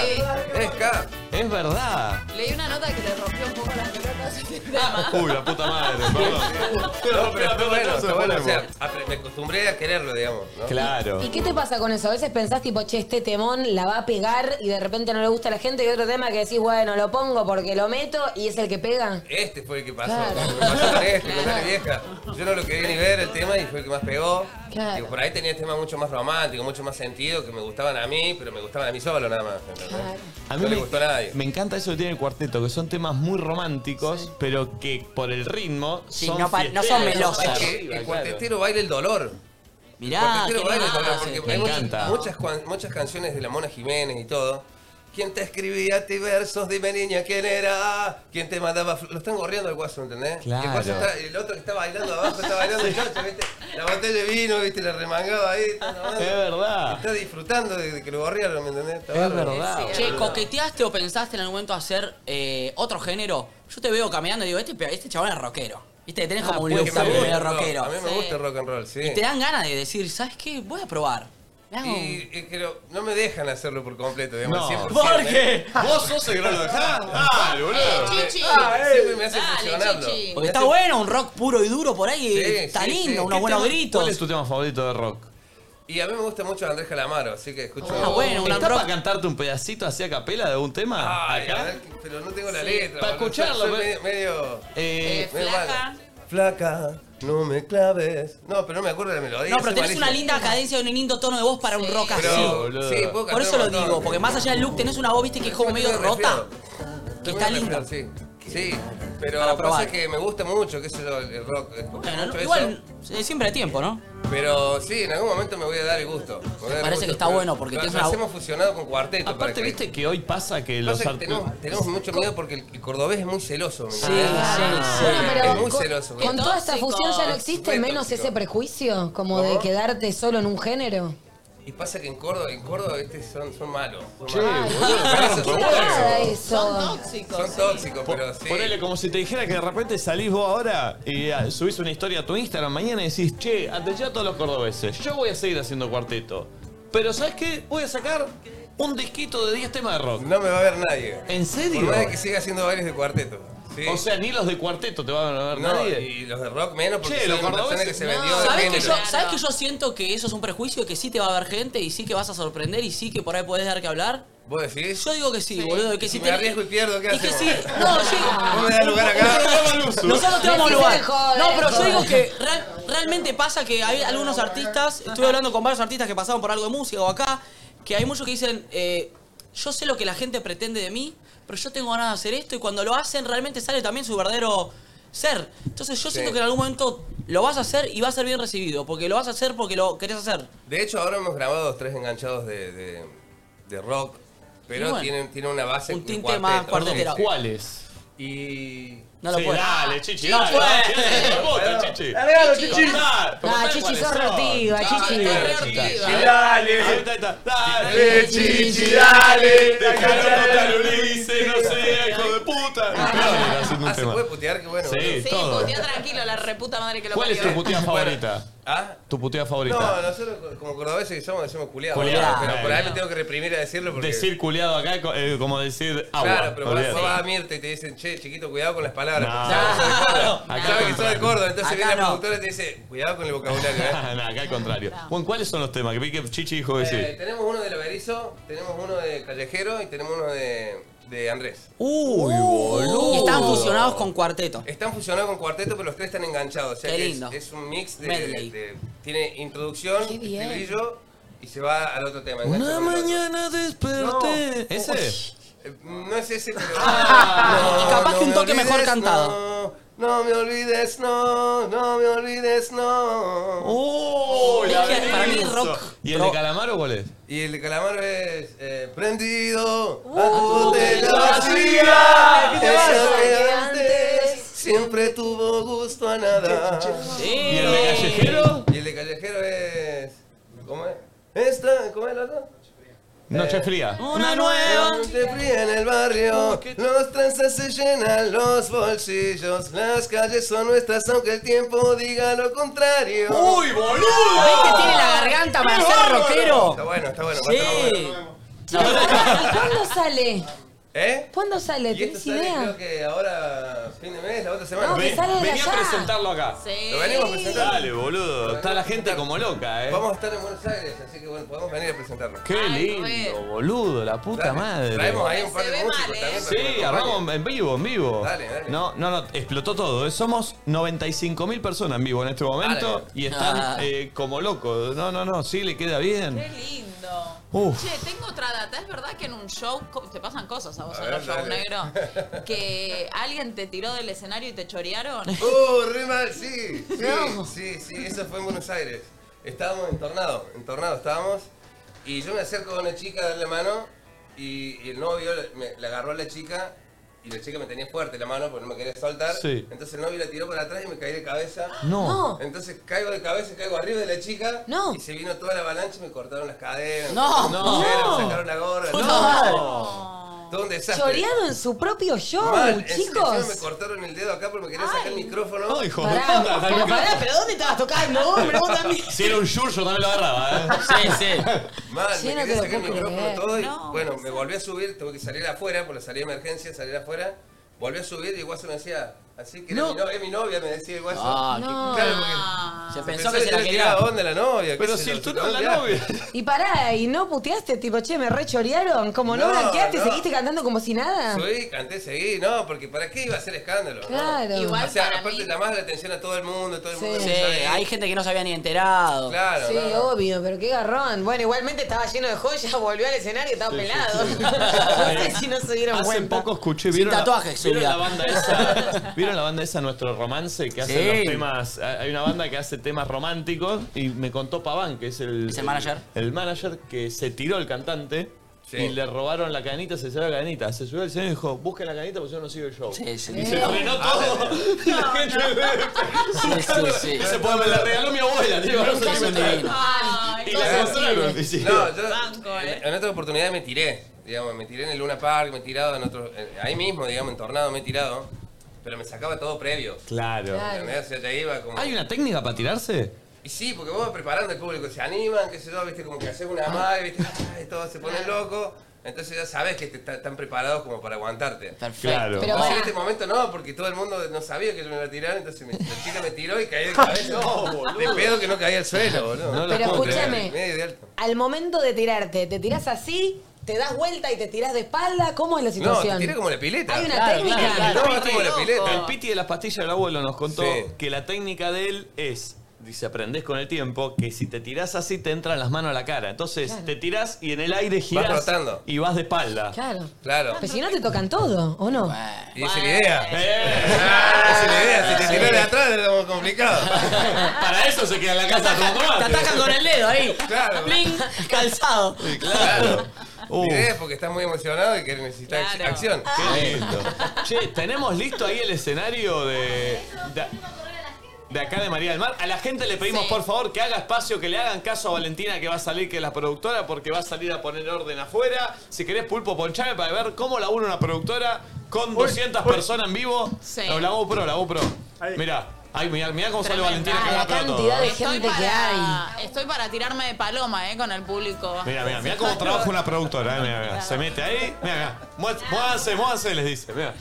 Speaker 22: Es ska.
Speaker 1: Es verdad.
Speaker 2: Leí una nota que le rompió un poco las pelotas a
Speaker 1: (laughs)
Speaker 2: este tema.
Speaker 1: Uy, la
Speaker 22: (laughs)
Speaker 1: puta madre, perdón.
Speaker 22: No, pero está bueno,
Speaker 1: se
Speaker 22: está bueno. O
Speaker 1: ponemos.
Speaker 22: sea, apre- me acostumbré a quererlo, digamos. ¿no?
Speaker 1: Claro.
Speaker 3: ¿Y qué te pasa con eso? A veces pensás tipo, che, este temón la va a pegar y de repente no le gusta a la gente y otro tema que decís, bueno, lo pongo porque lo meto y es el que pega.
Speaker 22: Este fue el que pasó.
Speaker 3: Claro.
Speaker 22: Me pasó con
Speaker 3: (laughs)
Speaker 22: este, con la vieja. Yo no lo quería ni ver el tema y fue el que más pegó.
Speaker 3: Claro.
Speaker 22: Digo, por ahí tenía temas mucho más románticos, mucho más sentido, que me gustaban a mí, pero me gustaban a mí solo nada más. ¿entendés?
Speaker 1: A mí
Speaker 22: no
Speaker 1: me,
Speaker 22: le gustó a nadie.
Speaker 1: me encanta eso que tiene el cuarteto, que son temas muy románticos, pero que por el ritmo
Speaker 4: Sí,
Speaker 1: son
Speaker 4: no pa- no son melosos.
Speaker 1: fiesteros.
Speaker 4: Es que
Speaker 22: el cuartetero baila el dolor.
Speaker 4: Mirá,
Speaker 22: el
Speaker 4: qué
Speaker 22: cuartetero baila el dolor,
Speaker 4: más,
Speaker 22: porque
Speaker 4: me
Speaker 22: hay muchas-
Speaker 4: encanta.
Speaker 22: Muchas, cuan- muchas canciones de la Mona Jiménez y todo. ¿Quién te escribía a ti versos? Dime niña, ¿quién era? ¿Quién te mandaba? fl- Lo están gorreando al guaso, ¿entendés? Y
Speaker 1: Claro.
Speaker 22: el, guaso está- el otro que está bailando abajo está bailando el chocho, ¿viste? La botella de vino, ¿viste? La remangaba ahí. está
Speaker 4: (laughs)
Speaker 22: tomando.
Speaker 1: Es verdad.
Speaker 22: Está disfrutando de, de que lo gorrearon, ¿me entendés? Está
Speaker 1: Es
Speaker 22: bárbaro.
Speaker 1: verdad.
Speaker 4: Che, ¿coqueteaste o pensaste en algún momento hacer eh, otro género? Yo te veo caminando y digo, este, pe- este chabón es rockero. Viste, tenés
Speaker 22: Ah,
Speaker 4: como un
Speaker 22: puede
Speaker 4: look
Speaker 22: que me
Speaker 4: también
Speaker 22: guste
Speaker 4: medio
Speaker 22: el rock.
Speaker 4: rockero.
Speaker 22: A mí me
Speaker 4: Sí.
Speaker 22: gusta el rock and roll, sí.
Speaker 4: Y te dan ganas de decir, ¿sabes qué? Voy a probar. Me hago un-
Speaker 22: Y, eh, creo, no me dejan hacerlo por completo, digamos.
Speaker 1: No.
Speaker 22: 100%,
Speaker 1: Jorge,
Speaker 22: ¿eh?
Speaker 1: vos sos el que no lo dejás. Dale, boludo.
Speaker 22: Chichi.
Speaker 1: Ah, eh.
Speaker 22: Siempre me hace
Speaker 1: Dale,
Speaker 22: funcionarlo.
Speaker 1: Chichi.
Speaker 4: Porque está bueno, un rock puro y duro por ahí. eh,
Speaker 1: Sí,
Speaker 4: está
Speaker 1: sí,
Speaker 4: lindo,
Speaker 1: sí.
Speaker 4: unos
Speaker 1: ¿Qué
Speaker 4: buenos
Speaker 1: tema-
Speaker 4: gritos.
Speaker 1: ¿Cuál es tu tema favorito de rock?
Speaker 22: Y a mí me gusta mucho Andrés Calamaro, así que escucho.
Speaker 4: Ah,
Speaker 1: ¿Está para cantarte un pedacito así a capela de un tema?
Speaker 22: Ay,
Speaker 1: acá?
Speaker 22: a ver, pero no tengo la
Speaker 1: Sí,
Speaker 22: letra.
Speaker 1: para
Speaker 22: boludo.
Speaker 1: escucharlo,
Speaker 22: Soy- soy
Speaker 1: pero-
Speaker 22: medio. medio-
Speaker 1: Eh,
Speaker 22: medio
Speaker 2: flaca.
Speaker 22: malo. Flaca, no me claves. No, pero no me acuerdo de la melodía.
Speaker 4: No, pero
Speaker 22: soy
Speaker 4: tenés una
Speaker 22: malísimo.
Speaker 4: linda cadencia y un lindo tono de voz para un rock así.
Speaker 22: Pero, boludo. Sí, puedo
Speaker 4: Por
Speaker 22: cantar
Speaker 4: eso
Speaker 22: un
Speaker 4: lo
Speaker 22: montón.
Speaker 4: digo, porque más allá del look tenés una voz, viste, que es como medio rota. Que está linda.
Speaker 22: Sí, sí. Pero
Speaker 4: Para probar.
Speaker 22: pasa que me gusta mucho, qué sé yo, el rock. escucho
Speaker 4: Bueno,
Speaker 22: mucho
Speaker 4: igual eh, siempre hay tiempo, ¿no?
Speaker 22: eso, pero sí, en algún momento me voy a dar el gusto. Me voy a dar el
Speaker 4: parece
Speaker 22: gusto,
Speaker 4: que está
Speaker 22: pero
Speaker 4: bueno, porque
Speaker 22: lo-
Speaker 4: tienes
Speaker 22: lo
Speaker 4: una-
Speaker 22: hacemos fusionado con cuarteto. para
Speaker 1: Aparte,
Speaker 22: que-
Speaker 1: viste que hoy pasa que los
Speaker 22: Pasa que
Speaker 1: art-
Speaker 22: tenemos, tenemos mucho miedo porque el el cordobés es muy celoso. ¿me
Speaker 1: Sí,
Speaker 22: entendés?
Speaker 1: sí, sí. Bueno,
Speaker 3: pero
Speaker 22: es muy
Speaker 3: con-
Speaker 22: celoso.
Speaker 3: Con toda esta fusión ya no existe
Speaker 22: Re
Speaker 3: menos
Speaker 22: tóxico.
Speaker 3: ese prejuicio, como de
Speaker 22: ¿Cómo?
Speaker 3: quedarte solo en un género.
Speaker 22: Y pasa que en Córdoba, en Córdoba este, son, son malos. Son
Speaker 1: Che,
Speaker 22: malos.
Speaker 1: boludo,
Speaker 22: Pero
Speaker 1: pero
Speaker 22: son
Speaker 1: bueno.
Speaker 22: tóxicos.
Speaker 3: Son
Speaker 22: Son tóxicos, pero sí.
Speaker 1: Ponele como si te dijera que de repente salís vos ahora y ah, subís una historia a tu Instagram mañana y decís, che, atención a todos los cordobeses, yo voy a seguir haciendo cuarteto. Pero ¿sabes qué? Voy a sacar un disquito de 10 temas de rock.
Speaker 22: No me va a ver nadie.
Speaker 1: ¿En serio?
Speaker 22: Por más de que siga haciendo bailes de cuarteto. Sí.
Speaker 1: O sea, ni los de cuarteto te van a ver
Speaker 22: No,
Speaker 1: nadie.
Speaker 22: y los de rock menos porque son una persona que se vendió de
Speaker 4: ¿Sabes que, yo,
Speaker 22: género.
Speaker 4: ¿Sabes que yo siento que eso es un prejuicio y que sí te va a haber gente y sí que vas a sorprender y sí que por ahí podés dar que hablar?
Speaker 22: ¿Vos decís?
Speaker 4: Yo digo que sí, boludo. Que si
Speaker 22: me
Speaker 4: tenés-
Speaker 22: arriesgo y pierdo, ¿qué
Speaker 4: Y que
Speaker 22: hacemos?
Speaker 4: sí. No, sí.
Speaker 22: ¿Vos me das lugar acá?
Speaker 4: Nosotros te damos
Speaker 22: Me
Speaker 4: lugar.
Speaker 22: hiciste joder,
Speaker 4: no, pero yo
Speaker 22: joder.
Speaker 4: digo que real- realmente pasa que hay algunos artistas, estuve hablando con varios artistas que pasaron por algo de música o acá, que hay muchos que dicen, eh, yo sé lo que la gente pretende de mí, pero yo tengo ganas de hacer esto y cuando lo hacen realmente sale también su verdadero ser. Entonces yo
Speaker 22: Sí.
Speaker 4: siento que en algún momento lo vas a hacer y va a ser bien recibido, porque lo vas a hacer porque lo querés hacer.
Speaker 22: De hecho, ahora hemos grabado dos, tres enganchados de, de, de rock, pero
Speaker 4: Y bueno,
Speaker 22: tienen, tienen una base
Speaker 4: un
Speaker 22: de
Speaker 4: tinte más cuartetero.
Speaker 1: ¿Cuáles?
Speaker 22: Y...
Speaker 4: No lo
Speaker 1: Sí,
Speaker 4: puedo.
Speaker 1: dale, Chichi,
Speaker 4: No
Speaker 1: dale,
Speaker 4: puedo.
Speaker 1: dale, hijo de puta, Chichi.
Speaker 9: Dale, Chichi.
Speaker 1: Contá, contá
Speaker 3: Ah, Chichi,
Speaker 1: cuáles
Speaker 3: sos
Speaker 1: son.
Speaker 3: reactiva, Chichi.
Speaker 1: Dale,
Speaker 9: Dale.
Speaker 1: Ahí está, ahí está.
Speaker 9: Dale, Chichi, dale.
Speaker 1: Déjalo contar, Ulises, no sea hijo de puta. Dale, haciendo un
Speaker 22: Ah, se
Speaker 1: tema.
Speaker 22: puede putear, que bueno.
Speaker 1: Sí,
Speaker 2: Sí,
Speaker 1: todo.
Speaker 2: putea tranquilo, la reputa madre que lo
Speaker 1: ¿Cuál es tu
Speaker 2: parió.
Speaker 1: puteada favorita?
Speaker 22: ¿Ah?
Speaker 1: ¿Tu puteada
Speaker 22: No,
Speaker 1: favorita?
Speaker 22: nosotros como cordobeses que somos decimos culiado.
Speaker 1: Culiado.
Speaker 22: Pero por ahí me tengo que reprimir a decirlo porque...
Speaker 1: Decir culiado acá es como decir agua.
Speaker 22: Claro, pero cuando
Speaker 1: Ah, olvídate.
Speaker 22: vos
Speaker 1: (laughs)
Speaker 22: vas a Mirta y te dicen, che, chiquito, cuidado con las palabras.
Speaker 1: No.
Speaker 22: No,
Speaker 1: Acá
Speaker 22: Sabes que
Speaker 1: no.
Speaker 22: sos de Córdoba, entonces
Speaker 1: Acá
Speaker 22: viene la
Speaker 1: no.
Speaker 22: productora y te dice, cuidado con el vocabulario. ¿eh?
Speaker 1: (laughs) no, acá al contrario. Bueno, ¿cuáles son los temas? Que vi que Chichi dijo que sí.
Speaker 22: Eh, tenemos uno de Loberizo, tenemos uno de Callejero y tenemos uno de, de Andrés.
Speaker 4: Uy,
Speaker 22: boludo.
Speaker 4: Uh, Y están fusionados con cuarteto.
Speaker 22: Están fusionados con cuarteto, pero los tres están enganchados. O sea
Speaker 4: Qué
Speaker 22: que es-
Speaker 4: lindo.
Speaker 22: Es, un mix de,
Speaker 4: Medley.
Speaker 22: de- de- Tiene introducción,
Speaker 4: bien.
Speaker 22: estribillo y se va al otro tema. engancha
Speaker 1: Una
Speaker 22: con el otro.
Speaker 1: mañana desperté.
Speaker 22: No.
Speaker 1: ¿Ese?
Speaker 22: Eh, No es ese, pero.
Speaker 1: Ah,
Speaker 22: No,
Speaker 1: y capaz
Speaker 22: no
Speaker 1: que un
Speaker 22: me
Speaker 1: toque mejor
Speaker 22: olvides,
Speaker 1: cantado.
Speaker 22: No, no me olvides, no, no me olvides, no.
Speaker 1: ¡Oh! la
Speaker 22: Es que para mí
Speaker 1: Benzo.
Speaker 22: rock-
Speaker 1: ¿Y el de Calamaro cuál es?
Speaker 22: Y el de Calamar es eh, prendido a
Speaker 1: Uh,
Speaker 22: tu
Speaker 1: velocidad.
Speaker 22: velocidad.
Speaker 1: ¿Qué te pasa?
Speaker 22: Eso que antes siempre tuvo gusto a nada.
Speaker 1: ¿Y el de Callejero?
Speaker 22: Y el de callejero es. ¿Cómo es? ¿Esta? ¿Cómo es la otra? eh,
Speaker 1: Noche fría.
Speaker 22: Una nueva. Te fría en el barrio. Los tranzas se llenan los bolsillos. Las calles son nuestras, aunque el tiempo diga lo contrario.
Speaker 1: ¡Uy, boludo!
Speaker 4: ¿Ves que tiene la garganta para ser rockero?
Speaker 22: Está bueno, está bueno.
Speaker 4: Sí.
Speaker 3: ¿Cuándo sale?
Speaker 22: ¿Eh?
Speaker 3: ¿Cuándo sale?
Speaker 22: Y esto
Speaker 3: ¿Tenés
Speaker 22: sale, creo
Speaker 3: idea?
Speaker 22: que ahora, fin de mes, la otra semana.
Speaker 3: No, que Ven- sale de
Speaker 1: Vení a
Speaker 3: allá.
Speaker 1: presentarlo acá.
Speaker 3: Sí.
Speaker 22: Lo venimos a presentar.
Speaker 1: Dale, boludo. Está la gente como loca, eh.
Speaker 22: Vamos a estar en Buenos Aires, así que bueno, podemos venir a presentarlo.
Speaker 1: Qué lindo, boludo, la puta madre.
Speaker 22: Traemos ahí un par de músicos
Speaker 1: ¿eh?
Speaker 22: también. para que
Speaker 1: Sí,
Speaker 22: nos acompañen.
Speaker 1: armamos en vivo, en vivo.
Speaker 22: Dale, dale.
Speaker 1: No, no, no, explotó todo. eh. Somos 95.000 personas en vivo en este momento
Speaker 2: Dale.
Speaker 1: y están
Speaker 22: (laughs)
Speaker 2: Ah.
Speaker 1: eh, como locos. No, no, no, sí, le queda bien.
Speaker 2: Qué lindo.
Speaker 1: Uf.
Speaker 2: Che, tengo otra data. Es verdad que en un show co- te pasan cosas a vos
Speaker 1: A
Speaker 2: en
Speaker 1: ver,
Speaker 2: los shows
Speaker 1: dale.
Speaker 2: negros.
Speaker 1: (laughs)
Speaker 2: Que alguien te tiró del escenario y te chorearon.
Speaker 3: Eh.
Speaker 22: Uh, re mal, sí. Sí, sí, sí, eso fue en Buenos Aires. Estábamos en tornado, en tornado estábamos. Y yo me acerco a una chica a darle la mano y, y el novio le, me- le agarró a la chica y la chica me tenía fuerte la mano porque no me quería soltar.
Speaker 1: Sí.
Speaker 22: Entonces el novio la tiró para atrás y me caí de
Speaker 3: (gasps)
Speaker 22: cabeza.
Speaker 1: No.
Speaker 22: Entonces caigo de cabeza, caigo arriba de la chica. Y se vino toda la avalancha y me cortaron las cadenas.
Speaker 3: No.
Speaker 22: me cortaron las caderas,
Speaker 3: No.
Speaker 22: Me sacaron la gorra.
Speaker 3: Puta
Speaker 22: Todo un desastre.
Speaker 3: Choreado en su propio show,
Speaker 22: Mal, en- encima me
Speaker 3: chicos.
Speaker 22: cortaron el dedo acá porque me quería sacar el micrófono.
Speaker 1: hijo
Speaker 3: de Pará, puta,
Speaker 1: pero
Speaker 3: pará,
Speaker 11: ¿pero dónde estabas tocando? Me preguntan a mí.
Speaker 1: Si era un yur, yo también lo agarraba, ¿eh? Sí, sí.
Speaker 22: Mal,
Speaker 11: Sí,
Speaker 22: me
Speaker 11: no
Speaker 22: quería
Speaker 11: te lo
Speaker 22: sacar el
Speaker 11: puedo
Speaker 22: micrófono
Speaker 11: creer.
Speaker 22: todo y
Speaker 11: No,
Speaker 22: bueno, me volví a subir, tuve que salir afuera, por la salida de emergencia, salir afuera, volví a subir y Guaso me decía, Así que era mi, no- es mi novia, me decía el guaso.
Speaker 4: Ah, qué- No.
Speaker 22: Claro, porque
Speaker 4: Se pensó que se
Speaker 22: yo
Speaker 4: la
Speaker 22: le
Speaker 4: quería.
Speaker 22: tiraba onda a la novia.
Speaker 4: Pero
Speaker 22: qué sé
Speaker 4: si
Speaker 22: yo,
Speaker 4: el
Speaker 22: se
Speaker 4: tuto es la
Speaker 22: tiraba.
Speaker 4: novia.
Speaker 11: Y pará, y no puteaste, tipo, che, me rechorearon. Como no,
Speaker 22: No,
Speaker 11: blanqueaste,
Speaker 22: no.
Speaker 11: seguiste cantando como si
Speaker 3: Ah.
Speaker 11: nada.
Speaker 22: Subí, canté, seguí, no, porque ¿para qué iba a ser escándalo? no?
Speaker 11: Claro. Igual
Speaker 22: o sea,
Speaker 11: para
Speaker 22: aparte llamás la atención a todo el mundo, todo el mundo.
Speaker 4: Sí,
Speaker 22: se sabe.
Speaker 4: hay gente que no se había ni enterado.
Speaker 22: Claro,
Speaker 11: Sí,
Speaker 22: no, no.
Speaker 11: obvio, pero qué garrón. Bueno, igualmente estaba lleno de joyas, (laughs) volvió al escenario, estaba pelado. (laughs) no sé si no se dieron
Speaker 1: Hace
Speaker 11: cuenta.
Speaker 1: poco escuché,
Speaker 4: Sin
Speaker 1: ¿vieron, la-
Speaker 4: tatuajes,
Speaker 1: ¿vieron la
Speaker 4: Julia. (laughs)
Speaker 1: banda esa? ¿Vieron la banda esa Nuestro Romance? Que hace
Speaker 4: Sí.
Speaker 1: los temas. Hay una banda que hace temas románticos y me contó Paván, que es el.
Speaker 4: ¿Es el manager?
Speaker 1: El manager que se tiró el cantante. Y le robaron la cadenita, se salió la cadenita. Se subió al escenario y dijo, busquen la cadenita porque yo no sigo el show. Y se frenó
Speaker 10: Ah,
Speaker 1: (laughs) todo. Y la gente
Speaker 4: Sí, sí, sí.
Speaker 1: Ese poema me la regaló mi abuela, tío. No sé si me enteré. Y la demostraron. Y sí.
Speaker 22: No, yo
Speaker 4: eh.
Speaker 10: eh.
Speaker 22: en, en otra oportunidad me tiré, digamos, me tiré en el Luna Park, me he tirado en otro, en- ahí mismo, digamos, en Tornado me he tirado, pero me sacaba todo previo.
Speaker 1: Claro.
Speaker 22: ¿Entendés? O sea, ya iba como...
Speaker 1: ¿Hay una técnica para tirarse?
Speaker 22: Y sí, porque vos vas preparando al público, se animan, qué sé yo, viste, como que haces
Speaker 1: Ah.
Speaker 22: una madre, viste, ay, todos se ponen locos. Entonces ya sabes que te- está- están preparados como para aguantarte. Perfecto. Pero
Speaker 1: Claro. Pero
Speaker 22: en
Speaker 1: pará.
Speaker 22: este momento no, porque todo el mundo no sabía que yo me iba a tirar, entonces me- la chica me tiró y
Speaker 1: (laughs)
Speaker 22: caí de cabeza.
Speaker 1: No,
Speaker 22: de pedo que no caí al suelo, boludo.
Speaker 1: No
Speaker 11: lo Pero puedo creer. escúchame.
Speaker 22: Medio de alto.
Speaker 11: Al momento de tirarte, ¿te tirás así? ¿Te das vuelta y te tirás de espalda? ¿Cómo es la
Speaker 22: No,
Speaker 11: situación?
Speaker 22: te tira como la pileta.
Speaker 11: Hay una Claro, técnica. claro, claro.
Speaker 22: No, es como la pileta.
Speaker 1: El Piti de las pastillas del abuelo nos contó
Speaker 22: Sí.
Speaker 1: que la técnica de él es, dice, aprendés con el tiempo, que si te tirás así te entran las manos a la cara. Entonces te tirás y en el aire girás
Speaker 22: Vas rotando.
Speaker 1: y vas de espalda.
Speaker 11: Claro.
Speaker 22: Claro.
Speaker 11: Pero si no te tocan todo, ¿o no?
Speaker 22: Y esa es la idea.
Speaker 1: Eh.
Speaker 22: Esa es la idea. Si te tiró de atrás era como complicado.
Speaker 1: (laughs) Para eso se queda en la casa como
Speaker 4: Te atacan con el dedo ahí.
Speaker 22: Claro.
Speaker 4: Bling, (laughs) calzado.
Speaker 22: Claro. La idea es porque estás muy emocionado y que necesitas
Speaker 4: Claro.
Speaker 22: acción.
Speaker 1: Uh. Qué lindo. Che, tenemos listo ahí el escenario de. de- de acá de María del Mar. A la gente le pedimos por favor que haga espacio, que le hagan caso a Valentina que va a salir, que es la productora, porque va a salir a poner orden afuera. Si querés pulpo, ponchame para ver cómo labura una productora con 200 personas en vivo.
Speaker 2: Sí.
Speaker 1: No, la hago pro, la hago pro. Mirá, ahí, mirá, mirá cómo sale Valentina. que la pro todo.
Speaker 2: para, Estoy para tirarme de paloma, eh, con el público.
Speaker 1: Mira, mira, mira cómo trabaja una productora. eh, mirá, mirá. Se mete ahí, mira, mira. Muévanse, muévanse, les dice. Mirá.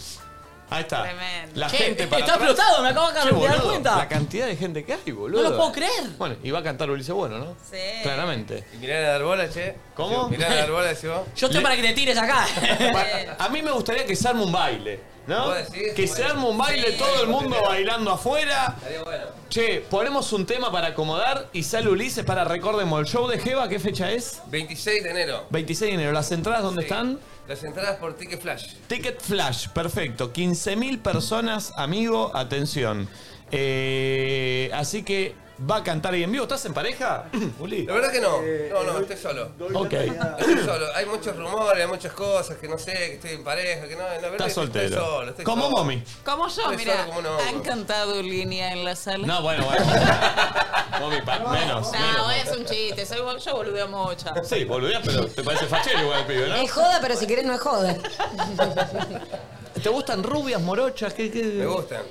Speaker 1: Ahí está.
Speaker 2: Tremendo.
Speaker 1: La
Speaker 4: Che,
Speaker 1: gente para
Speaker 4: está
Speaker 1: atrás.
Speaker 4: explotado, me acabo de
Speaker 1: Che,
Speaker 4: dar
Speaker 1: boludo,
Speaker 4: cuenta.
Speaker 1: La cantidad de gente que hay, boludo.
Speaker 4: No lo puedo creer. Eh.
Speaker 1: Bueno, y va a cantar Ulises Bueno, ¿no? Sí. Claramente.
Speaker 22: Y mirá la darbola, che.
Speaker 1: ¿Cómo?
Speaker 22: Mirá la darbola, decís vos.
Speaker 4: Yo estoy para que te tires acá.
Speaker 1: Pa- A mí me gustaría que se arme un baile, ¿no?
Speaker 22: ¿Vos decís?
Speaker 1: Que se arme un baile,
Speaker 22: Sí.
Speaker 1: todo el mundo bailando afuera.
Speaker 22: Estaría bueno.
Speaker 1: Che, ponemos un tema para acomodar y sale Ulises para recordemos el show de Jeva, ¿qué fecha es?
Speaker 22: 26 de enero.
Speaker 1: 26 de enero. ¿Las entradas dónde
Speaker 22: Sí.
Speaker 1: están?
Speaker 22: Las entradas por Ticket Flash.
Speaker 1: Ticket Flash, perfecto. 15.000 personas, amigo, atención. Eh, así que va a cantar ahí en vivo. ¿Estás en pareja? Uli.
Speaker 22: La verdad que no. No, no, estoy solo. (clears throat)
Speaker 1: Ok.
Speaker 22: Estoy solo. Hay muchos rumores, hay muchas cosas que no sé, que estoy en pareja, que no. La verdad que
Speaker 1: Estás soltero.
Speaker 22: Estoy solo, estoy
Speaker 1: Como
Speaker 22: solo.
Speaker 1: mommy.
Speaker 2: Como yo,
Speaker 22: Estoy
Speaker 2: mira.
Speaker 22: solo como un hongo.
Speaker 2: Han cantado línea en la sala.
Speaker 1: No, bueno, (laughs) bueno. Mami, pa- menos,
Speaker 2: (laughs) No,
Speaker 1: menos.
Speaker 2: es un chiste. Soy, bol- yo boludeo mucho.
Speaker 1: Sí, volvías, pero te parece fachero igual el pibe,
Speaker 11: Es
Speaker 1: ¿no?
Speaker 11: joda, pero si querés no es joda.
Speaker 1: (laughs) ¿Te gustan rubias, morochas? ¿Qué, qué?
Speaker 22: Me gustan.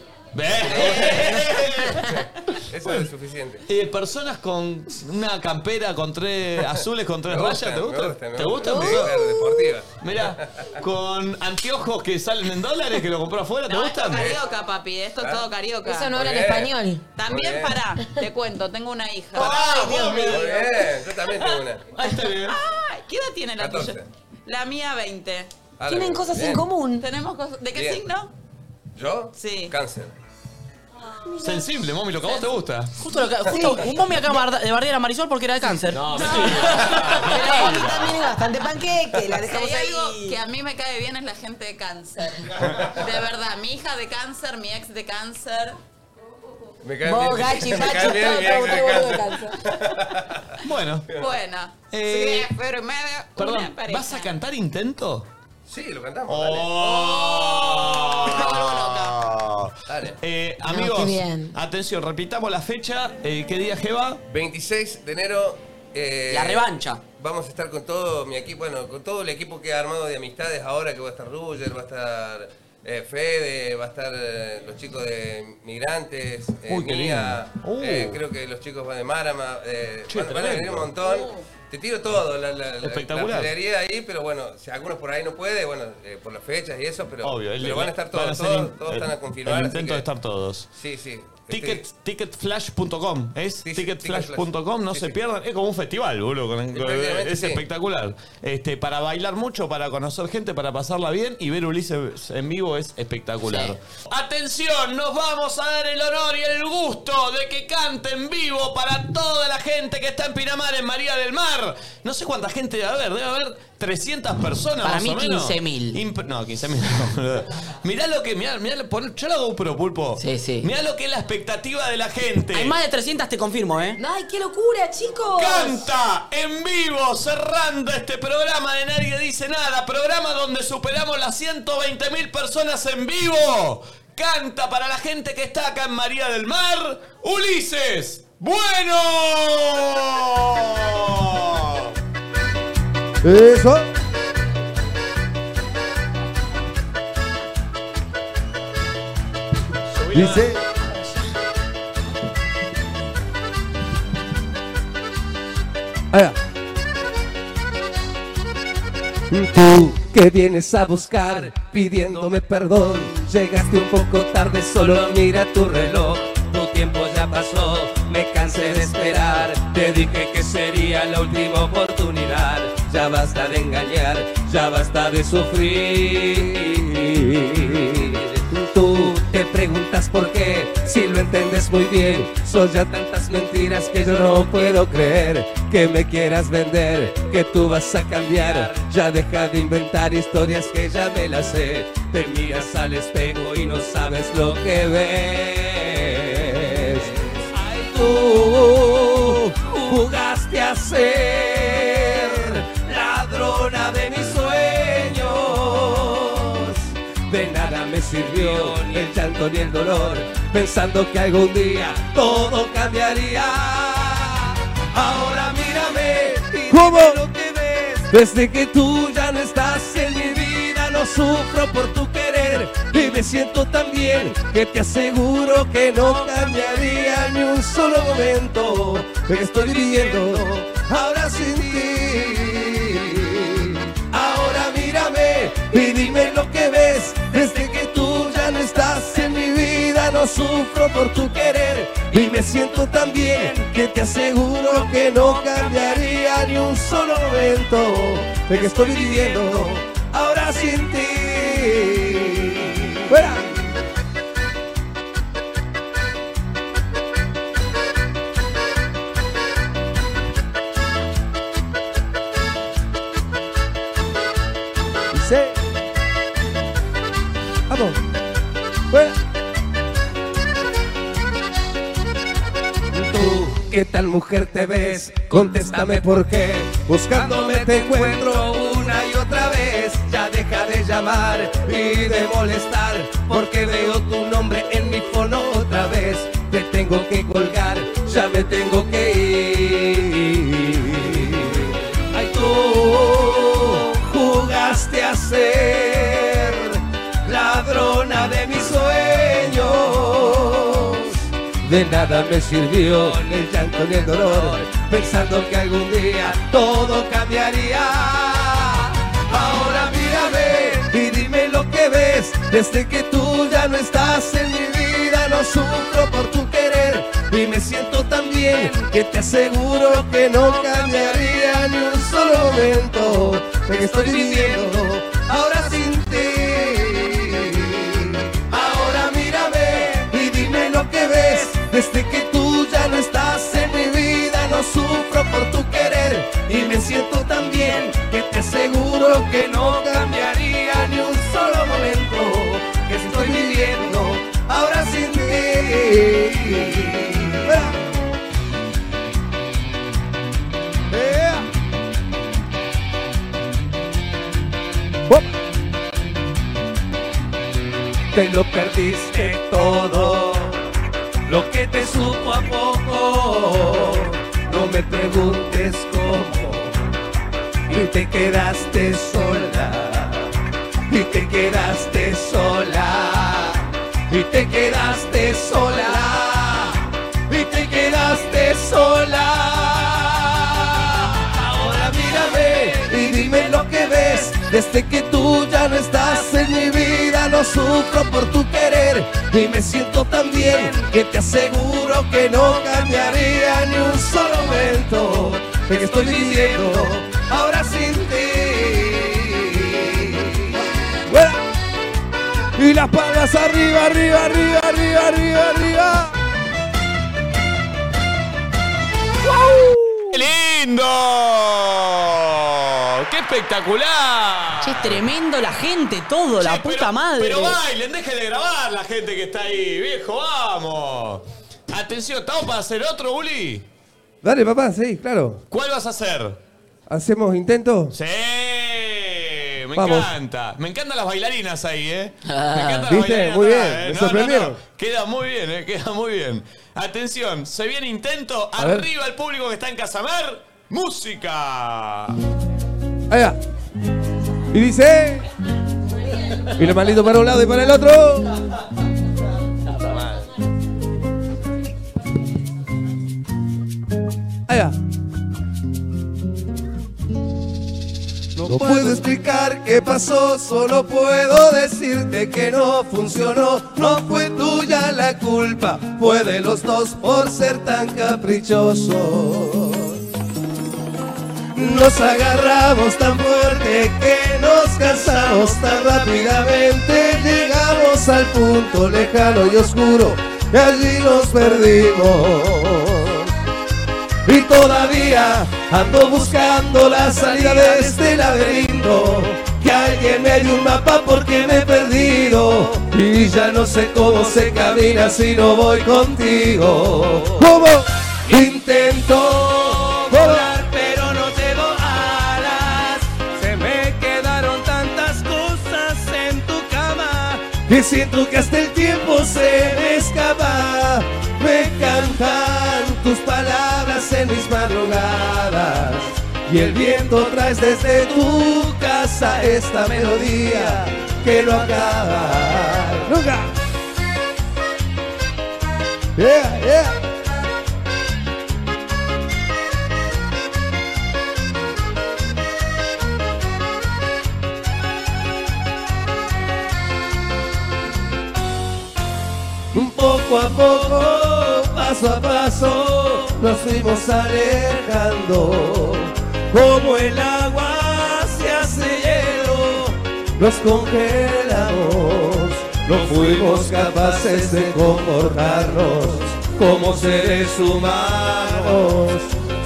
Speaker 1: (laughs)
Speaker 22: Eso es suficiente.
Speaker 1: Eh, personas con una campera con tres azules con tres
Speaker 22: Me
Speaker 1: rayas,
Speaker 22: gustan, me gustan,
Speaker 1: ¿te gusta?
Speaker 22: me
Speaker 1: ¿Te gusta?
Speaker 22: gustan. Sí, claro, deportiva.
Speaker 1: Mira, con anteojos que salen en dólares que lo compró afuera, ¿te
Speaker 2: No, esto es
Speaker 1: gustan?
Speaker 2: carioca, papi. Esto es
Speaker 1: Ah.
Speaker 2: todo carioca.
Speaker 1: Eso no Muy hablan bien. español.
Speaker 2: También,
Speaker 1: Muy bien.
Speaker 2: pará, te cuento, tengo una hija.
Speaker 1: Ah,
Speaker 22: Ay, Dios mío. Muy bien, yo también tengo una.
Speaker 2: Ay, ¿Qué edad tiene la tuya? La mía, 20.
Speaker 22: Ah, Tienen bien. cosas en Bien.
Speaker 11: común.
Speaker 2: Tenemos cosas. ¿De qué
Speaker 22: Bien. (laughs)
Speaker 2: signo?
Speaker 22: ¿Yo?
Speaker 2: Sí.
Speaker 22: Cáncer.
Speaker 1: Sensible, mami, lo que a vos te gusta.
Speaker 4: Justo, lo que, justo un momio acá barda- de bardear a Marisol porque era de cáncer. No,
Speaker 11: Yo también es bastante panqueque, Eh, la dejamos
Speaker 2: Si hay
Speaker 11: ahí.
Speaker 2: algo que a mí me cae bien es la gente de cáncer. De verdad, mi hija de cáncer, mi ex de cáncer.
Speaker 22: Me cae
Speaker 11: Vos,
Speaker 22: bien.
Speaker 11: gachi,
Speaker 22: me
Speaker 11: fachi,
Speaker 22: cae bien,
Speaker 11: todo,
Speaker 22: me cae
Speaker 11: todo,
Speaker 22: bien,
Speaker 11: todo,
Speaker 22: me
Speaker 11: todo de
Speaker 22: encanta.
Speaker 1: (laughs) Bueno,
Speaker 2: Bueno.
Speaker 1: Eh,
Speaker 2: sí, pero me da una
Speaker 1: perdón,
Speaker 2: pareja.
Speaker 1: ¿vas a cantar intento?
Speaker 22: Sí, lo cantamos.
Speaker 1: Oh.
Speaker 22: Dale. Dale.
Speaker 1: Eh,
Speaker 22: No,
Speaker 1: amigos,
Speaker 22: qué bien.
Speaker 1: atención, repitamos la fecha. eh, ¿Qué día Jeva?
Speaker 22: 26 de enero. eh,
Speaker 1: La revancha.
Speaker 22: Vamos a estar con todo mi equipo, bueno, con todo el equipo que ha armado de amistades ahora, que va a estar Ruger, va a estar eh, Fede, va a estar eh, los chicos de Migrantes, eh,
Speaker 1: Uy, qué
Speaker 22: Mía,
Speaker 1: lindo.
Speaker 22: eh,
Speaker 1: Uh.
Speaker 22: creo que los chicos van de Marama, eh,
Speaker 1: Che,
Speaker 22: van, van a venir
Speaker 1: tremendo.
Speaker 22: un montón. Te tiro todo, la, la, la-
Speaker 1: Espectacular.
Speaker 22: la artillería ahí, pero bueno, si algunos por ahí no puede, bueno, eh, por las fechas y eso, pero,
Speaker 1: Obvio, el-
Speaker 22: pero van a estar todos,
Speaker 1: ser
Speaker 22: todos,
Speaker 1: in-
Speaker 22: todos están
Speaker 1: el-
Speaker 22: a confirmar.
Speaker 1: El
Speaker 22: así
Speaker 1: intento
Speaker 22: que-
Speaker 1: de estar todos.
Speaker 22: Sí, sí.
Speaker 1: Ticket, ticketflash.com, ¿es? ticketflash.com, no se pierdan. Es como un festival, boludo. con- con-
Speaker 22: prácticamente
Speaker 1: es
Speaker 22: sí.
Speaker 1: espectacular. Este, para bailar mucho, para conocer gente, para pasarla bien y ver Ulises en vivo es espectacular. Atención, nos vamos a dar el honor y el gusto de que cante en vivo para toda la gente que está en Pinamar, en María del Mar. No sé cuánta gente debe haber, debe haber 300 personas
Speaker 4: Para
Speaker 1: más
Speaker 4: mí,
Speaker 1: o menos.
Speaker 4: 15.000.
Speaker 1: Imp- No, 15.000 no, boludo. (laughs) Mirá lo que, mirá, mirá, pon- yo lo hago pro pulpo. Sí, sí. Mirá lo que es la expectativa de la gente.
Speaker 4: Hay más de 300, te confirmo, ¿eh?
Speaker 3: ¡Ay, qué locura, chicos!
Speaker 1: Canta en vivo, cerrando este programa de Nadie Dice Nada, programa donde superamos las 120 mil personas en vivo. Canta para la gente que está acá en María del Mar, Ulises. Bueno.
Speaker 25: Eso. Dice.
Speaker 10: Ahora. Tú que vienes a buscar pidiéndome perdón, llegaste un poco tarde, solo mira tu reloj. Tu tiempo ya pasó, me cansé de esperar, te dije que sería la última oportunidad. Ya basta de engañar, ya basta de sufrir. Tú te preguntas por qué, si lo entiendes muy bien, son ya tantas mentiras que yo no puedo creer que me quieras vender, que tú vas a cambiar. Ya deja de inventar historias que ya me las sé. Te miras al espejo y no sabes lo que ves. Ay, tú jugaste a ser ladrona de mis sueños. De nada me sirvió ni el llanto ni el dolor, pensando que algún día todo cambiaría. Ahora mírame y ¿Cómo? lo que ves. Desde que tú ya no estás en mi vida, no sufro por tu querer y me siento tan bien que te aseguro que no cambiaría ni un solo momento de que estoy viviendo ahora sin ti. Ahora mírame y dime lo que ves. Desde que tú ya no estás en mi vida, no sufro por tu querer. Y me siento tan bien que te aseguro que no cambiaría ni un solo momento de que estoy viviendo ahora sin ti. ¡Fuera! Dice. Vamos. Pues, Fuera. Tú, ¿qué tal mujer te ves? Contéstame por qué. Buscándome te encuentro una y otra vez. Ya deja de llamar y de molestar, porque veo tu nombre en mi fono otra vez. Te tengo que colgar, ya me tengo que ir. Ay, tú jugaste a ser ladrona de mis sueños. De nada me sirvió ni el llanto ni el dolor, pensando que algún día todo cambiaría. Ahora mírame y dime lo que ves, desde que tú ya no estás en mi vida, no sufro por tu querer y me siento tan bien que te aseguro que no cambiaría ni un solo momento de que estoy viviendo ahora sin ti. Ahora mírame y dime lo que ves. Desde que tú ya no estás en mi vida, no sufro por tu querer y me siento tan bien que te aseguro que no cambiaría ni un solo momento que estoy viviendo ahora sin ti. ¡Fuera! ¡Ea! ¡Op! Te lo perdiste todo, lo que te supo a poco. No me preguntes cómo, y te quedaste sola, y te quedaste sola, y te quedaste sola, y te quedaste sola. Ahora
Speaker 22: vez. Desde que tú ya no estás en mi vida, no sufro por tu querer. Y me siento tan bien que te aseguro que no cambiaría ni un solo momento. Te estoy viviendo ahora sin ti. ¡Fuera! Y las palmas arriba, arriba, arriba, arriba, arriba, arriba.
Speaker 1: ¡Qué lindo! ¡Qué espectacular!
Speaker 4: Che, tremendo la gente, todo, la puta madre.
Speaker 1: Pero bailen, dejen de grabar la gente que está ahí, viejo, vamos. Atención, ¿estamos para hacer otro, Uli?
Speaker 22: Dale, papá, sí, claro.
Speaker 1: ¿Cuál vas a hacer?
Speaker 22: ¿Hacemos intento?
Speaker 1: Sí, Eh, me
Speaker 22: Vamos.
Speaker 1: encanta. Me encantan las bailarinas ahí, ¿eh? Me
Speaker 22: Ah.
Speaker 1: encantan
Speaker 22: (laughs)
Speaker 1: las
Speaker 22: ¿Viste?
Speaker 1: bailarinas
Speaker 22: Muy bien,
Speaker 1: atrás,
Speaker 22: me
Speaker 1: ¿eh? No, no,
Speaker 22: sorprendieron.
Speaker 1: no. Queda muy bien, ¿eh? Queda muy bien. Atención, se viene intento.
Speaker 22: A ver.
Speaker 1: Arriba el público que está en Casamer. ¡Música!
Speaker 22: Ahí va. Y dice. Y lo maldito para un lado y para el otro. Ahí va.
Speaker 10: No puedo explicar qué pasó, solo puedo decirte que no funcionó. No fue tuya la culpa, fue de los dos por ser tan caprichoso. Nos agarramos tan fuerte que nos cansamos tan rápidamente. Llegamos al punto lejano y oscuro y allí nos perdimos. Y todavía ando buscando la salida de este laberinto. Que alguien me ayude un mapa porque me he perdido. Y ya no sé cómo se camina si no voy contigo. ¿Cómo? Intento volar, pero no tengo alas. Se me quedaron tantas cosas en tu cama. Y siento que hasta el tiempo se me escapa. Me cantan tus palabras en mis madrugadas. Y el viento traes desde tu casa esta melodía que no acaba. ¡Nunca!
Speaker 22: Yeah, yeah.
Speaker 10: Poco a poco, paso a paso, nos fuimos alejando. Como el agua se hace hielo, nos congelamos. No fuimos capaces de comportarnos como seres humanos.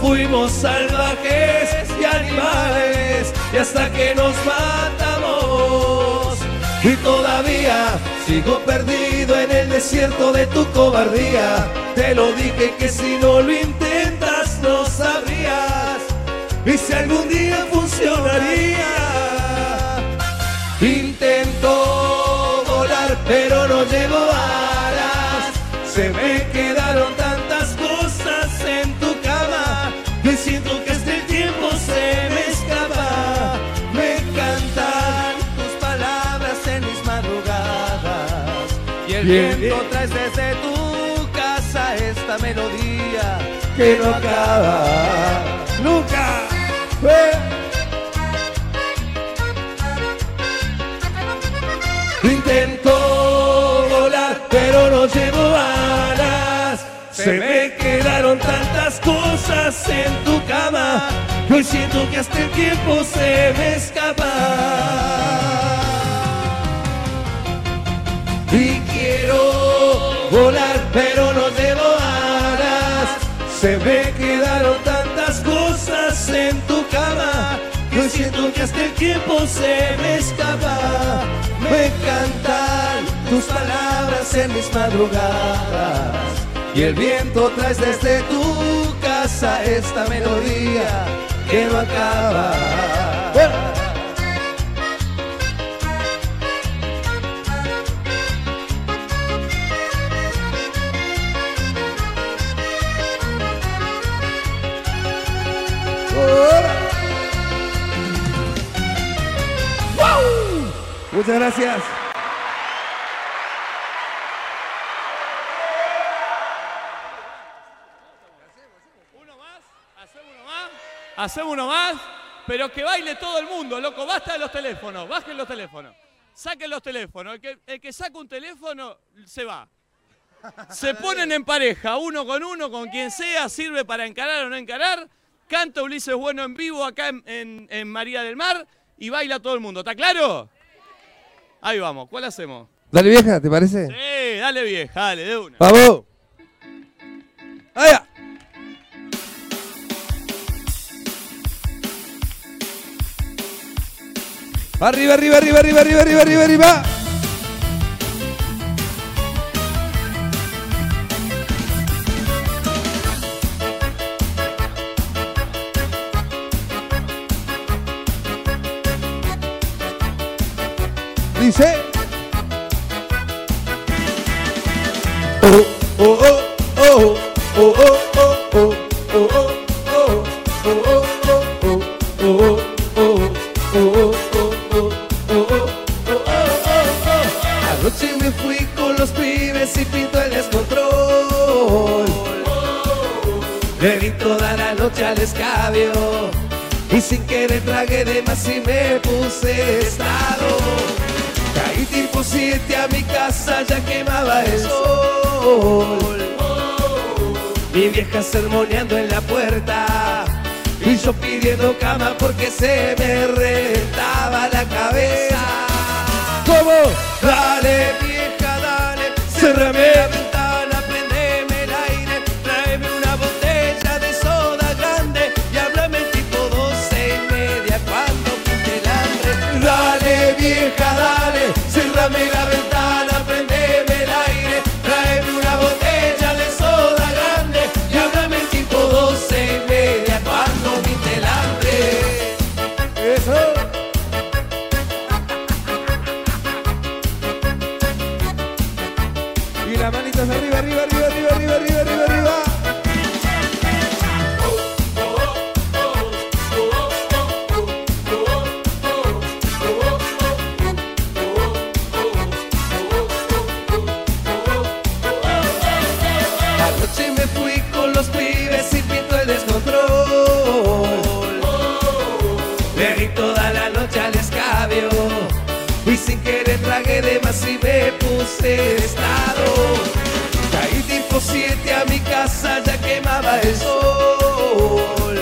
Speaker 10: Fuimos salvajes y animales, y hasta que nos matamos. Y todavía sigo perdido en el desierto de tu cobardía. Te lo dije que si no lo intentas no sabrías. Y si algún día funcionaría. Intento volar pero no llevo alas. Se me quedaron tantas cosas en tu cama. Que siento que este tiempo se me escapa. Me cantan tus palabras en mis madrugadas. Y el
Speaker 22: Bien.
Speaker 10: viento traes desde tu casa esta melodía
Speaker 22: Que no acaba.
Speaker 10: Nunca. Intento volar, pero no llevo alas. Se me quedaron tantas cosas en tu cama. Y hoy siento que hasta el tiempo se me escapa. Y quiero volar, pero no llevo alas. Se me quedaron tantas cosas en tu cama. Que hoy siento que hasta el tiempo se me escapa. Me cantan tus palabras en mis madrugadas. Y el viento traes desde tu casa esta melodía que no acaba.
Speaker 22: Muchas gracias.
Speaker 33: ¿Hacemos uno más?
Speaker 1: Pero que baile todo el mundo, loco. Basta de los teléfonos. Bajen los teléfonos. Saquen los teléfonos. El que, el que saca un teléfono se va. Se ponen en pareja, uno con uno, con quien sea, sirve para encarar o no encarar. Canta Ulises Bueno en vivo acá en, en- en María del Mar y baila todo el mundo. ¿Está claro? Ahí vamos. ¿Cuál hacemos?
Speaker 34: Dale vieja, ¿te parece?
Speaker 1: Sí, Eh, dale vieja, dale, de una.
Speaker 34: ¡Vamos! ¡Ahí va! Arriba, arriba, arriba, arriba, arriba, arriba, arriba, arriba. Dice. Oh, oh, oh, oh, oh, oh, oh, oh, oh, oh, oh, oh, oh, oh, oh, oh, oh, oh, oh, oh, oh.
Speaker 10: Anoche me fui con los pibes y pinto el descontrol. Le di toda la noche al escabio y sin querer tragué de más y me puse de estado. Caí tipo siete a mi casa, ya quemaba el sol. Mi vieja sermoneando en la puerta y yo pidiendo cama porque se me reventaba la cabeza. ¿Cómo? Dale, vieja, dale, cerrame la ventana, prendeme el aire, tráeme una botella de soda grande y háblame tipo doce y media cuando pinte el hambre. Dale, vieja, dale, cerrame la ventana, prendeme el aire, tráeme una botella de soda grande y háblame tipo doce y media cuando pinte el hambre. Eso.
Speaker 34: Y las manitas arriba, arriba, arriba, arriba, arriba, arriba, arriba, arriba.
Speaker 10: Anoche me fui con los pibes y pinto el descontrol. Le di toda la noche al escabio y sin querer tragué de más y me puse de estado. Caí tipo 7 a mi casa, ya quemaba el sol.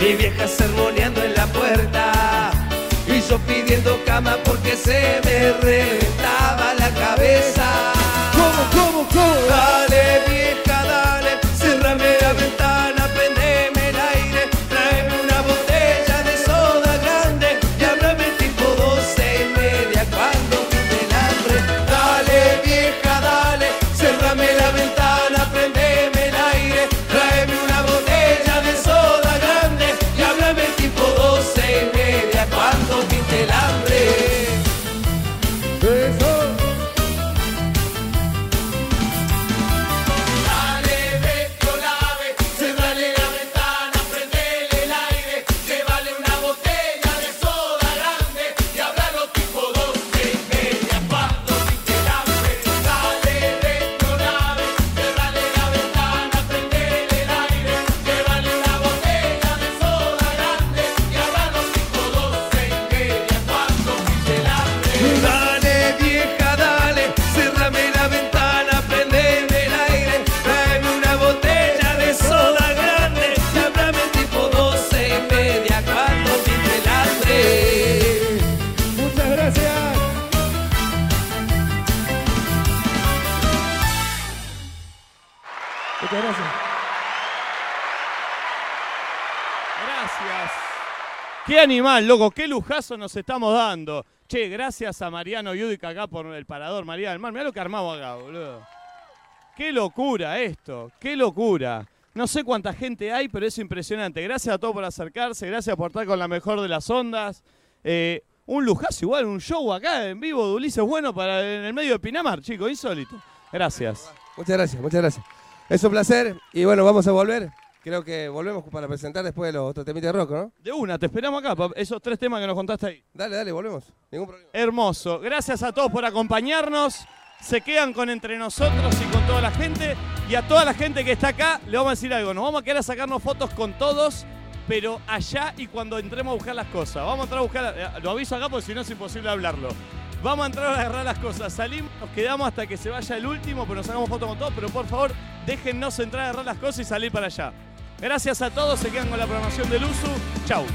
Speaker 10: Mi vieja sermoneando en la puerta y yo pidiendo cama porque se me reventaba la cabeza. ¿Cómo, cómo, cómo? Dale, vieja, dale, cerrame la ventana, prendeme el aire, tráeme una botella de soda grande y háblame tipo doce y media cuando pinte el hambre. Dale, vieja, dale, cerrame la ventana, prendeme el aire, tráeme una botella de soda grande y háblame tipo doce y media cuando pinte el hambre. Dale, ve, yo lave, cerrale la ventana, prendele el aire, llévale una botella de soda grande y hablalo tipo doce y media, cuando pinte el hambre. Dale, ve, yo lave, cerrale la ventana, prendele el aire, llévale una botella de soda grande y hablalo tipo doce y media, cuando pinte el hambre. Dale, vieja, dale, cerrame la ventana, prendeme el aire, tráeme una botella de soda grande, y háblame tipo doce y media cuando pinte el hambre. Muchas gracias.
Speaker 34: Muchas gracias.
Speaker 1: Gracias. Qué animal, loco, qué lujazo nos estamos dando. Che, gracias a Mariano Yudica acá por el parador, María del Mar. Mirá lo que armamos acá, boludo. Qué locura esto, qué locura. No sé cuánta gente hay, pero es impresionante. Gracias a todos por acercarse, gracias por estar con la mejor de las ondas. Eh, un lujazo igual, un show acá en vivo de Ulises Bueno para, en el medio de Pinamar, chicos, insólito. Gracias.
Speaker 34: Muchas gracias, muchas gracias. Es un placer y bueno, vamos a volver. Creo que volvemos para presentar después los otros temitas de rock, ¿no?
Speaker 1: De una, te esperamos acá, pa- esos tres temas que nos contaste ahí.
Speaker 34: Dale, dale, volvemos. Ningún problema.
Speaker 1: Hermoso. Gracias a todos por acompañarnos. Se quedan con entre nosotros y con toda la gente. Y a toda la gente que está acá, le vamos a decir algo. Nos vamos a quedar a sacarnos fotos con todos. pero allá y cuando entremos a buscar las cosas. Vamos a entrar a buscar, eh, lo aviso acá porque si no es imposible hablarlo. Vamos a entrar a agarrar las cosas, salimos, nos quedamos hasta que se vaya el último, pero nos hagamos foto con todos, pero por favor, déjennos entrar a agarrar las cosas y salir para allá. Gracias a todos, se quedan con la programación del USU. Chau.